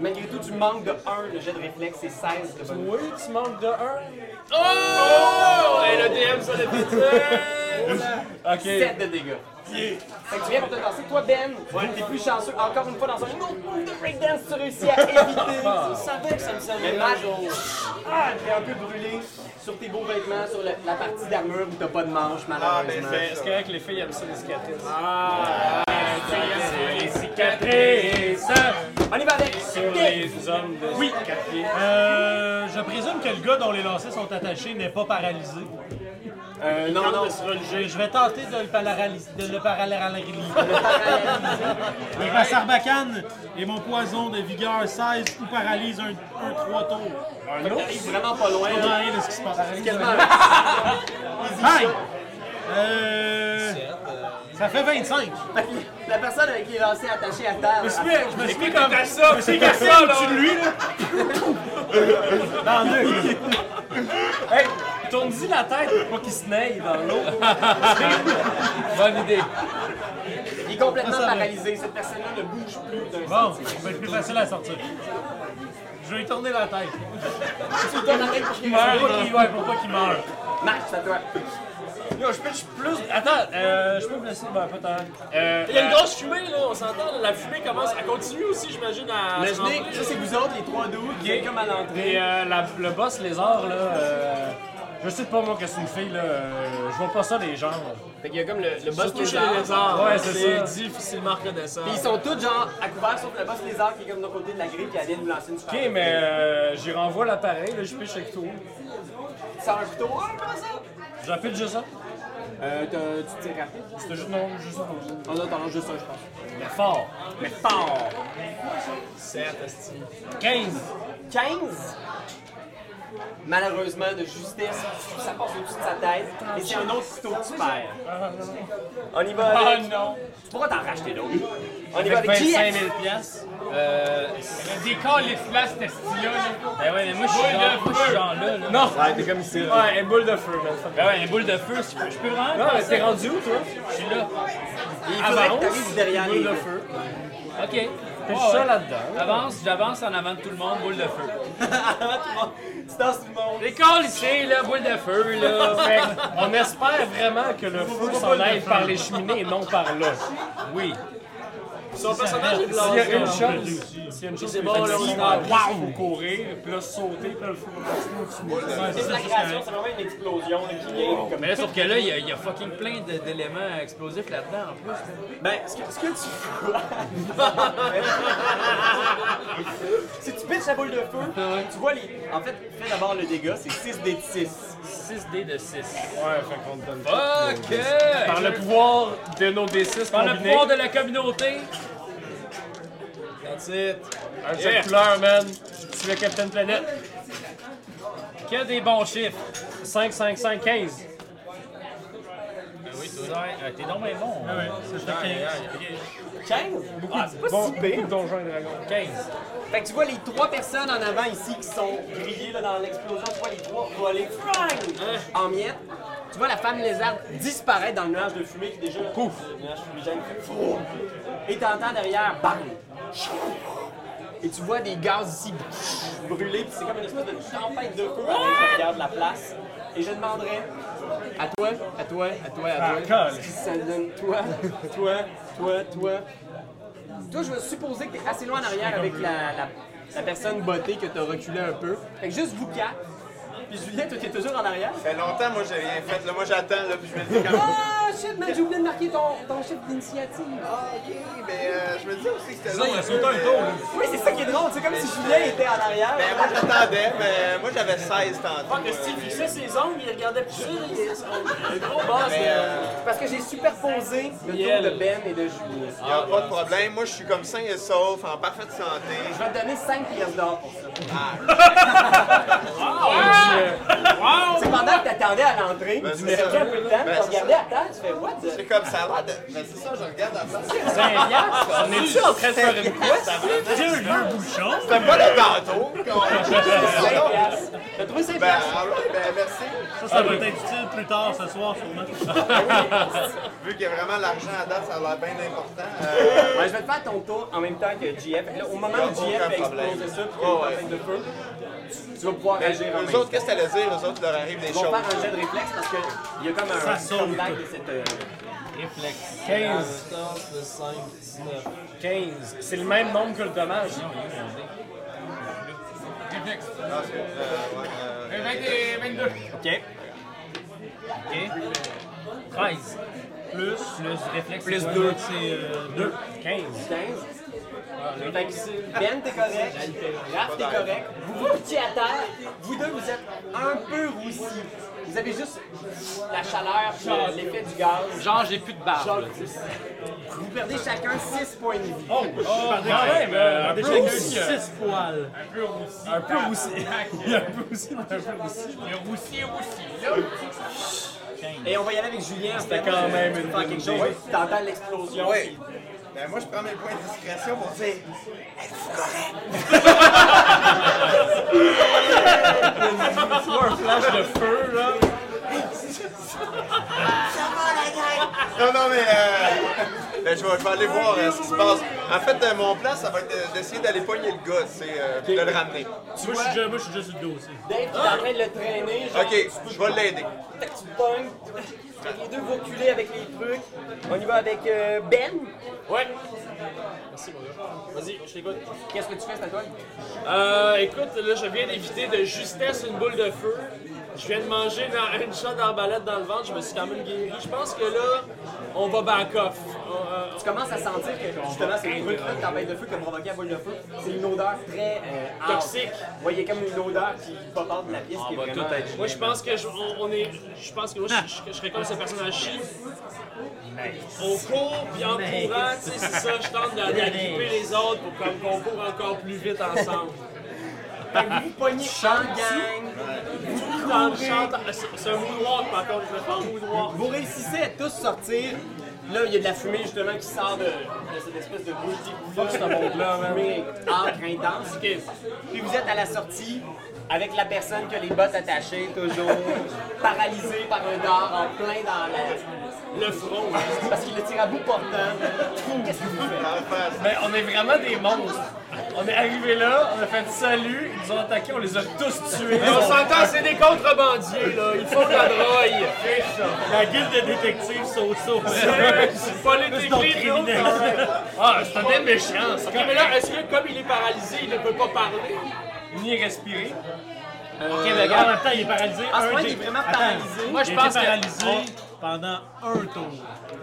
S12: malgré tout, tu manques de 1, le jet de réflexe, c'est 16 de bonus.
S2: Oui, tu manques de 1.
S29: Oh! Et le DM, ça le
S2: Ok.
S12: 7 de dégâts. Fait que tu viens pour te danser. Toi, Ben, t'es plus chanceux. Encore une fois, dans un autre move de breakdance, tu réussis à éviter.
S2: Ah.
S12: tu savais que ça me servait. Mais Maj, ah, t'es un peu brûlé sur tes beaux vêtements, sur le- la partie d'armure où t'as pas de manche,
S15: Ah, ben,
S12: malheureusement.
S15: c'est
S2: Est-ce
S15: ça.
S2: que les filles aiment ça, les cicatrices?
S30: Les cicatrices!
S12: On y va avec.
S30: Les hommes de
S2: Oui. Euh, je présume que le gars dont les lancers sont attachés n'est pas paralysé.
S12: Euh, non, non.
S2: Je, je vais tenter de le paralyser. De le paralyser. Avec ma sarbacane et mon poison de vigueur 16 ou paralyse un, un 3 tours.
S12: Un autre. T'arrives vraiment pas loin.
S2: Je
S12: là.
S2: comprends rien de ce qui se passe.
S12: Quasiment.
S2: Hi! Euh, ça fait 25.
S12: La personne avec qui il est lancé attaché à terre.
S2: Je me suis mis- je me suis mis comme ça. Je me suis mis comme ça au-dessus de lui. Là. Dans deux.
S1: Hey, tourne-y la tête pour pas qu'il se naille dans l'eau.
S4: Bonne idée.
S12: Il est complètement paralysé. Cette personne-là ne bouge plus d'un
S2: Bon, ça va être plus facile à sortir. Je vais lui tourner la tête. Il meurt, il-
S29: hein.
S2: ouais, pour pas qu'il meure.
S12: Max, à toi.
S2: Yo, je peux je peux plus. Attends, euh, je peux me laisser. Ben, pas tant. Euh,
S29: Il y a une grosse fumée, là, on s'entend. là, La fumée commence. Elle continue aussi, j'imagine, à. se
S12: Imaginez,
S29: remplir.
S12: ça c'est vous autres, les trois doux, qui est comme à l'entrée.
S2: Et euh, la- le boss lézard, là, euh, je sais pas moi que c'est une fille, là, euh, je vois pas ça des gens. là.
S12: Fait qu'il y a comme le, le boss
S29: Surtout chez
S12: lézard.
S29: les lézards.
S2: Ouais,
S29: hein,
S2: c'est ça.
S29: difficilement reconnaissable.
S12: Puis ils sont tous genre à couvert sauf le boss lézard qui est comme de l'autre côté de la grille qui vient nous lancer une super.
S2: Ok, mais euh, j'y renvoie l'appareil, là, je piche avec tout.
S12: Sors un couteau. Ah, comment ça?
S2: J'appelle juste ça.
S12: Euh, t'as- tu tires rapide. Ah,
S2: C'était juste non, juste ça.
S12: On a tendance juste un, je pense.
S2: Mais fort. Mais fort. 15.
S12: 15? Malheureusement, de justesse, ça passe au-dessus de sa tête. Et c'est un autre couteau que tu perds.
S2: Ah,
S12: On y va
S30: Oh
S12: avec...
S30: non!
S12: Tu pourras t'en racheter d'autres. On y va avec
S2: 25
S12: GX.
S2: 000 piastres.
S30: Des calices-là, cette style-là, là.
S4: Ben ouais, mais moi je suis
S30: Boule de
S4: genre- moi, je suis
S30: feu.
S4: genre là. là.
S2: Non!
S31: Ouais, t'es comme ici. là.
S2: Ouais, une boule de feu, man.
S4: Ben ouais, une boule de feu, je peux, je peux vraiment.
S2: Non, mais
S4: passer-
S2: t'es rendu où, toi?
S4: Je suis là.
S12: Il faudrait que t'arrives derrière les
S2: boule de
S12: deux.
S2: feu.
S4: Ok.
S2: T'es
S4: Ouais, ouais.
S2: ça là-dedans.
S4: Avance, j'avance en avant de tout le monde, boule de feu.
S12: Avant tout le monde. Tu danses tout le monde.
S4: Les ici, là, boule de feu, là.
S2: Fait que On espère vraiment que le feu s'en aille par les cheminées et non par là.
S4: Oui.
S29: Son personnage est
S2: S'il y a
S29: blasé.
S2: une chose, s'il y a une chose,
S29: C'est bon, là, on y va.
S2: waouh, courir, puis là sauter, puis là le fou.
S12: C'est la création, c'est vraiment une explosion là, qui vient comme
S4: Mais là, sauf que là, il y, a- il y a fucking plein de- d'éléments explosifs là-dedans en plus.
S12: Ben, ce que, ce que tu vois. si tu pitches la boule de feu, tu vois les. En fait, fais d'abord le dégât, c'est 6 des 6.
S4: 6 dés de 6.
S2: Ouais, fait qu'on te donne
S4: Ok!
S2: Par le pouvoir de nos D6
S4: Par le
S2: combinés,
S4: pouvoir de la communauté.
S29: That's it.
S2: un jet de couleur, man. Je suis le Capitaine Planète.
S4: Que des bons chiffres.
S2: 5, 5, 5, 15.
S4: Ben oui, toi. Euh, T'es donc bien bon. hein.
S2: Ouais, c'est 15.
S12: 15? Beaucoup c'est pas
S2: Bon,
S12: si pire.
S2: beaucoup de donjons et dragons.
S4: 15.
S12: Fait que tu vois les trois personnes en avant ici qui sont grillées là, dans l'explosion, tu vois les trois voler frang, en miettes. Tu vois la femme lézarde disparaître dans le nuage de fumée qui déjà. Pouf! Le nuage fumigène. Froum. Et t'entends derrière, bang! Et
S1: et tu vois des gaz ici brûler, puis c'est comme une espèce de tempête de feu à l'intérieur de la place. Et je demanderais à toi, à toi, à toi, à toi, ce que ça donne, toi, toi, toi, toi. Toi, je vais supposer que t'es assez loin en arrière avec la, la, la personne bottée que t'as reculé un peu. Fait que juste vous quatre. Puis Julien, toi, t'es toujours en arrière.
S15: Ça fait longtemps, moi, j'ai rien fait. Là, moi, j'attends, là, puis je me dis comme.
S1: Ah, shit, man, j'ai oublié de marquer ton, ton chiffre d'initiative.
S15: Ah, ok, mais euh, je me disais aussi que c'était.
S10: Disons, il a
S15: long,
S10: sauté
S15: peu,
S10: un
S15: mais-
S10: tour, là.
S12: Oui, c'est ça qui est drôle, c'est comme si Julien était en arrière.
S15: Ben, moi, j'attendais, mais euh, moi, j'avais 16 tantôt.
S1: que Steve fixait ses ongles, il regardait plus ça, il est un gros boss.
S15: Mais, euh,
S12: Parce que j'ai superposé le tour de Ben et de Julien.
S15: Il n'y a pas de problème. Moi, je suis comme sain et sauf, en parfaite santé.
S12: Je vais te donner 5 pièces d'or pour ça. Ah! C'est pendant que t'attendais à l'entrée,
S15: Ben,
S12: tu
S15: c'est
S12: me
S15: ça.
S12: un peu de temps,
S15: Ben,
S12: tu
S15: c'est
S12: regardais à terre, tu fais what the...
S15: C'est comme ça a l'air de... Ben, c'est ça, je regarde la place.
S1: On est-tu en train de faire une
S15: C'était pas le bateau. qu'on-
S1: T'as trouvé ses
S15: Ben, all right, ben, merci.
S10: Ça,
S29: Ah,
S10: ça va être utile plus tard ce soir, sûrement.
S15: Vu qu'il y a vraiment l'argent à date, ça a l'air bien important. Euh,
S12: Ouais, je vais te faire ton tour en même temps que JF. Fait que Là, au moment où
S15: Aucun
S12: JF a
S15: problème. Oh,
S12: explosé ça, puis qu'il y a une
S15: Ouais, ouais.
S12: tempête de feu, tu, tu vas pouvoir agir en même
S15: Eux
S12: temps.
S15: autres, qu'est-ce que t'allais dire? Eux autres, il leur arrive des
S12: Ils vont
S15: choses.
S12: faire un jet de réflexe parce qu'il y a comme un
S10: saute.
S12: comeback de cette... euh,
S2: 15. 5, 19. 15. C'est le même nombre que le dommage.
S4: Réflexe.
S15: Ah, c'est- euh, ouais, euh,
S4: Euh, 20 et 22.
S2: OK. OK. 13. Plus. Plus réflexe. Plus 2. C'est 2. 15.
S12: 15. Ah, Fait que Ben, t'es correct. Raph, t'es correct. Vous vous pittiez à terre. Vous deux, vous êtes un peu roussis. Vous avez juste la chaleur, puis le- l'effet du gaz.
S8: Genre, j'ai plus de barbe.
S12: Genre,
S8: là.
S12: vous perdez chacun 6 points de vie.
S10: Oh, Quand même, euh, un peu aussi. 6 poils.
S4: Un peu roussi. Un peu roussi. un peu roussi, un peu roussi. Le roussi est roussi. Là,
S12: Et on va y aller avec Julien. C'était quand même une faire quelque chose. T'entends l'explosion.
S15: Oui. Ben, moi, je prends mes points de discrétion pour dire. Non, non, mais euh, ben, je, vais, je vais aller voir euh, ce qui se passe. En fait, euh, mon plan, ça va être de- d'essayer d'aller pogner le gars, c'est euh, de le ramener.
S10: Moi, je suis déjà- moi, je suis juste sur le dos aussi.
S12: Dave, t'es en train de le traîner. Genre,
S15: Ok, je vais l'aider.
S12: Fait que tu te pognes. Fait que Les deux, vous reculez avec les trucs. On y va avec euh, Ben.
S2: Ouais.
S1: Vas-y, je t'écoute.
S12: Qu'est-ce que tu fais, c'est à toi?
S2: Euh, écoute, là, je viens d'éviter de justesse une boule de feu. Je viens de manger dans- une shot d'arbalète dans le ventre. Je me suis quand même guéri. Je pense que là, on va back off. On, euh,
S12: Tu commences à sentir que justement ces trucs-là de tempête de feu comme provoqué à boule de feu, c'est une odeur très euh, âpre.
S2: Toxique.
S12: Ouais, il y a comme une odeur qui popante de la pièce qui est vraiment... euh,
S2: Moi, je pense que je, on, on est. Je pense que moi, je, je- je serais comme ce personnage-ci. On court, puis en courant, tu sais, c'est ça, je tente de- d'occuper les autres pour comme qu'on court encore plus vite ensemble.
S12: Fait que vous pognez en gang,
S2: Dans le champ, c'est c'est un moonwalk, par contre, je vais faire un moonwalk.
S12: vous réussissez à tous sortir. Là, il y a de la fumée justement qui sort de, de cette espèce de bouche dégoulante, ce monde-là, fumée âcre, intense. Puis vous êtes à la sortie avec la personne qui a les bottes attachées, toujours paralysée par un dard en plein dans la... hein,
S2: Le front.
S12: Parce qu'il le tire à bout portant. Qu'est-ce que vous faites?
S15: En face.
S2: Mais on est vraiment des monstres. On est arrivé là, on a fait salut, ils nous ont attaqué, on les a tous tués. on s'entend, c'est des contrebandiers, là. Ils font de la drogue.
S10: La guilde de détectives so-so.
S2: C'est pas les
S10: C'est ton
S2: décrits, l'autre.
S10: criminel.
S2: Ah, c'est un méchant. ça. Ok, mais là, est-ce que comme il est paralysé, il ne peut pas parler? Ni respirer.
S10: Ok, mais regarde, en même temps, il est paralysé.
S12: À ce
S10: un
S12: moment, il
S10: des-
S12: est vraiment
S10: Attends,
S12: paralysé.
S2: Moi, je
S10: il
S2: pense
S10: était
S2: que-
S10: paralysé pendant un tour.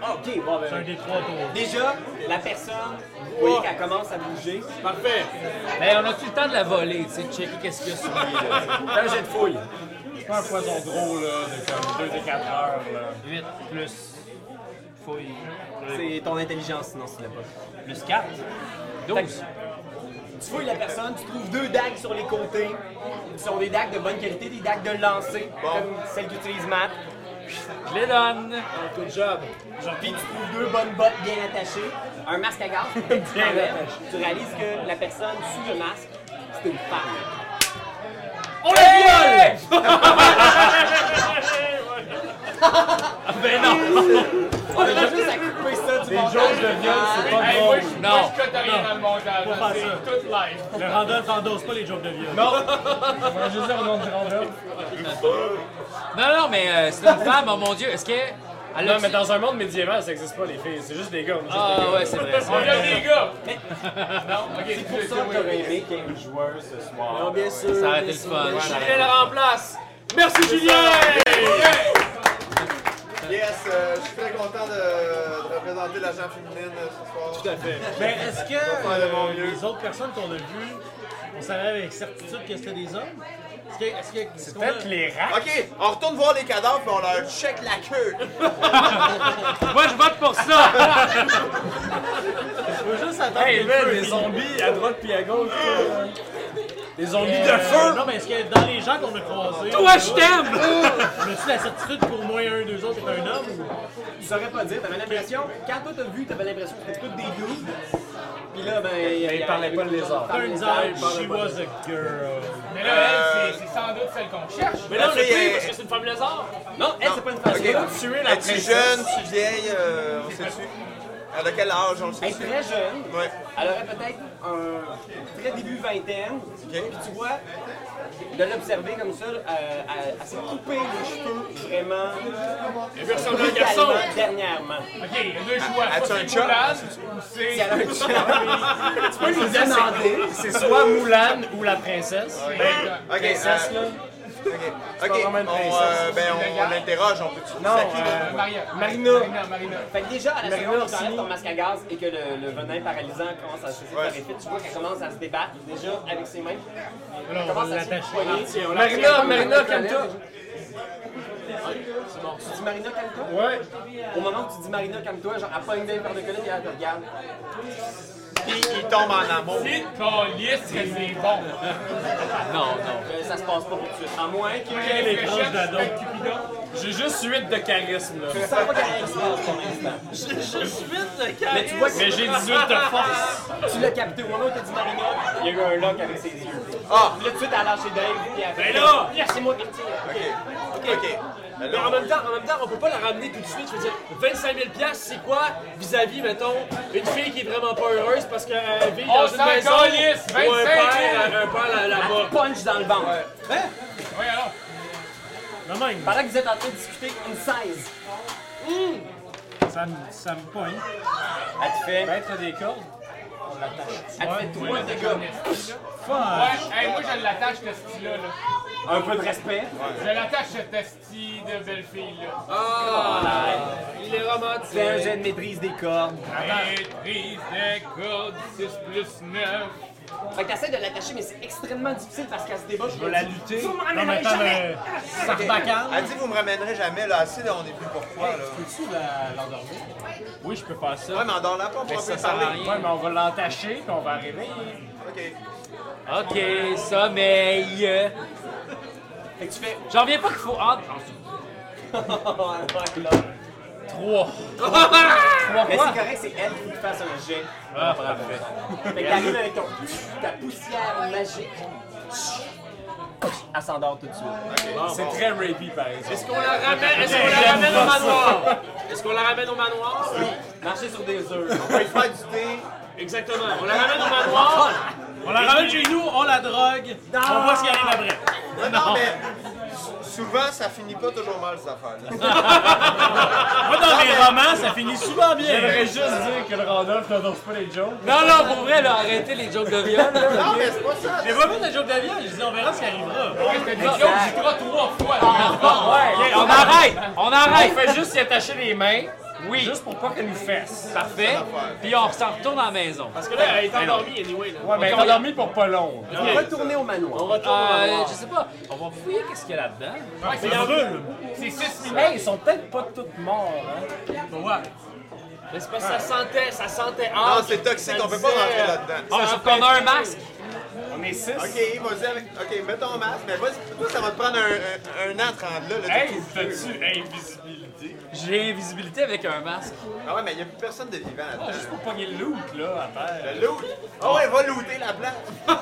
S12: Ah, ok, bon, ben,
S10: C'est un des trois tours.
S12: Déjà, la personne, vous voyez qu'elle commence à bouger.
S2: Parfait.
S8: Mais Ben, on a tout le temps de la voler, tu sais, de checker qu'est-ce qu'il y a sur lui.
S12: Fais un jet de fouille.
S32: Je prends un poison gros, là, de comme 2 des 4 heures, là.
S8: 8 plus. Fouille.
S12: C'est ton intelligence, sinon tu l'as pas.
S8: Plus 4. 12.
S12: Tu fouilles la personne, tu trouves deux dagues sur les côtés. Ce sont des dagues de bonne qualité, des dagues de lancer, comme celles qu'utilise Matt. Oh,
S8: Je les donne.
S2: Good job.
S12: Puis tu trouves deux bonnes bottes bien attachées, un masque à gaz. tu t'enlèves, Tu réalises que la personne sous le masque, c'est une femme.
S8: On la viole!
S2: Ben non!
S12: On a juste à couper ça du montage.
S4: Hey, moi, je
S2: Non.
S4: moi, je cote rien dans le montage.
S10: Faut
S4: hein,
S10: faire
S4: C'est toute live.
S10: Le Randolph n'endosse pas les jokes de viol.
S8: Non, non, mais euh, c'est une femme, oh mon dieu, est-ce que. Elle a-
S13: Non, mais dans un monde médiéval, ça n'existe pas, les filles. C'est juste des gars. on est juste des
S8: Ah
S13: gars.
S8: ouais, c'est vrai.
S4: On a des gars. Non, ok.
S12: C'est pour ça que j'aurais aimé qu'il y ait une joueuse ce soir. Non, bien sûr.
S8: Ça aurait été le fun.
S2: Julien la remplace! Merci Julien!
S15: Yes, euh, je suis très content de, de représenter la jambe féminine euh, ce soir.
S10: Tout à fait. Mais est-ce que
S15: faire de mon
S10: euh,
S15: mieux.
S10: les autres personnes qu'on a vues, on savait avec certitude que c'était des hommes? Est-ce que. Est-ce que. est-ce qu'on a-
S13: Peut-être les rats.
S15: Ok, on retourne voir les cadavres et on leur check la queue.
S2: Moi je vote pour ça!
S10: Je veux juste attendre.
S13: Hey,
S10: que le
S13: man,
S10: feu
S13: des
S10: finisse.
S13: zombies à droite puis à gauche. euh, Des zombies
S10: Euh,
S13: de feu!
S10: Non, mais est-ce que dans les gens qu'on a croisés.
S2: Toi je t'aime!
S10: Me suis la certitude qu'au moins un ou deux autres est un homme ou.
S12: Tu saurais pas dire, t'avais l'impression, quand toi t'as vu, t'avais l'impression que c'était tous des dudes. Puis là, ben.
S13: Mais ils parlaient pas de lézard.
S10: Turns out, she was a girl.
S4: Mais là, elle, c'est- c'est sans doute celle qu'on cherche.
S2: Mais non,
S15: La
S2: le
S15: fille
S2: pire,
S15: est-
S2: parce que c'est une femme lézard!
S12: Non, elle, c'est pas une femme.
S15: Ok.
S12: Elle a tué la
S15: Es-tu
S12: princesse.
S15: jeune, tu vieille, euh, on sait-tu? À quel âge, on le
S12: Elle est
S15: sait-tu?
S12: très jeune.
S15: Ouais.
S12: Elle aurait peut-être un très début vingtaine. Puis tu vois, de l'observer comme ça, euh, elle, elle s'est coupée les cheveux vraiment
S2: Il veut ressembler à un garçon!
S12: brutalement dernièrement.
S4: Ok, il y a deux choix.
S15: as-tu
S4: Soit
S15: un
S4: c'est
S15: chat?
S4: Moulin, ou c'est. Euh,
S12: Si elle a un chien, tu peux lui demander.
S13: C'est soit Moulin ou la princesse.
S15: Ok,
S13: Princesse,
S15: euh,
S13: là.
S15: ok, ok,
S13: pas vraiment une
S15: on, euh,
S13: princesse.
S15: ben, on l'interroge, on peut-tu
S13: Non,
S15: saquer
S13: euh,
S4: Maria.
S13: Marina.
S4: Marina, Marina.
S12: Fait que déjà, à la
S13: Marina
S12: seconde où tu
S13: Orsini.
S12: enlèves ton masque à gaz et que le, le venin paralysant commence à se séparer, tu vois qu'elle commence à se débattre déjà avec ses mains. Elle
S10: on
S12: commence
S10: va
S12: à se
S10: l'attacher.
S12: poigner.
S13: Marina, Marina, calme-toi.
S12: Tu dis Marina, calme-toi.
S13: Ouais.
S12: Au moment où tu dis Marina, calme-toi, genre, elle pogne bien par le collet et elle te regarde.
S15: Puis il tombe en amour.
S4: C'est calice que c'est bon.
S12: Non, non. Euh, ça se passe pas pour tout de suite. À moins que.
S4: Quelle
S10: étrange d'ado.
S4: Cupidon.
S13: J'ai juste 8 de charisme, là.
S12: Tu sens pas qu'il y a rien qui se passe pour l'instant. Mais tu vois que
S13: Mais j'ai 18 de force.
S12: tu l'as capté au moment où t'as dit Marina, il y a eu un lock avec ses yeux.
S15: Ah!
S12: Puis là, tout de suite, elle a lâché Dave. Puis elle fait,
S13: Ben là!
S12: Laissez-moi partir.
S15: Ok, ok.
S2: Mais en
S15: Alors,
S2: même temps, en même temps, on peut pas la ramener tout de suite. Je veux dire, 25 000 piastres, c'est quoi vis-à-vis, mettons, une fille qui est vraiment pas heureuse parce qu'elle vit dans
S4: On
S2: une
S4: s'en
S2: maison
S4: calisse,
S2: où un
S4: 25
S2: père, un père là-
S12: Elle
S2: là-bas.
S12: te punch dans le ventre.
S4: Oui, alors.
S10: Non, même.
S12: Pendant que vous êtes en train de discuter, une 16.
S10: Hum. Ça me, ça me poigne.
S12: Elle te fait.
S10: Mettre des cordes.
S12: Elle te fait trois dégâts.
S4: Ouais, hey, moi je l'attache ce style là.
S12: Un peu de respect.
S4: Je l'attache cette style de belle fille là.
S2: Il est romantique.
S12: Fais un jet de maîtrise des cordes.
S4: Maîtrise des cordes, 6 plus 9.
S12: Fait que t'essaies de l'attacher, mais c'est extrêmement difficile parce qu'elle se débat. Je
S10: vais la lutter.
S12: Tu me
S10: Non, mais
S12: ramènerais
S10: attends,
S12: jamais.
S10: mais. Sarbacane.
S15: elle dit vous me ramènerez jamais là, assez là, on est plus pourquoi là.
S13: Peux-tu la- l'endormir? Oui, je peux faire ça.
S15: Ouais, mais dans la pompe, on peut
S13: ça sert à
S15: parler.
S13: rien. Ouais, mais on va l'entacher puis on va arriver.
S15: Ok.
S8: Ok, sommeil.
S12: Fait que tu fais.
S8: J'en reviens pas qu'il faut. Ah,
S12: Ouais, là.
S8: trois
S12: Mais c'est
S8: quoi?
S12: correct, c'est elle qui te fasse un jet. Ah, parfait. Fait que t'arrives avec ton, ta poussière magique. Elle s'endort tout de suite.
S13: C'est très rapey, par exemple.
S2: Est-ce qu'on la ramène, est-ce qu'on la ramène au manoir? Est-ce qu'on la ramène au manoir?
S12: Marcher sur des œufs.
S15: On va lui faire du thé.
S2: Exactement. On la ramène au manoir.
S10: On la ramène chez nous, on la drogue. On voit ce qu'il y a après.
S15: Non, non, mais sou- souvent ça finit pas toujours mal cette affaire là.
S10: Moi, dans mes romans, ça finit souvent bien.
S13: J'aimerais juste dire que le Randolph n'endorse pas les jokes.
S8: Non, non, pour vrai, là, arrêtez les jokes de viol. là.
S15: Non, mais c'est pas ça.
S10: J'ai pas vu de joke de viol, je dis on verra ce qui arrivera.
S4: Ouais, c'était des jokes, j'y crois trois fois.
S2: Ah.
S4: là.
S8: Hey, on arrête! On
S2: On
S8: arrête!
S2: fait juste s'y attacher les mains.
S8: Oui,
S13: Juste pour pas qu'elle nous fesse.
S8: parfait. Puis on s'en retourne à la maison.
S2: Parce que là, elle est endormie, anyway. Là.
S13: Ouais, mais elle est endormie pour pas long.
S12: Retourner au manoir.
S2: On retourne au
S8: Euh,
S2: manoir.
S8: je sais pas, on va fouiller qu'est-ce qu'il y a là-dedans.
S4: Ouais, c'est en C'est 6 minutes.
S13: Hey, ils sont peut-être pas tous morts, hein?
S2: Mais c'est parce que ça sentait, ça sentait
S15: Non,
S2: âge.
S15: Ah, c'est toxique, on peut pas
S2: disait,
S15: rentrer
S2: euh,
S15: là-dedans.
S8: Ah, sauf qu'on a un masque.
S13: On est six.
S15: Ok, vas-y avec. Ok, mets ton masque, mais vas-y, toi ça va te prendre un, un, un an à te rendre là. là t'es
S13: Hey,
S15: tout vieux.
S13: t'as-tu invisibilité?
S15: invisibilité.
S8: J'ai invisibilité avec un masque.
S15: Ah ouais, mais il n'y a plus personne de vivant là-dedans.
S13: Ah, Juste pour pogner le loot, là, à terre.
S15: Le loot! Ah ouais, va looter la place!
S8: Toi,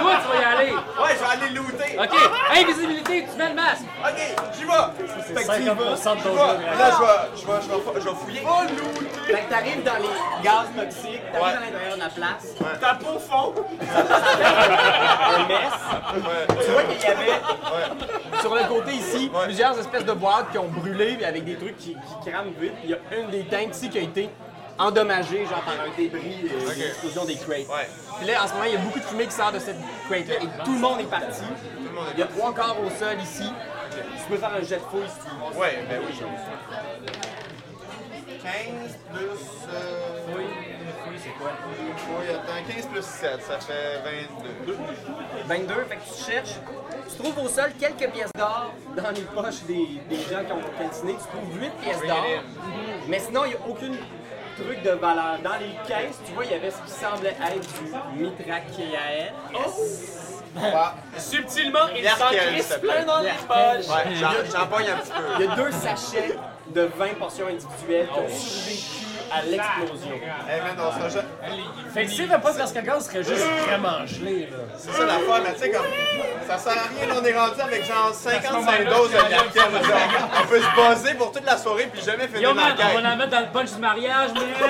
S8: tu vas y aller.
S15: Ouais, je vais aller looter!
S8: OK. Invisibilité, tu mets le masque.
S15: Ok, j'y vais!
S13: C'est 50% de
S15: Je
S13: ton
S15: vais-
S13: jeu.
S15: Là, je vais- je vais- je vais je vais fouiller. Va looter!
S12: Fait que t'arrives dans les gaz toxiques, t'arrives
S15: Ouais.
S12: à l'intérieur de la place,
S15: Ta peau fond!
S12: un mess. Tu vois qu'il y avait sur le côté ici
S15: Ouais.
S12: plusieurs espèces de boîtes qui ont brûlé puis avec des trucs qui, qui crament vite. Puis il y a une des tanks ici qui a été endommagée genre par un débris euh, de l'explosion des crates.
S15: Ouais.
S12: Puis là en ce moment il y a beaucoup de fumée qui sort de cette crate là et tout le monde est parti.
S15: monde est
S12: Il y a trois corps au sol ici. Tu peux faire un jet de fouille si tu veux.
S15: Ouais, ben oui. 15 plus. Euh... Oui, c'est quoi? Oui, attends, 15 plus 7, ça fait 22.
S12: 22, fait que tu cherches, tu trouves au sol quelques pièces d'or dans les poches des, des gens qui ont cantiné, tu trouves 8 pièces d'or, mais sinon il n'y a aucune truc de valeur. Dans les caisses, tu vois, il y avait ce qui semblait être du mitraquéaël.
S2: Subtilement, il
S15: L'arc,
S2: s'en
S15: elle
S2: crisse
S15: s'appelle.
S2: plein dans les poches.
S15: Ouais, j'en- j'en pogne un petit peu.
S12: Il y a deux sachets de 20 portions individuelles qui ont survécu à l'explosion.
S15: Eh, man, on se rejette.
S13: Fait que s'il n'y avait pas de masque à gaz, il serait juste vraiment gelé, là.
S15: C'est ça l'affaire, mais tu sais, comme. Ça sert à rien, on est rendu avec genre 55 doses de Larkin. On peut se baser pour toute la soirée puis jamais
S8: Yo,
S15: finir
S8: man, on
S15: l'enquête.
S8: va en mettre dans le punch du mariage, mais...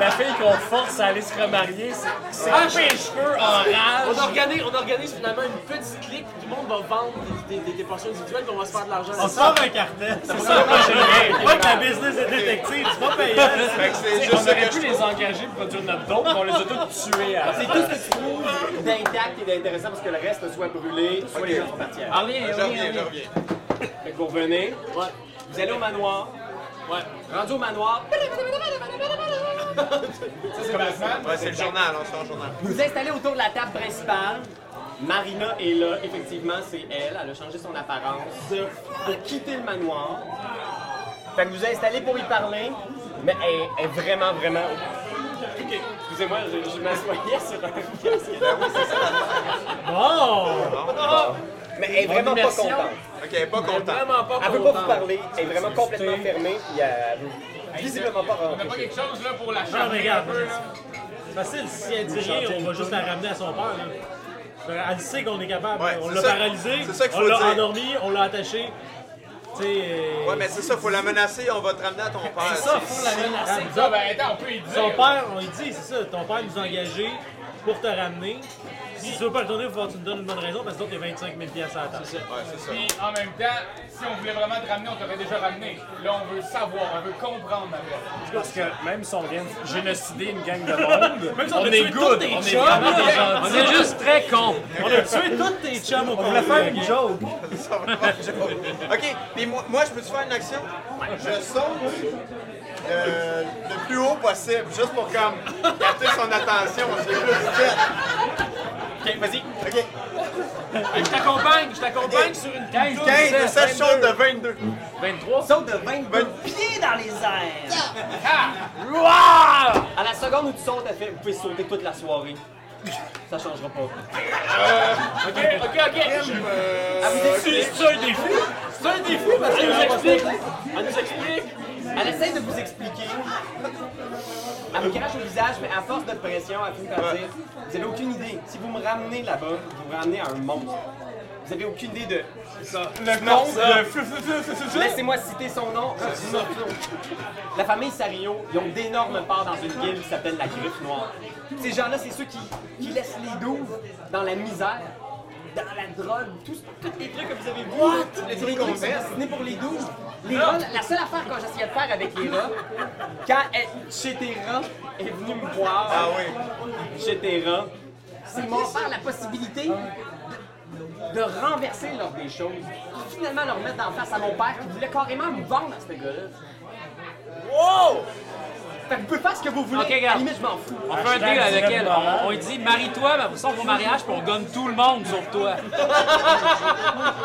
S13: La fille qu'on force à aller se remarier, c'est
S2: Ah,
S13: ses cheveux en
S2: On
S13: rage.
S2: organise, on organise finalement une petite clique, tout le monde va vendre des, des, des, des portions individuelles, puis on va se faire de l'argent.
S10: On sort un cartel. C'est ça, moi, j'ai Pas que la business est détective, c'est pas payant.
S15: Fait que c'est juste
S13: On
S15: ça que
S13: aurait
S15: je
S13: pu
S15: trouve.
S13: les engager pour produire notre don, mais on les a tous tués à
S12: C'est tout ce que tu trouves d'intact et d'intéressant parce que le reste soit brûlé, soit les gens sont partis.
S8: Ah, reviens,
S15: Je
S8: reviens,
S15: reviens, je
S8: reviens.
S15: reviens.
S12: Fait que vous revenez, vous allez au manoir. Rendu au manoir,
S15: Ouais, c'est le journal, on sort le journal.
S12: vous vous installez autour de la table principale. Marina est là, effectivement, c'est elle. Elle a changé son apparence pour quitter le manoir. Fait que vous vous installez pour y parler, mais elle elle est vraiment, vraiment. Ok, Excusez-moi, je, je m'assoyais sur un casque. Mais elle est vraiment pas
S2: Immersion.
S12: contente.
S15: Ok, elle est pas content.
S2: Vraiment pas
S12: Elle veut pas
S2: content.
S12: vous parler, elle est vraiment complètement fermée, puis elle veut visiblement pas
S4: On n'a pas
S12: rentrer.
S4: quelque chose là pour la
S10: Non, mais
S4: charmer un
S10: regarde,
S4: peu là?
S10: c'est facile. Si elle dit rien, on va juste la ramener à son père. là. Elle sait qu'on est capable.
S15: Ouais,
S10: on
S15: c'est
S10: l'a
S15: ça-
S10: paralysée,
S15: c'est ça qu'il
S10: on
S15: faut
S10: l'a
S15: dire.
S10: endormie, on l'a attachée. Tu sais, euh,
S15: Ouais, mais c'est ça, faut la menacer, on va te ramener à ton père.
S13: faut la menacer.
S4: Ça, ben attends, on peut y dire.
S10: Son père, on lui dit, c'est ça, ton père nous a engagés pour te ramener. Si tu veux pas le tourner, il faut falloir que tu nous donnes une bonne raison parce que d'autres, il y a 25 000 piastres à la table.
S15: Ouais, c'est ça.
S4: Puis en même temps, si on voulait vraiment te ramener, on t'aurait déjà ramené. Là, on veut savoir, on veut comprendre avec.
S13: Parce que même si on vient de génocider une gang de monde,
S10: Même si on
S13: on
S10: a tué
S13: est
S10: tous
S13: good,
S10: tes
S13: on est
S10: chums,
S13: vraiment des
S8: On
S13: gentils.
S8: est juste très cons.
S10: On a tué tous tes chums au On voulait faire une joke.
S15: Ça va être bon. ok, puis moi, moi, je peux-tu faire une action? Je saute euh, le plus haut possible, juste pour comme capter son attention. J'ai plus fait.
S12: Ok, vas-y.
S15: Ok,
S2: Je t'accompagne, je t'accompagne sur une 15,
S15: 15, ça, je saute de 22.
S2: 23.
S12: Saute de 22 pieds dans les airs! À la seconde où tu sautes, elle fait, vous pouvez sauter toute la soirée. Ça changera pas.
S2: Euh, Ok, ok, ok.
S15: Euh,
S2: C'est un des fous. C'est un des fous parce qu'elle nous explique. Elle nous explique.
S12: Elle essaie de vous expliquer. Elle me crache au visage, mais à force de pression, elle finit par dire Vous avez aucune idée. Si vous me ramenez là-bas, vous me ramenez à un monstre. Vous avez aucune idée de. Le monstre. Laissez-moi citer son nom. La famille Sario, ils ont d'énormes parts dans une guilde qui s'appelle la Griffe Noire. Ces gens-là, c'est ceux qui, qui laissent les douves dans la misère, dans la drogue, tous, tous les trucs que vous avez vus. Les trucs qu'on destinés pour les douves. Les rats, la seule affaire que j'essayais de faire avec les rats, quand elle- chez tes rats est venue me voir,
S15: Ah oui.
S12: chez tes rats, c'est m'ont offert la possibilité de- de renverser l'ordre des choses, puis finalement leur mettre en face à mon père qui voulait carrément me vendre à ce gars-là.
S15: Wow!
S12: Fait que vous pouvez faire ce que vous voulez.
S8: Ok,
S12: à la
S8: regarde.
S12: limite, je m'en fous.
S8: On fait un deal avec elle. On, on lui dit marie-toi, mais pour ça on va au mariage puis on gagne tout le monde sauf toi.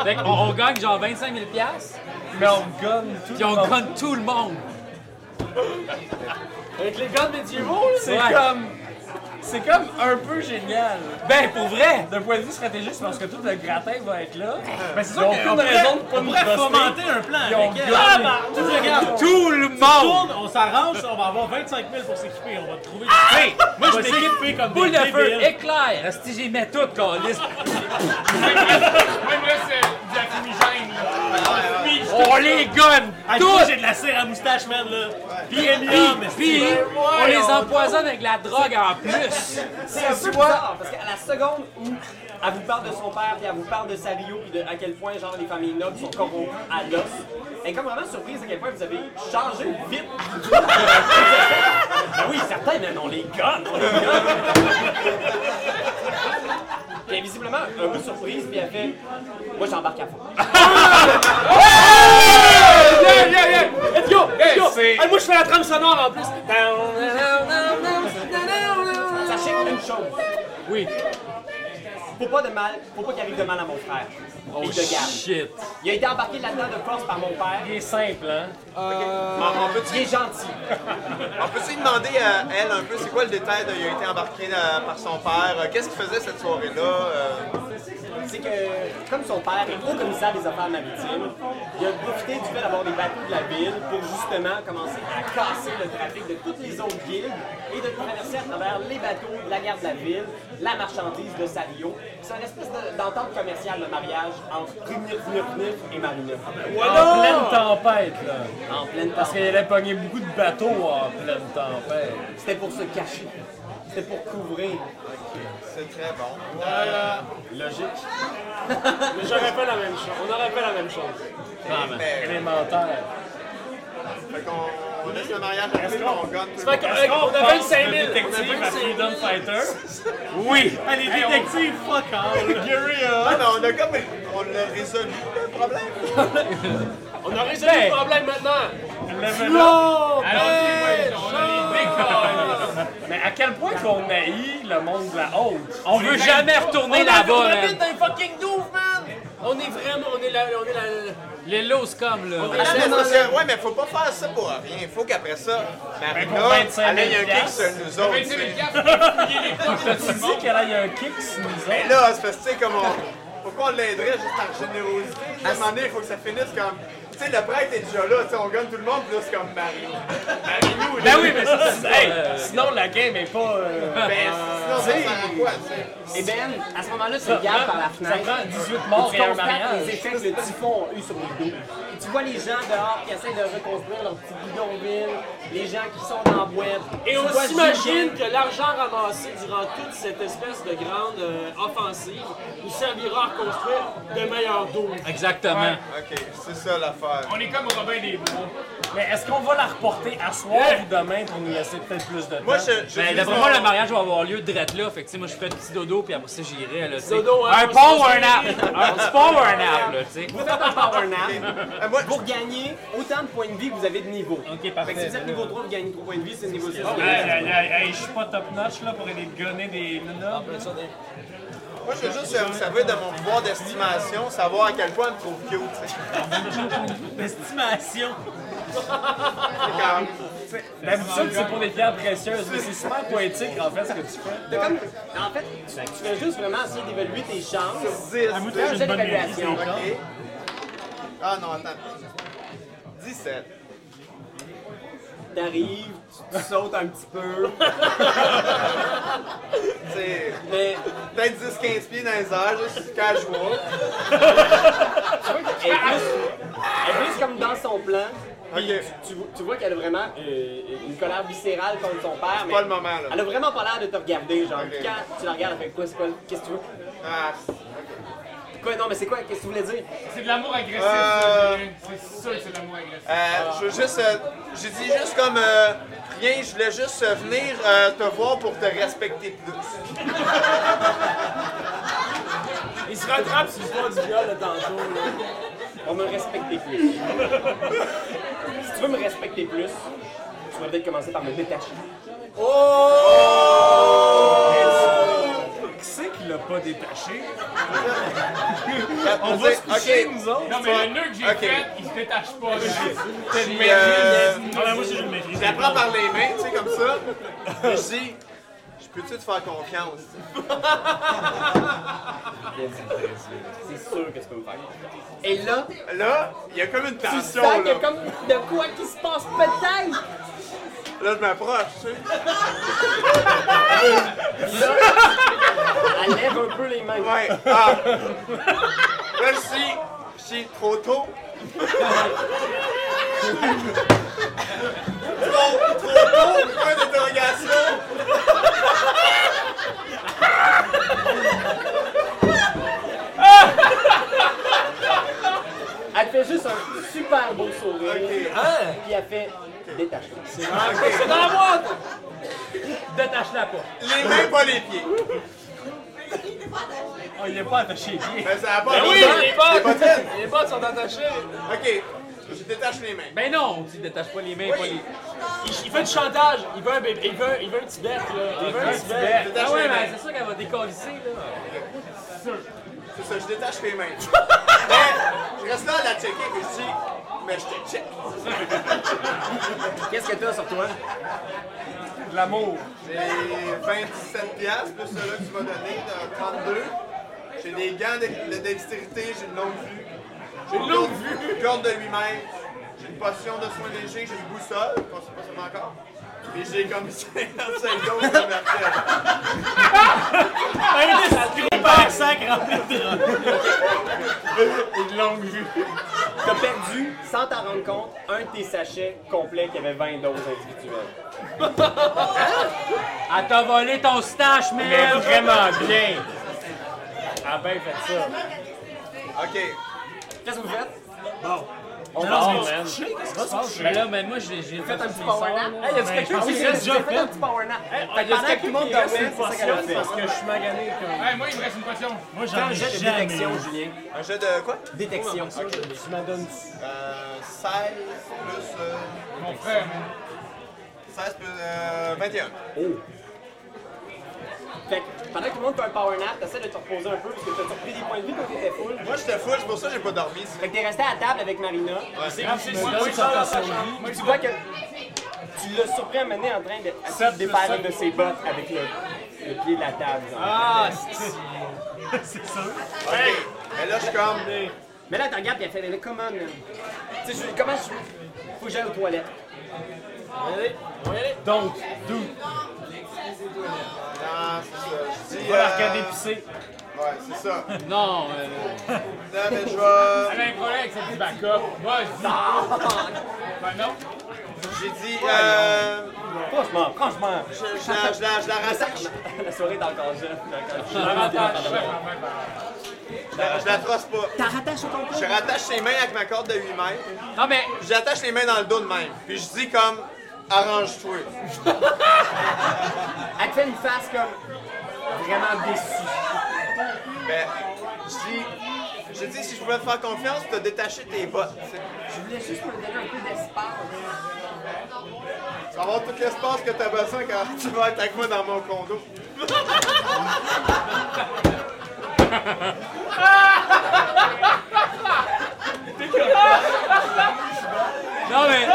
S8: fait qu'on on gagne genre 25 000 piastres,
S13: Mais on gonne tout
S8: puis on gagne tout le monde.
S2: Avec les gants médiévaux, là.
S13: C'est
S8: Ouais.
S13: comme...
S8: C'est comme un peu génial.
S1: Ben, pour vrai!
S8: D'un point de vue stratégique, parce que tout le gratin va être là.
S2: Ben, c'est sûr
S8: Ils ont
S2: qu'on
S8: aucune
S2: pourrait-
S8: raison de pas
S2: on
S8: nous
S2: pourrait
S8: buster.
S2: fomenter un plan
S8: Ils ont
S2: avec elle.
S8: gagné.
S2: Ah, bah, tout, regarde,
S8: Tout le
S2: tu
S8: monde.
S2: tournes, on s'arrange, on va avoir 25 000 pour s'équiper. On va te trouver du
S8: Hey! Moi,
S2: On
S8: je
S2: va s'équiper
S8: m'équipe
S2: comme
S8: boule de
S2: des
S8: feu,
S2: débiles.
S8: éclair. Esti, j'y mets tout, câlisse.
S4: Moi, il me reste euh, de la fumigène, là. Fumigène.
S8: On les gonne
S2: Hey,
S8: tous.
S2: moi, j'ai de la cire à moustache, man, là. Premium, mais
S8: Puis, on les empoisonne avec la drogue en plus.
S12: C'est un peu bizarre, parce qu'à la seconde où elle vous parle de son père, puis elle vous parle de Sario, puis de à quel point genre les familles nobles sont corrompues à l'os, elle est comme vraiment surprise à quel point vous avez changé vite. ben oui, certain, mais on les gonne, on les gonne. Puis elle est visiblement un peu surprise, puis elle fait « Moi, j'embarque à fond.
S1: Yeah, yeah, yeah! Let's go! Let's
S4: Hey,
S1: go!
S4: c'est-
S1: Hey, moi, je fais la trame sonore en plus.
S12: Sachez une chose.
S1: Oui.
S12: Faut pas de mal, faut pas qu'il arrive de mal à mon frère. Oh, et de garde.
S1: Shit.
S12: Il a été embarqué là-dedans de force par mon père.
S1: C'est simple, hein?
S15: On peut-tu
S12: Il est gentil.
S15: on peut-tu demander à elle un peu c'est quoi le détail de il a été embarqué euh, par son père? euh, Qu'est-ce qu'il faisait cette soirée-là? euh,
S12: c'est que, comme son père est haut commissaire des affaires maritimes, il a profité du fait d'avoir des bateaux de la ville pour justement commencer à casser le trafic de toutes les autres guildes et de traverser à travers les bateaux de la garde de la ville, la marchandise de Salio. C'est une espèce de- d'entente commerciale de mariage entre Runif, et Marina.
S8: En pleine tempête, là.
S12: En pleine
S8: Parce qu'il allait pogner beaucoup de bateaux en pleine tempête.
S12: C'était pour se cacher. C'était pour couvrir.
S15: C'est très bon.
S1: Mais j'aurais fait la même chose. On aurait fait la même chose.
S15: Mais,
S8: Élémentaire.
S15: fait qu'on laisse le mariage à lui, on gagne tout le monde.
S1: Hey, euh, on a 25 000.
S8: Détective à Freedom Fighter.
S1: Oui.
S2: Hey, les détectives, fuck off. là.
S15: Ah, mais on a comme. On l'a résolu le problème.
S1: Ah, On a résolu le problème maintenant.
S4: Allons-y, boys, on a les décolle.
S8: Mais à quel point qu'on haït le monde de la haute?
S1: On veut jamais retourner là-bas, man.
S8: dans les fucking douves, man!
S1: On est vraiment, on est là, on est là.
S33: Les low scum, là.
S15: Ah, mais parce que- ouais, mais faut pas faire ça pour rien. Faut qu'après ça,
S8: Ben, pour
S15: Marina,
S8: 25 000
S15: elle ait un kick
S8: piastres.
S15: sur nous autres. tu
S4: 25 000
S15: sais.
S4: piastres, on peut fouiller les poches de tout
S8: Tu
S4: le
S8: dis
S4: monde.
S8: qu'elle a un kick sur nous autres?
S15: Mais là, c'est parce que, tu sais, comme on. Pourquoi on l'aiderait juste par générosité? À un moment donné, il faut que ça finisse comme. Tu sais, le prêtre est déjà là, tu sais, on gagne tout le monde, plus comme Marie. Marie-nous,
S8: Ben oui, mais ça, c'est- hey, sinon la game est pas. euh,
S15: Ben, sinon, ça sert à quoi, tu sais?
S12: Et Ben, à ce moment-là, tu regardes par
S8: ça
S12: la fenêtre.
S8: prend 18
S12: Tu
S8: morts et un
S12: constates les
S8: mariage.
S12: effets que le typhon a eu sur les dos. Et tu vois les gens dehors qui essaient de reconstruire leur petit bidonville, les gens qui sont dans la boîte.
S1: Et
S12: Tu
S1: on
S12: vois
S1: s'imagine
S12: Zidane.
S1: que l'argent ramassé durant toute cette espèce de grande euh, offensive nous servira à reconstruire de meilleurs dos.
S33: Exactement.
S15: Ok, c'est ça l'affaire.
S4: On est comme Robin des Bois.
S8: Mais est-ce qu'on va la reporter à soir ou demain pour nous laisser peut-être plus de temps?
S15: Moi, je. je
S33: Ben,
S15: dis
S33: d'après
S15: non.
S33: moi, le mariage va avoir lieu direct là. Fait que, tu sais, moi, je ferais le petit dodo, puis après ça, j'irai, là, tu sais.
S1: Dodo, hein,
S33: Un
S1: on
S33: pont ou
S1: se
S33: un arbre. Un petit pont ou un arbre, là, tu sais.
S12: Vous faites un power nap
S15: Ah, moi,
S12: pour gagner autant de points de vie que vous avez de niveau.
S8: Ok,
S12: Fait que si
S8: parfait.
S12: vous êtes niveau 3, vous gagnez 3 points de vie, c'est niveau 6.
S8: Hey, hey, hey, hey, je suis pas top notch là pour aller gunner des nobles.
S15: moi, je veux juste me servir de mon pouvoir d'estimation, savoir à quel point elle me trouve cute, tu sais.
S2: Estimation.
S15: C'est comme-
S8: D'habitude, c'est pour des pierres précieuses, mais c'est super poétique en fait ce que tu fais.
S12: T'as comme- En fait, tu fais juste vraiment essayer d'évaluer tes chances.
S15: 10.
S12: Fais un jet d'évaluation.
S15: Ok. Ah non, attends. 17.
S12: T'arrives, tu, tu sautes un petit peu,
S15: Tu sais,
S12: mais
S15: peut-être 10-15 pieds dans les airs, juste casual.
S12: elle est plus, elle est plus comme dans son plan.
S15: Ok.
S12: Tu, tu vois qu'elle a vraiment euh, une colère viscérale contre son père. mais
S15: pas le moment, là.
S12: Elle a vraiment pas l'air de te regarder. Genre,
S15: Ok.
S12: quand tu la regardes, elle fait quoi C'est quoi Qu'est-ce que tu veux
S15: Ah,
S12: Quoi Non, mais c'est quoi Qu'est-ce que tu voulais dire
S4: C'est de l'amour agressif,
S15: Euh.
S4: ça, je dirais. C'est sûr que c'est de l'amour agressif.
S15: euh, je veux juste. euh, J'ai dit juste comme. euh, rien, je voulais juste euh, venir euh, te voir pour te respecter plus.
S1: Il se rattrape sur l'histoire du viol là, tantôt. là.
S12: On me respecter plus. si tu veux me respecter plus, tu vas peut-être commencer par me détacher.
S8: Qui c'est qui l'a pas détaché?
S15: On
S8: va se coucher,
S15: Ok.
S8: nous autres.
S4: Non, mais le nœud que j'ai
S15: Ok.
S4: fait, il se détache pas. là. C'est une
S15: Puis, euh,
S4: maîtrise.
S2: Ah, ben, moi, c'est une maîtrise.
S15: Je la prends par les mains, tu sais, comme ça. Je dis, je Peux-tu te faire confiance?
S12: C'est sûr que tu peux me faire confiance.
S15: Et là, là, il y a comme une
S12: Tu
S15: tension.
S12: sens qu'il y
S15: là.
S12: a comme de quoi qui se passe peut-être.
S15: Là, je m'approche, tu sais.
S12: Elle lève un peu les mains.
S15: Ouais. Ah. Là, je suis, je suis trop tôt. trop, trop tôt, point d'interrogation.
S12: Elle fait juste un super beau sourire. Hein?
S15: Ok.
S12: Puis elle fait détachement.
S8: C'est dans la boîte! Détache-la pas.
S15: Les mains, pas les pieds.
S1: Oh, il est pas attaché les pieds.
S15: Ben, ça a pas
S8: Ben
S15: de
S8: oui,
S15: bon sens.
S8: les
S15: Les
S8: bottes!
S15: bottines.
S8: Les bottes sont attachées.
S15: Ok, je détache les mains.
S8: Ben non, tu détaches pas les mains, pas les. Il, il fait du chantage. Il veut un bébé. Il veut, il veut un petit bête, là. Il veut un petit bête.
S15: Détache
S8: Ah
S15: les
S8: ouais,
S15: mains.
S8: mais c'est sûr qu'elle va décalisser, là.
S15: C'est ça, je détache les mains. Mais je reste là à la checker puis je dis, mais je te check.
S12: Qu'est-ce que t'as sur toi?
S34: De l'amour.
S15: J'ai 27 piastres plus ceux-là que tu m'as donné, de 32. J'ai des gants de, de dextérité, j'ai une longue vue. J'ai une longue vue, une corde de 8 mètres. J'ai une potion de soins légers, j'ai une boussole, qu'on sait pas seulement encore. Et j'ai comme 55 doses de mercure.
S1: Gros pack sac rempli de drogue.
S12: T'as perdu, sans t'en rendre compte, un de tes sachets complets qui avait 20 doses individuelles.
S8: Elle t'a volé ton stache,
S1: Mais
S8: merde!
S1: vraiment bien. Ah ben, fait ça.
S15: Ok,
S12: Qu'est-ce que vous faites?
S8: On
S1: Non,
S33: Ah,
S8: pense
S1: man.
S8: Mais là, mais moi, j'ai j'ai fait un petit power nap.
S12: Hey, y a-tu quelqu'un qui s'est déjà fait un petit power nap? Fait que pendant que tout le monde dormait, c'est ça qu'elle a fait.
S8: que je suis magané. comme-
S4: Hey, moi, il me reste une potion.
S1: Moi, j'en ai
S12: Jet de
S1: jamais
S12: détection,
S1: eu.
S12: Julien.
S15: un jeu de quoi?
S12: Détection.
S35: Tu m'en donnes
S15: Euh, 16 plus. euh,
S4: Mon frère, man.
S15: hein. 16 plus. euh, 21.
S12: Fait que pendant que tout le monde fait un power nap, t'essaies de te reposer un peu parce que t'as repris des points de vie quand t'étais full.
S15: Moi, j'étais full, c'est pour ça que j'ai pas dormi. c'est-
S12: Fait que t'es resté à table avec Marina. Tu vois que tu l'as surpris à mener en train de à se défaire de Ah. ses bottes avec le, le pied de la table. genre.
S1: C'est sûr.
S15: Hey! Mais là, je suis comme.
S12: Mais là, t'en regardes et elle fait Mais là, comment, là? Tu sais, je- comment je. Faut que j'aille aux toilettes.
S1: Donc, d'où?
S15: Ah, c'est ça. Je dis.
S1: On va la regarder
S15: euh,
S1: pisser.
S15: Ouais, c'est ça. Non,
S8: Non,
S2: euh,
S15: mais je vais.
S4: J'avais un problème avec ce petit backup. Vas-y.
S2: Ah.
S4: Ben non.
S15: J'ai dit. Euh,
S12: Franchement, franchement,
S15: je, je la, je, la, je la rattache.
S12: la soirée est encore jeune.
S15: Je la, je la trosse pas.
S12: T'en rattaches au
S15: Je rattache ses mains avec ma corde de 8 mètres.
S8: euh, Non, mais.
S15: J'attache les mains dans le dos de même. Puis je dis comme. Arrange-toi.
S12: Elle te fait une face comme. Vraiment déçue.
S15: Ben, je dis. Je dis si je pouvais te faire confiance, t'as détaché tes bottes. tu sais.
S12: Je voulais juste me donner un peu d'espace.
S15: Tu vas avoir tout l'espace que t'as besoin quand tu vas être avec moi dans mon condo.
S8: Non, mais.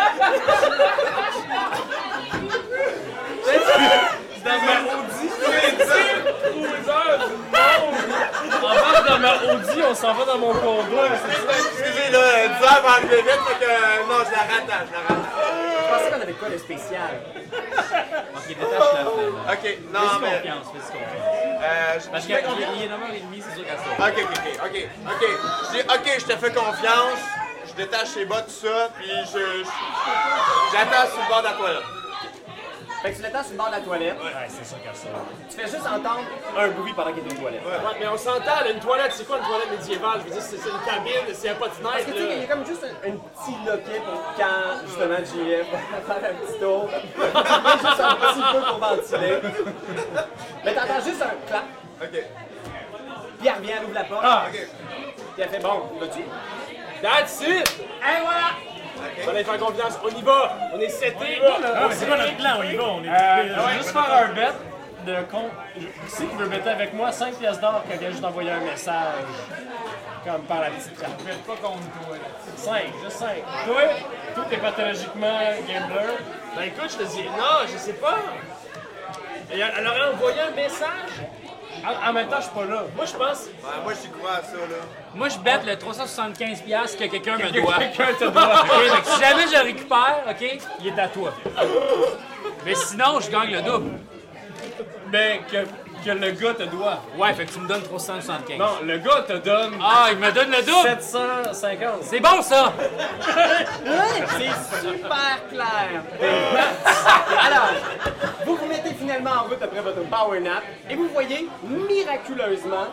S8: En bas dans ma Audi, on s'en va dans mon condo.
S15: Excusez là, 10 heures va arriver vite, fait que euh, non, je la rattache, je la rattache.
S12: Je pensais qu'on avait quoi de spécial?
S8: Ok, détache-la.
S15: Ok, non,
S8: Fais-y
S15: mais.
S8: confiance, fais-y confiance.
S15: Euh, je-
S8: Parce
S15: je
S8: qu'il
S15: fais confiance.
S8: est 9h30, c'est sûr qu'elle sort.
S15: Ok, ok, ok, ok, ok. Je dis, ok, je te fais confiance, je détache les bas, tout ça, puis je. je- J'attends sur le bord de la toilette.
S12: Fait que tu l'attends sur le bord de la toilette. Ouais, c'est ça qu'elle sort. Tu fais juste entendre un bruit pendant qu'il est aux toilettes.
S8: Ouais, mais on s'entend, là, une toilette, c'est quoi une toilette médiévale? Je veux dire, c'est c'est une cabine, s'il n'y a pas de
S12: Parce que tu
S8: fenêtre,
S12: sais, il
S8: là.
S12: y a comme juste un, un petit loquet pour quand justement JF va faire un petit tour. juste un petit peu pour ventiler. Mais t'entends juste un clap,
S15: Ok, Ah,
S12: puis elle revient, elle ouvre la porte,
S15: ok.
S12: puis elle fait bon, vas-tu?
S8: That's it!
S12: Et voilà!
S8: On va aller faire confiance, on y va! On est seté!
S1: Ah, mais c'est quoi notre plan? On y va, on est
S2: Euh, Je vais juste faire un bet de con. Qui c'est qui veut bêter avec moi 5 pièces d'or quand vient juste d'envoyer un message? Comme par la petite carte.
S4: Je vais pas contre toi. là.
S2: 5, juste 5. Toi, toi t'es pathologiquement gambler.
S8: Ben écoute, je te dis, non, je sais pas!
S2: Et elle, elle aurait envoyé un message. En, en même temps, je suis pas là. Moi, je pense.
S15: Ouais, Ben, moi, j'y crois à ça, là.
S8: Moi, je bête le 375$ piastres que quelqu'un me doit.
S2: Quelqu'un te doit.
S8: Ok, donc si jamais je le récupère, OK, il est à toi. Mais sinon, je gagne le double.
S2: Mais Ben, que, que le gars te doit.
S8: Ouais, fait que tu me donnes 375.
S2: Non, le gars te donne
S8: Ah, il me donne le double!
S2: 750.
S8: C'est bon, ça!
S12: C'est super clair. Alors, vous vous mettez finalement en route après votre power nap et vous voyez miraculeusement,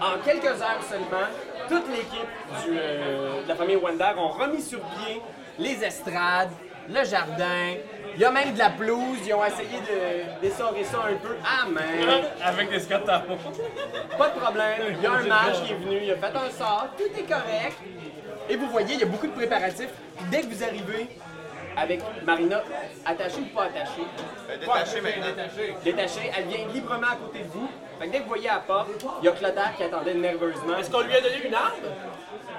S12: en quelques heures seulement, toute l'équipe du, euh, de la famille Wander ont remis sur pied les estrades, le jardin. Il y a même de la pelouse, ils ont essayé de d'essorer ça un peu à main.
S2: Avec des Scott Tapon.
S12: Pas de problème, il y a un match qui est venu, il a fait un sort, tout est correct. Et vous voyez, il y a beaucoup de préparatifs. Puis dès que vous arrivez avec Marina, attachée ou pas attachée,
S15: Euh, détaché maintenant.
S12: détachée, elle vient librement à côté de vous. Fait que dès que vous voyez à la porte, il y a Clotaire qui attendait nerveusement
S2: Est-ce qu'on lui a donné une arme?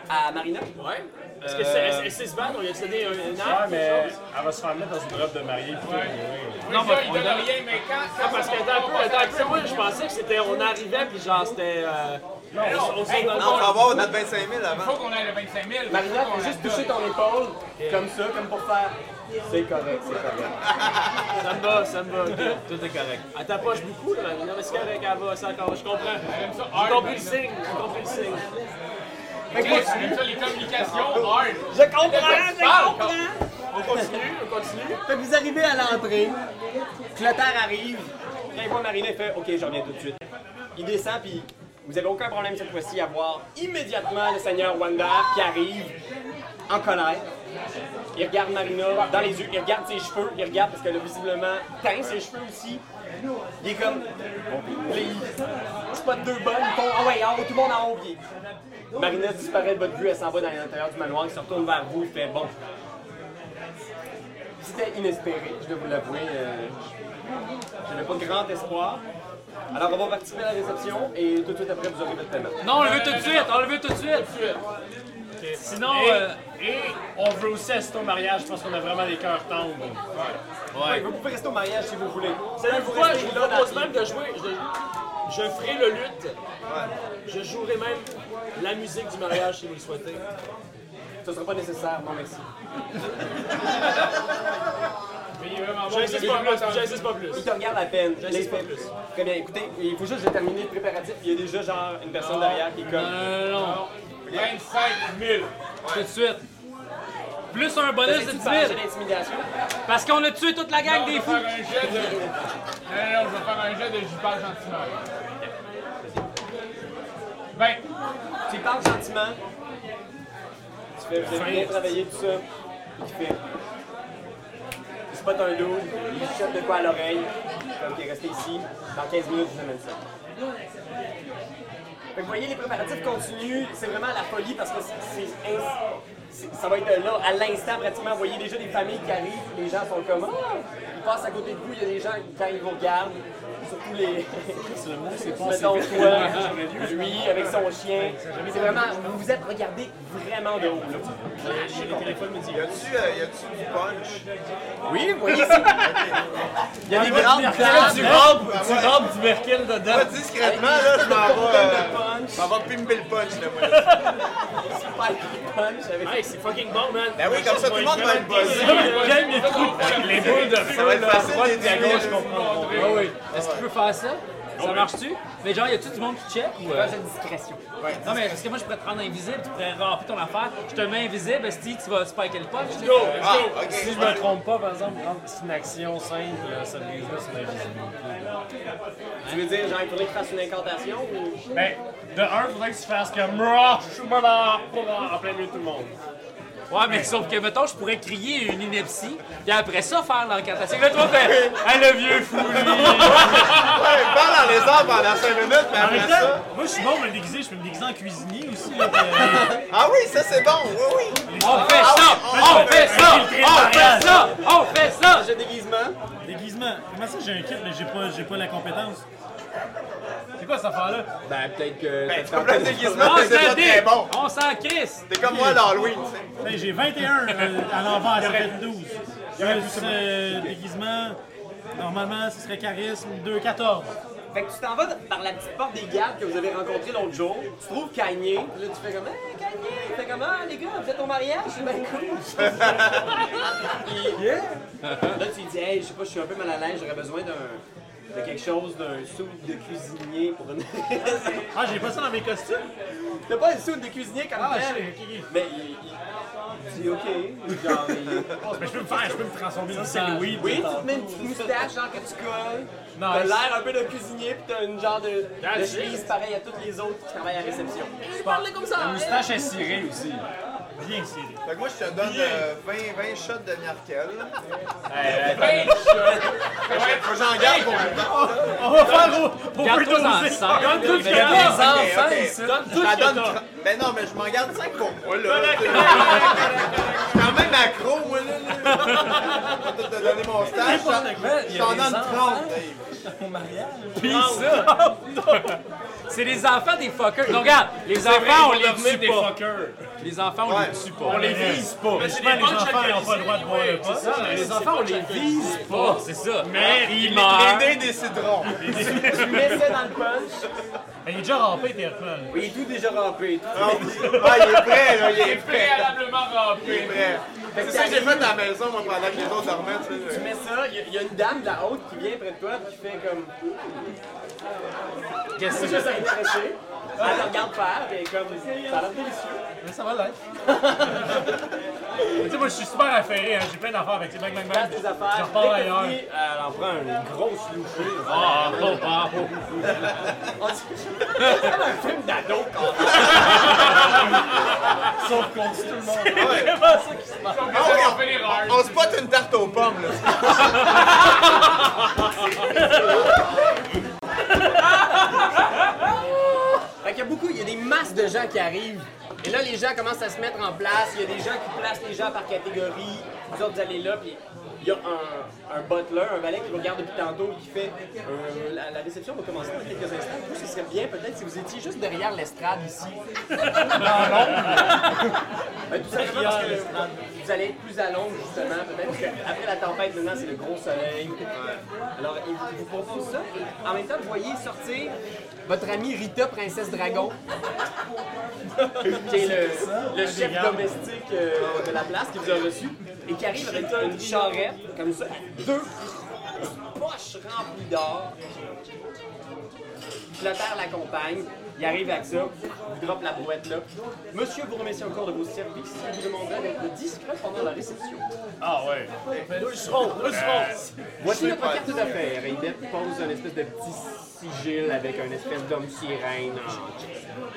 S12: à Marina.
S2: Ouais. Est-ce que c'est est-ce- est-ce que c'est se battre? On lui a donné un- une arme?
S1: elle va se faire mettre dans une robe de mariée. puis
S4: Non, mais il donne rien, mais quand.
S2: Ah, parce que t'as un peu, t'as un peu, oui, je pensais que c'était, on arrivait puis genre c'était. Euh, non, on, on,
S4: Hey,
S2: on-
S15: Non, on va avoir notre 25 000
S4: Il faut
S15: avant.
S4: qu'on aille le 25 000.
S12: Marina,
S4: faut qu'on
S12: faut juste
S4: la
S12: toucher
S4: donne.
S12: ton épaule, comme ça, comme pour faire. C'est correct, c'est correct.
S2: ça me va, ça me va, ok, tout est correct. Elle t'approche beaucoup là, non mais c'est correct, elle va, c'est encore, je comprends. J'ai compris le signe, j'ai compris le signe.
S4: Chris, tu aimes ça, les communications, hard.
S12: Je comprends,
S4: je comprends.
S2: On continue, on continue.
S12: Fait que vous arrivez à l'entrée, Clotaire arrive, quand il voit Marina, il fait Ok, je reviens tout de suite. Il descend, puis vous avez aucun problème cette fois-ci à voir immédiatement le Seigneur Wanda qui arrive en colère. Il regarde Marina dans les yeux, il regarde ses cheveux, il regarde parce qu'elle a visiblement teint ses cheveux aussi. Il est comme. Les pas deux bonnes, ils font Ah ouais, en haut, tout le monde en haut, puis Marina disparaît de votre vue, elle s'en va dans l'intérieur du manoir, elle se retourne vers vous, il fait Bon, c'était inespéré, je vais vous l'avouer. euh, je n'avais pas grand espoir. Alors, on va participer à la réception et tout de suite après, vous aurez votre paiement.
S8: Non, on le veut tout de suite, on le veut tout de suite. Sinon, euh,
S2: Et, et on veut aussi assister au mariage, je pense qu'on a vraiment les cœurs tendres.
S12: Ouais, vous pouvez rester au mariage si vous voulez.
S2: Vous savez
S12: Vous
S2: pourquoi?
S12: restez
S2: Je vous
S12: là,
S2: propose
S12: dans-
S2: même de jouer. Je, je ferai le lutte. Je jouerai même la musique du mariage si vous le souhaitez.
S12: Ce sera pas nécessaire, non merci.
S4: Mais il est vraiment bon.
S2: J'insiste pas plus, j'insiste pas plus.
S12: Il te regarde à peine.
S2: Je
S12: Les
S2: sais pas
S12: faits.
S2: plus.
S12: Très bien, écoutez, il faut juste que j'ai terminé le préparatif. Il y a déjà genre une personne derrière qui est comme.
S8: euh, non,
S4: 25 000.
S8: tout de suite. Plus un
S12: C'est
S8: bonus de
S12: une
S8: 10
S12: partie
S8: 000,
S12: d'intimidation.
S8: parce qu'on a tué toute la gang
S4: Je
S8: des
S4: vais
S8: fous.
S4: faire un jet de. Non, non, non, je vais faire un jet de j'y parle gentiment. Ben,
S12: Tu lui parles gentiment. Tu fais, vous avez bien travaillé tout ça. Et tu fais. Tu spots un loup, il lui chope de quoi à l'oreille. Comme qu'il est resté ici. Dans 15 minutes, je vous amène ça. Fait que vous voyez, les préparatifs continuent. C'est vraiment la folie parce que c'est. c'est ins- c'est- Ça va être là, à l'instant pratiquement. Vous voyez déjà des
S8: Ah,
S12: familles qui arrivent, les gens sont comme. Ah! Ils passent à côté de vous, il y a des gens qui, quand ils vous regardent, surtout les. Mettons toi, lui, avec son chien. C'est vraiment. Vous vous êtes regardé vraiment de haut, là.
S15: Y a-tu euh, y a-tu du punch?
S12: Oui, vous voyez ici. Il y a des grandes
S2: Tu
S12: tables.
S2: rampes, tu rampes du merkel dedans.
S15: Pas discrètement, là, je m'en vais. euh,
S12: Punch,
S15: Je m'en vais pimper le punch, là, moi.
S12: spiky punch avec
S2: Hey, c'est fucking bon, man.
S15: Ben oui, comme ça, tout le monde va être buzzé.
S2: J'aime les coups. Les boules de
S15: Ça va être facile
S2: à gauche, je
S15: d'éduire.
S2: comprends.
S8: Ah oui. Est-ce qu'il peut faire ça? Ça marche-tu? Mais genre, y a-tu du monde qui check? Ou euh?
S12: de discrétion.
S8: Non, mais parce que moi, je pourrais te rendre invisible, tu pourrais ramper ton affaire. Je te mets invisible, si tu vas spiker le punch. là.
S15: Ah, ok.
S10: me trompe pas, par exemple, entre une action simple, ça briserait sur l'invisibilité.
S12: Tu veux dire, genre, il faudrait qu'il fasse une incantation ou.
S10: Ben, de un, faudrait que tu fasses comme Mrah, Shumala, Pula en plein milieu de tout le monde.
S8: Ouais, mais sauf que, mettons, je pourrais crier une ineptie, puis après ça, faire l'encantation. Là, toi, t'es. Hey, le vieux fou, lui!
S15: Ouais, parle dans les airs pendant 5 minutes, mais
S8: Ah
S15: après ça.
S10: moi je suis bon me déguiser, je peux me déguiser en cuisinier aussi.
S15: Ah oui, ça c'est bon, oui, oui.
S8: On fait ça! On fait ça! On fait ça! On fait ça!
S12: J'ai déguisement.
S10: Déguisement. Comment ça j'ai un kit mais j'ai pas, j'ai pas la compétence? C'est quoi cette affaire-là?
S12: Ben, peut-être que.
S15: Ben, tu comprends le déguisement,
S8: On
S15: c'est déjà
S8: s'en
S15: très
S8: dit!
S15: bon.
S8: On s'en crisse!
S15: T'es comme moi l'Halloween, tu sais.
S10: Hey, j'ai 21 euh, à l'envers, ça fait 12. Plus euh, déguisement, Normalement, ce serait charisme 2-14.
S12: Fait que tu t'en vas par la petite porte des gardes que vous avez rencontré l'autre jour. Tu trouves Kanye. Puis Là, tu fais comme, hey, Kanye. Il fait comme, ah, les gars, vous êtes au mariage? C'est bien cool. Puis, yeah. Là, tu lui dis, hey, je sais pas, je suis un peu mal à l'aise, j'aurais besoin d'un. de quelque chose, d'un sou de cuisinier pour une raison.
S10: Ah, j'ai pas ça dans mes costumes?
S12: T'as pas une soude de cuisinier comme
S10: Ah,
S12: tel.
S10: je sais, ok, ok.
S12: Mais il, il dit OK. Genre, il-
S10: Mais je peux me faire, je peux me transformer en c'est Louis.
S12: Oui, tu te mets une petite moustache genre que tu colles. T'as
S10: Nice.
S12: l'air un peu de cuisinier pis t'as une genre de, de
S4: That's
S12: chemise pareille à toutes les autres qui travaillent à la réception.
S4: La moustache est cirée aussi.
S10: Bien serré.
S15: Fait que moi, je te donne euh, 20, 20 shots de Narkel.
S4: Hey,
S15: Moi, j'en garde pour le temps.
S10: On va faire au, au peu
S8: Garde-toi dans le
S10: dosé.
S8: sang.
S10: Donne tout ce qu'il y
S15: Ok,
S10: a.
S15: ok.
S10: Donne tout
S15: Je
S10: ce
S15: la
S10: qu'il y a.
S15: donne 30. Ben non, mais je m'en garde 5 pour moi, là. Je suis quand même accro, moi, là. là. Je vais te donner mon stage. Je t'en donne 30, Dave.
S8: C'est les enfants des fuckers. Non, regarde, les enfants, on les tue pas. Les enfants, on
S15: Ouais.
S8: les tue pas. On les vise pas.
S10: Mais souvent, les enfants n'ont pas le droit de boire le pot.
S8: Les enfants, on les vise pas, c'est ça. Mais ils
S15: Les
S8: meurent.
S15: dés décideront.
S12: Tu mets ça dans le punch.
S10: Mais il est déjà rampé, t'es refait.
S12: Oui, il est tout déjà rampé. tout.
S15: Ah, il est prêt, là. Il est prêt.
S4: préalablement
S15: Il est
S4: rempli.
S15: prêt. C'est ça que j'ai fait à la maison, moi, pendant que les autres dormaient, tu sais.
S12: Tu mets ça, il y a- il y, a une dame de la haute qui vient près de toi pis qui fait comme. Qu'est-ce que c'est intéressé? Elle te regarde faire et comme. Ça a l'air délicieux.
S10: Ça va l'être. Tu sais, moi, je suis super affairé. hein. J'ai plein d'affaires avec ces bang bang bang.
S12: Place tes
S10: Je
S12: affaires.
S10: repars ailleurs.
S12: Dès que tu finis, Elle en prend une grosse louchée.
S4: Ah, bon, ah, bon.
S12: On dit- C'est comme un film d'ado quand
S10: Sauf qu'on dit tout le monde.
S15: ouais.
S4: On fait l'erreur.
S15: On se pote une tarte aux pommes, là.
S12: Fait qu'il y a beaucoup, il y a des masses de gens qui arrivent. Et là, les gens commencent à se mettre en place. Il y a des gens qui placent les gens par catégorie. Vous autres, vous allez là, puis il y a un, un butler, un valet qui vous regarde depuis tantôt, qui fait euh, la, la réception va commencer dans quelques instants. Vous, ce serait bien peut-être si vous étiez juste derrière l'estrade ici. Ben, tout simplement parce que vous allez être plus à l'ombre, justement, peut-être parce que après la tempête, maintenant, c'est le gros soleil. Alors, il vous- il vous propose ça. Et en même temps, vous voyez sortir votre amie Rita, princesse dragon, qui est le, le chef domestique euh, de la place, qui vous a reçu, et qui arrive avec une charrette, comme ça, deux poches remplies d'or. Clotaire l'accompagne, il arrive avec ça, il drop la brouette là. Monsieur vous remercie encore de vos services et vous demanderai d'être discret pendant la réception.
S10: Ah ouais. Euh,
S12: Voici notre carte d'affaires. Et il pose un espèce de petit sigil avec un espèce d'homme sirène. en-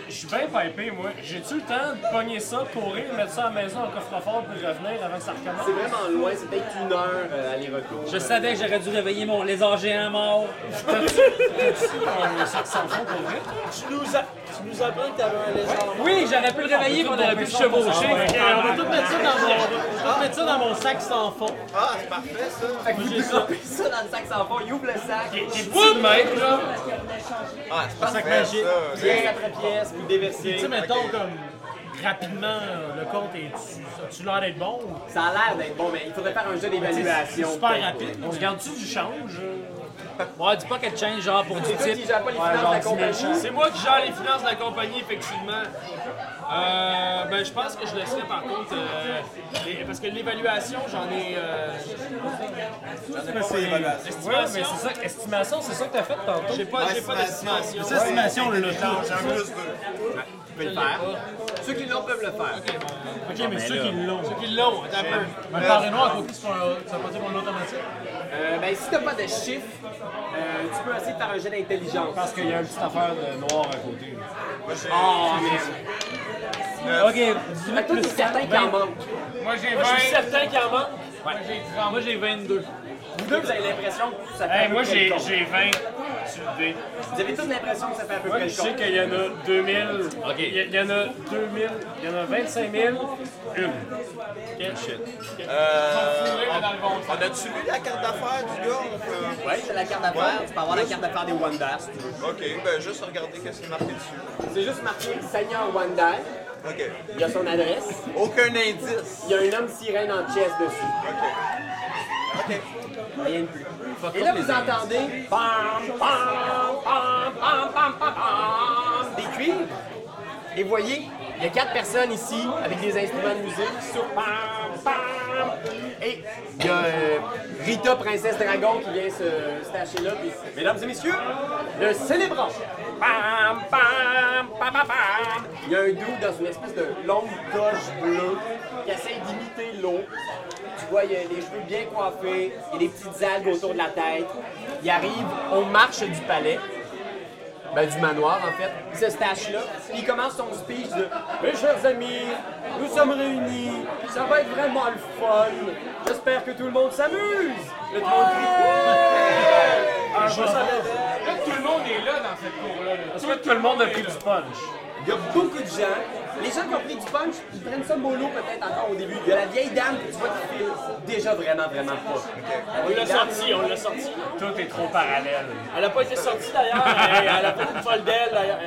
S10: Je suis bien pipé, moi. J'ai-tu le temps de pogner ça, courir, mettre ça à la maison en coffre-fort pour revenir avant que ça recommence?
S12: C'est vraiment loin, c'est peut-être une heure euh, aller-retour.
S8: Je savais que j'aurais dû réveiller mon lézard géant mort.
S10: Tu nous, a... tu nous apprends que t'avais un lézard.
S8: Oui, j'aurais pu le réveiller, mais on aurait pu le chevaucher.
S10: on va tout mettre ça dans mon, on va tout mettre ça dans mon sac sans fond.
S15: Ah, c'est parfait, ça.
S12: Fait que vous droppez ça dans le sac sans fond, il ouvre le sac,
S15: Ah, c'est parfait, ça.
S12: pièce après pièce, vous déversez.
S10: Tu sais, mettons comme rapidement, euh, le compte est. Tu l'air d'être bon? ou-
S12: Ça a l'air d'être bon, mais il faudrait faire un jeu
S10: C'est
S12: d'évaluation.
S10: super
S12: peut-être.
S10: rapide. On se garde-tu du change?
S8: Ouais, du pocket change, genre pour du
S12: C'est toi qui
S8: type.
S12: gère pas les finances de la compagnie.
S2: C'est moi qui gère les finances de la compagnie, effectivement. Euh, ben, je pense que je laisserai par contre. euh, les- parce que l'évaluation, j'en ai. euh,
S8: Ouais, mais c'est ça, estimation, c'est ça que t'as fait tantôt.
S2: j'ai pas, j'ai pas d'estimation.
S10: Ça, c'est nation, le temps.
S15: En plus deux.
S12: Ceux qui l'ont peuvent le faire.
S10: Ok, mais ceux qui l'ont.
S2: Ceux qui l'ont, attends un peu.
S10: Un carré noir à côté, c'est un- ça va dire mon automatique.
S12: Euh, ben, si t'as pas de chiffres, euh, tu peux essayer de faire un jeu d'intelligence.
S6: Parce qu'il y a une petite affaire de noir à côté.
S12: Oh, man. Fait que toi, t'es certain qu'il en manque.
S4: Moi, j'ai
S2: Moi, je suis
S4: 20.
S2: certain qu'il en manque.
S4: Moi, j'ai 30. Moi, j'ai 22.
S12: Vous deux, vous avez l'impression que ça fait à
S10: Hey,
S12: peu
S10: moi,
S12: près
S10: j'ai
S12: le compte.
S10: 20 sur le dé.
S12: Vous avez tous l'impression que ça fait à peu près
S10: Je
S12: le
S10: sais
S12: compte.
S10: qu'il y en a 2000. Il y- il y en a 2000. Il y en a 25 000. Une.
S15: On a-tu lu la carte d'affaires du gars? On peut-
S12: Ouais, c'est la carte d'affaires. Tu peux avoir la carte d'affaires des Wanda, si tu veux.
S15: Ok, ben juste regarder qu'est-ce qui est marqué dessus.
S12: C'est juste marqué Seigneur Wanda.
S15: Ok.
S12: Il y a son adresse.
S15: Aucun indice.
S12: Il y a un homme sirène en chess dessus.
S15: Ok. Ok.
S12: Rien de plus. Et là, vous entendez. Pam, pam, pam, pam, pam, pam, pam, des cuivres. Et voyez, il y a quatre personnes ici avec des instruments de musique. sur- pam, pam. Et il y a euh, Rita, princesse dragon, qui vient se, se tacher là. puis- Mesdames et messieurs, le célébrant. Pam, pam, pam, pam, pam. Il y a un doux dans une espèce de longue toche bleue qui essaie d'imiter l'eau. Tu vois, il a les cheveux bien coiffés, il y a des petites algues autour de la tête. Il arrive aux marches du palais. Ben, du manoir, en fait. Il se stache là. Puis il commence son speech de Mes chers amis, nous sommes réunis. Ça va être vraiment le fun. J'espère que tout le monde s'amuse. Le monde crie, Ouais!
S4: Là, tout le monde est là dans cette cour-là. là.
S36: Parce que tout le monde a pris du punch.
S12: Il y a beaucoup de gens. Les gens qui ont pris du punch, ils prennent ça mollo peut-être encore au début. Il y a la vieille dame que tu vois qui file déjà vraiment, vraiment pas.
S2: On l'a sorti, on l'a sorti.
S36: Tout est trop parallèle.
S2: Elle a pas été sortie d'ailleurs, elle, elle a fait une folle d'elle d'ailleurs.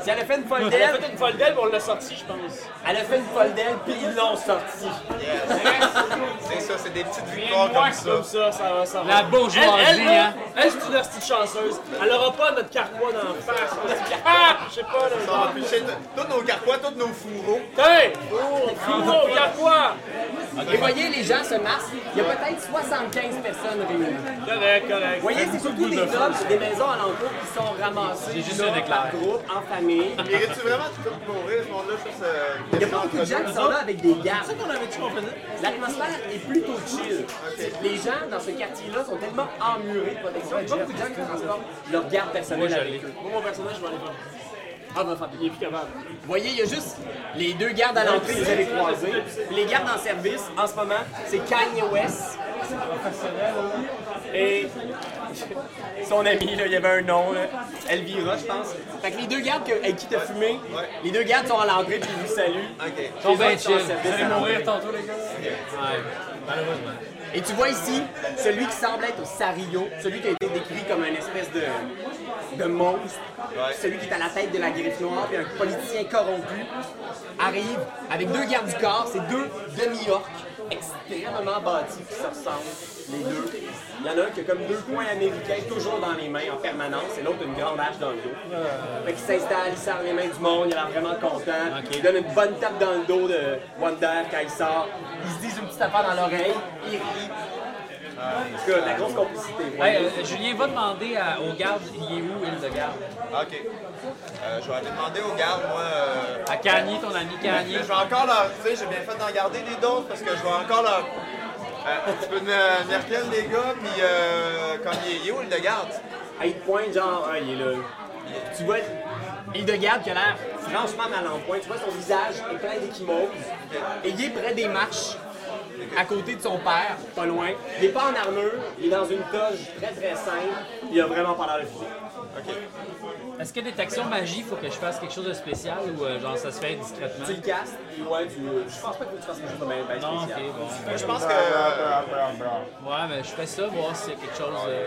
S12: Si elle a fait une folle
S2: Elle a
S12: d'elle,
S2: fait une folle d'elle, mais on l'a sortie, je pense.
S12: elle a fait une folle d'elle, puis ils l'ont sortie.
S15: C'est ça, c'est des petites
S2: Rien
S15: victoires
S2: de moins
S15: comme
S2: que
S15: ça.
S2: comme ça, ça va, ça va.
S8: La Ah, bourgeoisie,
S2: elle, elle, là,
S8: hein.
S2: elle, c'est une hostie de chanceuse. Elle aura pas notre carquois dans la face. on va se dire, Ah! Je sais pas, là.
S15: On va picher tous nos carquois, tous nos fourreaux.
S2: Hey! Oh, Fimo, carquois!
S12: Et voyez, les gens se massent. Il y a peut-être 75 personnes réunies.
S2: Correct, correct.
S12: Vous voyez, c'est surtout des nobles, des maisons alentours qui sont ramassées
S8: juste
S12: là,
S8: un éclair.
S12: par groupe, en famille.
S15: Mérites-tu vraiment tout ça pour mourir, ce monde-là? Je pense, euh,
S12: Il y a beaucoup de gens qui sont là avec des gardes.
S10: qu'on avait dit qu'on faisait.
S12: L'atmosphère est plutôt chill. Les gens dans ce quartier-là sont tellement emmurés de protection. Il y a beaucoup de gens qui transportent leur garde personnelle avec eux.
S2: Moi, mon personnage, je vais aller voir.
S12: Ah, ben, tant pis.
S2: Il est plus capable.
S12: Vous voyez, il y a juste les deux gardes à l'entrée que vous avez croisés. Puis Les gardes en service, en ce moment, c'est Kanye West. Et son ami, là, il y avait un nom, là. Elvira, je pense. Fait que les deux gardes que- avec qui t'as fumé, les deux gardes sont à l'entrée puis ils vous saluent.
S15: Ok.
S12: Ils sont bien chill. Vous allez mourir tantôt, les gars. Ouais, malheureusement. Et tu vois ici, celui qui semble être Sario, celui qui a été décrit comme un espèce de, de monstre, celui qui est à la tête de la griffe noire, puis un politicien corrompu, arrive avec deux gardes du corps, c'est deux demi-orques extrêmement bâtis qui se ressemblent, les deux. Il y en a un qui a comme deux coins américains toujours dans les mains en permanence, et l'autre a une grande hache dans le dos. Fait qu'il s'installe, il serre les mains du monde, il a l'air vraiment content. Il donne une bonne tape dans le dos de Wonder quand il sort. Ils se disent une petite affaire dans l'oreille, ils rient. En tout cas, la grosse complicité.
S8: Hey, euh, Julien, va demander à- au garde, il est où, il de garde?
S15: Ok. Euh, je vais aller demander aux gardes, moi. euh,
S8: À Cagné, ton ami Cagné.
S15: Je vais encore leur. Tu sais, j'ai bien fait d'en garder des doses parce que je vais encore leur. Euh, tu peux me me reclamer, les gars, puis euh, comme il est, il est où le de garde?
S12: Hey, il te pointe genre, ah, il est là. Tu vois, il de garde qui a l'air franchement mal en point. Tu vois, son visage est plein d'échymoses. Et il est près des marches, à côté de son père, pas loin. Il n'est pas en armure, il est dans une toge très très simple. Il a vraiment pas l'air de fou.
S8: Est-ce que détection magie, faut que je fasse quelque chose de spécial ou euh, genre ça se fait discrètement?
S12: Tu le casses, puis ouais, tu. Je pense pas que tu fasses quelque chose de bien, bien
S8: Non, ok,
S12: spécial.
S8: bon.
S15: Moi, je pense que. euh,
S8: Ouais, mais je fais ça, voir s'il y a quelque chose. euh,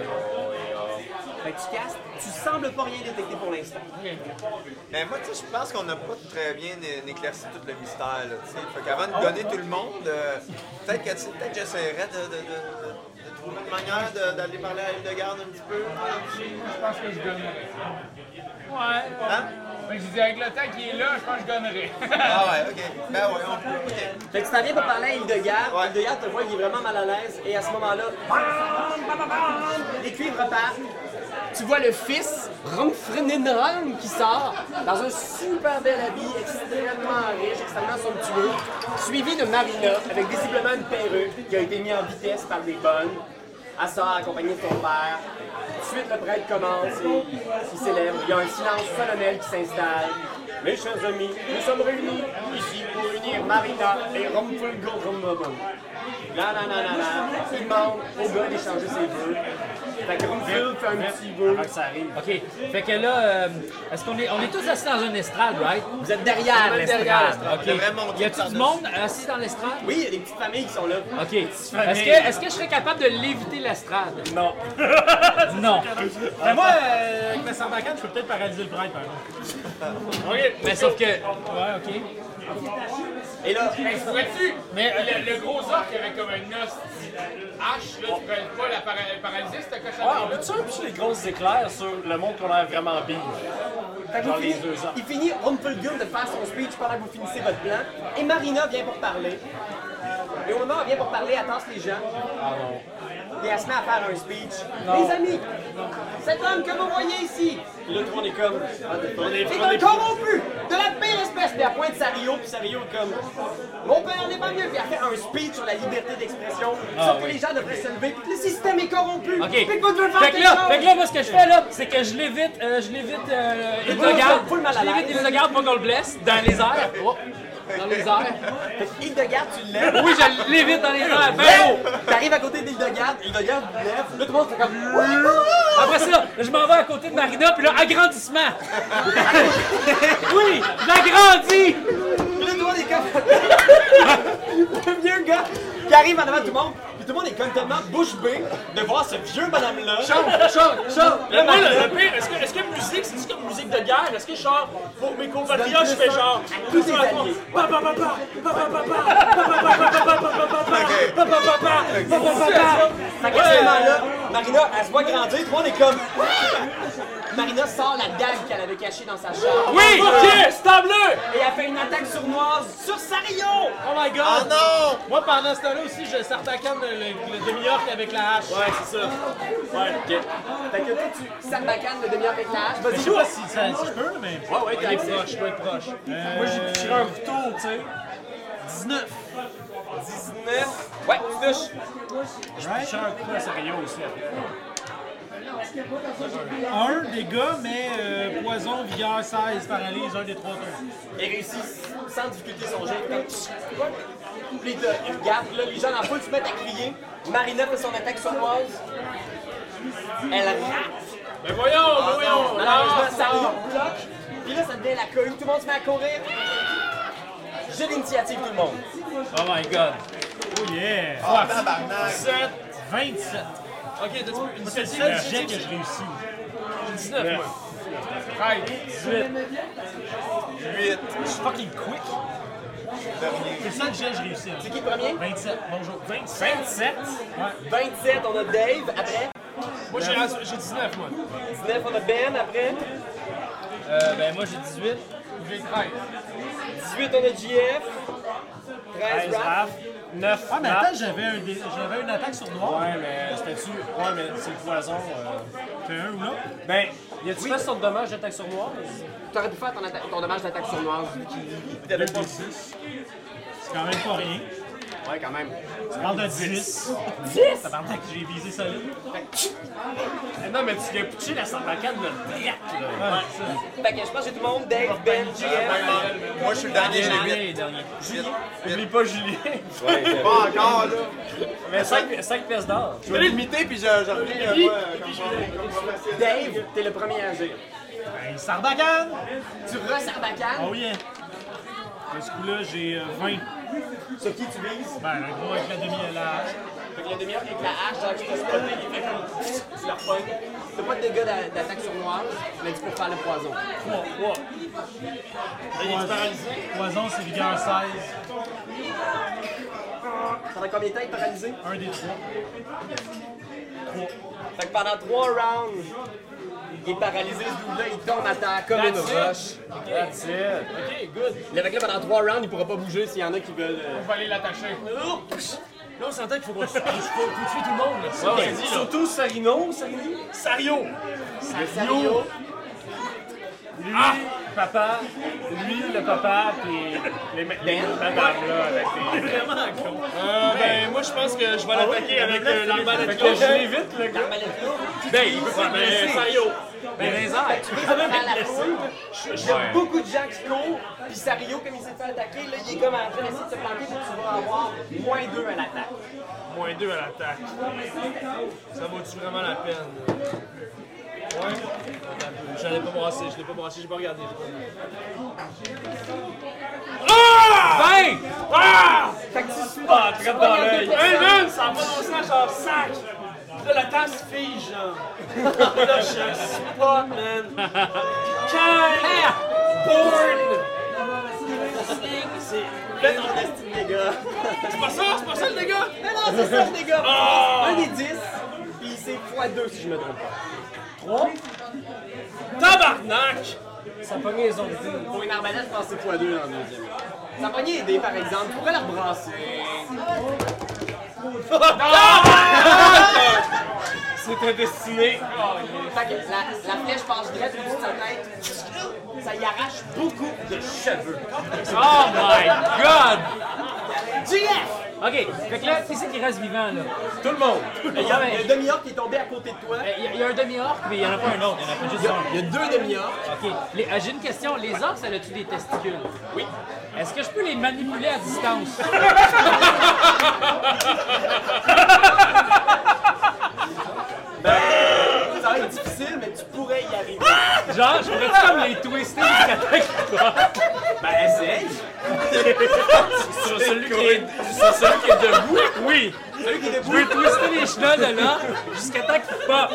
S12: Fait que tu casses, tu sembles pas rien détecter pour l'instant.
S15: Mais moi, tu sais, je pense qu'on n'a pas très bien é- éclairci tout le mystère, là, tu sais. Fait qu'avant de donner tout le monde, euh, peut-être que, tu sais, peut-être que j'essaierais de, de- de- de- de trouver une manière de- d'aller parler à Hildegarde un petit peu.
S4: Je pense que je donnerais. Ouais.
S15: Hein?
S4: Mais je dis, avec le temps qui est là, je pense que je donnerais.
S15: Ah ouais, ok. Ben ouais, on peut. ok.
S12: Fait que tu t'en viens pour parler à Hildegard.
S15: Ouais.
S12: Hildegard te voit, il est vraiment mal à l'aise. Et à ce moment-là, bam, bam, bam, bam, les cuivres repartent. Tu vois le fils, Ronfreninron, qui sort dans un super bel habit, extrêmement riche, extrêmement somptueux, suivi de Marina, avec visiblement une perruque qui a été mise en vitesse par des bonnes. Elle sort accompagnée de ton père. Tout de suite, le prêtre commence et il célèbre. Il y a un silence solennel qui s'installe. Mes chers amis, nous sommes réunis ici pour unir Marina et Rumfulgo Rumbobo. Là, là, là, là, là. Il demande au gars d'échanger ses vœux. Fait que Rumful fait un petit vœu.
S8: Ok, fait que là, euh, est-ce qu'on est, on est tous assis dans une estrade, right?
S12: Vous êtes derrière
S8: Derrière,
S12: l'estrade.
S8: ok.
S15: devrait monter
S8: Y a-tu du
S15: par-dessus.
S8: monde assis dans l'estrade?
S12: Oui, il y a des petites familles qui sont là.
S8: Ok. Est-ce que, est-ce que je serais capable de léviter l'estrade? Non. non.
S10: Ben moi, euh, avec ma sarbacane, je peux peut-être paralyser le prêtre, par exemple.
S8: Mais sauf que. Ouais, ok.
S15: Et là,
S4: Mais tu pourrais-tu? Le, le gros orc avait comme un os hache, là, tu pourrais pas la para- paralyser, cette cochonnerie.
S10: Ah,
S2: on peut-tu un petit les grosses éclairs sur le monde qu'on a l'air vraiment pire?
S12: Fait que
S2: Genre
S12: vous
S2: les
S12: finissez-
S2: deux ans.
S12: Il finit Rumpelgum de faire son speech pendant que vous finissez votre plan. Et Marina vient pour parler. Et au moment où elle vient pour parler, elle tasse les gens. Et elle se met à faire un speech. Les amis, cet homme que vous voyez ici, Et là, tout le monde est comme.
S2: On est,
S12: est
S2: on
S12: un
S2: est-
S12: corrompu de la pire espèce. Puis elle pointe Sario, puis Sario est comme. Mon père n'est pas mieux. Puis elle fait un speech sur la liberté d'expression. sur que les gens devraient se lever. Puis que le système est corrompu.
S2: Ah, Ok.
S12: Puis que vous devez faire
S2: Fait que
S12: quelque
S2: là,
S12: chose.
S2: fait que là, moi, ce que je fais là, c'est que je l'évite, euh, je l'évite, euh, il le garde,
S12: full mal à
S2: je l'évite,
S12: l'aise.
S2: il le garde, pas qu'on le blesse, dans les airs. Oh,
S8: Dans les airs.
S12: Fait que Hildegarde, tu lèves.
S2: Oui, je l'évite dans les airs, ben haut.
S12: T'arrives à côté d'Hildegarde. Hildegarde tu lèves. Là, tout le monde fait comme.
S2: Après ça, je m'en vais à côté de Marina, puis là, agrandissement. oui, j'agrandis.
S12: Puis là, tout le monde est comme. le vieux gars qui arrive en avant de tout le monde. Puis tout le monde est comme tellement bouche bée de voir ce vieux madame-là.
S2: Là, moi, le, le pire, est-ce que, est-ce que musique, c'est comme musique de guerre? Est-ce que genre, pour mes compatriotes, je fais genre.
S12: tous tes alliés.
S2: Pa, pa, pa, pa, pa, pa, pa, pa, pa, pa, pa, pa, pa, pa, pa, pa, pa, pa, pa, pa, pa, pa, pa, pa.
S12: Fait qu'à ce moment-là, Marina, elle se voit grandir. Tout le monde est comme. Marina sort la dague qu'elle avait cachée dans sa chambre.
S2: Oui, ok, stable
S12: Et elle fait une attaque sournoise sur Sario.
S10: Oh my
S15: Ah
S10: god!
S15: non!
S10: Moi, pendant ce temps-là aussi, je sartacane le, le, le demi-orc avec la hache.
S2: Ouais, c'est ça. Ouais, ok.
S12: Fait que toi, tu sarbacane de demi-heure avec la hache.
S10: Je
S12: Vas-y,
S10: sais pas si, ça, si je peux, mais.
S2: Ouais, ouais, t'es
S10: Je dois être proche, je dois être proche.
S37: Moi, j'ai tiré un couteau, tu sais.
S10: 19.
S12: 19. Ouais, tu touches.
S10: Je suis un coup à Sario aussi après. Un dégât, mais euh, poison, vigueur, 16, paralyse, un des trois tours.
S12: et réussit sans difficulté son jet. Puis il te- il regarde, là, les gens dans la foule se mettent à crier. Marina fait son attaque sournoise. Elle rate. Ah,
S2: Mais
S10: Ben
S2: voyons, mais voyons.
S10: Ah,
S12: Malheureusement, ça lui bloque. Puis là, ça devient la cohue. Tout le monde se met à courir. J'ai l'initiative, tout le monde.
S2: Oh my god.
S10: Oh yeah!
S15: Ah, tabarnak!
S2: 7,
S10: 27.
S2: ok, t'as-tu une
S10: C'est le
S2: seule
S10: seul jet que je réussis.
S2: 19, moi.
S15: 8.
S2: Je suis fucking quick.
S10: C'est le seul jet que je réussis.
S12: C'est qui le premier?
S10: 27, bonjour. 27? 27?
S12: 27, on a Dave. Après,
S2: Moi, j'ai j'ai 19, moi.
S12: 19, on a Ben. Après,
S2: Euh, ben, moi, j'ai 18. J'ai 13.
S12: 18, on a JF. 13, Raph.
S2: 9,
S10: Ah, mais attends, j'avais un dé- j'avais une attaque sur noir.
S2: Ouais, mais c'était-tu. Ouais, mais c'est le poison. euh.
S10: T'as un ou l'autre?
S2: Ben, y a-tu fait sur dommage d'attaque sur noir?
S12: T'aurais pu faire ton, atta- ton dommage d'attaque sournoise.
S10: C'est quand même pas rien.
S12: Ouais, quand même.
S10: Tu parles de 10. 10? Ça parle que j'ai visé solide.
S2: non, mais tu viens poutcher la sarbacane de drette, là.
S12: Fait que je pense que tout le monde, Dave, Ben, JF.
S15: Moi, je suis le dernier, j'ai 8.
S2: dernier.
S15: 8.
S2: Oublie pas Julien.
S15: Pas encore, là.
S2: Mais 5, 5 pièces d'or.
S15: Je vais l'imiter, puis je, je reviens, euh, moi, euh, comme ça.
S12: Dave, t'es le premier à agir.
S10: Ben, Sarbacane!
S12: Tu resarbacane.
S10: Oh yeah! De ce coup-là, j'ai euh, 20.
S12: Sur qui tu vises?
S10: Ben, un gros avec la demi la hache.
S12: Fait que le demi-heure avec la hache, genre, tu te spotter, il fait comme. Tu la repognes. T'as pas de dégâts d'a- d'attaque sur noir, mais tu peux faire le poison.
S2: 3, 3.
S10: Poison, poison, c'est vigueur 16.
S12: Pendant combien de temps il est paralysé?
S10: Un des trois.
S12: Fait que pendant trois rounds, il est paralysé, ce double-là, il tombe à terre comme une roche.
S2: Ok, good.
S12: Le mec là, pendant trois rounds, il pourra pas bouger s'il y en a qui veulent. euh,
S4: Je vais aller l'attacher.
S2: Là, on s'entend qu'il faut pas faut pas tuer tout le monde, là. Ouais, ouais.
S12: Surtout Sarino, Sarino.
S2: Sario!
S12: Sario.
S2: Lui, papa, lui, le papa, puis les, ma- les madames, là, avec les... vraiment gros. Euh, ben, moi, je pense que je vais l'attaquer avec euh, l'arbalète gauche. Je l'évite, le gars.
S12: L'arbalète lourde.
S2: Ben, il peut pas ben, Sario. Ben, les airs.
S12: à la foule. Il y a beaucoup de gens qui courent, puis Sario, comme il s'est fait attaquer, là, il est comme en train d'essayer de se planquer, puis tu vas avoir moins 2 à l'attaque.
S10: Moins 2 à l'attaque. Ça vaut-tu vraiment la peine? là? Ouais. Je l'ai pas brassé, je l'ai pas brassé, j'ai pas regardé.
S2: Ben! Ah!
S12: Fait que tu suis.
S2: Ah, trappe dans l'œil.
S12: Hey,
S2: man, ça va pas mon sang, genre, sac! Là, la tasse fige, genre. là, je spot, man. Quand... Born! C'est
S12: Fais ton estime, les gars.
S2: c'est pas ça, c'est pas ça le dégât!
S12: Mais non, c'est ça, les gars. Un des 10, puis c'est x2 si je me trompe pas.
S2: Tabarnak!
S8: Ça pogne les autres.
S12: Pour une arbalète, je pense que c'est x2 dans le deuxième. Ça pognait les dés, par exemple. Tu pourrais la rebrasser.
S2: C'était destiné.
S12: Fait que la, la flèche passe direct au-dessus de sa tête. Ça y arrache beaucoup de cheveux.
S2: Oh my god!
S12: GF!
S8: Ok, fait que là, qui c'est qui reste vivant là?
S12: Tout le monde. Il y a,
S8: Ouais.
S12: il y a un demi-orc qui est tombé à côté de toi.
S8: Il y, a- il y a un demi-orc, mais il n'y en a pas un autre, il n'y en a pas juste un.
S12: Il y a deux demi-orcs.
S8: Ok, Les- euh, j'ai une question. Les orques, ça a-tu des testicules? Oui. Est-ce que je peux les manipuler à distance?
S12: Ben, Ça va être difficile, mais tu pourrais y arriver.
S2: Genre, je pourrais comme les twister jusqu'à temps qu'ils tombent.
S12: Ben, essaye.
S2: Sur celui qui est, sur celui qui est debout, oui.
S12: Celui qui est
S2: Je
S12: debout.
S2: veux twister les chenolles de là jusqu'à temps qu'ils pop.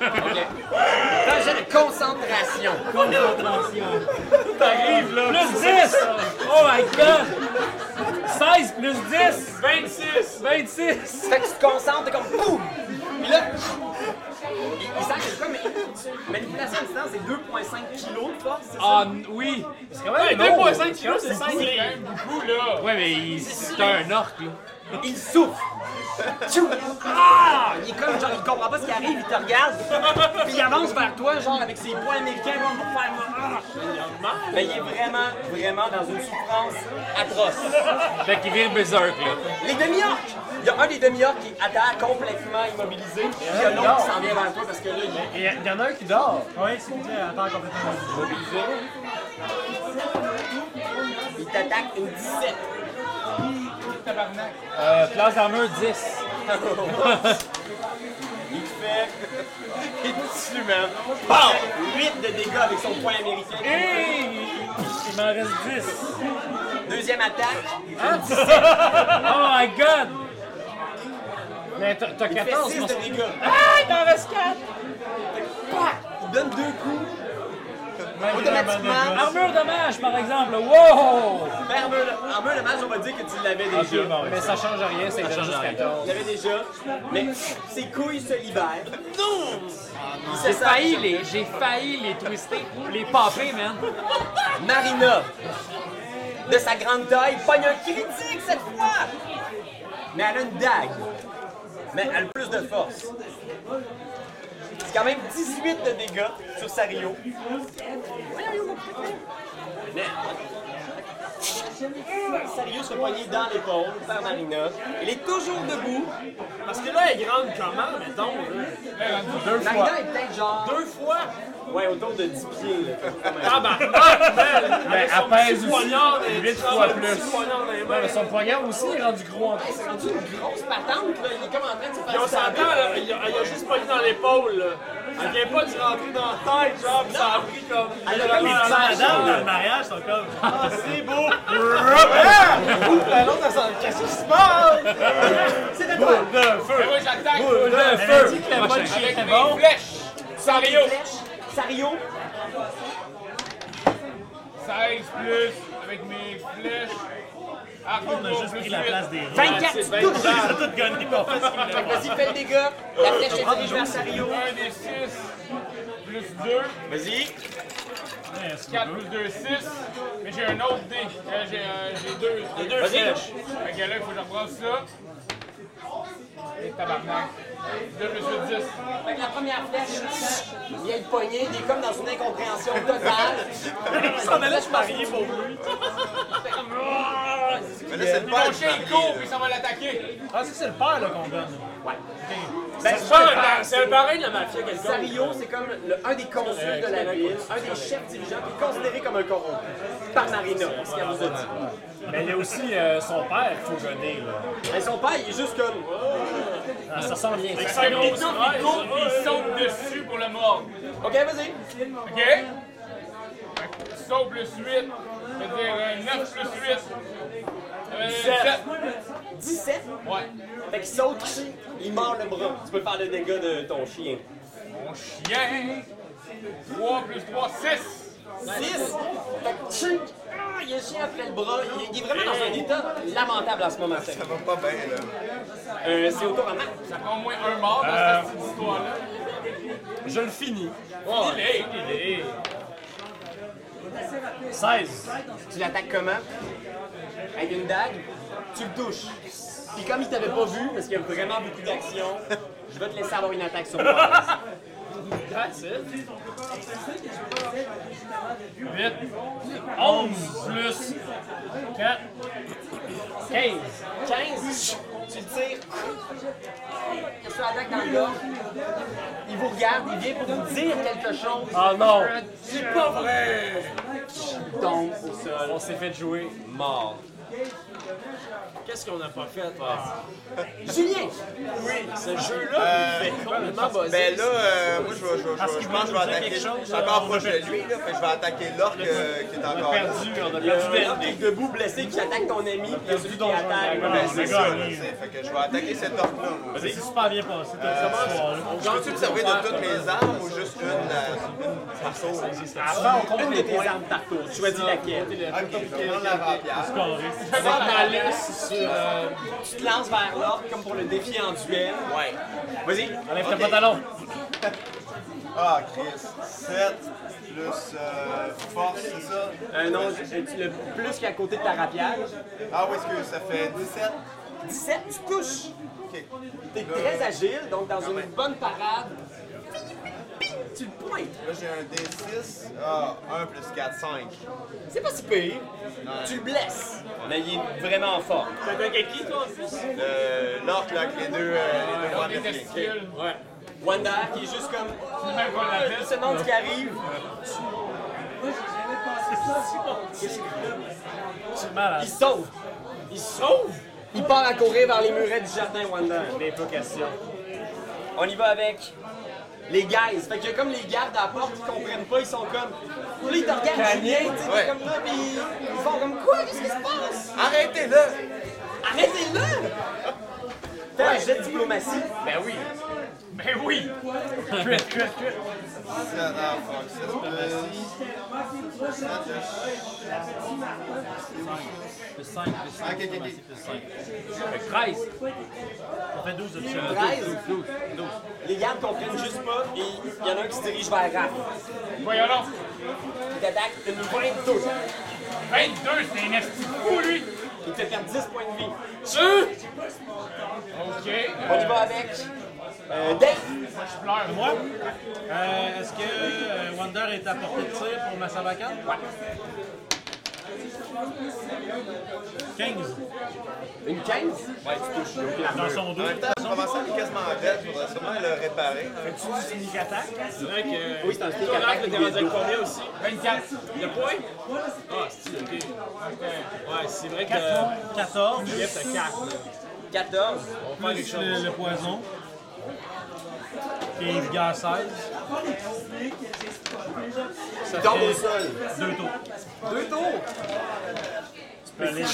S12: Dans le jeu de concentration.
S2: T'arrives là. Plus 10! Oh my god! 16 plus 10! 26! 26!
S12: Fait que tu te concentres, t'es comme boum! Puis là, il, il sent que c'est quoi, mais manipulation à distance, c'est 2,5 kg de force, c'est ça?
S2: Ah oui!
S8: Ouais,
S2: 2,5 kilos, c'est 5
S4: C'est quand même beaucoup, là.
S2: Ouais, mais il- c'est un orc là.
S12: Il souffle! Tchou! Ah! Il est comme genre, il comprend pas ce qui arrive, il te regarde, puis il avance vers toi, genre avec ses poings américains, comme pour faire. Ah! Mais il est vraiment, vraiment dans une souffrance atroce.
S2: Fait qu'il vient berserk là.
S12: Les demi-orques! Il y a un des demi-orques qui est à terre complètement immobilisé, puis il y a l'autre qui s'en vient vers toi parce que là, il est.
S10: Et il y en a un qui dort. Oui, c'est bien, attends complètement.
S12: Il t'attaque une 17.
S8: Euh, place d'armure 10.
S12: Il te fait. Il te tue, man. Bam! 8 de dégâts avec son poing américain.
S2: Il m'en reste 10.
S12: Deuxième attaque.
S2: Oh my god!
S10: Mais t'as t'as
S12: Il fait
S10: 14,
S12: 6
S10: moi.
S12: de dégâts.
S2: Ah, il en reste 4!
S12: Il donne deux coups. Automatiquement.
S8: Armure dommage, par exemple. Wow!
S12: Mais en meurt en meurt le match, on va dire que tu l'avais
S2: Ah,
S12: déjà.
S8: Mais ça change rien, c'est juste 14.
S12: Tu l'avais déjà. Mais ses couilles se libèrent. Non! Il
S8: J'ai
S12: se
S8: failli
S12: faillit.
S8: les, j'ai failli les twister, les popper, man.
S12: Marina, de sa grande taille, pogne un critique cette fois. Mais elle a une dague. Mais elle a plus de force. C'est quand même 18 de dégâts sur Sario. Sario se fait pogner dans l'épaule par Marina. Elle est toujours debout.
S2: Parce que là, elle est grande comment, mettons? là?
S12: Marina est peut-être genre...
S2: Deux fois?
S12: Ouais, autour de 10 pieds. là.
S2: Tabarnak, man!
S10: Mais
S2: Avec son
S10: elle pèse
S2: petit
S10: aussi.
S2: poignard dans les-
S10: 8
S2: Ah,
S10: fois
S2: le petit
S10: plus.
S2: poignard dans les mains.
S10: Ouais, mais son poignard aussi est rendu gros en
S12: Hey, C'est rendu une grosse patente, là. Il est comme en train de se
S2: Puis
S12: faire
S2: on s'entend,
S12: saler.
S2: là, il a, il a juste pogné dans l'épaule. là. Elle vient pas de rentrer dans la tête, genre, pis ça a pris comme.
S12: Elle a comme une
S2: Ah,
S12: vache.
S10: Madame, dans le mariage, sont comme. Ah, c'est beau!
S12: C'est de toi.
S4: Mais moi, j'attaque.
S2: Le
S10: Elle a
S2: feu!
S10: dit que la bonne chien
S4: Avec
S10: était
S4: mes
S10: bon.
S4: flèches. Sario.
S12: Sario,
S4: 16 plus avec mes flèches. Ah, Armure
S10: On a juste pris la place des rats.
S12: 24, tu
S10: On
S12: touches.
S10: a tout gagné pour faire ce qu'il voulait.
S12: Vas-y, fais le dégât. La flèche est dirigée vers Sario.
S4: 1 des 6 plus 2.
S12: Vas-y.
S4: 4 plus 2, 6. Mais j'ai un autre dé. Euh, j'ai euh, j'ai deux, j'ai deux flèches. Fait que là, il faut que je reprenne ça. Et tabarnak. 2 plus 8, 10.
S12: Fait que la première flèche, il vient de poigner. Il est comme dans une incompréhension totale. Il s'en allait se marier pour lui.
S4: Ah!
S15: Mais là, c'est
S4: Puis
S15: pas
S4: mon chien, il court, puis ça va l'attaquer. Ben,
S10: Ah, ça, c'est le père là, qu'on donne.
S2: C'est pas un- C'est un parrain de la mafia, quelqu'un.
S12: Sario, c'est comme le- un des consuls de la ville, un des chefs dirigeants, qui est considéré comme un corrompu par Marina, ce qu'elle vous a dit.
S10: Mais il y a aussi euh, son père qu'il faut gagner. Là.
S12: Mais son père, il est juste comme...
S10: Ah, ça ressemble bien.
S4: Fait que Mito, il court, puis il saute dessus pour le mordre.
S12: OK, vas-y.
S4: OK? Fait que Saut plus 8. Ça veut dire euh, 9 plus 8. Euh, 7.
S12: 17.
S4: Ouais.
S12: Fait qu'il saute, il mord le bras. Tu peux faire le dégât de ton chien.
S4: Mon chien. 3 plus 3, 6.
S12: 6. Fait que, tchou, ah, il a le chien après le bras. Il, il est vraiment dans un état lamentable à ce moment là
S15: Ça va pas bien, là.
S12: Euh, c'est autour à Max.
S4: Ça prend au moins un mort dans cette petite histoire-là.
S12: Euh.
S4: Oh,
S12: Je le finis.
S4: Il est, il est.
S10: 16.
S12: Tu l'attaques comment? Avec une dague, tu le touches. Puis comme il t'avait pas vu, parce qu'il y a vraiment beaucoup d'action, je vais te laisser avoir une attaque sur moi.
S2: That's it.
S10: 8. 11 plus 4. 15.
S12: 15, tu le tires. Il reçoit l'attaque dans le gorge. Il vous regarde, il vient pour vous dire quelque chose.
S2: Oh non!
S12: C'est pas vrai! Il tombe au sol.
S2: On s'est fait jouer mort. Qu'est-ce qu'on n'a pas fait, là?
S12: Julien!
S2: Oui, ce jeu-là, il fait complètement basé.
S15: Ben là, euh, moi, je, vais- je, vais- je, vais- je pense que je vais attaquer. Je suis encore proche de lui, là. Fait que je vais attaquer l'orque euh, qui est encore là.
S10: Perdu, on
S2: Ah,
S10: a
S12: Il y a un
S10: perdu
S12: homme qui est debout blessé qui attaque ton ami, puis il y a celui qui
S10: Donjon
S12: attaque.
S10: Dragon.
S15: Ben, c'est
S10: C'est
S15: ça, là,
S10: gagné.
S15: tu sais. Fait que je vais attaquer cet orque-là, moi. Euh,
S10: C'est super bien passé. toute cette histoire-là.
S15: Je peux-tu me servir de toutes mes armes ou juste une, euh, la- une par tour?
S12: Avant, on compte les tes armes par tour. Tu choisis laquelle.
S15: Ok, je vais prendre l'avant-pierre.
S12: C'est malus sur. euh, Tu te lances vers l'orque comme pour le défier en duel.
S15: Ouais.
S12: Vas-y.
S10: Enlève ton
S15: Ok.
S10: pantalon.
S15: Ah, Chris. 7 plus euh, force, c'est ça?
S12: Euh, non, je- euh, tu le plus qu'à côté de ta rapière.
S15: Ah, oui, excuse, ça fait 17.
S12: 17, tu touches.
S15: Ok.
S12: T'es très agile, donc dans une
S15: même.
S12: bonne parade. Tu le pointes.
S15: Là, j'ai un D6. Ah, 1 plus 4, 5.
S12: C'est pas si pire. Tu le blesses. Mais il est vraiment fort.
S15: Le- L'orque, là, avec les deux, euh, les deux bras de
S4: Les
S15: flic.
S4: testicules.
S12: Ouais. Wanda, qui est juste comme.
S4: Même pas la
S12: Il
S4: tête.
S12: se demande ce qui arrive. Il se sauve. Il se sauve. Il part à courir vers les murets du jardin Wanda. Mais pas question. On y va avec les guys. Fait que comme les gardes à la porte, ils comprennent pas, ils sont comme. Là, ils te regardent Julien, tu sais, t'es
S15: Ouais.
S12: comme là, pis ils font comme quoi? Qu'est-ce qui se passe?
S15: Arrêtez-le!
S12: Arrêtez-le! Fais un jet de diplomatie. Ben oui.
S4: Ben oui!
S15: Ça, non, fuck, ça, c'est plus- Ça, je-
S10: Plus 5, plus 5,
S15: Ok, ok, ok.
S10: plus 5.
S8: 13.
S10: Ça fait 12 options.
S12: 13. Les gardes comprennent juste pas, et il y en a un qui se dirige vers Raph.
S4: Voyons donc!
S12: Il t'attaque une 22.
S4: 22, c'est un esti fou, lui!
S12: Il te perd 10 points de vie.
S4: Ok,
S12: On
S4: euh,
S12: y va avec. Euh, Dave.
S4: je pleure.
S10: Moi, euh, est-ce que euh, Wonder est à portée de tir pour ma sabacane? Ouais. 15.
S12: Une 15. Ouais, tu touches. il y a aucune
S10: Dans son dos.
S15: En même temps, je commence à aller quasiment en dette, je voudrais sûrement le réparer.
S2: C'est vrai que.
S12: Oui, c'est un sneak
S2: Ton
S12: attack.
S2: arc, t'es rendu à combien aussi?
S4: 24.
S2: Le point? Ah, c'est ok. Ouais, c'est vrai que.
S10: 14.
S2: Yep, t'as 4.
S12: 14.
S2: On va faire quelque
S10: Plus
S2: chose.
S10: le, le poison. Qui est vigueur 16.
S12: Il tombe au sol.
S10: Deux tours.
S12: Deux tours.
S10: Allez,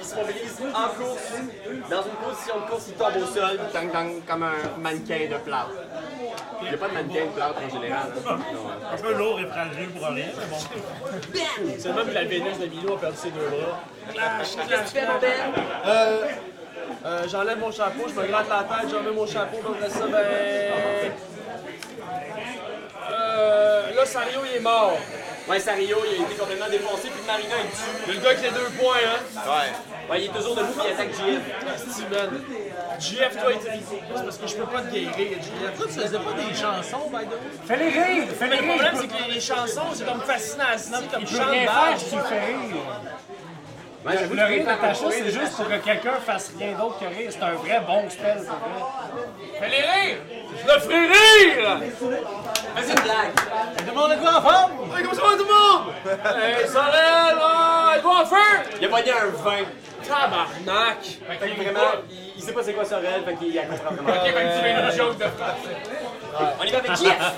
S12: Il se mobilise en course. Dans une position de course, il tombe au sol. Dang, dang, comme un mannequin de plâtre. Il n'y a pas de mannequin de plâtre en général.
S10: un peu lourd et fragile pour rien, mais bon.
S2: Seulement vu la Vénus de Milo a perdu ses deux bras.
S12: Qu'est-ce que tu fais, mon belle?
S2: Euh, euh, j'enlève mon chapeau, je me gratte la tête, j'enlève mon chapeau, donc après ça, ben. Euh, là, Sario, il est mort.
S12: Ouais, Sario, il a été complètement défoncé, puis Marina est dessus.
S2: Le gars qui a deux points, hein.
S15: Ouais.
S12: Ouais, il est toujours debout, puis il attaque JF.
S2: Steven. JF, toi, il dit- c'est parce que je peux pas te guérir. JF, toi, tu faisais pas des chansons, by the way?
S9: Fais-les rire! Fais-les
S2: Mais le
S9: rire!
S2: problème, c'est que les, les chansons, c'est comme fascinant, c'est comme
S9: Il
S2: chant
S9: peut
S2: de
S9: rien
S2: barge.
S9: faire si tu le fais rire.
S12: Ouais, j'avoue,
S9: Le rire d'attaché, c'est juste pour que quelqu'un fasse rien d'autre que rire. C'est un vrai bon spell, pour vrai.
S4: Fais les rires!
S2: Je le ferai rire!
S12: Vas-y, une blague.
S2: Tout le monde est quoi en forme? Ouais, comment ça va tout le monde? Hey, Sorel, ah, il va en feu!
S12: Il a pogné un 20.
S2: Tabarnak!
S4: Fait
S12: Fait
S4: qu'il
S12: que vraiment, il, il sait pas c'est quoi Sorel, fait qu'il y a comprend vraiment.
S4: Ok, fait que tu fais une joke de français.
S12: On y va avec JF.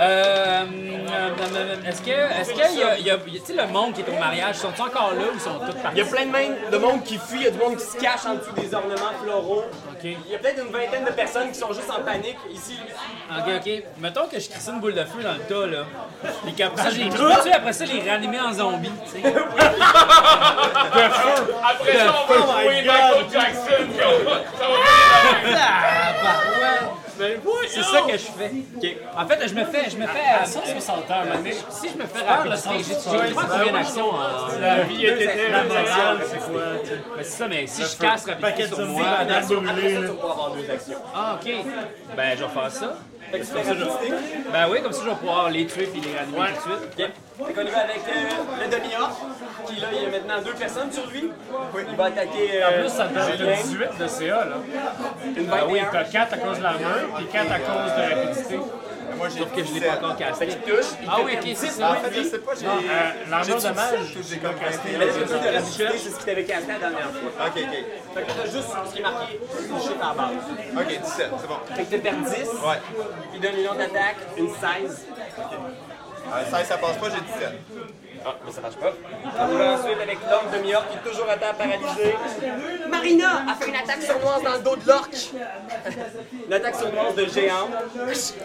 S8: Euh, euh, est-ce que, est-ce qu'il y a, il y a- il y a- tu sais, le monde qui est au mariage, sont-ils encore là ou sont tous
S12: Il y
S8: partis?
S12: a plein de, main- de monde qui fuit, il y a du monde qui se cache en dessous des ornements floraux.
S8: Ok.
S12: Il y a peut-être une vingtaine de personnes qui sont juste en panique ici.
S8: Ok, ok. Mettons que je crisse une boule de feu dans le tas, là. Puis qu'après ça, je les tue, après ça, les réanimer en zombies, tu sais.
S4: Après ça,
S10: Oh
S4: on va trouver Michael Jackson. puis on va- Ça va finir dans la-
S8: C'est ça que je fais. En fait, je me fais. Je me fais à 160 heures, mais si je me fais rapister, j'ai j'ai trois combien d'actions en.
S10: Ben, La vie est éternelle.
S8: Ben, c'est ça, mais si je casse rapidement sur moi. Ah, ok. Ben, je vais faire ça.
S12: Fait que tu fais rajouter.
S8: Ben oui, comme ça, je vais pouvoir les tuer puis les réanimer tout de suite.
S12: Ok. Fait qu'on y va avec euh, le demi-orc, qui là, il y a maintenant deux personnes sur lui. Il va attaquer. euh,
S10: En plus, ça te donne
S12: Julien.
S10: 18 de CA, là.
S12: Une
S10: Ah oui,
S12: 21.
S10: t'as 4 à cause de la main, puis 4 à cause de la rapidité.
S15: Moi, j'ai
S8: Sauf que je l'ai pas encore
S12: Fait
S8: cassé.
S12: qu'il touche. il
S8: Ah
S12: te
S8: oui,
S12: fait
S8: ok,
S12: dix,
S8: c'est
S15: En
S8: ça.
S15: fait, je sais pas, j'ai.
S10: euh, l'armure
S15: j'ai-tu
S10: de mage,
S15: sept ou j'ai comme
S12: Mais
S15: casté.
S12: là, c'est plus de rapidité, c'est ce qui t'avait cassé la dernière fois.
S15: Ok, ok.
S12: Fait que là, t'as juste ce qui est marqué, le chiffre à la base.
S15: Ok, 17, c'est bon.
S12: Fait que tu perds 10.
S15: Ouais.
S12: Il donne une autre attaque, une 16.
S15: Euh, 16, ça passe pas, j'ai 17.
S12: Ah, mais ça marche pas. On va ensuite avec l'homme de Myork qui est toujours à terre paralysé. Marina a fait une attaque sournoise dans le dos de l'orque. une attaque sournoise de géant.
S10: Ça, c'est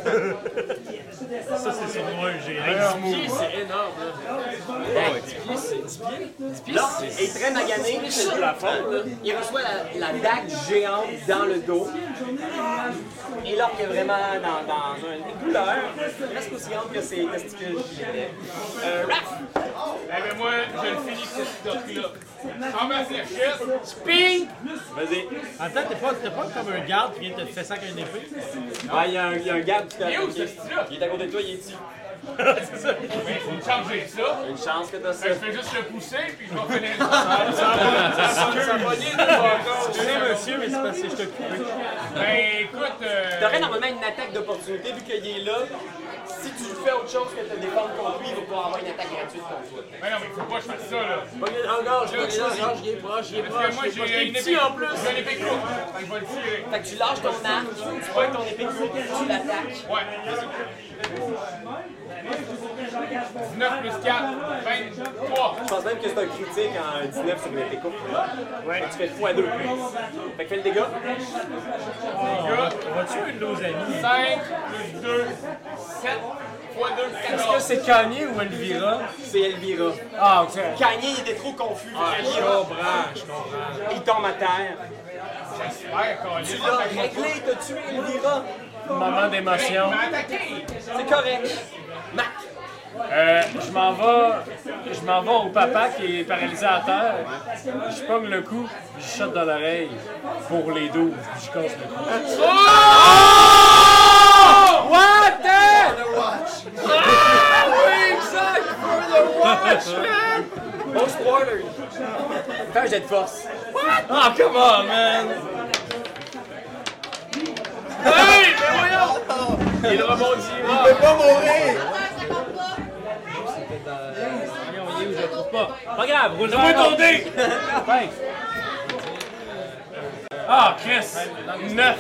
S10: sur moi, j'ai
S2: C'est énorme, là.
S12: L'orque est très magané. Il reçoit la, la dague géante dans le dos. Et l'orque est vraiment dans, dans une douleur presque aussi grande que ses testicules. Euh, Raph!
S4: Eh ben, moi, je le finis sur ce doc-là. Sans ma fléchette,
S8: Ping!
S12: Vas-y.
S10: Attends, t'es pas, t'es pas comme un garde qui vient de te faire ça avec une épée?
S12: Ouais, Ah, il y a un, il y a un gars qui t'a
S4: Il est où,
S12: attaqué.
S4: ce petit-là?
S12: Il est à côté de toi, il est ici.
S4: ben, il faut me charger ça.
S12: Une chance que t'as ça.
S4: Ben, je vais juste le pousser, puis je vais finir ça.
S10: Désolé, monsieur, mais c'est parce que je te coupe.
S4: Ben, écoute, euh,
S12: T'aurais normalement une attaque d'opportunité vu qu'il est là. Si tu fais autre chose que te défendre contre lui, il va pouvoir avoir une attaque gratuite contre toi.
S4: ben non, mais faut pas que je fasse ça, là.
S2: Engage, engage, il est proche, il est
S4: Parce que
S2: proche.
S4: moi,
S2: il est proche.
S4: j'ai
S2: Il
S4: une
S2: est petit
S4: épée
S2: en plus.
S4: J'ai une épée courte. Fait que je vais le tirer.
S12: Fait que tu lâches ton arme, tu prends ton épée courte, tu l'attaques.
S4: Ouais. 19 plus 4, 23.
S12: Je pense même que c'est un critique en 19 sur l'épée courte. Ouais. Tu fais x2. Fait que fais le dégât.
S10: Vas-tu une de nos amis?
S4: 5 plus 2, 7 fois 2, 14.
S10: c'est Kanye ou Elvira?
S12: C'est Elvira.
S10: Ah, ok.
S12: Kanye, il était trop confus. Elvira. Il tombe à terre.
S4: Ouais, câlisse.
S12: Tu l'as réglé, t'as tué Elvira.
S10: Moment d'émotion.
S12: C'est correct. Mac.
S10: Euh, je m'en vais, je m'en vais au papa qui est paralysé à terre. Je pogne le cou, je shot dans l'oreille pour les 12, puis je casse le cou.
S12: Bon spoiler. Fais un jet de force.
S10: Oh, come on, man!
S12: Il rebondit.
S15: Il peut pas mourir!
S8: Voyons, il est où, je le trouve pas. Pas grave, roule
S10: Donne-moi
S8: encore.
S10: ton dé!
S8: Thanks.
S10: Ah, Chris! 9!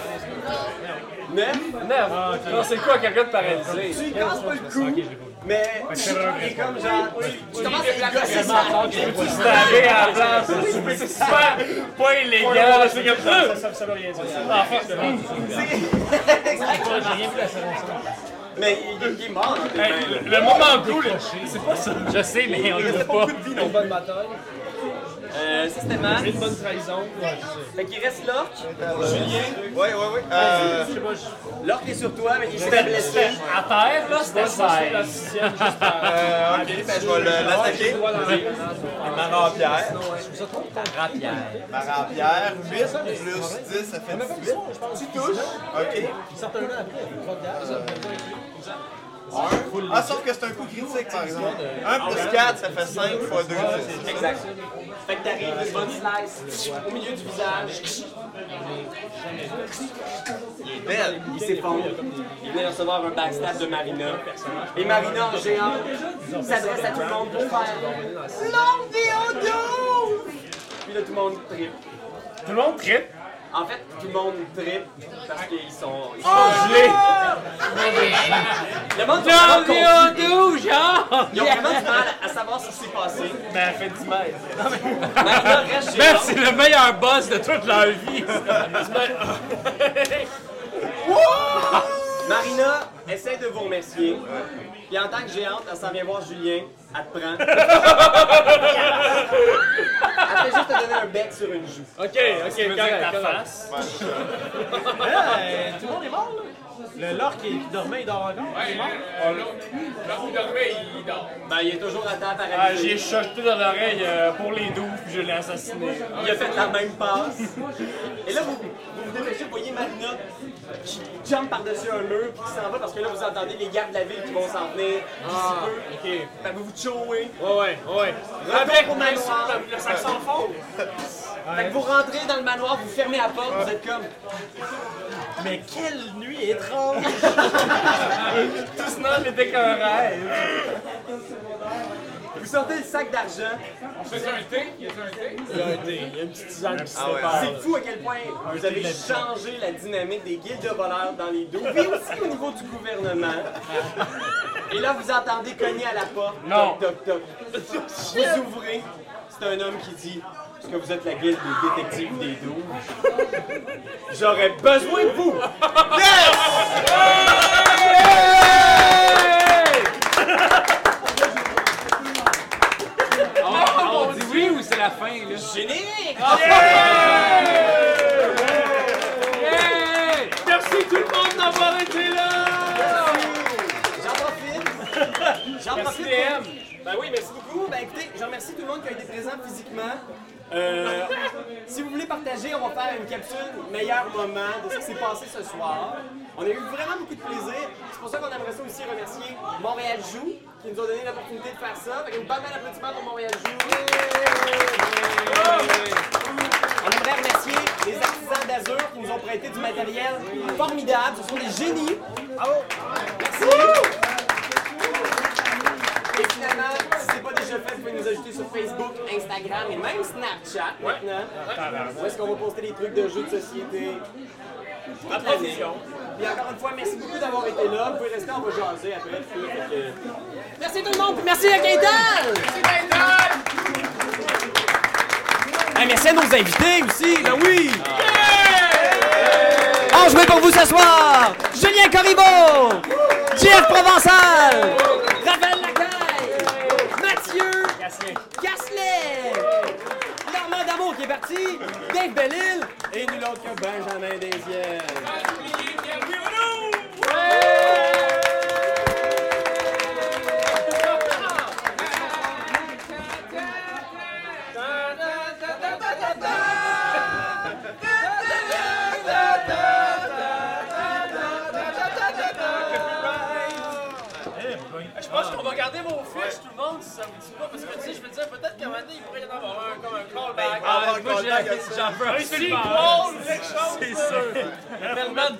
S4: Ah,
S8: Non, c'est quoi quelqu'un de paralysé?
S12: Tu casses pas le cou, mais il est comme genre. Tu commences à le gosser sur la tête.
S10: Tu t'avais à la place! C'est super pas illégal! C'est comme ça! Ça veut rien dire. Ah, fuck, c'est bon. J'ai rien vu la saison.
S12: Mais il il est mort.
S10: Hey, le- le moment cool, c'est pas ça.
S8: Je sais, mais on le trouve pas.
S12: Euh, ça c'était mal. une bonne trahison. Fait qu'il reste l'orc.
S15: Ouais, ouais, ouais. Euh,
S12: L'orc est sur toi, mais il s'est blessé.
S10: À terre, là, c'était 16.
S15: euh, ok, ben, je vais le- l'attaquer. Ma rapière. Ma rapière. 8 plus 10, ça fait 18. Tu touches. Ok. Un. Ah, sauf que c'est un coup critique, par exemple. 1 plus 4, ça fait 5 fois 2, 10.
S12: Exact. Fait que t'arrives, une bonne slice au milieu du visage.
S15: Il est belle.
S12: Il s'effondre. Il vient de recevoir un backstab de Marina. Et Marina, en géant, s'adresse à tout le monde pour faire L'homme Déodo! Puis là, tout le monde tripe.
S10: Tout le monde tripe.
S12: En fait, tout le monde tripe parce qu'ils sont. ils sont-
S10: Oh, je l'ai!
S12: Le monde sont
S2: J'en
S12: vraiment
S2: viens
S12: confus.
S2: d'où, genre?
S12: Ils ont vraiment du mal à savoir ce qui s'est passé.
S2: Ben, fait 10 mètres.
S12: Maintenant, reste chez
S2: Ben,
S12: nous.
S2: c'est le meilleur boss de toute leur vie.
S12: Marina, essaie de vous remercier. Puis en tant que géante, elle s'en vient voir Julien. Elle te prend. elle fait juste te donner un bec sur une joue.
S2: ok, ok, quand ta face.
S38: Là, euh, tout le monde est mort, là. Le lord qui, qui dormait, il dort encore.
S4: Ouais, là, euh, l'autre, quand il dormait, il dort.
S12: Ben, il est toujours à temps par
S2: Ah, j'ai choqué dans l'oreille euh, pour les douves, puis je l'ai assassiné.
S12: Il a fait la même passe. Et là, vous vous, vous dépêchez, vous voyez Marina qui jump par-dessus un mur puis qui s'en va parce que là, vous entendez les gardes de la ville qui vont s'en venir ah, peu. Fait que vous vous chouez.
S2: Ouais, ouais, ouais.
S12: Avec le, le sac sans fond. Fait que vous rentrez dans le manoir, vous fermez la porte, vous êtes comme...
S38: Mais quelle nuit étrange!
S2: Tout ce nom n'était qu'un rêve.
S12: Vous sortez le sac d'argent.
S4: On se fait un thé? Il y a un thé?
S12: Ah ouais. C'est fou à quel point vous avez changé la dynamique des guildes de voleurs dans les deux, mais aussi au niveau du gouvernement. Et là, vous entendez cogner à la porte.
S2: Non.
S12: Toc, toc, toc. Vous ouvrez. C'est un homme qui dit Est-ce que vous êtes la guilde des détectives des douves J'aurais besoin de vous
S2: On dit oui ou c'est la fin, là?
S12: Génique
S2: Hey! Merci tout le monde d'avoir été là!
S12: J'en profite. J'en profite.
S2: DM.
S12: pour- Ben oui, merci beaucoup. Ben écoutez, je remercie tout le monde qui a été présent physiquement. Euh, si vous voulez partager, on va faire une capsule meilleur moment de ce qui s'est passé ce soir. On a eu vraiment beaucoup de plaisir. C'est pour ça qu'on aimerait ça aussi remercier Montréal Joue qui nous a donné l'opportunité de faire ça. Fait que une bonne main d'applaudissements pour Montréal Joue. On aimerait remercier les artisans d'Azur qui nous ont prêté du matériel formidable. Ce sont des génies. Bravo. Merci. Et finalement, si c'est pas déjà fait, vous pouvez nous ajouter sur Facebook, Instagram et même Snapchat maintenant. Où est-ce qu'on va poster des trucs de jeux de société? Toute l'année. Puis encore une fois, merci beaucoup d'avoir été là. Vous pouvez rester, on va jaser après. Fait que- Merci tout le monde, puis merci à Gaëtan! Hey, merci à nos invités aussi, ben oui! En jouer pour vous ce soir! Julien Corriveau! Jeff Provençal! Raphaël Lacaille! Mathieu! Gasselet! Normand Damour qui est parti! Dave Bellil! Et nul autre que Benjamin Desiel!
S2: Je pense qu'on va garder vos fiches, tout le monde, si ça vous dit pas, parce que tu sais, je me disais, peut-être qu'à un moment donné, il pourrait y en avoir un, comme un callback.
S12: Ben, Ah, moi, j'ai-
S2: j'en veux un sequel, quelque chose. C'est sûr. Tellement de